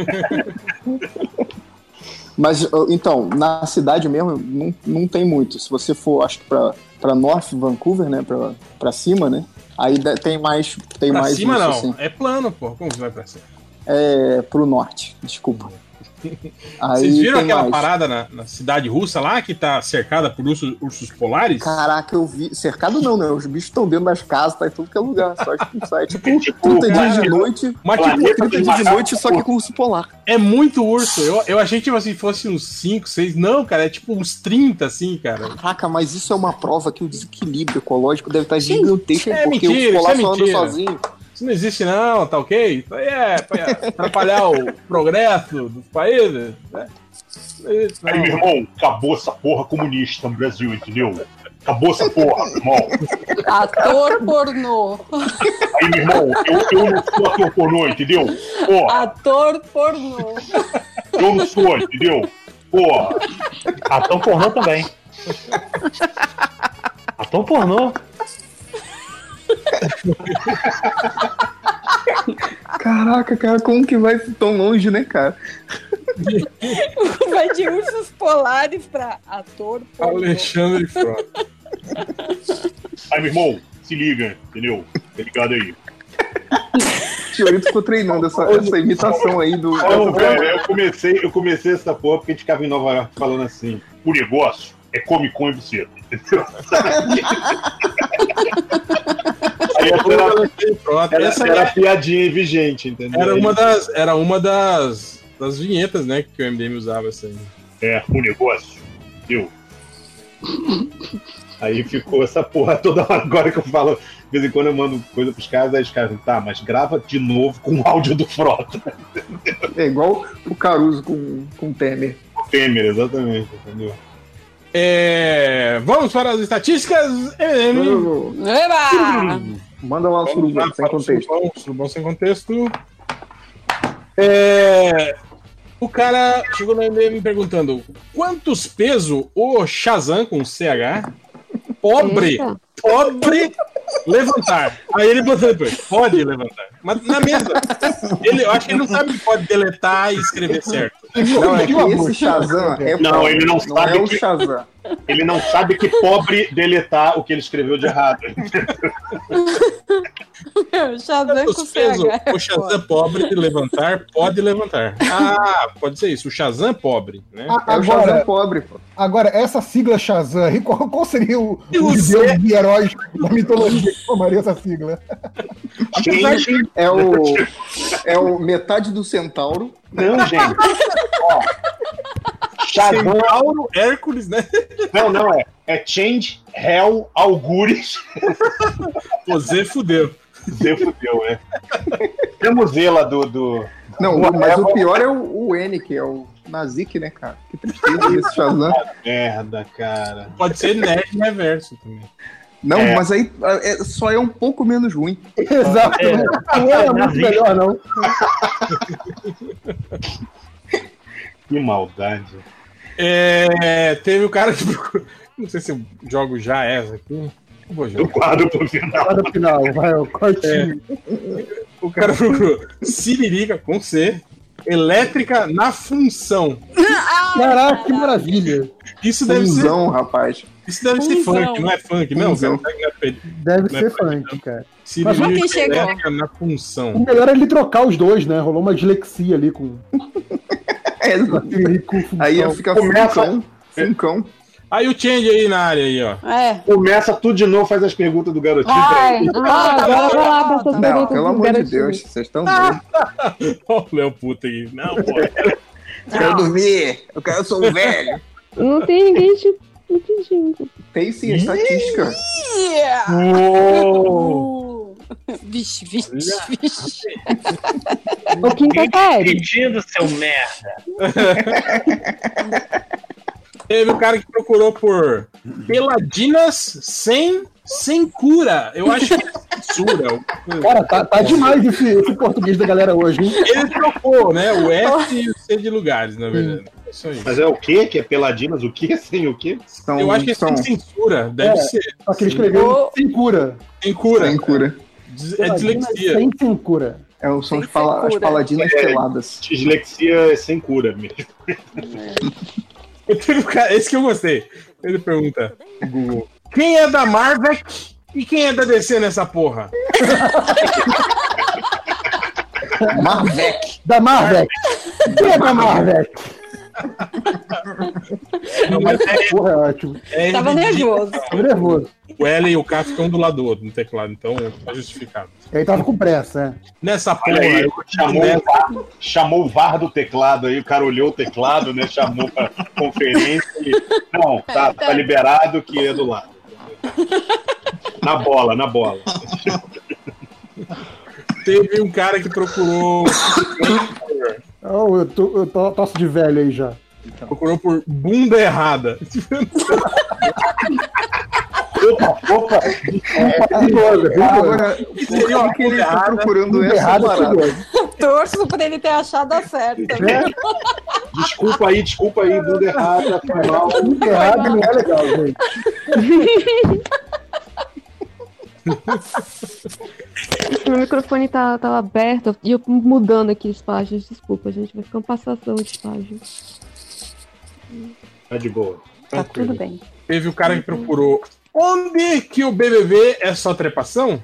Speaker 12: Mas, ó, então, na cidade mesmo, não, não tem muito. Se você for, acho que pra, pra North Vancouver, né, pra, pra cima, né, aí da- tem mais tem
Speaker 15: Pra
Speaker 12: mais
Speaker 15: cima
Speaker 12: urso,
Speaker 15: não,
Speaker 12: assim.
Speaker 15: é plano, pô. Como que vai pra cima?
Speaker 12: É, pro norte, desculpa. Aí
Speaker 15: Vocês viram
Speaker 12: tem
Speaker 15: aquela
Speaker 12: mais.
Speaker 15: parada na, na cidade russa lá que tá cercada por ursos, ursos polares?
Speaker 12: Caraca, eu vi. Cercado não, né? Os bichos estão dentro das casas, tá em tudo que é lugar. Só acho que sai. Tipo, 30 dias de noite.
Speaker 15: Mas, tipo,
Speaker 12: 30 dias de noite, só que com urso polar.
Speaker 15: É muito urso. Eu, eu achei tipo assim, fosse uns 5, 6. Não, cara, é tipo uns 30, assim, cara.
Speaker 12: Caraca, mas isso é uma prova que o desequilíbrio ecológico deve estar gigantesco,
Speaker 15: É
Speaker 12: porque
Speaker 15: mentira,
Speaker 12: o
Speaker 15: isso
Speaker 12: polar
Speaker 15: é
Speaker 12: só anda
Speaker 15: mentira.
Speaker 12: sozinho.
Speaker 15: Isso não existe, não, tá ok? Isso aí é pra atrapalhar o progresso dos países, né? Não existe,
Speaker 17: Aí, meu
Speaker 15: não.
Speaker 17: irmão, acabou essa porra comunista no Brasil, entendeu? Acabou essa porra, meu irmão.
Speaker 5: Ator pornô.
Speaker 17: Aí, meu irmão, eu, eu não sou ator pornô, entendeu? Porra,
Speaker 5: Ator pornô.
Speaker 17: eu não sou, entendeu? Porra.
Speaker 20: Ator pornô também. Ator pornô?
Speaker 12: Caraca, cara, como que vai tão longe, né, cara?
Speaker 5: Vai de ursos polares pra ator. pornô.
Speaker 15: Alexandre Frota.
Speaker 17: Aí, meu irmão, se liga, entendeu? Fica ligado aí.
Speaker 12: Tiorito ficou treinando essa, essa imitação aí do.
Speaker 17: Não, velho, eu comecei, eu comecei essa porra porque a gente ficava em Nova York falando assim: o negócio é Comic Con e buceta. entendeu? Aí
Speaker 15: Frota.
Speaker 17: era, era,
Speaker 15: Essa
Speaker 17: era,
Speaker 15: é-
Speaker 17: piadinha, hein, vigente, entendeu?
Speaker 15: Era uma das, era uma das, das vinhetas, né, que o MDM usava assim. essa aí.
Speaker 17: É, o negócio. Eu. Aí ficou essa porra toda hora agora que eu falo. De vez em quando eu mando coisa pros caras, aí os caras tá, mas grava de novo com o áudio do Frota.
Speaker 12: É igual o Caruso com, com o Temer.
Speaker 17: Temer, exatamente, entendeu?
Speaker 15: É, vamos para as estatísticas. MDM.
Speaker 5: Eba!
Speaker 12: Manda lá o surubão, sem contexto.
Speaker 15: Surubão, surubão sem contexto. É, o cara chegou no MDM perguntando quantos pesos o Shazam com CH pobre,
Speaker 16: Eita.
Speaker 15: pobre levantar. Aí ele botou depois, pode levantar. Mas na mesa. Ele, eu acho que ele não sabe que pode deletar e escrever certo.
Speaker 12: Não, é que esse Shazam é
Speaker 17: Não,
Speaker 12: pobre,
Speaker 17: ele não sabe
Speaker 12: é o
Speaker 17: que-
Speaker 12: Shazam.
Speaker 17: Ele não sabe que pobre deletar o que ele escreveu de errado.
Speaker 5: Meu, Shazam com
Speaker 15: Peso,
Speaker 5: CH.
Speaker 15: o Shazam pobre de levantar, pode levantar. Ah, pode ser isso. O Shazam pobre, né?
Speaker 14: Ah, É o agora- Shazam
Speaker 12: pobre, pô.
Speaker 14: Agora, essa sigla Shazam, aí, qual, qual seria o, o
Speaker 15: Deus
Speaker 14: deus de heróis da mitologia que tomaria essa sigla?
Speaker 12: Apesar de- É o, é o metade do centauro.
Speaker 17: Não, gente. Centauro,
Speaker 12: é
Speaker 15: Hércules, né?
Speaker 17: Não, não, é. É Change, Hell, Algures.
Speaker 15: O Z fudeu.
Speaker 17: Z fudeu, é. Temos Z lá do. do...
Speaker 12: Não,
Speaker 17: do
Speaker 12: mas o
Speaker 17: Eva.
Speaker 12: pior é o, o N, que é o Nazik, né, cara? Que tristeza desse Shazam.
Speaker 17: Merda, cara.
Speaker 15: Pode ser nerd reverso também.
Speaker 12: Não,
Speaker 15: É.
Speaker 12: mas aí é, só é um pouco menos ruim.
Speaker 14: Exato.
Speaker 15: É.
Speaker 14: Não era muito melhor, não.
Speaker 17: Que maldade.
Speaker 15: É, teve o cara que procurou. Não sei se eu jogo já essa aqui. Eu vou jogar. É,
Speaker 17: Eu guardo pro final.
Speaker 14: Para o final, vai, o cortinho.
Speaker 15: O cara procurou Siririca com C, elétrica na função.
Speaker 14: Caraca, que maravilha.
Speaker 15: Isso deve
Speaker 12: Funzão,
Speaker 15: ser.
Speaker 12: rapaz.
Speaker 15: Isso deve ser
Speaker 14: Funzão.
Speaker 15: funk, não é funk, não.
Speaker 14: Funzão.
Speaker 15: velho. Não é pe-
Speaker 14: Deve
Speaker 15: não é
Speaker 14: ser
Speaker 15: pe-
Speaker 14: funk, cara. Mas
Speaker 15: Siririca
Speaker 14: vamos quem chegou.
Speaker 15: elétrica na
Speaker 14: O
Speaker 15: função.
Speaker 14: melhor é ele trocar os dois, né? Rolou uma dislexia ali com.
Speaker 12: Aí eu fico
Speaker 17: Começa-
Speaker 12: fincão. Fincão.
Speaker 15: Aí o Change aí na área aí, ó.
Speaker 17: Começa tudo de novo, faz as perguntas do garotinho.
Speaker 12: Ai,
Speaker 15: ah, agora vai lá,
Speaker 12: Não, pelo amor de Deus, vocês estão doidos.
Speaker 15: Olha o Léo puta aí. Não, pô.
Speaker 12: Quero dormir. Eu, quero, eu sou um velho.
Speaker 4: Não tem ninguém te não tem gente.
Speaker 12: Tem sim, é estatística.
Speaker 5: Vixe, vixe, vixe.
Speaker 4: O quinta
Speaker 20: tá
Speaker 4: série.
Speaker 15: Pedindo seu É. merda. Teve o cara que procurou por peladinas sem, sem cura. Eu acho que é censura.
Speaker 14: Cara, tá, tá demais esse, esse português da galera hoje, hein?
Speaker 15: Ele trocou, né? O F e o C de lugares, na verdade. É Isso aí.
Speaker 17: Mas é o quê? Que é peladinas? O quê? Sem o quê?
Speaker 15: Eu acho que é sem censura. Deve
Speaker 14: É,
Speaker 15: ser.
Speaker 14: Só que ele escreveu sem cura.
Speaker 15: Sem cura.
Speaker 12: Sem cura.
Speaker 15: É dislexia.
Speaker 14: Sem sem cura.
Speaker 12: É, o- são os pala- as
Speaker 14: cura.
Speaker 12: paladinas
Speaker 14: É.
Speaker 12: peladas.
Speaker 17: Dislexia é sem cura mesmo.
Speaker 15: Eu teve um cara- Esse que eu gostei. Ele pergunta: o Google, quem é da Marvel e quem é da DC nessa porra?
Speaker 12: Marvec.
Speaker 14: Da Marvel. Quem é da Marvel?
Speaker 15: Não, mas é-
Speaker 14: Porra, é ótimo.
Speaker 15: é
Speaker 5: Tava
Speaker 15: ridículo.
Speaker 5: nervoso.
Speaker 14: Tô nervoso.
Speaker 15: O L e o K ficam um do lado do outro no teclado, então tá justificado.
Speaker 14: Ele tava com pressa, né?
Speaker 15: Nessa
Speaker 17: Olha
Speaker 15: porra,
Speaker 17: aí,
Speaker 15: eu-
Speaker 17: chamou,
Speaker 15: né?
Speaker 17: o VAR, chamou o VAR do teclado aí, o cara olhou o teclado, né? Chamou pra conferência e. Não, tá, tá liberado que é do lado. Na bola, na bola.
Speaker 15: teve um cara que procurou.
Speaker 14: Oh, eu tô, eu tô, tosse de velho aí já.
Speaker 15: procurou por bunda errada.
Speaker 17: opa, opa!
Speaker 14: perigoso, é perigoso.
Speaker 12: Agora,
Speaker 15: seria
Speaker 12: por que que ele tá procurando
Speaker 14: Tudo
Speaker 12: essa
Speaker 14: errado,
Speaker 12: parada?
Speaker 14: perigoso.
Speaker 5: Torço pra ele ter achado a certa. né?
Speaker 17: Desculpa aí, desculpa aí, tá bunda errada, foi mal.
Speaker 14: Tudo errado não é legal, gente.
Speaker 4: Meu microfone tá, tá aberto e eu mudando aqui as páginas. Desculpa, gente. Vai ficar uma passação de páginas.
Speaker 17: Tá de boa.
Speaker 4: Tá tudo bem.
Speaker 15: Teve o cara que procurou. Onde que o BBB é só trepação?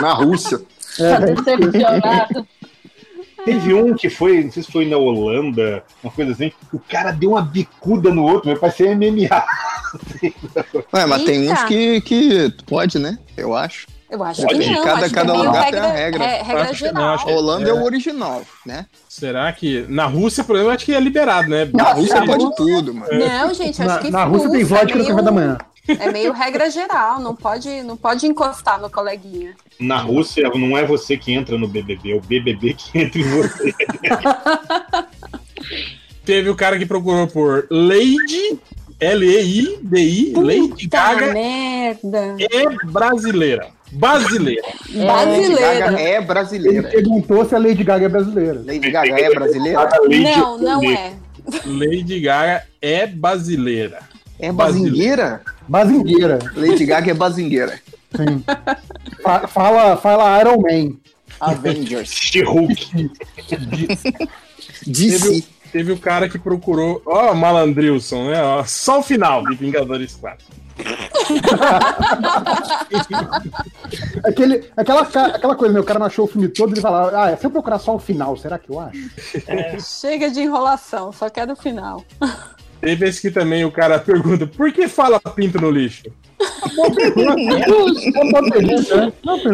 Speaker 12: Na Rússia.
Speaker 14: É.
Speaker 11: Tá decepcionado.
Speaker 17: Teve um que foi, não sei se foi na Holanda, uma coisa assim, que o cara deu uma bicuda no outro, meu pai ser MMA.
Speaker 21: Ué, mas tem
Speaker 5: Eita.
Speaker 21: uns que, que pode, né? Eu acho.
Speaker 5: Eu acho
Speaker 21: Pode.
Speaker 5: que não.
Speaker 21: Cada- cada
Speaker 5: acho que é meio
Speaker 21: lugar tem
Speaker 5: regra,
Speaker 21: a regra.
Speaker 5: É, regra
Speaker 15: Acho que não,
Speaker 5: geral.
Speaker 15: acho que-
Speaker 21: Holanda é o original, né?
Speaker 15: Será que. Na Rússia, por exemplo, acho que é liberado, né?
Speaker 5: Nossa, Rússia na pode Rússia-
Speaker 21: tudo, mano.
Speaker 5: Não, gente, acho
Speaker 14: na,
Speaker 5: que
Speaker 14: na Rússia tem
Speaker 5: expulsa
Speaker 14: vodka no café da manhã.
Speaker 5: É meio regra geral, não pode, não pode encostar no coleguinha.
Speaker 17: Na Rússia, não é você que entra no BBB, é o BBB que entra em você.
Speaker 15: Teve o cara que procurou por Lady, L-E-I-D-I, Lady Gaga
Speaker 5: Tá merda.
Speaker 15: é brasileira. Brasileira.
Speaker 14: Brasileira.
Speaker 21: Gaga é brasileira.
Speaker 14: Ele perguntou se a Lady Gaga é brasileira.
Speaker 21: Lady Gaga é brasileira?
Speaker 5: Não, não é.
Speaker 15: Lady Gaga é brasileira.
Speaker 21: É bazingueira?
Speaker 14: Bazingueira.
Speaker 21: Lady Gaga é bazingueira.
Speaker 14: Sim. Fa- fala, fala Iron Man.
Speaker 21: Avengers.
Speaker 17: She-Hulk.
Speaker 15: Teve, o- teve o cara que procurou. Ó, Malandrilson, né? Ó, só o final de Vingadores 4.
Speaker 14: Aquele, aquela, ca- aquela coisa, né? O cara não achou o filme todo, ele fala, ah, se eu procurar só o final, será que eu acho?
Speaker 5: é.
Speaker 14: É.
Speaker 5: Chega de enrolação, só quero o final.
Speaker 15: Teve esse que também o cara pergunta: por que fala pinto no lixo?
Speaker 17: Ué,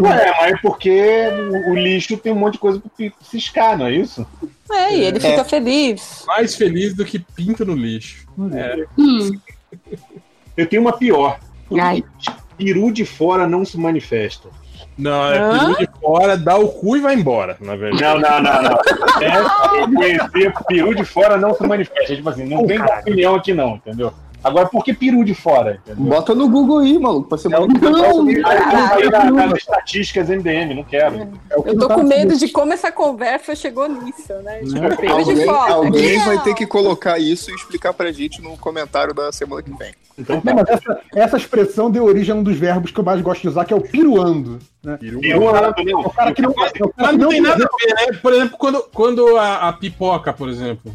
Speaker 17: mas é porque o, o lixo tem um monte de coisa pra fi- ciscar, não é isso?
Speaker 5: É, e ele
Speaker 15: É.
Speaker 5: fica feliz.
Speaker 15: Mais feliz do que pinto no lixo. É.
Speaker 17: Eu tenho uma pior. Peru de fora não se manifesta.
Speaker 15: Não, é
Speaker 17: Hã?
Speaker 15: peru de fora, dá o cu e vai embora, na verdade.
Speaker 17: Não, não, não, não. É, eu conhecia peru de fora não se manifesta. Tipo assim, não tem opinião aqui não, entendeu? Agora, por que peru de fora? Entendeu?
Speaker 12: Bota no Google aí, maluco, pra você mandar um negócio
Speaker 17: Aí
Speaker 12: meio-
Speaker 17: eu saí da- das estatísticas MDM, não quero.
Speaker 22: é.
Speaker 21: é
Speaker 5: Eu
Speaker 21: tá
Speaker 5: tô com medo de como essa conversa chegou nisso, né? Tipo, peru de
Speaker 21: Alguém,
Speaker 5: fora.
Speaker 21: alguém
Speaker 5: Não.
Speaker 21: vai ter que colocar isso e explicar pra gente no comentário da semana que vem.
Speaker 22: Então,
Speaker 14: Não, mas essa, essa expressão deu origem a um dos verbos que eu mais gosto de usar, que é o piruando. Né?
Speaker 15: um
Speaker 17: Piruando, né?
Speaker 14: O
Speaker 22: tá
Speaker 12: É
Speaker 14: cara que não, o cara
Speaker 15: Mas
Speaker 14: que
Speaker 15: não tem
Speaker 14: não-
Speaker 15: nada a ver, né? Por exemplo, quando, quando a, a pipoca, por exemplo,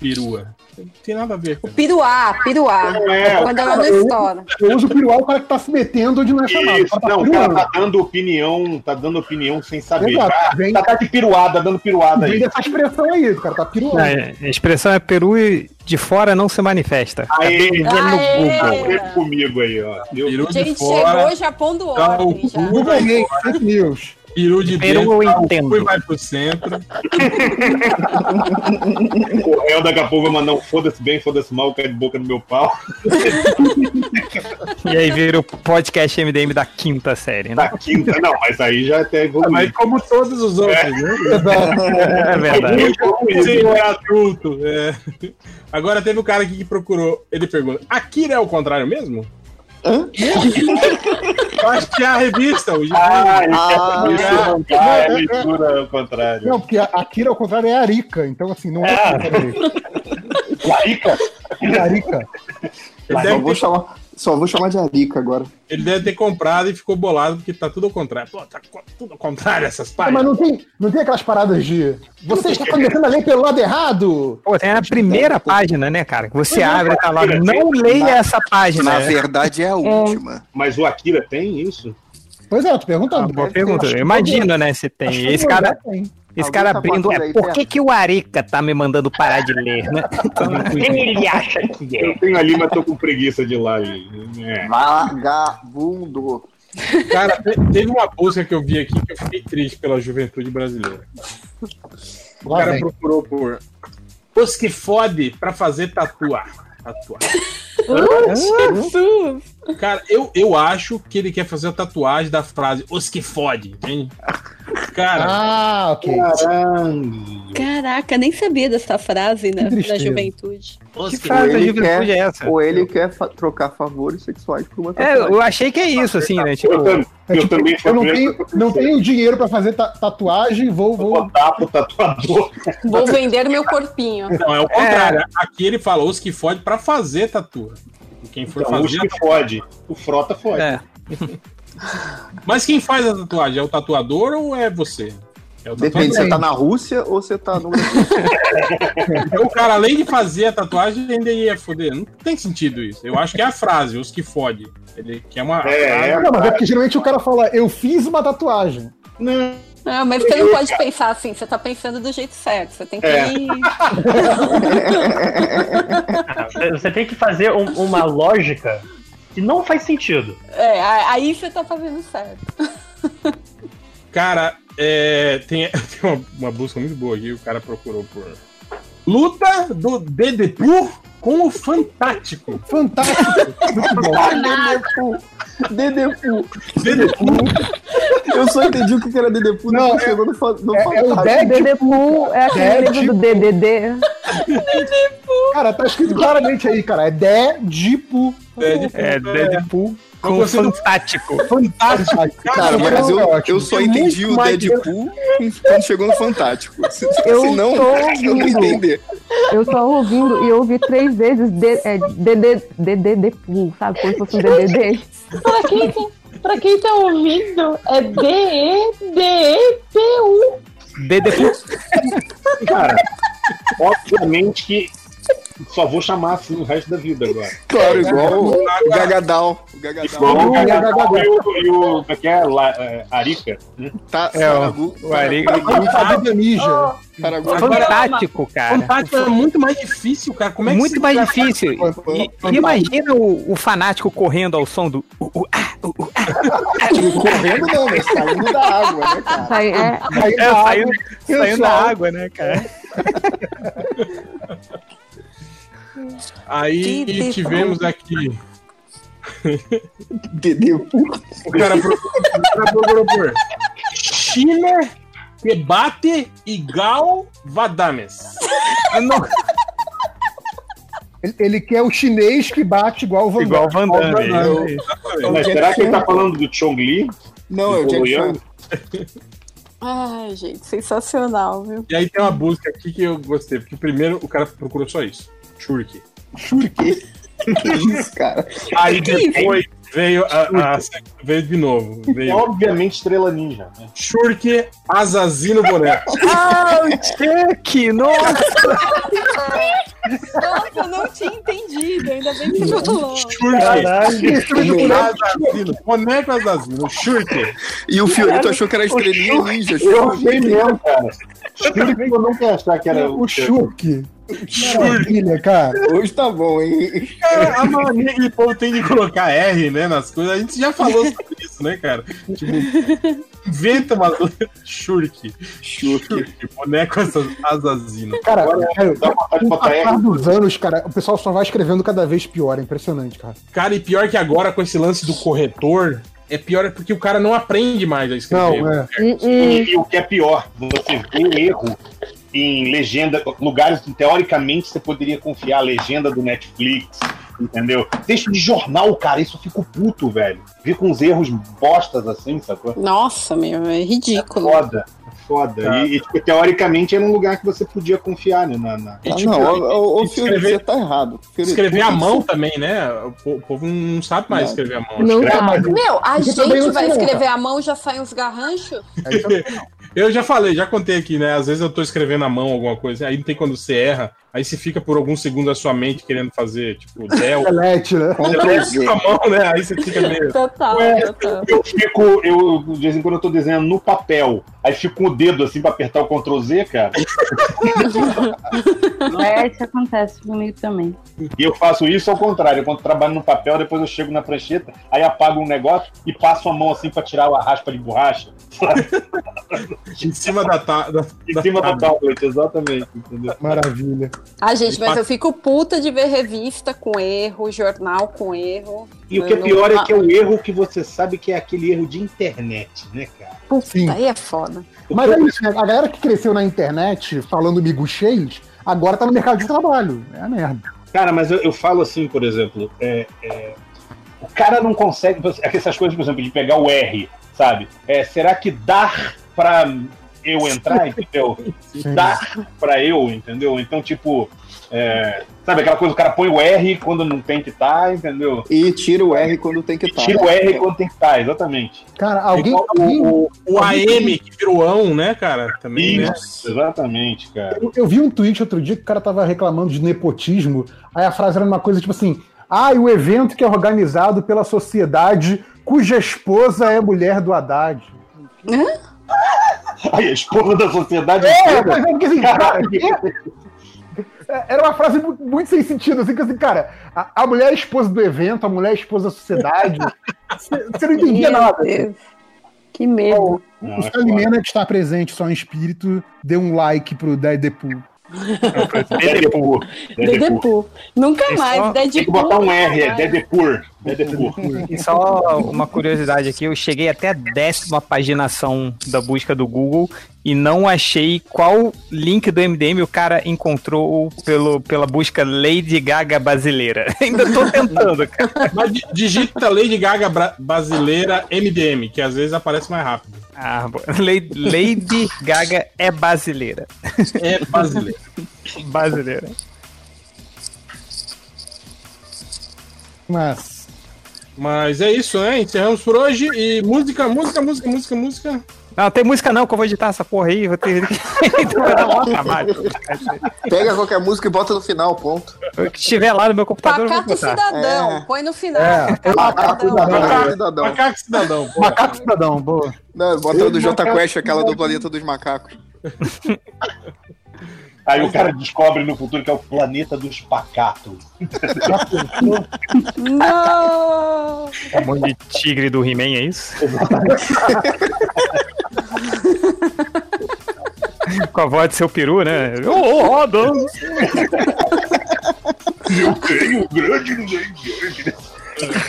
Speaker 15: perua. Não tem nada a ver. cara.
Speaker 5: Piruá, piruá.
Speaker 15: É,
Speaker 5: Quando ela não
Speaker 15: eu-
Speaker 5: estoura.
Speaker 14: Eu uso o piruá, o cara que tá se metendo onde não é chamado.
Speaker 17: Isso,
Speaker 14: o cara tá
Speaker 17: não, o cara
Speaker 14: piruando.
Speaker 17: tá dando opinião, tá dando opinião sem saber.
Speaker 14: Exato,
Speaker 17: Ah, tá, tá de piruada, dando piruada
Speaker 14: Vem
Speaker 17: aí.
Speaker 14: dessa expressão aí, o cara tá piruando.
Speaker 22: A expressão é Peru e de fora não se manifesta.
Speaker 17: Aê,
Speaker 22: Acabei de ver no
Speaker 5: Aê.
Speaker 22: Google.
Speaker 17: Vem comigo aí, ó. Peru
Speaker 5: Gente, chegou já pondo
Speaker 15: Tá
Speaker 5: ordem. Já.
Speaker 14: fake news.
Speaker 15: Peru de
Speaker 22: Peru
Speaker 15: dentro,
Speaker 22: eu
Speaker 15: dá o cu
Speaker 22: entendo.
Speaker 15: e vai pro centro.
Speaker 17: Correu daqui a pouco vai mandar um foda-se bem, foda-se mal, cai de boca no meu pau.
Speaker 22: E aí vira o podcast MDM da quinta série, né?
Speaker 17: Da quinta, não, mas aí já até evoluiu. É.
Speaker 15: Mas como todos os outros, né?
Speaker 22: É verdade.
Speaker 15: Sim, é adulto. é. Agora teve o cara aqui que procurou. Ele pergunta: Akira é o contrário mesmo? Eu acho que é a revista. O
Speaker 17: Ah, ele
Speaker 14: Ah.
Speaker 17: quer saber se o mangá é leitura ao contrário.
Speaker 14: Não, porque a Akira, ao contrário, é Arica. Então, assim, não é.
Speaker 17: Larica?
Speaker 14: Arica.
Speaker 15: Ele
Speaker 12: Só
Speaker 15: deve,
Speaker 12: vou,
Speaker 15: ter,
Speaker 12: chamar, só vou chamar de Arica agora.
Speaker 15: ele deve ter comprado e ficou bolado porque tá tudo ao contrário. Pô, tá co- tudo ao contrário essas páginas.
Speaker 14: Mas não tem, não tem aquelas paradas de. Você está começando a ler pelo lado errado!
Speaker 22: Pô, tem a primeira página, né, cara? Que você abre e tá lá, não leia essa página.
Speaker 21: é. Na verdade, é a última.
Speaker 17: Mas o Akira tem isso?
Speaker 14: Pois é, eu tô perguntando.
Speaker 22: Ah, Boa pergunta. Eu imagino, né, se tem. Esse cara, esse cara
Speaker 14: Alguém tá
Speaker 22: abrindo.
Speaker 14: botando
Speaker 22: É,
Speaker 14: aí,
Speaker 22: por
Speaker 14: Pedro?
Speaker 22: que, que o Arica tá me mandando parar de ler, né? Então, ele acha que é.
Speaker 17: Eu tenho ali, mas tô com preguiça de ir lá. gente. É.
Speaker 12: Vagabundo.
Speaker 15: Cara, te- teve uma busca que eu vi aqui que eu fiquei triste pela juventude brasileira. O
Speaker 14: Lá
Speaker 15: cara
Speaker 14: vem.
Speaker 15: procurou por os que fode pra fazer tatuar. Tatuar. Cara, eu, eu acho que ele quer fazer a tatuagem da frase os que fode, entende? Cara,
Speaker 14: Ah, ok.
Speaker 21: Ah,
Speaker 5: Caraca, nem sabia dessa frase na, na
Speaker 12: tristeza.
Speaker 5: juventude. Tipo,
Speaker 12: Que
Speaker 22: frase da juventude
Speaker 12: quer,
Speaker 22: é essa?
Speaker 12: Ou ele quer fa- trocar favores sexuais por uma
Speaker 22: É, eu achei que é isso, assim,
Speaker 12: tá
Speaker 22: né? Tipo,
Speaker 14: É tipo, eu não tenho, não tenho dinheiro pra fazer ta- tatuagem, vou. vou...
Speaker 17: botar pro tatuador.
Speaker 5: Vou vender meu corpinho.
Speaker 15: não, é o contrário. Aqui ele fala os que fode pra fazer tatua. Quem for
Speaker 17: Então,
Speaker 15: fazer.
Speaker 17: os que
Speaker 15: a tatuagem-
Speaker 17: fode. O Frota fode.
Speaker 22: É.
Speaker 15: Mas quem faz a tatuagem? É o tatuador ou é você? É o tatuador.
Speaker 12: Depende, você tá na Rússia ou você tá no Brasil.
Speaker 15: Então, o cara, além de fazer a tatuagem, ainda ia foder. Não tem sentido isso. Eu acho que é a frase, os que fode. Ele quer uma.
Speaker 14: É, não, mas é porque geralmente o cara fala, eu fiz uma tatuagem.
Speaker 15: Não.
Speaker 5: Não, mas você não pode pensar assim, você tá pensando do jeito certo, você tem que
Speaker 20: É.
Speaker 5: ir.
Speaker 20: Você tem que fazer um- uma lógica que não faz sentido.
Speaker 5: É, a- aí você tá fazendo certo.
Speaker 15: Cara, é, tem, tem uma, uma busca muito boa aqui, o cara procurou por. Luta do Dedepur com o Fantástico.
Speaker 14: Fantástico.
Speaker 22: Tá
Speaker 12: Dedepu. Eu só entendi o que que era Dedepu, não, não chegou no, fa- no
Speaker 6: É o Deadpool, é aquele
Speaker 17: tipo-
Speaker 6: livro do DDD.
Speaker 14: Cara, tá escrito claramente aí, cara. É Dedipo.
Speaker 22: É, Deadpool
Speaker 14: Eu
Speaker 22: com
Speaker 14: consigo-
Speaker 22: Fantástico. é
Speaker 14: Fantástico.
Speaker 12: Cara, mas eu, eu só
Speaker 14: É
Speaker 12: entendi
Speaker 14: muito
Speaker 12: o
Speaker 14: mais-
Speaker 12: Deadpool quando chegou no Fantástico. Se,
Speaker 6: Eu
Speaker 12: se não,
Speaker 6: tô
Speaker 12: eu não
Speaker 6: ouvindo.
Speaker 12: entendi.
Speaker 6: Eu tô ouvindo e eu ouvi três vezes D- é, DDD, Deadpool, sabe? Como se fosse um DDD.
Speaker 18: Pra quem, tá- pra quem tá ouvindo, é D-E-D-E-P-U.
Speaker 11: um.
Speaker 17: Dedepu. Cara, obviamente que só vou chamar assim o resto da vida agora.
Speaker 12: Claro, igual o Gagadal. O
Speaker 17: Igual o Gagadal e
Speaker 12: Gagadal.
Speaker 17: o- e o. Como é que é? La- é, Arica. né?
Speaker 12: Tá,
Speaker 17: É, o-
Speaker 12: Saragu-
Speaker 17: o Ari-
Speaker 12: Saragu-
Speaker 17: é
Speaker 14: Fábio Ninja.
Speaker 15: ah,
Speaker 12: Saragu-
Speaker 22: Fantástico, cara.
Speaker 15: Fantástico é muito mais difícil, cara. Como é que
Speaker 22: Muito
Speaker 15: você-
Speaker 22: mais difícil. E, e imagina o, o fanático correndo ao som do.
Speaker 12: Correndo não, mas saindo da água, né, cara?
Speaker 6: Sai- é.
Speaker 22: É, saiu, saiu da água, né, cara?
Speaker 15: Aí
Speaker 22: Dedepu.
Speaker 15: tivemos aqui.
Speaker 12: Dedepu.
Speaker 15: O cara procurou, o cara procurou por. China Debate e Gal Vadames.
Speaker 22: Ah,
Speaker 14: Ele, ele quer o chinês que bate igual o Van
Speaker 22: Igual o Van Damme,
Speaker 14: Damme.
Speaker 22: é isso.
Speaker 14: É o
Speaker 17: Mas
Speaker 14: Jack
Speaker 17: será que ele tá
Speaker 14: Chan.
Speaker 17: falando do Chong Li?
Speaker 12: Não,
Speaker 17: Do
Speaker 12: é o Jack
Speaker 17: Bo Yang?
Speaker 5: Ai, gente, sensacional, viu?
Speaker 15: E aí tem uma busca aqui que eu gostei, porque primeiro o cara procurou só isso. Shuriken.
Speaker 12: Shuriken? Que isso, cara?
Speaker 15: Aí depois veio, a, a- veio de novo. Veio.
Speaker 17: Obviamente Estrela Ninja. né?
Speaker 15: Shurk Azazino Boneco.
Speaker 22: Ah, o Chuck! Nossa!
Speaker 5: Nossa, eu não tinha entendido, ainda bem que você falou.
Speaker 15: Shurk Azazino. Boneco Azazino. Shurk.
Speaker 12: E o Fiorito achou que era estrelinha
Speaker 17: Shurk-
Speaker 12: ninja.
Speaker 17: Eu achei mesmo, cara. Juro que eu nunca ia achar que era
Speaker 14: O Shurk. Maravilha, cara.
Speaker 12: Hoje tá bom, hein?
Speaker 15: Cara, É, a mania que o povo tem de colocar R, né, nas coisas. A gente já falou sobre isso, né, cara? Tipo, inventa uma Shurk. Shurk. Boneco Aza- Azazino.
Speaker 14: Cara, cara,
Speaker 17: dá vontade de
Speaker 14: com o
Speaker 15: botar
Speaker 14: passar
Speaker 15: R.
Speaker 14: dos anos, cara, o pessoal só vai escrevendo cada vez pior. É impressionante, cara.
Speaker 15: Cara, e pior que agora com esse lance do corretor, é pior é porque o cara não aprende mais a escrever.
Speaker 14: Não, é.
Speaker 5: Hum,
Speaker 17: E, e o que é pior, você vê o erro em legenda, lugares que teoricamente você poderia confiar a legenda do Netflix, entendeu? Texto de jornal, cara, isso eu fico puto, velho. Vi com uns erros bostas assim, sacou?
Speaker 5: Nossa, meu, é ridículo.
Speaker 17: Foda, foda.
Speaker 12: Tá.
Speaker 17: E, e, tipo, teoricamente era um lugar que você podia confiar, né? Na, na...
Speaker 12: Ah, não, ô, ô, ô, Fiorito, você tá errado. Fiorito,
Speaker 15: Escrever à
Speaker 12: por que
Speaker 15: mão
Speaker 12: você-
Speaker 15: também, né? O po- o povo não sabe mais
Speaker 12: Não.
Speaker 15: escrever à mão.
Speaker 12: Não
Speaker 15: Escreve- um.
Speaker 12: sabe.
Speaker 5: Meu, a
Speaker 12: Eu também
Speaker 5: gente
Speaker 12: não
Speaker 5: vai
Speaker 12: sei não,
Speaker 5: escrever
Speaker 12: cara.
Speaker 5: a mão e já sai uns garranchos? então tá
Speaker 15: Eu já falei, já contei aqui, né? Às vezes eu tô escrevendo à mão alguma coisa, aí não tem quando você erra, aí você fica por alguns segundos a sua mente querendo fazer, tipo, Del.
Speaker 14: Delete, né?
Speaker 15: Delete com a mão, né? Aí você fica meio.
Speaker 5: Total,
Speaker 17: Ué,
Speaker 5: total.
Speaker 17: Eu fico, eu, de vez em quando eu tô desenhando no papel, aí fico com o dedo assim pra apertar o Ctrl Z, cara.
Speaker 11: É, isso acontece comigo também.
Speaker 17: E eu faço isso ao contrário. Quando trabalho no papel, depois eu chego na prancheta, aí apago um negócio e passo a mão assim pra tirar a raspa de borracha.
Speaker 15: em cima da tábua.
Speaker 17: Em cima da tablet, exatamente. Entendeu?
Speaker 14: Maravilha.
Speaker 5: Ah, gente, mas eu fico puta de ver revista com erro, jornal com erro.
Speaker 17: E o que é
Speaker 5: Eu
Speaker 17: pior
Speaker 5: não-
Speaker 17: é que é o erro que você sabe que é aquele erro de internet, né, cara?
Speaker 5: Puta,
Speaker 14: Sim.
Speaker 5: aí é foda.
Speaker 14: Mas é isso, né? a galera que cresceu na internet falando miguxês, agora tá no mercado de trabalho. É a merda.
Speaker 17: Cara, mas eu, eu falo assim, por exemplo, é, é, o cara não É, consegue. Essas coisas, por exemplo, de pegar o R, sabe? É, será que dar pra eu entrar, entendeu? Dá pra eu, entendeu? Então, tipo, é, sabe aquela coisa, o cara põe o R quando não tem que estar, entendeu?
Speaker 12: E tira o R quando tem que tá. estar.
Speaker 17: Tira o R quando tem que estar, exatamente.
Speaker 14: Cara, alguém.
Speaker 15: O, o, o AM, que virou ão, né, cara? Também, né?
Speaker 17: Isso, exatamente, cara.
Speaker 14: Eu, eu vi um tweet outro dia que o cara tava reclamando de nepotismo, aí a frase era uma coisa tipo assim: ah, e o evento que é organizado pela sociedade cuja esposa é mulher do Haddad.
Speaker 17: Ai, a esposa da sociedade.
Speaker 14: É,
Speaker 17: inteira.
Speaker 14: pois é, porque assim, cara, é- era uma frase mu- muito sem sentido, assim, que assim, cara, a, a mulher é esposa do evento, a mulher é esposa da sociedade. Você você não entendia
Speaker 5: Meu
Speaker 14: nada.
Speaker 5: Deus. Que medo.
Speaker 17: Não,
Speaker 14: o
Speaker 17: é
Speaker 14: Salimena que está presente só em espírito, dê um like pro Deadpool.
Speaker 17: Deadpool. é
Speaker 14: é
Speaker 5: Deadpool. Nunca
Speaker 22: É
Speaker 5: mais.
Speaker 22: só-
Speaker 5: Deadpool.
Speaker 22: tem que botar um
Speaker 5: nunca
Speaker 22: R, é
Speaker 5: mais.
Speaker 17: Deadpool. Deadpool.
Speaker 22: E só uma curiosidade aqui, eu cheguei até a décima paginação da busca do Google e não achei qual link do MDM o cara encontrou pelo, pela busca Lady Gaga brasileira. Ainda tô tentando, cara.
Speaker 15: Mas di- digita Lady Gaga bra- brasileira MDM, que às vezes aparece mais rápido.
Speaker 22: Ah, bo- Lady, Lady Gaga é brasileira.
Speaker 15: É brasileira.
Speaker 22: brasileira.
Speaker 14: Mas.
Speaker 15: Mas é isso, né? Encerramos por hoje. E música, música, música, música, música.
Speaker 22: Não, tem música não, que eu vou editar essa porra aí, vou ter que então vai dar um trabalho.
Speaker 12: Pega qualquer música e bota no final, ponto.
Speaker 22: O que estiver lá no meu computador, eu vou
Speaker 5: Macaco
Speaker 22: botar.
Speaker 5: cidadão. Põe no final.
Speaker 14: É,
Speaker 12: Macaco
Speaker 14: Macaco
Speaker 12: cidadão.
Speaker 15: Macaco cidadão.
Speaker 14: Macaco cidadão, boa.
Speaker 12: Não, bota do J
Speaker 14: Macaco
Speaker 12: Quest, aquela do Planeta dos Macacos.
Speaker 17: Aí o cara descobre no futuro que é o planeta dos pacatos.
Speaker 5: Não!
Speaker 22: É um monte de tigre do He-Man, é isso? Com a voz de seu peru, né? Ô, ô, ó, dono.
Speaker 17: Eu tenho um grande no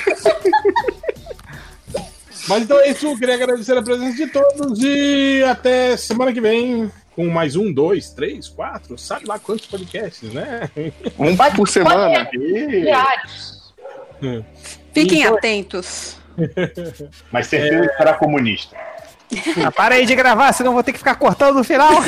Speaker 15: Mas então é isso. Eu queria agradecer a presença de todos e até semana que vem com mais um, dois, três, quatro, sabe lá quantos podcasts, né?
Speaker 12: Um por semana.
Speaker 5: Fiquem atentos.
Speaker 17: Mas certeza que será comunista.
Speaker 22: Ah, para aí de gravar, senão eu vou ter que ficar cortando no final.